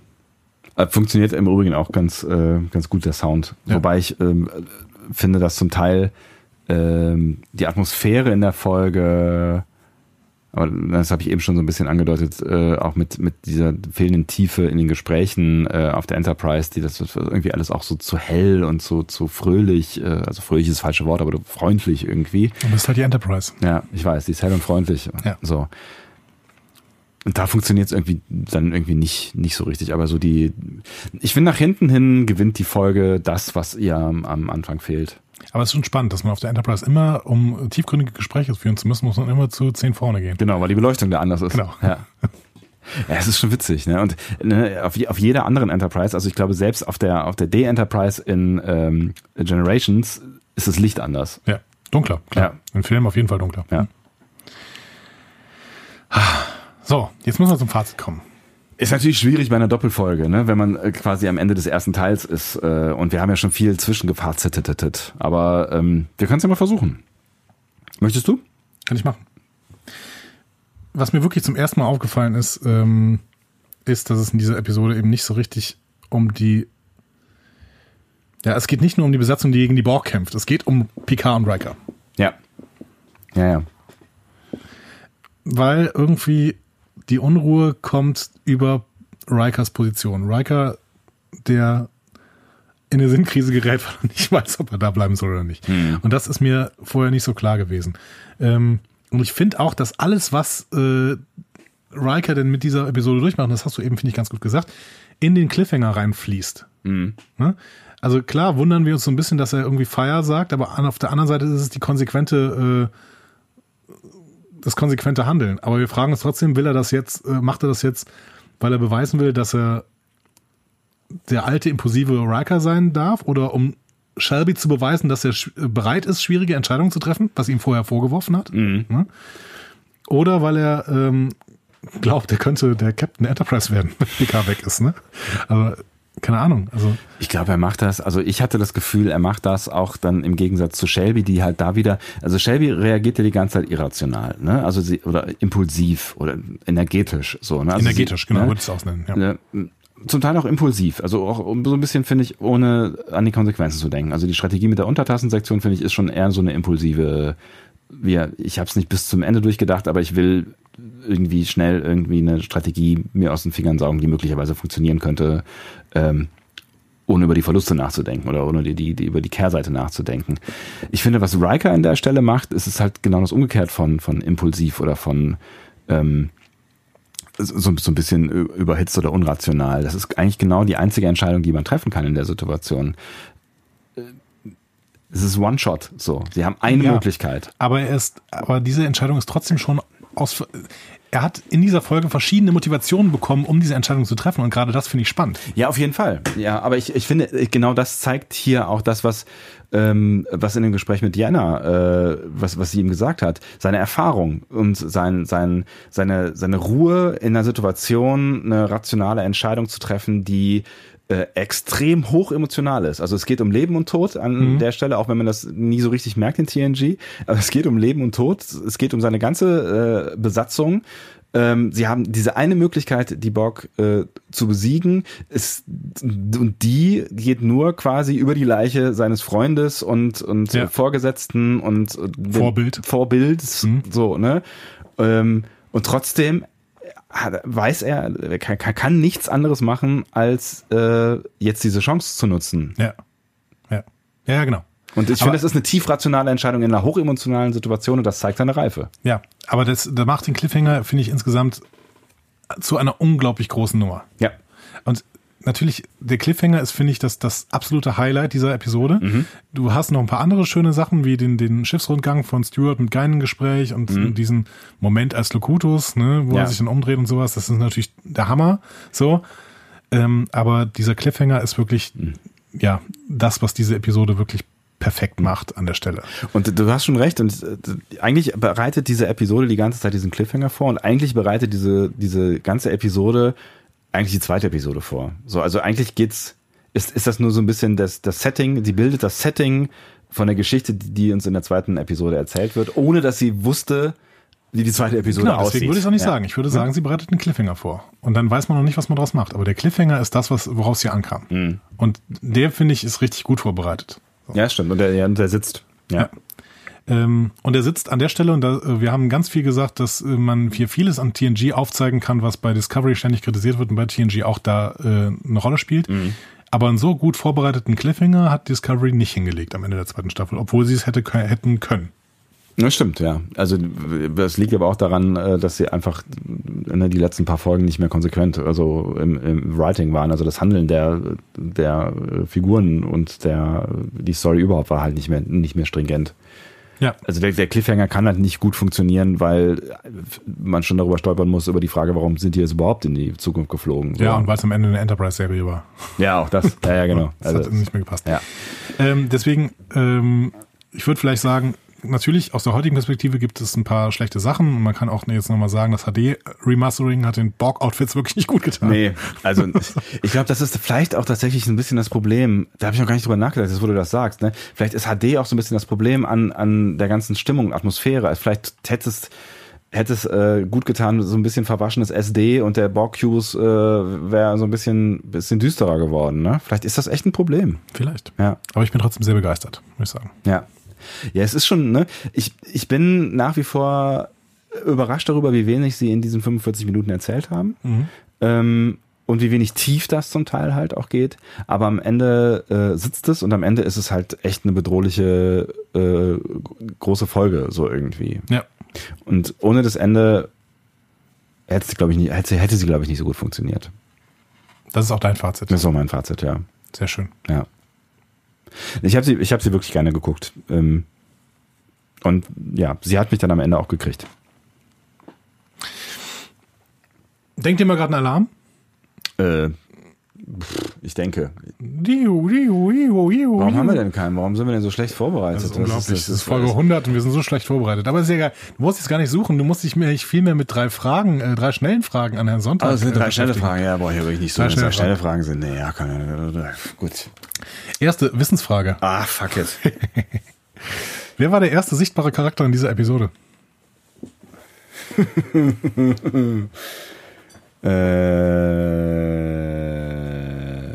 Speaker 1: Äh, Funktioniert im Übrigen auch ganz, äh, ganz gut der Sound.
Speaker 2: Ja.
Speaker 1: Wobei ich ähm, äh, finde, dass zum Teil ähm, die Atmosphäre in der Folge, aber das habe ich eben schon so ein bisschen angedeutet, äh, auch mit, mit dieser fehlenden Tiefe in den Gesprächen äh, auf der Enterprise, die das das irgendwie alles auch so zu hell und so zu fröhlich, äh, also fröhlich ist das falsche Wort, aber so freundlich irgendwie.
Speaker 2: Und das ist halt die Enterprise.
Speaker 1: Ja, ich weiß, die ist hell und freundlich.
Speaker 2: Ja.
Speaker 1: So. Und da funktioniert es irgendwie dann irgendwie nicht, nicht so richtig. Aber so die, ich finde, nach hinten hin gewinnt die Folge das, was ihr am, am Anfang fehlt.
Speaker 2: Aber es ist schon spannend, dass man auf der Enterprise immer, um tiefgründige Gespräche führen zu müssen, muss man immer zu 10 vorne gehen.
Speaker 1: Genau, weil die Beleuchtung da anders ist.
Speaker 2: Genau.
Speaker 1: Ja. Ja, es ist schon witzig, ne? Und ne, auf, je- auf jeder anderen Enterprise, also ich glaube, selbst auf der, auf der D-Enterprise in ähm, Generations ist das Licht anders.
Speaker 2: Ja, dunkler, klar.
Speaker 1: Ja.
Speaker 2: Im Film auf jeden Fall dunkler.
Speaker 1: Ja.
Speaker 2: So, jetzt müssen wir zum Fazit kommen.
Speaker 1: Ist natürlich schwierig bei einer Doppelfolge, ne? wenn man äh, quasi am Ende des ersten Teils ist. Äh, und wir haben ja schon viel zwischengefazitetet. Aber ähm, wir können es ja mal versuchen. Möchtest du?
Speaker 2: Kann ich machen. Was mir wirklich zum ersten Mal aufgefallen ist, ähm, ist, dass es in dieser Episode eben nicht so richtig um die. Ja, es geht nicht nur um die Besatzung, die gegen die Borg kämpft. Es geht um Picard und Riker.
Speaker 1: Ja. Ja, ja.
Speaker 2: Weil irgendwie die Unruhe kommt über Rikers Position. Riker, der in eine Sinnkrise gerät, weil er nicht weiß, ob er da bleiben soll oder nicht. Und das ist mir vorher nicht so klar gewesen. Ähm, und ich finde auch, dass alles, was äh, Riker denn mit dieser Episode durchmacht, und das hast du eben, finde ich, ganz gut gesagt, in den Cliffhanger reinfließt. Ne? Also klar wundern wir uns so ein bisschen, dass er irgendwie Fire sagt, aber an, auf der anderen Seite ist es die konsequente, äh, das konsequente Handeln. Aber wir fragen uns trotzdem, will er das jetzt, äh, macht er das jetzt, weil er beweisen will, dass er der alte, impulsive Riker sein darf oder um Shelby zu beweisen, dass er sch- äh, bereit ist, schwierige Entscheidungen zu treffen, was ihm vorher vorgeworfen hat. Ne? Oder weil er ähm, glaubt, er könnte der Captain der Enterprise werden, wenn Picard weg ist. Ne? Aber keine Ahnung. Also
Speaker 1: Ich glaube, er macht das. Also ich hatte das Gefühl, er macht das auch dann im Gegensatz zu Shelby, die halt da wieder, also Shelby reagiert ja die ganze Zeit irrational, ne? Also sie, oder impulsiv oder energetisch, so, ne? Also
Speaker 2: energetisch,
Speaker 1: sie,
Speaker 2: genau,
Speaker 1: ne?
Speaker 2: würde ich es ausnennen. Ja.
Speaker 1: Ne, m, zum Teil auch impulsiv, also auch um- so ein bisschen finde ich, ohne an die Konsequenzen zu denken. Also die Strategie mit der Untertassensektion finde ich ist schon eher so eine impulsive. Wir, ich habe es nicht bis zum Ende durchgedacht, aber ich will irgendwie schnell irgendwie eine Strategie mir aus den Fingern saugen, die möglicherweise funktionieren könnte, ähm, ohne über die Verluste nachzudenken oder ohne die, die, die über die Kehrseite nachzudenken. Ich finde, was Riker an der Stelle macht, ist es halt genau das umgekehrt von von impulsiv oder von ähm, so, so ein bisschen ü- überhitzt oder unrational. Das ist eigentlich genau die einzige Entscheidung, die man treffen kann in der Situation. Äh, Es ist One-Shot. So, sie haben eine
Speaker 2: Ja.
Speaker 1: Möglichkeit.
Speaker 2: Aber er ist, aber diese Entscheidung ist trotzdem schon aus. Er hat in dieser Folge verschiedene Motivationen bekommen, um diese Entscheidung zu treffen. Und gerade das finde ich spannend.
Speaker 1: Ja, auf jeden Fall. Ja, aber ich, ich finde, genau das zeigt hier auch das, was, ähm, was in dem Gespräch mit Diana, äh, was, was sie ihm gesagt hat. Seine Erfahrung und sein, sein, seine, seine Ruhe in einer Situation, eine rationale Entscheidung zu treffen, die äh, extrem hoch emotional ist. Also es geht um Leben und Tod an der Stelle, auch wenn man das nie so richtig merkt in TNG. Aber es geht um Leben und Tod. Es geht um seine ganze äh, Besatzung. Ähm, sie haben diese eine Möglichkeit, die Borg äh, zu besiegen, ist, und die geht nur quasi über die Leiche seines Freundes und, und
Speaker 2: Ja.
Speaker 1: äh, Vorgesetzten und äh, dem
Speaker 2: Vorbild. Mhm.
Speaker 1: Vorbilds, so, ne? Ähm, und trotzdem äh, hat, weiß er, er äh, kann, kann, kann nichts anderes machen, als äh, jetzt diese Chance zu nutzen.
Speaker 2: Ja. Ja. Ja, ja, genau.
Speaker 1: Und ich
Speaker 2: Aber-
Speaker 1: finde, das ist eine tief rationale Entscheidung in einer hochemotionalen Situation und das zeigt seine Reife.
Speaker 2: Ja. Aber das, der macht den Cliffhanger, finde ich, insgesamt zu einer unglaublich großen Nummer.
Speaker 1: Ja.
Speaker 2: Und natürlich, der Cliffhanger ist, finde ich, das, das absolute Highlight dieser Episode. Du hast noch ein paar andere schöne Sachen, wie den, den Schiffsrundgang von Stewart mit Geinen Gespräch und diesen Moment als Locutus, ne, wo
Speaker 1: Ja.
Speaker 2: er sich dann umdreht und sowas. Das ist natürlich der Hammer. So. Ähm, aber dieser Cliffhanger ist wirklich, ja, das, was diese Episode wirklich perfekt macht an der Stelle.
Speaker 1: Und du hast schon recht. Und äh, eigentlich bereitet diese Episode die ganze Zeit diesen Cliffhanger vor. Und eigentlich bereitet diese, diese ganze Episode eigentlich die zweite Episode vor. So, also eigentlich geht's, ist, ist das nur so ein bisschen das, das Setting, die bildet das Setting von der Geschichte, die, die uns in der zweiten Episode erzählt wird, ohne dass sie wusste, wie die zweite Episode
Speaker 2: Genau,
Speaker 1: aussieht.
Speaker 2: deswegen würde ich es auch nicht
Speaker 1: Ja.
Speaker 2: sagen. Ich würde sagen, sie bereitet einen Cliffhanger vor. Und dann weiß man noch nicht, was man daraus macht. Aber der Cliffhanger ist das, was, woraus sie ankam.
Speaker 1: Mhm.
Speaker 2: Und der, finde ich, ist richtig gut vorbereitet.
Speaker 1: Ja, stimmt. Und der, ja, und der sitzt. Ja.
Speaker 2: Ähm, und er sitzt an der Stelle und da, äh, wir haben ganz viel gesagt, dass äh, man hier vieles an TNG aufzeigen kann, was bei Discovery ständig kritisiert wird und bei TNG auch da äh, eine Rolle spielt.
Speaker 1: Mhm.
Speaker 2: Aber einen so gut vorbereiteten Cliffhanger hat Discovery nicht hingelegt am Ende der zweiten Staffel, obwohl sie es hätte kö- hätten können.
Speaker 1: Das stimmt, ja. Also das liegt aber auch daran, äh, dass sie einfach ne, die letzten paar Folgen nicht mehr konsequent also im, im Writing waren. Also das Handeln der, der äh, Figuren und der die Story überhaupt war halt nicht mehr, nicht mehr stringent.
Speaker 2: Ja,
Speaker 1: Also der, der Cliffhanger kann halt nicht gut funktionieren, weil man schon darüber stolpern muss, über die Frage, warum sind die jetzt überhaupt in die Zukunft geflogen.
Speaker 2: ja und weil es am Ende eine Enterprise-Serie war.
Speaker 1: ja auch das. Ja, ja, genau.
Speaker 2: Das
Speaker 1: Also,
Speaker 2: hat nicht mehr gepasst.
Speaker 1: ja.
Speaker 2: Ähm, deswegen, ähm, ich würde vielleicht sagen, natürlich aus der heutigen Perspektive gibt es ein paar schlechte Sachen und man kann auch jetzt nochmal sagen, das HD-Remastering hat den Borg-Outfits wirklich nicht gut getan.
Speaker 1: Nee, also ich glaube, das ist vielleicht auch tatsächlich ein bisschen das Problem. Da habe ich noch gar nicht drüber nachgedacht, jetzt wo du das sagst. Ne? Vielleicht ist HD auch so ein bisschen das Problem an, an der ganzen Stimmung, Atmosphäre. Also vielleicht hättest hätte es äh, gut getan, so ein bisschen verwaschenes SD und der Borg-Cubes äh, wäre so ein bisschen, bisschen düsterer geworden. Ne? Vielleicht ist das echt ein Problem.
Speaker 2: Vielleicht.
Speaker 1: Ja.
Speaker 2: Aber ich bin trotzdem sehr begeistert, muss ich sagen.
Speaker 1: Ja. Ja, es ist schon, ne? Ich, ich bin nach wie vor überrascht darüber, wie wenig sie in diesen 45 Minuten erzählt haben. Ähm, und wie wenig tief das zum Teil halt auch geht. Aber am Ende äh, sitzt es und am Ende ist es halt echt eine bedrohliche äh, große Folge, so irgendwie.
Speaker 2: Ja.
Speaker 1: Und ohne das Ende hätte sie, glaube ich, nicht, hätte, hätte sie, glaube ich, nicht so gut funktioniert.
Speaker 2: Das ist auch dein Fazit.
Speaker 1: Das ist auch mein Fazit, ja.
Speaker 2: Sehr schön.
Speaker 1: Ja. Ich habe sie, ich hab sie wirklich gerne geguckt. Ähm, und ja, sie hat mich dann am Ende auch gekriegt.
Speaker 2: Denkt ihr mal gerade einen Alarm?
Speaker 1: Äh, pff, ich denke.
Speaker 2: Diu, diu, diu, diu,
Speaker 1: Warum
Speaker 2: diu.
Speaker 1: haben wir denn keinen? Warum sind wir denn so schlecht vorbereitet?
Speaker 2: Das ist unglaublich. Das ist, Folge
Speaker 1: alles-
Speaker 2: 100 und wir sind so schlecht vorbereitet. Aber ist ja egal. Du musst jetzt gar nicht suchen. Du musst dich mehr, viel mehr mit drei Fragen, äh, drei schnellen Fragen an Herrn Sonntag.
Speaker 1: Ah, das sind
Speaker 2: äh,
Speaker 1: drei schnelle
Speaker 2: beschäftigen.
Speaker 1: Fragen. Ja, boah, hier bin ich nicht so.
Speaker 2: Drei
Speaker 1: Drei schnelle,
Speaker 2: schnelle
Speaker 1: Fragen sind. Nee, ja, kann, äh, gut.
Speaker 2: Erste Wissensfrage.
Speaker 1: Ah, fuck it.
Speaker 2: Wer war der erste sichtbare Charakter in dieser Episode?
Speaker 1: äh,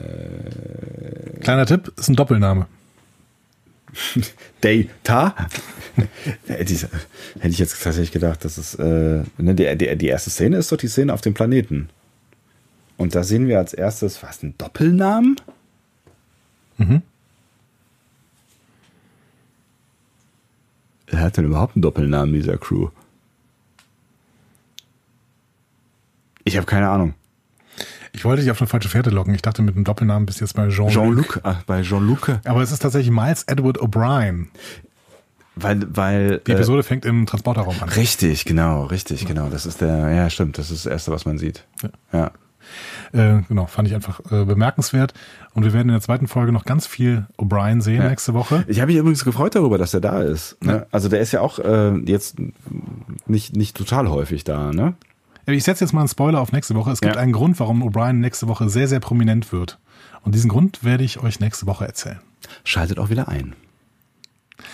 Speaker 2: Kleiner Tipp, ist ein Doppelname.
Speaker 1: Data. hätte, ich, hätte ich jetzt tatsächlich gedacht, dass es. Äh, ne, die, die, die erste Szene ist doch die Szene auf dem Planeten. Und da sehen wir als erstes, was, einen Doppelnamen? Mhm. Wer hat denn überhaupt einen Doppelnamen, dieser Crew? Ich habe keine Ahnung.
Speaker 2: Ich wollte dich auf eine falsche Fährte locken. Ich dachte, mit dem Doppelnamen bist du jetzt bei Jean-Luc.
Speaker 1: Jean-Luc, ah, bei Jean-Luc,
Speaker 2: Aber es ist tatsächlich Miles Edward O'Brien.
Speaker 1: weil, weil. äh,
Speaker 2: Die Episode fängt im Transporterraum an.
Speaker 1: richtig, genau, richtig, genau. Das ist der, ja, stimmt, das ist das Erste, was man sieht. Ja.
Speaker 2: Äh, genau, fand ich einfach äh, bemerkenswert. Und wir werden in der zweiten Folge noch ganz viel O'Brien sehen nächste Woche.
Speaker 1: Ich habe mich übrigens gefreut darüber, dass er da ist. Ne? Also der ist ja auch äh, jetzt nicht, nicht total häufig da, ne?
Speaker 2: Äh, Ich setze jetzt mal einen Spoiler auf nächste Woche. Es gibt
Speaker 1: Ja.
Speaker 2: einen Grund, warum O'Brien nächste Woche sehr, sehr prominent wird. Und diesen Grund werde ich euch nächste Woche erzählen.
Speaker 1: Schaltet auch wieder ein.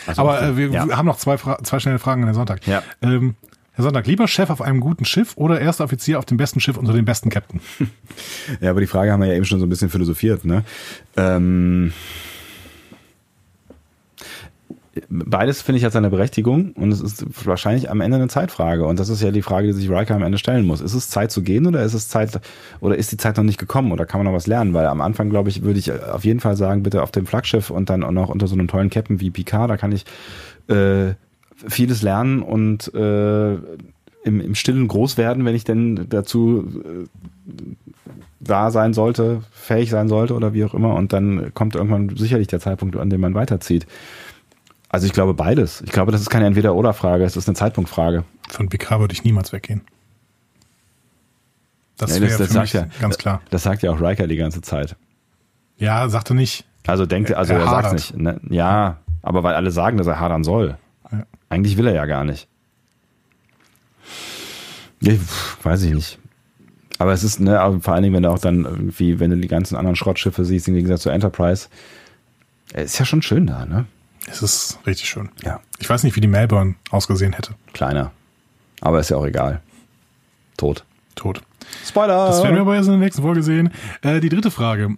Speaker 1: Also
Speaker 2: Aber äh, wir
Speaker 1: ja.
Speaker 2: wir haben noch zwei, Fra zwei schnelle Fragen an den Sonntag.
Speaker 1: Ja.
Speaker 2: Ähm, Herr Sonntag, lieber Chef auf einem guten Schiff oder erster Offizier auf dem besten Schiff unter dem besten Captain?
Speaker 1: ja, aber die Frage haben wir ja eben schon so ein bisschen philosophiert, ne? Ähm, beides finde ich hat seine Berechtigung und es ist wahrscheinlich am Ende eine Zeitfrage. Und das ist ja die Frage, die sich Riker am Ende stellen muss. Ist es Zeit zu gehen oder ist es Zeit oder ist die Zeit noch nicht gekommen oder kann man noch was lernen? Weil am Anfang, glaube ich, würde ich auf jeden Fall sagen, bitte auf dem Flaggschiff und dann auch noch unter so einem tollen Captain wie Picard, da kann ich äh, vieles lernen und äh, im, im Stillen groß werden, wenn ich denn dazu da sein sollte, fähig sein sollte oder wie auch immer. Und dann kommt irgendwann sicherlich der Zeitpunkt, an dem man weiterzieht. Also ich glaube beides. Ich glaube, das ist keine Entweder-Oder-Frage, es ist eine Zeitpunktfrage.
Speaker 2: Von Picard würde ich niemals weggehen. Das
Speaker 1: Ja,
Speaker 2: wäre für mich ganz klar.
Speaker 1: Das sagt ja auch Riker die ganze Zeit.
Speaker 2: Ja, sagte nicht.
Speaker 1: Also denkt er, also
Speaker 2: Er
Speaker 1: er, sagt
Speaker 2: hadert.
Speaker 1: nicht. Ne? Ja, aber weil alle sagen, dass er hadern soll.
Speaker 2: Ja.
Speaker 1: Eigentlich will er ja gar nicht. Ich, pff, weiß ich nicht. Aber es ist, ne, aber vor allen Dingen, wenn du auch dann irgendwie, wenn du die ganzen anderen Schrottschiffe siehst, im Gegensatz zur Enterprise, äh, ist ja schon schön da, ne?
Speaker 2: Es ist richtig schön.
Speaker 1: Ja.
Speaker 2: Ich weiß nicht, wie die Melbourne ausgesehen hätte.
Speaker 1: Kleiner. Aber ist ja auch egal. Tot.
Speaker 2: Tot.
Speaker 1: Spoiler!
Speaker 2: Das werden wir aber erst in der nächsten Folge sehen. Äh, die dritte Frage.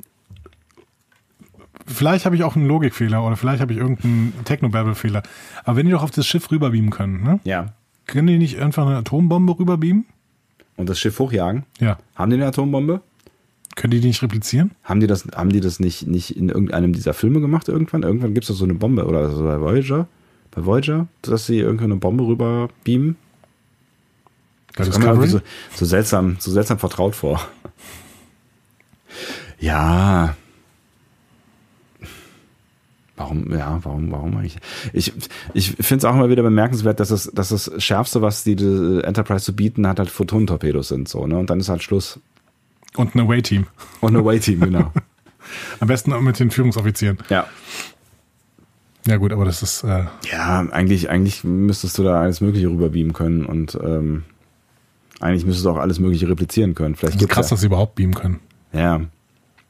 Speaker 2: Vielleicht habe ich auch einen Logikfehler oder vielleicht habe ich irgendeinen Technobabble-Fehler. Aber wenn die doch auf das Schiff rüberbeamen können, ne?
Speaker 1: ja.
Speaker 2: Können die nicht einfach eine Atombombe rüberbeamen?
Speaker 1: Und das Schiff hochjagen?
Speaker 2: Ja.
Speaker 1: Haben die eine Atombombe?
Speaker 2: Können die die nicht replizieren?
Speaker 1: Haben die das, haben die das nicht, nicht in irgendeinem dieser Filme gemacht irgendwann? Irgendwann gibt es doch so eine Bombe oder so bei Voyager. Bei Voyager, dass sie irgendwie eine Bombe rüber beamen.
Speaker 2: Bei
Speaker 1: Das kommt mir Also irgendwie
Speaker 2: Discovery?
Speaker 1: so, so seltsam, so seltsam vertraut vor. Ja. Warum, ja, warum, warum eigentlich? Ich, ich finde es auch immer wieder bemerkenswert, dass das, dass das Schärfste, was die, die Enterprise zu bieten hat, halt Photonentorpedos sind, so, ne? Und dann ist halt Schluss.
Speaker 2: Und ein Away-Team.
Speaker 1: Und ein Away-Team, genau.
Speaker 2: Am besten auch mit den Führungsoffizieren.
Speaker 1: ja.
Speaker 2: Ja gut, aber das ist... Äh,
Speaker 1: Ja, eigentlich, eigentlich müsstest du da alles Mögliche rüberbeamen können und, ähm, eigentlich müsstest du auch alles Mögliche replizieren können. Vielleicht
Speaker 2: das ist
Speaker 1: gibt's
Speaker 2: Also krass,
Speaker 1: ja,
Speaker 2: dass sie überhaupt beamen können.
Speaker 1: Ja.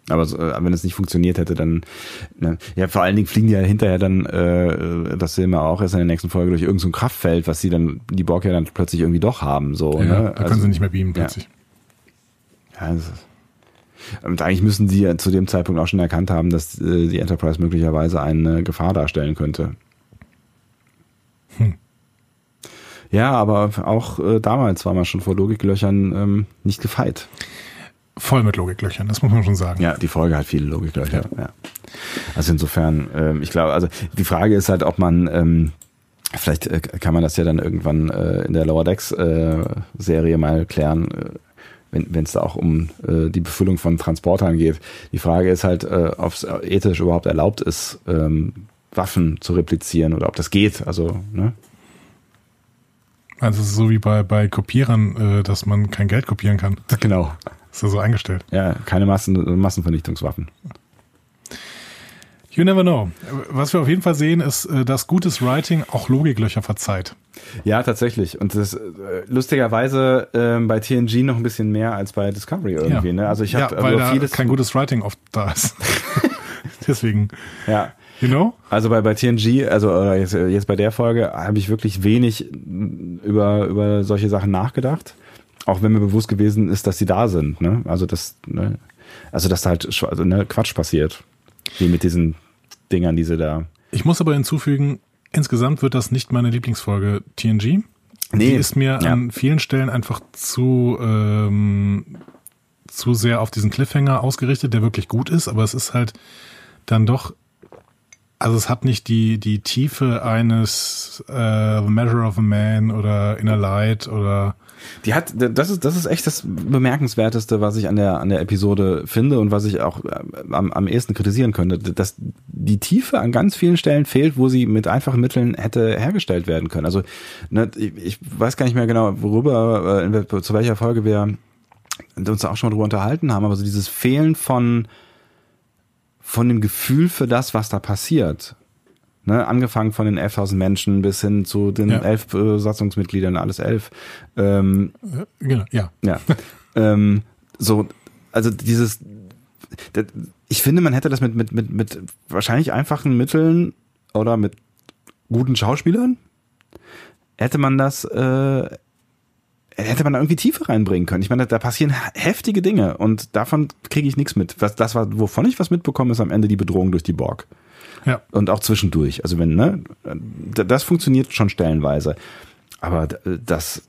Speaker 1: Aber so, äh, wenn es nicht funktioniert hätte, dann. Ne. Ja, vor allen Dingen fliegen die ja hinterher dann, äh, äh, das sehen wir auch erst in der nächsten Folge, durch irgendein so ein Kraftfeld, was sie dann, die Borg ja dann plötzlich irgendwie doch haben. So,
Speaker 2: ja,
Speaker 1: ne?
Speaker 2: da können sie nicht mehr beamen plötzlich.
Speaker 1: Ja, das ist, und eigentlich müssen sie ja zu dem Zeitpunkt auch schon erkannt haben, dass äh, die Enterprise möglicherweise eine Gefahr darstellen könnte.
Speaker 2: Hm.
Speaker 1: Ja, aber auch äh, damals war man schon vor Logiklöchern ähm, nicht gefeit.
Speaker 2: Voll mit Logiklöchern, das muss man schon sagen.
Speaker 1: Ja, die Folge hat viele Logiklöcher. Ja. Also insofern, ähm, ich glaube, also die Frage ist halt, ob man ähm, vielleicht äh, kann man das ja dann irgendwann äh, in der Lower Decks äh, Serie mal klären, äh, wenn es da auch um äh, die Befüllung von Transportern geht. Die Frage ist halt, äh, ob es ethisch überhaupt erlaubt ist, ähm, Waffen zu replizieren oder ob das geht. Also ne?
Speaker 2: Also es ist so wie bei, bei Kopierern, äh, dass man kein Geld kopieren kann.
Speaker 1: genau.
Speaker 2: Ist ja so eingestellt.
Speaker 1: Ja, keine Massen, Massenvernichtungswaffen.
Speaker 2: You never know. Was wir auf jeden Fall sehen, ist, äh, dass gutes Writing auch Logiklöcher verzeiht.
Speaker 1: Ja, tatsächlich. Und das äh, lustigerweise ähm, bei TNG noch ein bisschen mehr als bei Discovery irgendwie.
Speaker 2: ja.
Speaker 1: Ne? Also ich habe
Speaker 2: ja, weil da
Speaker 1: vieles.
Speaker 2: kein gutes Writing oft da ist. Deswegen,
Speaker 1: ja.
Speaker 2: you know?
Speaker 1: Also bei, bei TNG, also oder jetzt, jetzt bei der Folge, habe ich wirklich wenig m, über, über solche Sachen nachgedacht. Auch wenn mir bewusst gewesen ist, dass sie da sind. Ne? Also das, ne? also dass da halt schwa- also, ne, Quatsch passiert. Wie mit diesen Dingern, diese da.
Speaker 2: Ich muss aber hinzufügen, insgesamt wird das nicht meine Lieblingsfolge TNG.
Speaker 1: Nee.
Speaker 2: Die ist mir
Speaker 1: Ja.
Speaker 2: an vielen Stellen einfach zu, ähm, zu sehr auf diesen Cliffhanger ausgerichtet, der wirklich gut ist, aber es ist halt dann doch Also es hat nicht die, die Tiefe eines äh, The Measure of a Man oder Inner Light oder
Speaker 1: Die hat, das ist, das ist echt das Bemerkenswerteste, was ich an der, an der Episode finde und was ich auch äh, am, am ehesten kritisieren könnte, dass die Tiefe an ganz vielen Stellen fehlt, wo sie mit einfachen Mitteln hätte hergestellt werden können. Also, ne, ich, ich weiß gar nicht mehr genau, worüber, äh, in wel- zu welcher Folge wir uns da auch schon mal drüber unterhalten haben, aber so dieses Fehlen von, von dem Gefühl für das, was da passiert. Ne, angefangen von den 11.000 Menschen bis hin zu den
Speaker 2: Ja.
Speaker 1: elf Besatzungsmitgliedern, alles elf. Ähm,
Speaker 2: genau, ja.
Speaker 1: ja. ähm, so, also dieses. Das, ich finde, man hätte das mit, mit, mit, mit wahrscheinlich einfachen Mitteln oder mit guten Schauspielern hätte man das, äh, hätte man da irgendwie Tiefe reinbringen können. Ich meine, da, da passieren heftige Dinge und davon kriege ich nichts mit. Was, das, war, wovon ich was mitbekomme, ist am Ende die Bedrohung durch die Borg
Speaker 2: Ja.
Speaker 1: und auch zwischendurch. Also wenn, ne, d- das funktioniert schon stellenweise. Aber d- das,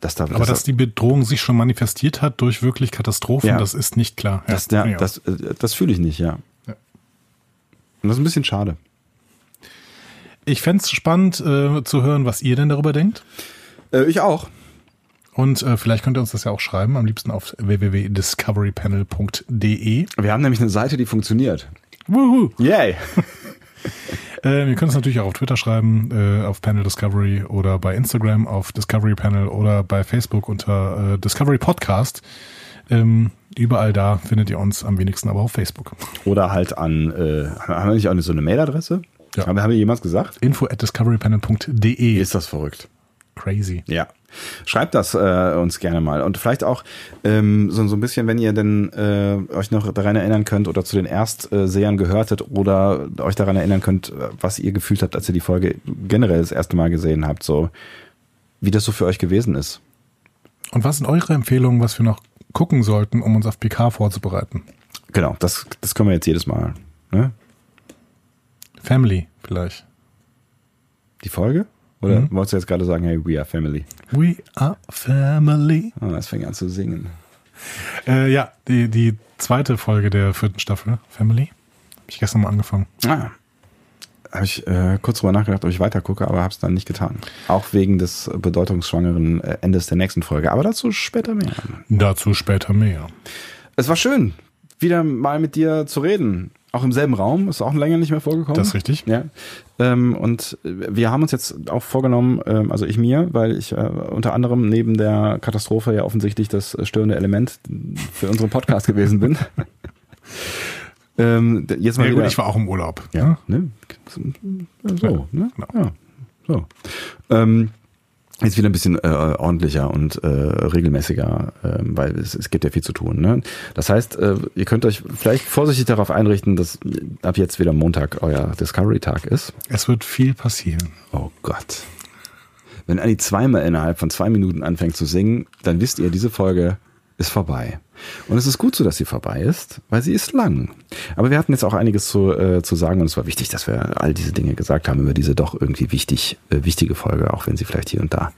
Speaker 1: dass da,
Speaker 2: Aber dass die Bedrohung sich schon manifestiert hat durch wirklich Katastrophen,
Speaker 1: Ja.
Speaker 2: das ist nicht klar.
Speaker 1: Das, ja,
Speaker 2: ja.
Speaker 1: das, äh, das fühle ich nicht, ja.
Speaker 2: Ja.
Speaker 1: Und das ist ein bisschen schade.
Speaker 2: ich fänd's spannend äh, zu hören, was ihr denn darüber denkt.
Speaker 1: Äh, ich auch.
Speaker 2: Und äh, vielleicht könnt ihr uns das ja auch schreiben, am liebsten auf www.discoverypanel.de.
Speaker 1: Wir haben nämlich eine Seite, die funktioniert.
Speaker 2: Wuhu!
Speaker 1: Yay!
Speaker 2: Äh, ihr könnt es natürlich auch auf Twitter schreiben, äh, auf Panel Discovery oder bei Instagram auf Discovery Panel oder bei Facebook unter äh, Discovery Podcast. Ähm, überall da findet ihr uns am wenigsten, aber auf Facebook.
Speaker 1: Oder halt an, äh, haben wir nicht auch so eine Mailadresse?
Speaker 2: Ja.
Speaker 1: Haben, haben wir jemals gesagt?
Speaker 2: Info at discoverypanel.de.
Speaker 1: Ist das verrückt.
Speaker 2: Crazy.
Speaker 1: Ja. Schreibt das äh, uns gerne mal. Und vielleicht auch ähm, so, so ein bisschen, wenn ihr denn äh, euch noch daran erinnern könnt oder zu den Erstsehern gehörtet oder euch daran erinnern könnt, äh, was ihr gefühlt habt, als ihr die Folge generell das erste Mal gesehen habt, so wie das so für euch gewesen ist.
Speaker 2: Und was sind eure Empfehlungen, was wir noch gucken sollten, um uns auf PK vorzubereiten?
Speaker 1: Genau, das, das können wir jetzt jedes Mal. Ne?
Speaker 2: Family vielleicht.
Speaker 1: Die Folge? Oder wolltest du jetzt gerade sagen, hey, we are family?
Speaker 2: We are family.
Speaker 1: Ah, es fängt an zu singen.
Speaker 2: Äh, ja, die, die zweite Folge der vierten Staffel, Family. Hab ich gestern mal angefangen.
Speaker 1: Ah. Habe ich äh, kurz drüber nachgedacht, ob ich weitergucke, aber habe es dann nicht getan. Auch wegen des äh, bedeutungsschwangeren äh, Endes der nächsten Folge. Aber dazu später mehr.
Speaker 2: Dazu später mehr.
Speaker 1: Es war schön, wieder mal mit dir zu reden. Auch im selben Raum, ist auch länger nicht mehr vorgekommen.
Speaker 2: Das ist richtig.
Speaker 1: Ja. Ähm, und äh, wir haben uns jetzt auch vorgenommen, ähm, also ich mir, weil ich äh, unter anderem neben der Katastrophe ja offensichtlich das äh, störende Element für unseren Podcast gewesen bin. ähm, d- jetzt mal
Speaker 2: Ja
Speaker 1: wieder,
Speaker 2: gut, ich war auch im Urlaub.
Speaker 1: ja,
Speaker 2: ne?
Speaker 1: ne? So,
Speaker 2: Ja,
Speaker 1: ne?
Speaker 2: genau.
Speaker 1: Ja. So. Ähm, jetzt wieder ein bisschen äh, ordentlicher und äh, regelmäßiger, ähm, weil es, es gibt ja viel zu tun. Ne? Das heißt, äh, ihr könnt euch vielleicht vorsichtig darauf einrichten, dass ab jetzt wieder Montag euer Discovery-Tag ist.
Speaker 2: Es wird viel passieren.
Speaker 1: Oh Gott. Wenn Annie zweimal innerhalb von zwei Minuten anfängt zu singen, dann wisst ihr, diese Folge ist vorbei. Und es ist gut so, dass sie vorbei ist, weil sie ist lang. Aber wir hatten jetzt auch einiges zu, äh, zu sagen und es war wichtig, dass wir all diese Dinge gesagt haben über diese doch irgendwie wichtig, äh, wichtige Folge, auch wenn sie vielleicht hier und da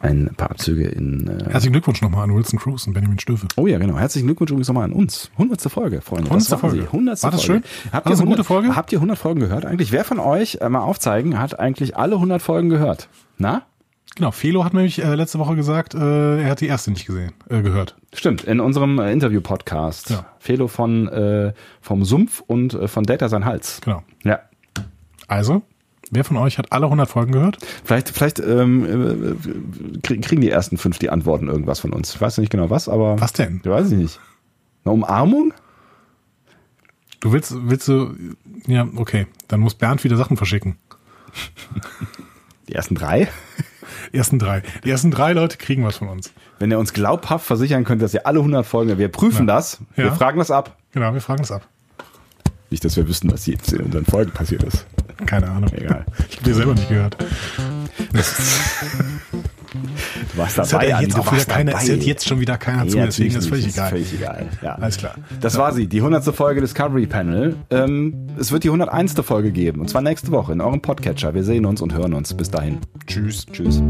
Speaker 1: ein paar Abzüge in... Äh,
Speaker 2: Herzlichen Glückwunsch nochmal an Wilson Cruz und Benjamin Stöve.
Speaker 1: Oh ja, genau. Herzlichen Glückwunsch übrigens nochmal an uns. Hundertste Folge, Freunde. Das
Speaker 2: 100.
Speaker 1: waren
Speaker 2: Folge.
Speaker 1: Sie. 100.
Speaker 2: War das
Speaker 1: Folge.
Speaker 2: schön?
Speaker 1: Habt
Speaker 2: War das
Speaker 1: ihr
Speaker 2: eine
Speaker 1: 100
Speaker 2: gute Folge?
Speaker 1: Habt ihr 100 Folgen gehört eigentlich? Wer von euch, äh, mal aufzeigen, hat eigentlich alle 100 Folgen gehört? Na?
Speaker 2: Genau, Felo hat nämlich äh, letzte Woche gesagt, äh, er hat die erste nicht gesehen, äh, gehört.
Speaker 1: Stimmt, in unserem äh, Interview-Podcast.
Speaker 2: Ja.
Speaker 1: Felo von äh, vom Sumpf und äh, von Data sein Hals.
Speaker 2: Genau.
Speaker 1: Ja.
Speaker 2: Also, wer von euch hat alle 100 Folgen gehört?
Speaker 1: Vielleicht, vielleicht ähm, äh, krie- kriegen die ersten fünf die Antworten irgendwas von uns. Ich weiß nicht genau was, aber.
Speaker 2: Was denn?
Speaker 1: Ich weiß ich nicht. Eine Umarmung?
Speaker 2: Du willst, willst du, ja, okay, dann muss Bernd wieder Sachen verschicken.
Speaker 1: Die ersten drei?
Speaker 2: Die ersten drei. Die ersten drei Leute kriegen was von uns.
Speaker 1: Wenn ihr uns glaubhaft versichern könnt, dass ihr alle 100 Folgen, wir prüfen das,
Speaker 2: Ja.
Speaker 1: wir fragen das ab.
Speaker 2: Genau, wir fragen es ab.
Speaker 1: Nicht, dass wir wüssten, was jetzt in unseren Folgen passiert ist.
Speaker 2: Keine Ahnung.
Speaker 1: Egal.
Speaker 2: Ich habe die selber nicht gehört.
Speaker 1: Du warst
Speaker 2: Das hat
Speaker 1: dabei,
Speaker 2: ja
Speaker 1: Andi,
Speaker 2: jetzt
Speaker 1: du
Speaker 2: auch wieder
Speaker 1: warst
Speaker 2: keiner,
Speaker 1: dabei.
Speaker 2: erzählt jetzt schon wieder keiner zu,
Speaker 1: Ja,
Speaker 2: deswegen ist
Speaker 1: natürlich
Speaker 2: völlig
Speaker 1: nicht,
Speaker 2: egal.
Speaker 1: Ist völlig egal. Ja.
Speaker 2: Alles klar.
Speaker 1: Das war sie, die 100. Folge Discovery Panel. Ähm, es wird die 101. Folge geben, und zwar nächste Woche in eurem Podcatcher. Wir sehen uns und hören uns. Bis dahin. Tschüss. Tschüss.